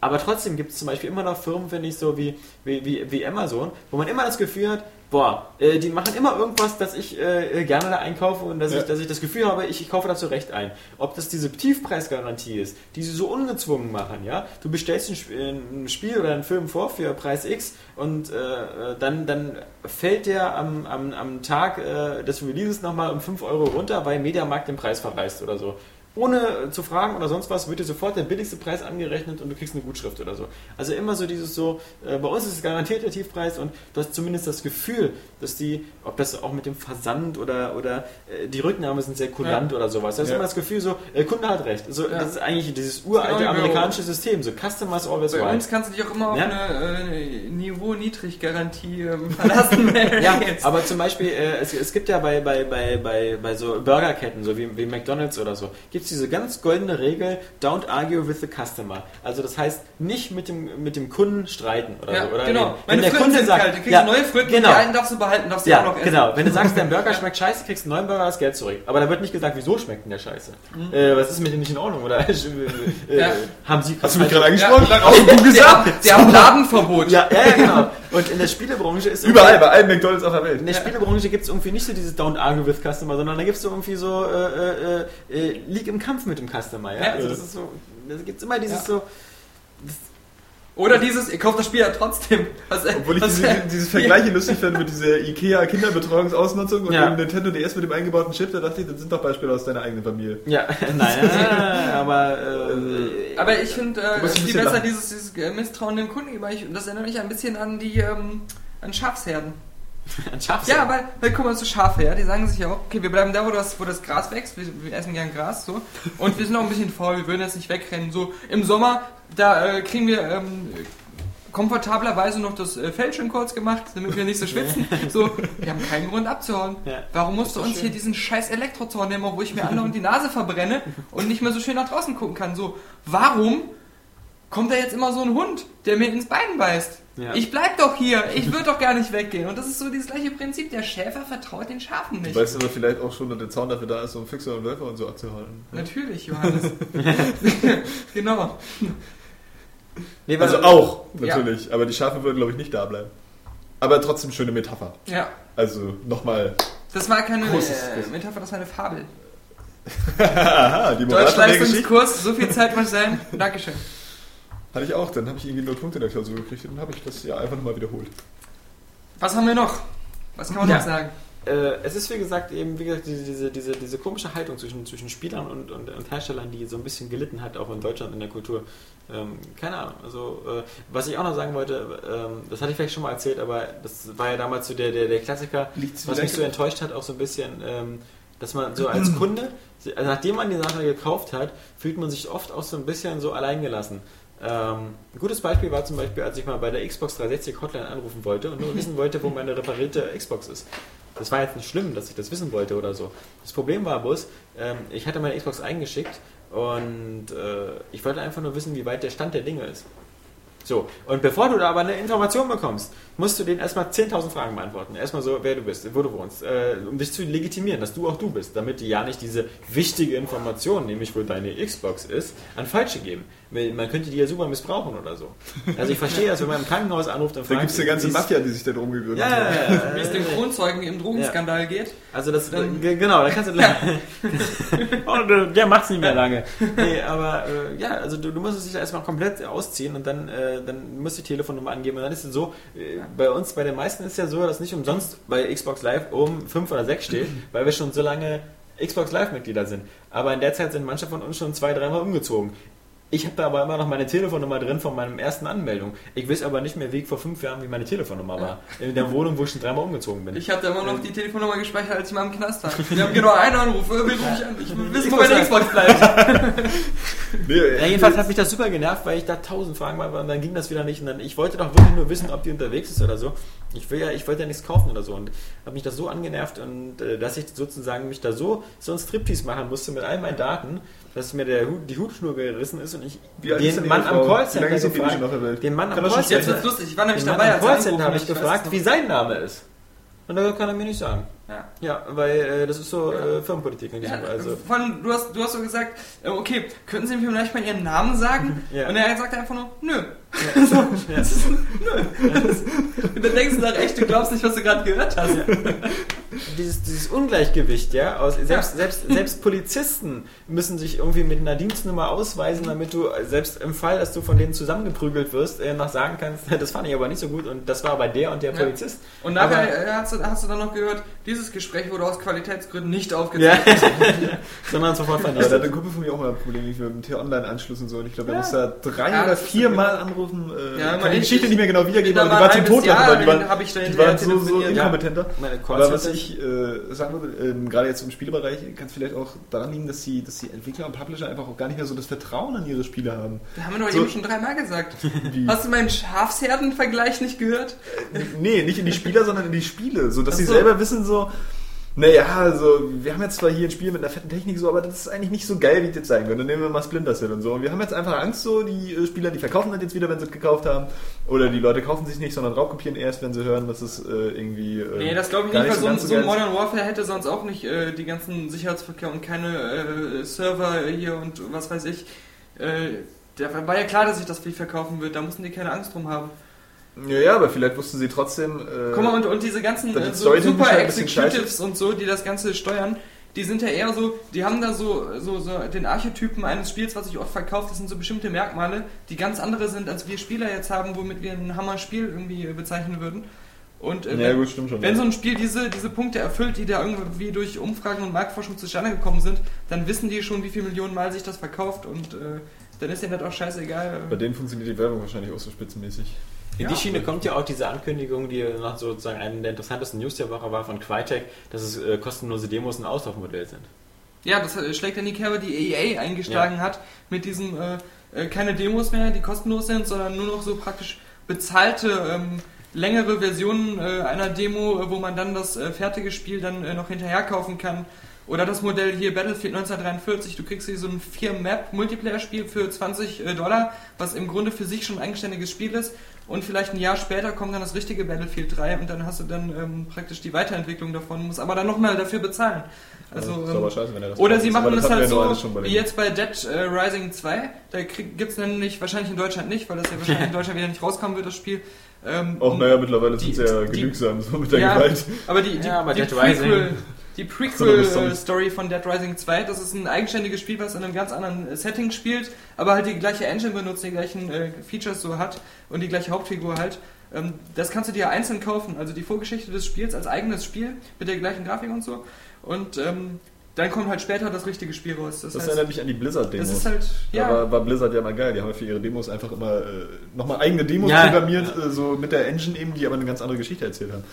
S3: Aber trotzdem gibt es zum Beispiel immer noch Firmen, finde ich, so wie, wie, wie, wie Amazon, wo man immer das Gefühl hat, boah, äh, die machen immer irgendwas, dass ich äh, gerne da einkaufe und dass,
S5: Ja.
S3: ich, dass ich das Gefühl habe, ich, ich kaufe da zu Recht ein. Ob das diese Tiefpreisgarantie ist, die sie so ungezwungen machen, ja? Du bestellst ein, Sp- äh, ein Spiel oder einen Film vor für Preis X und äh, äh, dann, dann fällt der am, am, am Tag äh, des Releases nochmal um 5 Euro runter, weil Mediamarkt den Preis verweist oder so. Ohne äh, zu fragen oder sonst was wird dir sofort der billigste Preis angerechnet und du kriegst eine Gutschrift oder so. Also immer so dieses so, äh, bei uns ist es garantiert der Tiefpreis und du hast zumindest das Gefühl, dass die, ob das auch mit dem Versand oder, oder äh, die Rücknahme sind sehr kulant oder sowas. Da hast
S5: Ja.
S3: immer das Gefühl so, äh, Kunde hat recht. So,
S2: Ja.
S3: Das ist eigentlich dieses uralte
S2: Genau wie bei
S3: amerikanische System, so Customers always
S2: Bei
S3: right.
S2: uns kannst du dich auch immer auf
S3: Ja.
S2: eine äh, Niveau-Niedrig-Garantie ähm, verlassen.
S3: Ja, aber zum Beispiel, äh, es, es gibt ja bei, bei, bei, bei, bei so Burgerketten, so wie, wie McDonalds oder so, gibt es diese ganz goldene Regel, don't argue with the customer. Also das heißt, nicht mit dem, mit dem Kunden streiten oder
S2: Ja,
S3: so. Oder
S2: genau.
S3: reden. Wenn der
S2: Fritten
S3: Kunde
S2: sind
S3: sagt,
S2: kalt, du kriegst
S3: ja,
S2: neue Fritten,
S3: genau.
S2: die alten darfst du behalten, darfst du auch
S3: ja,
S2: noch essen.
S3: genau. Wenn du sagst, dein Burger schmeckt scheiße, kriegst du einen neuen Burger, das Geld zurück. Aber da wird nicht gesagt, wieso schmeckt denn der scheiße? Äh, was ist mit dem nicht in Ordnung? Oder äh, äh,
S2: Mhm. Ja.
S3: haben sie
S5: Hast du mich gerade angesprochen?
S2: Ja.
S5: Ja. Hast du gut gesagt?
S2: Der, der hat Ladenverbot.
S3: ja, ja, ja, genau. Und in der Spielebranche ist
S5: Überall, bei allen McDonalds auf der Welt.
S3: In der Spielebranche gibt es irgendwie nicht so dieses Don't argue with Customer, sondern da gibt es so irgendwie so äh, äh, äh, Lieg im Kampf mit dem Customer. Ja?
S2: Ja.
S3: Also das ist so, da gibt es immer dieses
S2: Ja.
S3: so.
S2: Oder dieses, ihr kauft das Spiel ja trotzdem. Was,
S5: Obwohl ich
S2: was-
S5: diese, diese Vergleiche lustig fand mit dieser IKEA-Kinderbetreuungsausnutzung und
S3: Ja.
S5: dem Nintendo DS mit dem eingebauten Chip, da dachte ich, das sind doch Beispiele aus deiner eigenen Familie.
S3: Ja, nein, nein, nein, nein, aber.
S2: Also,
S3: Äh,
S2: Aber ich finde
S5: Du
S2: äh,
S5: musst ein
S2: viel
S5: bisschen
S2: besser
S5: lachen.
S2: dieses, dieses äh, Misstrauen dem Kunden gegenüber. Ich, das erinnert mich ein bisschen an die ähm, an Schafsherden.
S3: ein Schafs.
S2: Ja, weil, weil guck mal zu Schafe, ja, die sagen sich ja, auch, okay, wir bleiben da, wo das, wo das Gras wächst, wir, wir essen gern Gras, so. Und wir sind auch ein bisschen faul, wir würden jetzt nicht wegrennen, so. Im Sommer, da äh, kriegen wir ähm, komfortablerweise noch das äh, Feld schon kurz gemacht, damit wir nicht so schwitzen. So, wir haben keinen Grund abzuhauen.
S3: Ja.
S2: Warum musst du uns hier diesen scheiß Elektrozaun nehmen, wo ich mir andauernd die Nase verbrenne und nicht mehr so schön nach draußen gucken kann? So, warum kommt da jetzt immer so ein Hund, der mir ins Bein beißt.
S3: Ja.
S2: Ich bleib doch hier, ich würde doch gar nicht weggehen. Und das ist so dieses gleiche Prinzip, der Schäfer vertraut den Schafen
S5: Du
S2: nicht.
S5: weißt aber vielleicht auch schon, dass der Zaun dafür da ist, um Füchse und Wölfe und so abzuhalten.
S2: Natürlich, Johannes. genau.
S3: Nee,
S5: Also
S3: weil-
S5: auch, natürlich. Aber die Schafe würden, glaube ich, nicht da bleiben. Aber trotzdem schöne Metapher.
S2: Ja.
S5: Also nochmal.
S2: Das war keine
S5: Großes
S2: äh,
S5: Großes.
S2: Metapher, das war eine Fabel.
S5: Haha, die Moral von der Geschichte
S2: Deutschleistungskurs, so viel Zeit muss sein. Dankeschön.
S5: hatte ich auch. Dann habe ich irgendwie null Punkte in der Klausur gekriegt und dann habe ich das ja einfach nochmal wiederholt.
S2: Was haben wir noch? Was kann man
S3: Ja.
S2: noch sagen?
S3: äh, es ist wie gesagt eben wie gesagt diese, diese, diese, diese komische Haltung zwischen, zwischen Spielern und, und, und Herstellern, die so ein bisschen gelitten hat, auch in Deutschland in der Kultur. Ähm, keine Ahnung. Also äh, was ich auch noch sagen wollte, ähm, das hatte ich vielleicht schon mal erzählt, aber das war ja damals so der, der, der Klassiker,
S5: Liegt's
S3: was
S5: wieder-
S3: mich so enttäuscht hat, auch so ein bisschen, ähm, dass man so als Kunde, also nachdem man die Sache gekauft hat, fühlt man sich oft auch so ein bisschen so alleingelassen. Ähm, ein gutes Beispiel war zum Beispiel, als ich mal bei der Xbox 360 Hotline anrufen wollte und nur wissen wollte, wo meine reparierte Xbox ist. Das war jetzt nicht schlimm, dass ich das wissen wollte oder so. Das Problem war bloß, ähm, ich hatte meine Xbox eingeschickt und äh, ich wollte einfach nur wissen, wie weit der Stand der Dinge ist. So, und bevor du da aber eine Information bekommst, musst du denen erstmal 10.000 Fragen beantworten. Erstmal so, wer du bist, wo du wohnst, äh, um dich zu legitimieren, dass du auch du bist, damit die ja nicht diese wichtige Information, nämlich wo deine Xbox ist, an Falsche geben. Weil Man könnte die ja super missbrauchen oder so. Also ich verstehe das, wenn man im Krankenhaus anruft und
S5: Da gibt es eine ganze
S3: wie's-
S5: Mafia, die sich da drum gegründet
S3: Ja, ja,
S5: hat.
S3: ja, ja.
S2: Wie es dem Kronzeugen im Drogenskandal geht.
S3: Also das,
S2: Dann-
S3: ge- genau, da kannst du... oh, der- der macht's nicht mehr lange. Nee, aber äh, ja, also du, du musst es dich erstmal komplett ausziehen und dann, äh, dann musst du die Telefonnummer angeben und dann ist es so, äh, bei uns, bei den meisten ist ja so, dass nicht umsonst bei Xbox Live oben 5 oder 6 steht, weil wir schon so lange Xbox Live-Mitglieder sind. Aber in der Zeit sind manche von uns schon zwei, dreimal umgezogen. Ich habe da aber immer noch meine Telefonnummer drin von meinem ersten Anmeldung. Ich weiß aber nicht mehr, wie ich vor fünf Jahren, wie meine Telefonnummer war. In der Wohnung, wo ich schon dreimal umgezogen bin.
S2: Ich hatte immer noch die Telefonnummer gespeichert, als ich mal im Knast war. Wir haben genau einen Anruf. Wen rufe ich an? Ich will wissen, wo meine Xbox bleibt.
S5: Nee,
S3: Ja, jedenfalls hat mich das super genervt, weil ich da tausend Fragen war und dann ging das wieder nicht. Und dann, ich wollte doch wirklich nur wissen, ob die unterwegs ist oder so. Ich will ja, ich wollte ja nichts kaufen oder so und habe mich das so angenervt und äh, dass ich sozusagen mich da so so ein Striptease machen musste mit all meinen Daten, dass mir der Hut, die Hutschnur gerissen ist und ich
S5: Wie alt ist denn
S3: den
S5: die
S3: Mann
S5: Frau?
S3: am
S5: Wie
S3: Callcenter
S5: lange ist die Baby schon
S3: gefragt,
S5: auf der Welt?
S3: den Mann am
S5: Kann das schon
S2: Jetzt
S3: Callcenter,
S2: wird's lustig. Ich war nämlich
S3: den Mann
S2: dabei,
S3: am
S2: als er angerufen
S3: Callcenter habe ich
S2: hat. Ich weiß es
S3: gefragt,
S2: noch.
S3: wie sein Name ist. Und da kann er mir nicht sagen.
S2: Ja.
S3: Ja, weil äh, das ist so
S2: Ja.
S3: äh, Firmenpolitik in
S2: Ja,
S3: diesem also.
S2: vor allem, du hast, du hast so gesagt, äh, okay, könnten Sie mir vielleicht mal Ihren Namen sagen?
S3: Ja.
S2: Und er sagt einfach nur, nö. so, das ist, nö. Und dann denkst du nach echt, du glaubst nicht, was du gerade gehört hast.
S3: Dieses, dieses Ungleichgewicht, ja, aus, selbst, selbst, selbst Polizisten müssen sich irgendwie mit einer Dienstnummer ausweisen, damit du äh, selbst im Fall, dass du von denen zusammengeprügelt wirst, äh, noch sagen kannst, das fand ich aber nicht so gut und das war bei der und der
S2: Ja.
S3: Polizist.
S2: Und
S3: Aber-
S2: nachher äh, hast, du, hast du dann noch gehört, dieses Gespräch wurde aus Qualitätsgründen nicht
S3: Ja.
S2: aufgezeichnet.
S3: Sondern sofort
S4: Ja, da
S3: vernichtet.
S4: hat ein Kumpel von mir auch mal ein Problem mit dem T-Online-Anschluss und so. Und ich glaube, er
S3: Ja.
S4: muss da drei
S2: Ja,
S4: oder
S2: das ist
S4: vier
S2: so
S4: Mal anrufen. Äh,
S2: Ja,
S4: ja, kann
S2: man-
S4: die Geschichte nicht mehr genau wiedergeben,
S2: Da
S4: aber die
S2: war
S4: war
S2: ein
S4: zum
S2: halbes
S4: Tod
S2: Jahr,
S4: aber die
S2: den hab ich da
S4: waren, die waren so, so
S2: telefoniert.
S4: inkompetenter.
S3: Meine
S4: Aber was
S3: Callcenter-
S4: ich äh, sagen würde, ähm, gerade jetzt im Spielebereich, kann es vielleicht auch daran liegen, dass die, dass die Entwickler und Publisher einfach auch gar nicht mehr so das Vertrauen an ihre Spiele haben.
S2: Da haben wir doch
S4: So.
S2: eben schon dreimal gesagt.
S4: Wie?
S2: Hast du meinen Schafsherden-Vergleich nicht gehört?
S4: Nee, nicht in die Spieler, sondern in die Spiele. So, dass
S2: Ach
S4: sie
S2: so.
S4: selber wissen, so, naja, also, wir haben jetzt zwar hier ein Spiel mit einer fetten Technik, so, aber das ist eigentlich nicht so geil, wie es jetzt sein könnte. Nehmen wir mal Splinter Cell und so. Und wir haben jetzt einfach Angst, so, die äh, Spieler, die verkaufen das jetzt wieder, wenn sie es gekauft haben. Oder die Leute kaufen sich nicht, sondern raubkopieren erst, wenn sie hören, dass es äh, irgendwie. Äh,
S2: Nee, das glaube ich
S4: gar
S2: nicht, weil so, ein-
S4: ganz
S2: so ein
S4: geil ist.
S2: Modern Warfare hätte sonst auch nicht äh, die ganzen Sicherheitsverkehr und keine äh, Server hier und was weiß ich. Äh, da war ja klar, dass sich das viel verkaufen wird, da mussten die keine Angst drum haben.
S4: Ja, ja, aber vielleicht wussten sie trotzdem. Äh,
S2: Guck mal, und, und diese ganzen
S4: dass
S2: äh,
S4: die
S2: so
S4: Story hinten schon
S2: Super
S4: ein bisschen
S2: Executives und so, die das Ganze steuern, die sind ja eher so, die haben da so, so, so den Archetypen eines Spiels, was sich oft verkauft, das sind so bestimmte Merkmale, die ganz andere sind, als wir Spieler jetzt haben, womit wir ein Hammer-Spiel irgendwie äh, bezeichnen würden. Und äh,
S4: ja, gut, stimmt schon.
S2: Wenn
S4: ja.
S2: so ein Spiel diese, diese Punkte erfüllt, die da irgendwie durch Umfragen und Marktforschung zustande gekommen sind, dann wissen die schon, wie viele Millionen Mal sich das verkauft und äh, dann ist denen das auch scheißegal.
S4: Bei denen funktioniert die Werbung wahrscheinlich auch so spitzenmäßig.
S3: In
S2: Ja.
S3: die Schiene kommt ja auch diese Ankündigung, die noch sozusagen eine der interessantesten News der Woche war von Quitec, dass es äh, kostenlose Demos ein Auslaufmodell sind.
S2: Ja, das äh, schlägt in die Kerbe, die EA eingeschlagen hat mit diesem äh, äh, keine Demos mehr, die kostenlos sind, sondern nur noch so praktisch bezahlte ähm, längere Versionen äh, einer Demo, äh, wo man dann das äh, fertige Spiel dann äh, noch hinterher kaufen kann. Oder das Modell hier Battlefield 1943, du kriegst hier so ein 4-Map-Multiplayer-Spiel für 20 äh, Dollar, was im Grunde für sich schon ein eigenständiges Spiel ist. Und vielleicht ein Jahr später kommt dann das richtige Battlefield 3 und dann hast du dann ähm, praktisch die Weiterentwicklung davon, musst aber dann nochmal dafür bezahlen. Also,
S4: Ja, ist
S2: ähm,
S4: aber scheiße, wenn er das
S2: oder
S4: macht.
S2: sie
S4: Aber
S2: machen
S4: das
S2: das
S4: hatten
S2: halt
S4: wir doch
S2: so,
S4: alles schon bei
S2: wie
S4: den-
S2: jetzt bei Dead äh, Rising 2. Da krieg- gibt's nämlich wahrscheinlich in Deutschland nicht, weil das ja wahrscheinlich in Deutschland wieder nicht rauskommen wird, das Spiel. Ähm,
S4: Auch
S2: und-
S4: naja, mittlerweile
S2: die-
S4: sind sie ja
S2: die-
S4: genügsam so mit der
S2: ja,
S4: Gewalt.
S2: Aber die, die,
S3: Ja, aber
S2: die
S3: Dead Rising.
S2: Prequel, die
S4: So eine
S2: Prequel-Story von Dead Rising 2, das ist ein eigenständiges Spiel, was in einem ganz anderen äh, Setting spielt, aber halt die gleiche Engine benutzt, die gleichen äh, Features so hat und die gleiche Hauptfigur halt. Ähm, das kannst du dir einzeln kaufen, also die Vorgeschichte des Spiels als eigenes Spiel mit der gleichen Grafik und so. Und ähm, dann kommt halt später das richtige Spiel raus. Das,
S4: Das
S2: heißt,
S4: erinnert mich an die Blizzard-Demos.
S2: das ist halt, ja.
S4: Da war, war Blizzard ja mal geil. Die haben ja für ihre Demos einfach immer äh, nochmal eigene Demos
S3: Ja.
S4: programmiert, äh, so mit der Engine eben, die aber eine ganz andere Geschichte erzählt haben.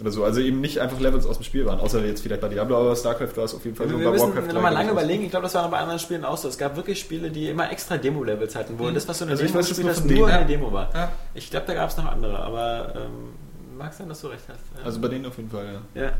S4: Oder so. Also eben nicht einfach Levels aus dem Spiel waren. Außer jetzt vielleicht bei Diablo, aber StarCraft war es auf jeden Fall
S3: Wir,
S4: so.
S3: wir
S4: bei
S3: müssen
S4: Warcraft war
S3: nochmal
S4: es
S3: lange
S4: auch so.
S3: überlegen, ich glaube, das war noch bei anderen Spielen auch so. Es gab wirklich Spiele, die immer extra Demo-Levels hatten, wo das, was so eine
S4: Also ich
S3: Demo
S4: weiß das
S3: gespielt
S4: nur
S3: hast,
S4: von denen,
S3: nur eine
S2: ja.
S3: Demo war.
S2: ja.
S3: Ich glaube, da gab es noch andere, aber ähm, mag sein, dass du recht hast. Ja.
S4: Also bei denen auf jeden Fall, ja.
S3: ja.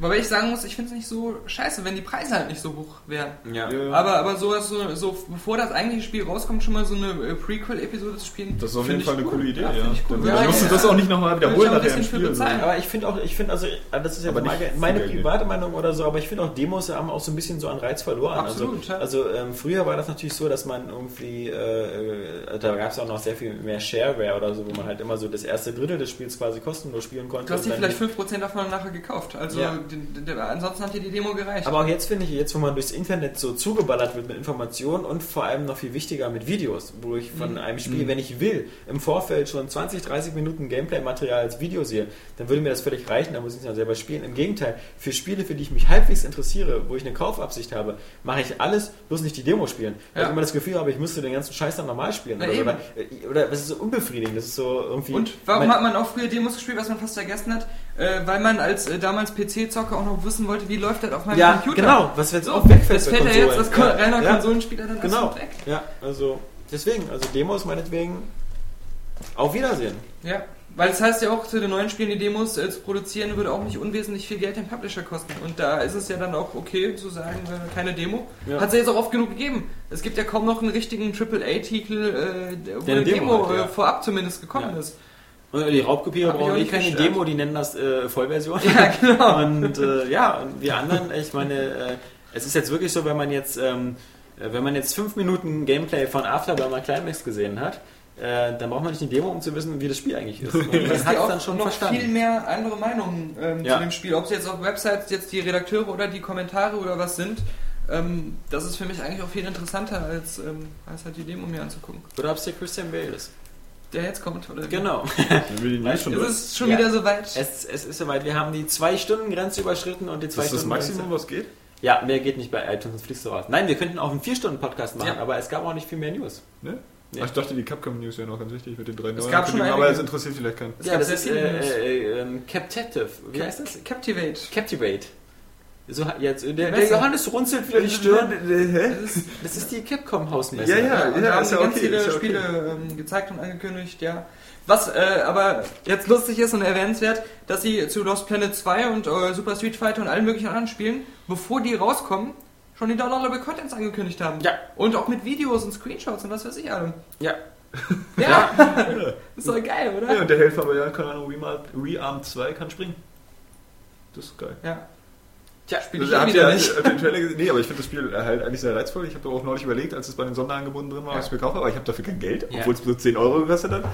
S2: Wobei ich sagen muss, ich finde es nicht so scheiße, wenn die Preise halt nicht so hoch wären.
S3: Ja.
S4: Ja.
S2: Aber, aber sowas, so, so bevor das eigentliche Spiel rauskommt, schon mal so eine äh, Prequel-Episode zu spielen.
S4: Das ist auf
S2: find
S4: jeden
S2: ich
S4: Fall eine
S2: cool.
S4: coole Idee, ja.
S2: Ja, finde ich cool.
S4: Dann
S2: Ja,
S4: dann musst
S2: ja,
S4: du das
S2: ja.
S4: auch nicht nochmal
S2: Will
S4: wiederholen
S2: ich auch ein
S4: nachher im
S2: bisschen für
S4: Spiel. so.
S2: bezahlen.
S3: Aber ich finde auch, ich finde also, aber das ist jetzt
S4: Aber nicht
S3: meine,
S4: viel
S3: meine
S4: Geld.
S3: private Meinung oder so, aber ich finde auch Demos haben auch so ein bisschen so an Reiz verloren.
S2: Absolut,
S3: also
S2: ja.
S3: also ähm, früher war das natürlich so, dass man irgendwie, äh, äh, da gab es auch noch sehr viel mehr Shareware oder so, wo man halt immer so das erste Drittel des Spiels quasi kostenlos spielen konnte.
S2: Du hast
S3: und
S2: dir
S3: dann-
S2: vielleicht 5% davon nachher gekauft. Also
S3: Ja.
S2: die, die, die, ansonsten hat dir die Demo gereicht.
S3: aber auch jetzt finde ich, jetzt wo man durchs Internet so zugeballert wird mit Informationen und vor allem noch viel wichtiger mit Videos, wo ich von
S2: Mhm.
S3: einem Spiel, wenn ich will, im Vorfeld schon 20, 30 Minuten Gameplay-Material als Video sehe, dann würde mir das völlig reichen, da muss ich es ja selber spielen. Im Gegenteil, für Spiele, für die ich mich halbwegs interessiere, wo ich eine Kaufabsicht habe, mache ich alles, bloß nicht die Demo spielen. Weil
S2: Ja.
S3: ich immer das Gefühl habe, ich müsste den ganzen Scheiß dann normal spielen.
S2: Na
S3: oder, so.
S2: eben.
S3: oder, oder das ist so unbefriedigend, das ist so irgendwie...
S2: und warum
S3: mein-
S2: hat man auch früher Demos gespielt, was man fast vergessen hat? Äh, weil man als äh, damals PC-Zocker auch noch wissen wollte, wie läuft das auf meinem
S3: ja,
S2: Computer.
S3: genau, was jetzt
S2: So,
S3: auch wegfällt.
S2: das
S3: bei
S2: fällt ja jetzt
S3: Konsolen.
S2: als Kon- reiner
S3: Ja.
S2: Konsolenspieler dann
S3: Genau.
S2: absolut weg.
S3: Ja, also deswegen, also Demos meinetwegen auf Wiedersehen.
S2: Ja, weil es heißt ja auch, zu den neuen Spielen die Demos äh, zu produzieren, würde auch nicht unwesentlich viel Geld dem Publisher kosten. Und da ist es ja dann auch okay zu sagen, äh, keine Demo.
S3: Ja.
S2: Hat es ja jetzt auch oft genug gegeben. Es gibt ja kaum noch einen richtigen AAA-Titel, äh, der- wo
S3: Der
S2: eine
S3: eine Demo
S2: Demo,
S3: hat, ja.
S2: äh, vorab zumindest gekommen
S3: Ja.
S2: ist.
S3: Und die Raubkopierer
S2: Hab ich
S3: brauchen
S2: auch
S3: eh
S2: nicht
S3: keine
S2: verstanden.
S3: Demo, die nennen das äh, Vollversion.
S2: Ja, genau.
S3: Und äh, ja, und wir anderen, ich meine, äh, es ist jetzt wirklich so, wenn man jetzt, ähm, äh, wenn man jetzt fünf Minuten Gameplay von Afterburner Climax gesehen hat, äh, dann braucht man nicht die Demo, um zu wissen, wie das Spiel eigentlich ist.
S2: Dass
S3: Und man
S2: die
S3: hat
S2: auch
S3: dann schon
S2: noch
S3: verstanden.
S2: viel mehr andere Meinungen ähm,
S3: Ja.
S2: zu dem Spiel. Ob es jetzt auf Websites jetzt die Redakteure oder die Kommentare oder was sind, ähm, das ist für mich eigentlich auch viel interessanter, als, ähm, als halt die Demo mir anzugucken.
S3: Oder ob es der Christian Bale ist.
S2: Der jetzt kommt, oder?
S3: Genau.
S4: Dann will ich nicht schon
S2: Es
S4: durch.
S2: ist schon
S3: Ja. Äh,
S2: wieder soweit.
S3: Es, es ist soweit. Wir haben die 2-Stunden-Grenze überschritten und die 2
S4: Das ist das
S3: Stunden.
S4: Maximum, was geht?
S3: Ja, mehr geht nicht bei iTunes, sonst fliegst du raus. Nein, wir könnten auch einen 4-Stunden-Podcast machen,
S2: Ja.
S3: aber es gab auch nicht viel mehr News.
S4: Ne?
S3: Nee.
S4: Ach, Ich dachte, die Capcom-News wäre noch ganz wichtig mit den drei
S2: Es gab
S4: neuen
S2: schon
S4: Ankündigungen,
S2: einige.
S4: aber es interessiert vielleicht keinen.
S2: Es
S3: Ja,
S2: gab
S3: das
S2: sehr
S3: ist
S2: viele
S3: äh,
S2: News.
S3: äh, ähm, Captative. Wie heißt das?
S2: Captivate.
S3: Captivate. So, hat jetzt, äh, der, der
S2: Messe.
S3: Johannes runzelt wieder die Stirn.
S4: Hä?
S3: Das ist die Capcom-Hausmesse.
S4: Ja, ja.
S2: und da haben
S4: ist ja
S2: ganz
S4: okay,
S2: viele
S4: ist ja okay.
S2: Spiele ähm, gezeigt und angekündigt, ja. Was äh, aber jetzt lustig ist und erwähnenswert, dass sie zu Lost Planet 2 und äh, Super Street Fighter und allen möglichen anderen Spielen, bevor die rauskommen, schon die downloadable Contents angekündigt haben.
S3: Ja.
S2: Und auch mit Videos und Screenshots und was weiß ich allem.
S3: Ja.
S2: Ja. ist doch geil, oder?
S4: Ja, und der Helfer bei ja, keine Ahnung, Rearmed, Rearmed 2 kann springen. Das ist geil.
S2: Ja.
S3: Tja,
S2: Spiel ich
S4: Also,
S2: eh
S4: habt
S2: wieder
S4: ihr-
S2: nicht.
S4: habt ihr den Trailer gesehen? Nee, aber ich finde das Spiel halt eigentlich sehr reizvoll. Ich habe da auch neulich überlegt, als es bei den Sonderangeboten drin war,
S2: Ja.
S4: was ich mir gekauft habe, aber ich habe dafür kein Geld,
S3: Ja.
S4: obwohl es bloß 10 Euro gekostet hat.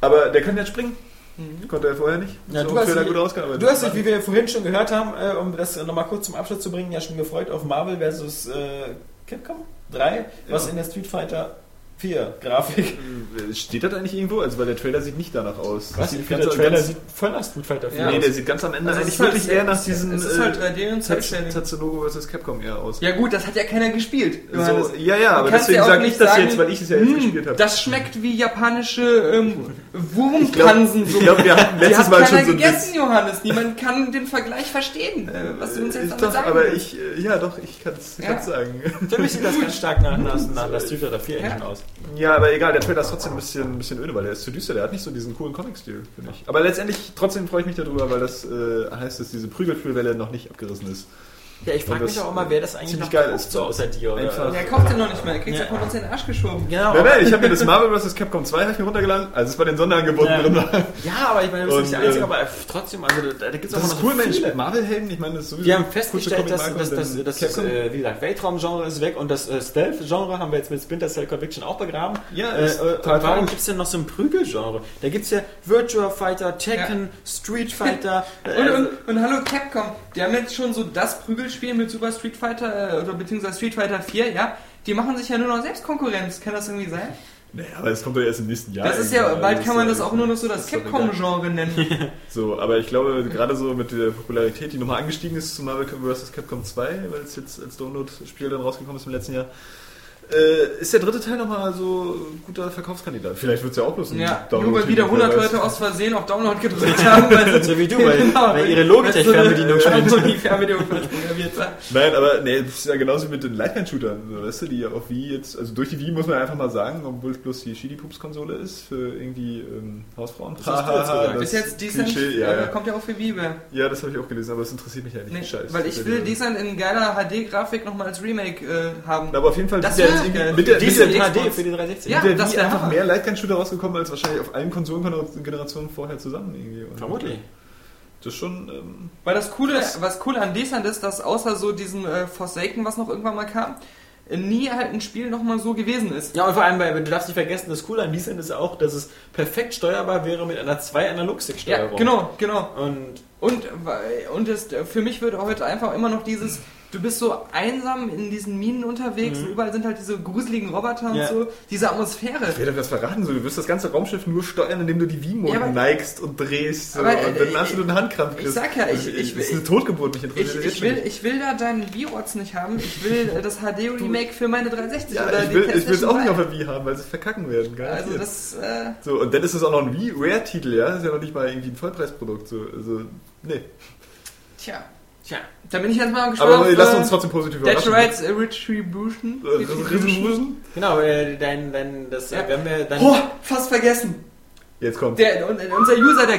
S4: Aber der kann jetzt springen.
S2: Mhm.
S4: Konnte er vorher nicht.
S3: Ja,
S4: Ist
S3: du
S4: auch im
S3: hast
S4: Trailer
S3: dich-
S4: gut ausgearbeitet.
S3: Du hast dich, wie wir vorhin schon gehört haben, äh, um das nochmal kurz zum Abschluss zu bringen, ja schon gefreut auf Marvel vs. Äh, Capcom 3, was in der Street Fighter 4 Grafik.
S4: Äh, Steht das eigentlich irgendwo? Also, weil der Trailer sieht nicht danach aus. Das sieht ganz- ganz-
S3: voll nach Street Fighter 4
S2: Ja.
S4: Nee, der sieht ganz am Ende
S2: Also es
S4: eigentlich
S2: ist halt
S4: wirklich
S2: sehr-
S4: eher nach diesem äh,
S2: es ist halt 3D und Cell-Shading.
S4: Tatsunogo vs. Capcom eher aus.
S2: Ja gut, das hat ja keiner gespielt. Johannes.
S4: so, ja, ja, aber
S2: kannst
S4: deswegen
S2: ja auch
S4: sage ich
S2: nicht
S4: das
S2: sagen,
S4: jetzt, weil ich es ja jetzt
S2: "Hm,
S4: gespielt habe.
S2: Das schmeckt wie japanische ähm, Wurmpansen.
S4: Ich glaube, wir hatten
S2: Die
S4: letztes
S2: hat
S4: Mal
S2: keiner
S4: schon so ein
S2: gegessen,
S4: bisschen.
S2: Johannes. Niemand kann den Vergleich verstehen, äh, was du uns jetzt
S4: Ich
S2: damit
S4: doch,
S2: sagen
S4: aber
S2: willst.
S4: ich, äh, ja doch, ich kann es
S2: Ja.
S4: sagen.
S3: Für mich sieht das ganz stark nach, nach, nach der Street Fighter 4 Engine aus.
S4: Ja, aber egal, der Trailer ist trotzdem ein bisschen, ein bisschen öde, weil der ist zu düster, der hat nicht so diesen coolen Comic-Stil, finde ich. Aber letztendlich, trotzdem freue ich mich darüber, weil das äh, heißt, dass diese Prügelfühlwelle noch nicht abgerissen ist.
S3: Ja, ich frag
S4: Und das,
S3: mich auch immer, wer das eigentlich
S4: ziemlich
S3: noch
S4: geil
S3: kauft,
S4: ist.
S3: so außer dir. Oder?
S4: Einfach-
S2: Der kauft den noch nicht mehr, er kriegt
S3: Ja.
S2: ja. von uns in den Arsch geschoben.
S3: Genau.
S4: Nein, nein, ich habe mir das Marvel vs. Capcom 2 hab ich mir runtergeladen, als es bei den Sonderangeboten
S3: Ja.
S4: drin war.
S3: Ja, aber ich meine, du bist
S4: Und,
S3: nicht der Einzige,
S4: äh,
S3: aber äh, trotzdem, also da, da gibt es auch
S4: Das
S3: noch
S4: ist
S3: so
S4: cool, Mensch.
S3: viele.
S4: Marvel-Helden, ich meine, das ist sowieso.
S3: Wir haben
S4: cool für
S3: festgestellt, dass,
S4: Comic-Marken
S3: dass, dass,
S4: und
S3: dass,
S4: dann Capcom.
S3: äh, wie gesagt, Weltraum-Genre ist weg und das äh, Stealth-Genre haben wir jetzt mit Splinter Cell Conviction auch begraben.
S4: Ja,
S3: äh,
S4: ist
S3: äh, und
S4: total
S3: warum
S4: traurig.
S3: gibt es denn noch so ein Prügel-Genre? Da gibt es ja Virtua Fighter, Tekken, Street Fighter. äh,
S4: Also-
S2: Und, und, und hallo Capcom, die haben jetzt schon so das Prügelspiel mit Super Street Fighter äh, oder beziehungsweise Street Fighter 4, ja? Die machen sich ja nur noch selbst Konkurrenz, kann das irgendwie sein?
S4: Naja, aber das kommt doch erst im nächsten Jahr.
S2: das ist ja,
S4: irgendwann.
S2: bald
S4: ist
S2: kann man
S4: ja-
S2: das auch nur noch so das
S4: ist doch egal.
S2: Capcom-Genre nennen.
S4: So, aber ich glaube, gerade so mit der Popularität, die nochmal angestiegen ist zu Marvel vs. Capcom 2, weil es jetzt als Download-Spiel dann rausgekommen ist im letzten Jahr, äh, ist der dritte Teil nochmal so ein guter Verkaufskandidat. Vielleicht wird es ja auch bloß ein
S2: ja, nur
S4: Download-Titel,
S2: weil wieder
S4: wer
S2: 100
S4: weiß.
S2: Leute aus Versehen auf Download gedrückt haben, weil sie
S3: also so wie du, weil,
S2: Genau,
S3: weil ihre Logik
S2: weil
S3: echt
S2: so eine-
S3: Fernbedienung spielt.
S2: die Fernbedienung programmiert war.
S4: Nein, aber nee, das ist ja genauso wie mit den Lightman-Shootern, so, weißt du, die ja auch wie jetzt, also durch die Wii muss man einfach mal sagen, obwohl es bloß die Shitty-Pups-Konsole ist für irgendwie ähm, Hausfrauen. Das
S3: hast du jetzt gesagt.
S2: Ist jetzt Decent,
S4: Klischee,
S2: äh,
S4: ja, ja.
S2: kommt ja auch für Vibe.
S4: ja, das habe ich auch gelesen, aber es interessiert mich ja nicht.
S2: Nee,
S4: Scheiß.
S2: weil ich will Decent in geiler HD-Grafik nochmal als Remake äh, haben.
S4: Aber auf jeden Fall
S2: Das
S4: sind ja
S2: wär
S4: jetzt irgendwie
S2: geil.
S4: mit der,
S3: Die
S4: mit
S3: sind
S4: der,
S2: Xbox.
S3: HD für die 360.
S2: Ja.
S4: mit der
S2: das
S4: Wii
S2: wär
S4: einfach
S2: Hammer.
S4: mehr Lightgun-Shooter rausgekommen als wahrscheinlich auf allen Konsolengenerationen vorher zusammen irgendwie. Und
S3: Vermutlich.
S4: Das ist schon. Ähm,
S2: Weil das Coole, was cool an Descent ist, dass außer so diesem äh, Forsaken, was noch irgendwann mal kam, äh, nie halt ein Spiel nochmal so gewesen ist.
S3: Ja, und vor allem, weil du darfst nicht vergessen, das Coole an Decent ist auch, dass es perfekt steuerbar wäre mit einer 2-Analog-Stick-Steuerung.
S2: Ja, genau, genau.
S3: Und
S2: Und, äh, und es, äh, für mich wird heute einfach immer noch dieses, du bist so einsam in diesen Minen unterwegs, und überall sind halt diese gruseligen Roboter
S3: Mhm. Ja.
S2: und so, diese Atmosphäre.
S4: wer darf das verraten? So, du wirst das ganze Raumschiff nur steuern, indem du die Wii-Mode
S2: Ja, aber-
S4: neigst und drehst. So,
S2: Aber,
S4: und
S2: äh,
S4: dann hast du einen Handkrampf.
S2: ich
S4: Chris.
S2: sag ja, ich-
S4: Das
S2: ich-
S4: ist eine Totgeburt, mich interessiert.
S2: Ich,
S4: das
S2: ich,
S4: jetzt
S2: will,
S4: nicht.
S2: ich will da deinen V-Orts nicht haben. Ich will äh, das HD-Remake für meine 360
S4: ja,
S2: oder
S4: ich
S2: die
S4: will ich will es auch nicht auf
S2: PlayStation
S4: der Wii haben, weil sie es verkacken werden.
S2: drei. Also
S4: garantiert.
S2: das, äh,
S4: so, und dann ist es auch noch ein Wii-Rare-Titel, ja? Das ist ja noch nicht mal irgendwie ein Vollpreisprodukt. So. Also, nee.
S2: tja.
S3: Tja.
S2: Da bin ich jetzt mal gespannt
S4: Aber
S2: auf,
S4: lasst
S2: äh,
S4: uns trotzdem positiv
S2: Dead
S4: überraschen.
S2: Rights äh, Retribution.
S4: Äh, Riesenbrüsen?
S3: Genau, äh, dein, dein, das,
S2: Ja.
S3: äh, wenn wir dann.
S2: Oh, fast vergessen.
S4: Jetzt kommt.
S2: Der, un- unser User, der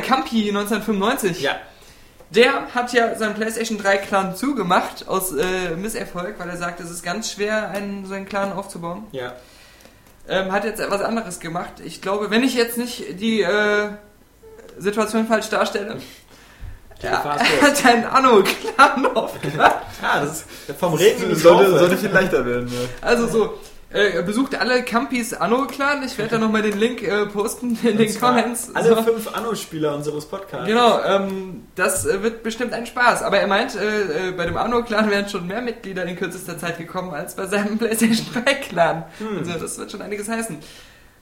S2: Campi1995,
S3: Ja,
S2: der hat ja seinen PlayStation 3 Clan zugemacht aus äh, Misserfolg, weil er sagt, es ist ganz schwer, einen, so einen Clan aufzubauen.
S3: ja.
S2: ähm, hat jetzt etwas anderes gemacht. Ich glaube, wenn ich jetzt nicht die äh, Situation falsch darstelle, ja,
S3: Gefahr ist groß.
S2: hat ein Anno Clan aufgehört.
S3: Ah, das ist vom Regen in die
S5: Sollte,
S3: Traufe.
S5: sollte viel leichter werden. Ja.
S2: Also so, äh, besucht alle Campis Anno Clan. Ich werde da nochmal den Link äh, posten in
S3: Und
S2: den
S3: zwar
S2: Comments.
S3: Alle
S2: so.
S3: fünf Anno-Spieler unseres Podcasts.
S2: Genau, ähm, das äh, wird bestimmt ein Spaß. Aber er meint, äh, äh, bei dem Arno-Clan wären schon mehr Mitglieder in kürzester Zeit gekommen als bei seinem PlayStation 3-Clan. Also das wird schon einiges heißen.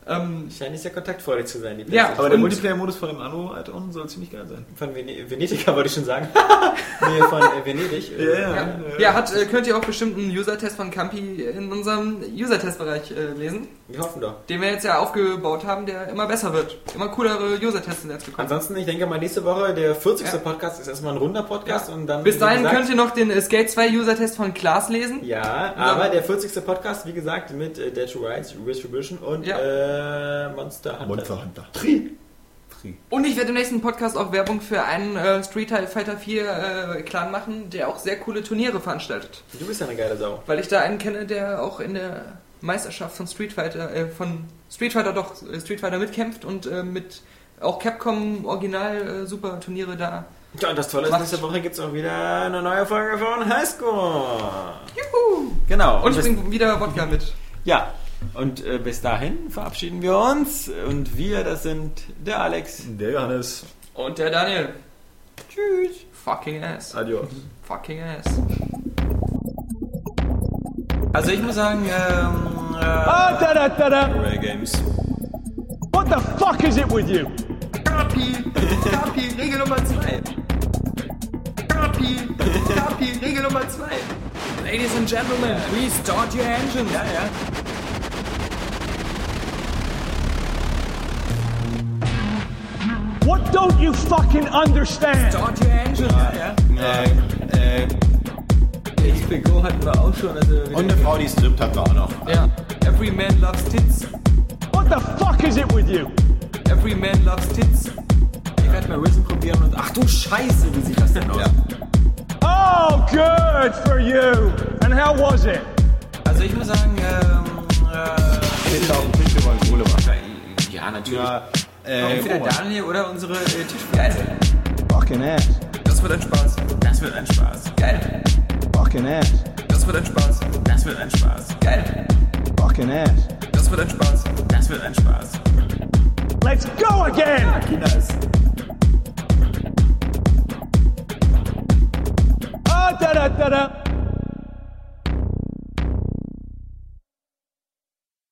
S2: Ähm,
S3: Scheint nicht sehr kontaktfreudig zu sein, die
S2: Ja,
S3: Playstation.
S5: Aber der
S2: Und-
S5: Multiplayer-Modus von dem Anno-Add-on soll ziemlich geil sein.
S3: Von Vene Venetiger wollte ich schon sagen. nee, von äh, Venedig. Äh,
S2: ja, ja hat, äh, könnt ihr auch bestimmt einen User-Test von Campi in unserem User-Test-Bereich äh, lesen,
S3: Wir hoffen doch.
S2: den wir jetzt ja aufgebaut haben, der immer besser wird. Immer coolere User-Tests sind jetzt gekommen.
S3: Ansonsten, ich denke mal, nächste Woche der 40.
S2: Ja.
S3: Podcast ist erstmal ein runder Podcast und dann.
S2: Bis
S3: wie
S2: dahin
S3: gesagt-
S2: könnt ihr noch den äh, Skate 2 User-Test von Klaas lesen.
S3: Ja, aber der 40. Podcast, wie gesagt, mit äh, Dead to Rights, Retribution und
S2: Ja.
S3: äh, Monster Hunter.
S5: Monster Hunter.
S2: Und ich werde im nächsten Podcast auch Werbung für einen äh, Street Fighter 4 äh, Clan machen, der auch sehr coole Turniere veranstaltet.
S3: Du bist ja eine geile Sau.
S2: Weil ich da einen kenne, der auch in der Meisterschaft von Street Fighter, äh, von Street Fighter doch, äh, Street Fighter mitkämpft und äh, mit auch Capcom Original äh, Super Turniere da.
S3: Ja, und das Tolle ist,
S2: Mach-
S3: nächste Woche gibt es auch wieder eine neue Folge von Highscore.
S2: Juhu!
S3: Genau.
S2: Und ich
S3: bis-
S2: bringe wieder Wodka mit.
S3: Ja, und äh, bis dahin verabschieden wir uns. Und wir, das sind der Alex.
S5: Der Johannes.
S2: Und der Daniel.
S3: Tschüss.
S2: Fucking ass.
S5: Adios.
S2: Fucking ass.
S6: Also ich muss sagen, ähm, äh,
S3: Ah,
S4: Rare Games.
S7: What the fuck is it with you?
S2: Kapi! Kapi! Regel Nummer 2! Kapi! Kapi! Regel Nummer 2! Ladies and Gentlemen, please start your engine! Ja, ja.
S7: What don't you fucking understand?
S2: Start your engine! Ja, ja.
S4: Äh, äh,
S3: XPGO hatten wir auch schon. Also
S4: und eine Frau, die strippt, hat wir auch noch.
S2: Ja. Every man loves tits.
S7: What the fuck is it with you?
S2: Every man loves tits.
S3: ich werde mal Risen probieren und ach du Scheiße, wie sieht das denn aus?
S7: Oh, good for you. And how was it?
S6: also ich muss sagen, ähm, äh,
S3: Ja, natürlich.
S4: Ja, äh,
S6: entweder Daniel oder unsere äh, Tischplatte.
S7: Fucking ass.
S2: Das wird ein Spaß.
S4: das wird ein Spaß.
S2: Geil.
S7: Fucking ass.
S2: Das wird ein Spaß.
S4: Das wird ein Spaß.
S2: Geil.
S7: Fucking ass.
S2: Das wird ein Spaß.
S4: Das wird ein Spaß.
S7: Let's go again. Ah, da da da da.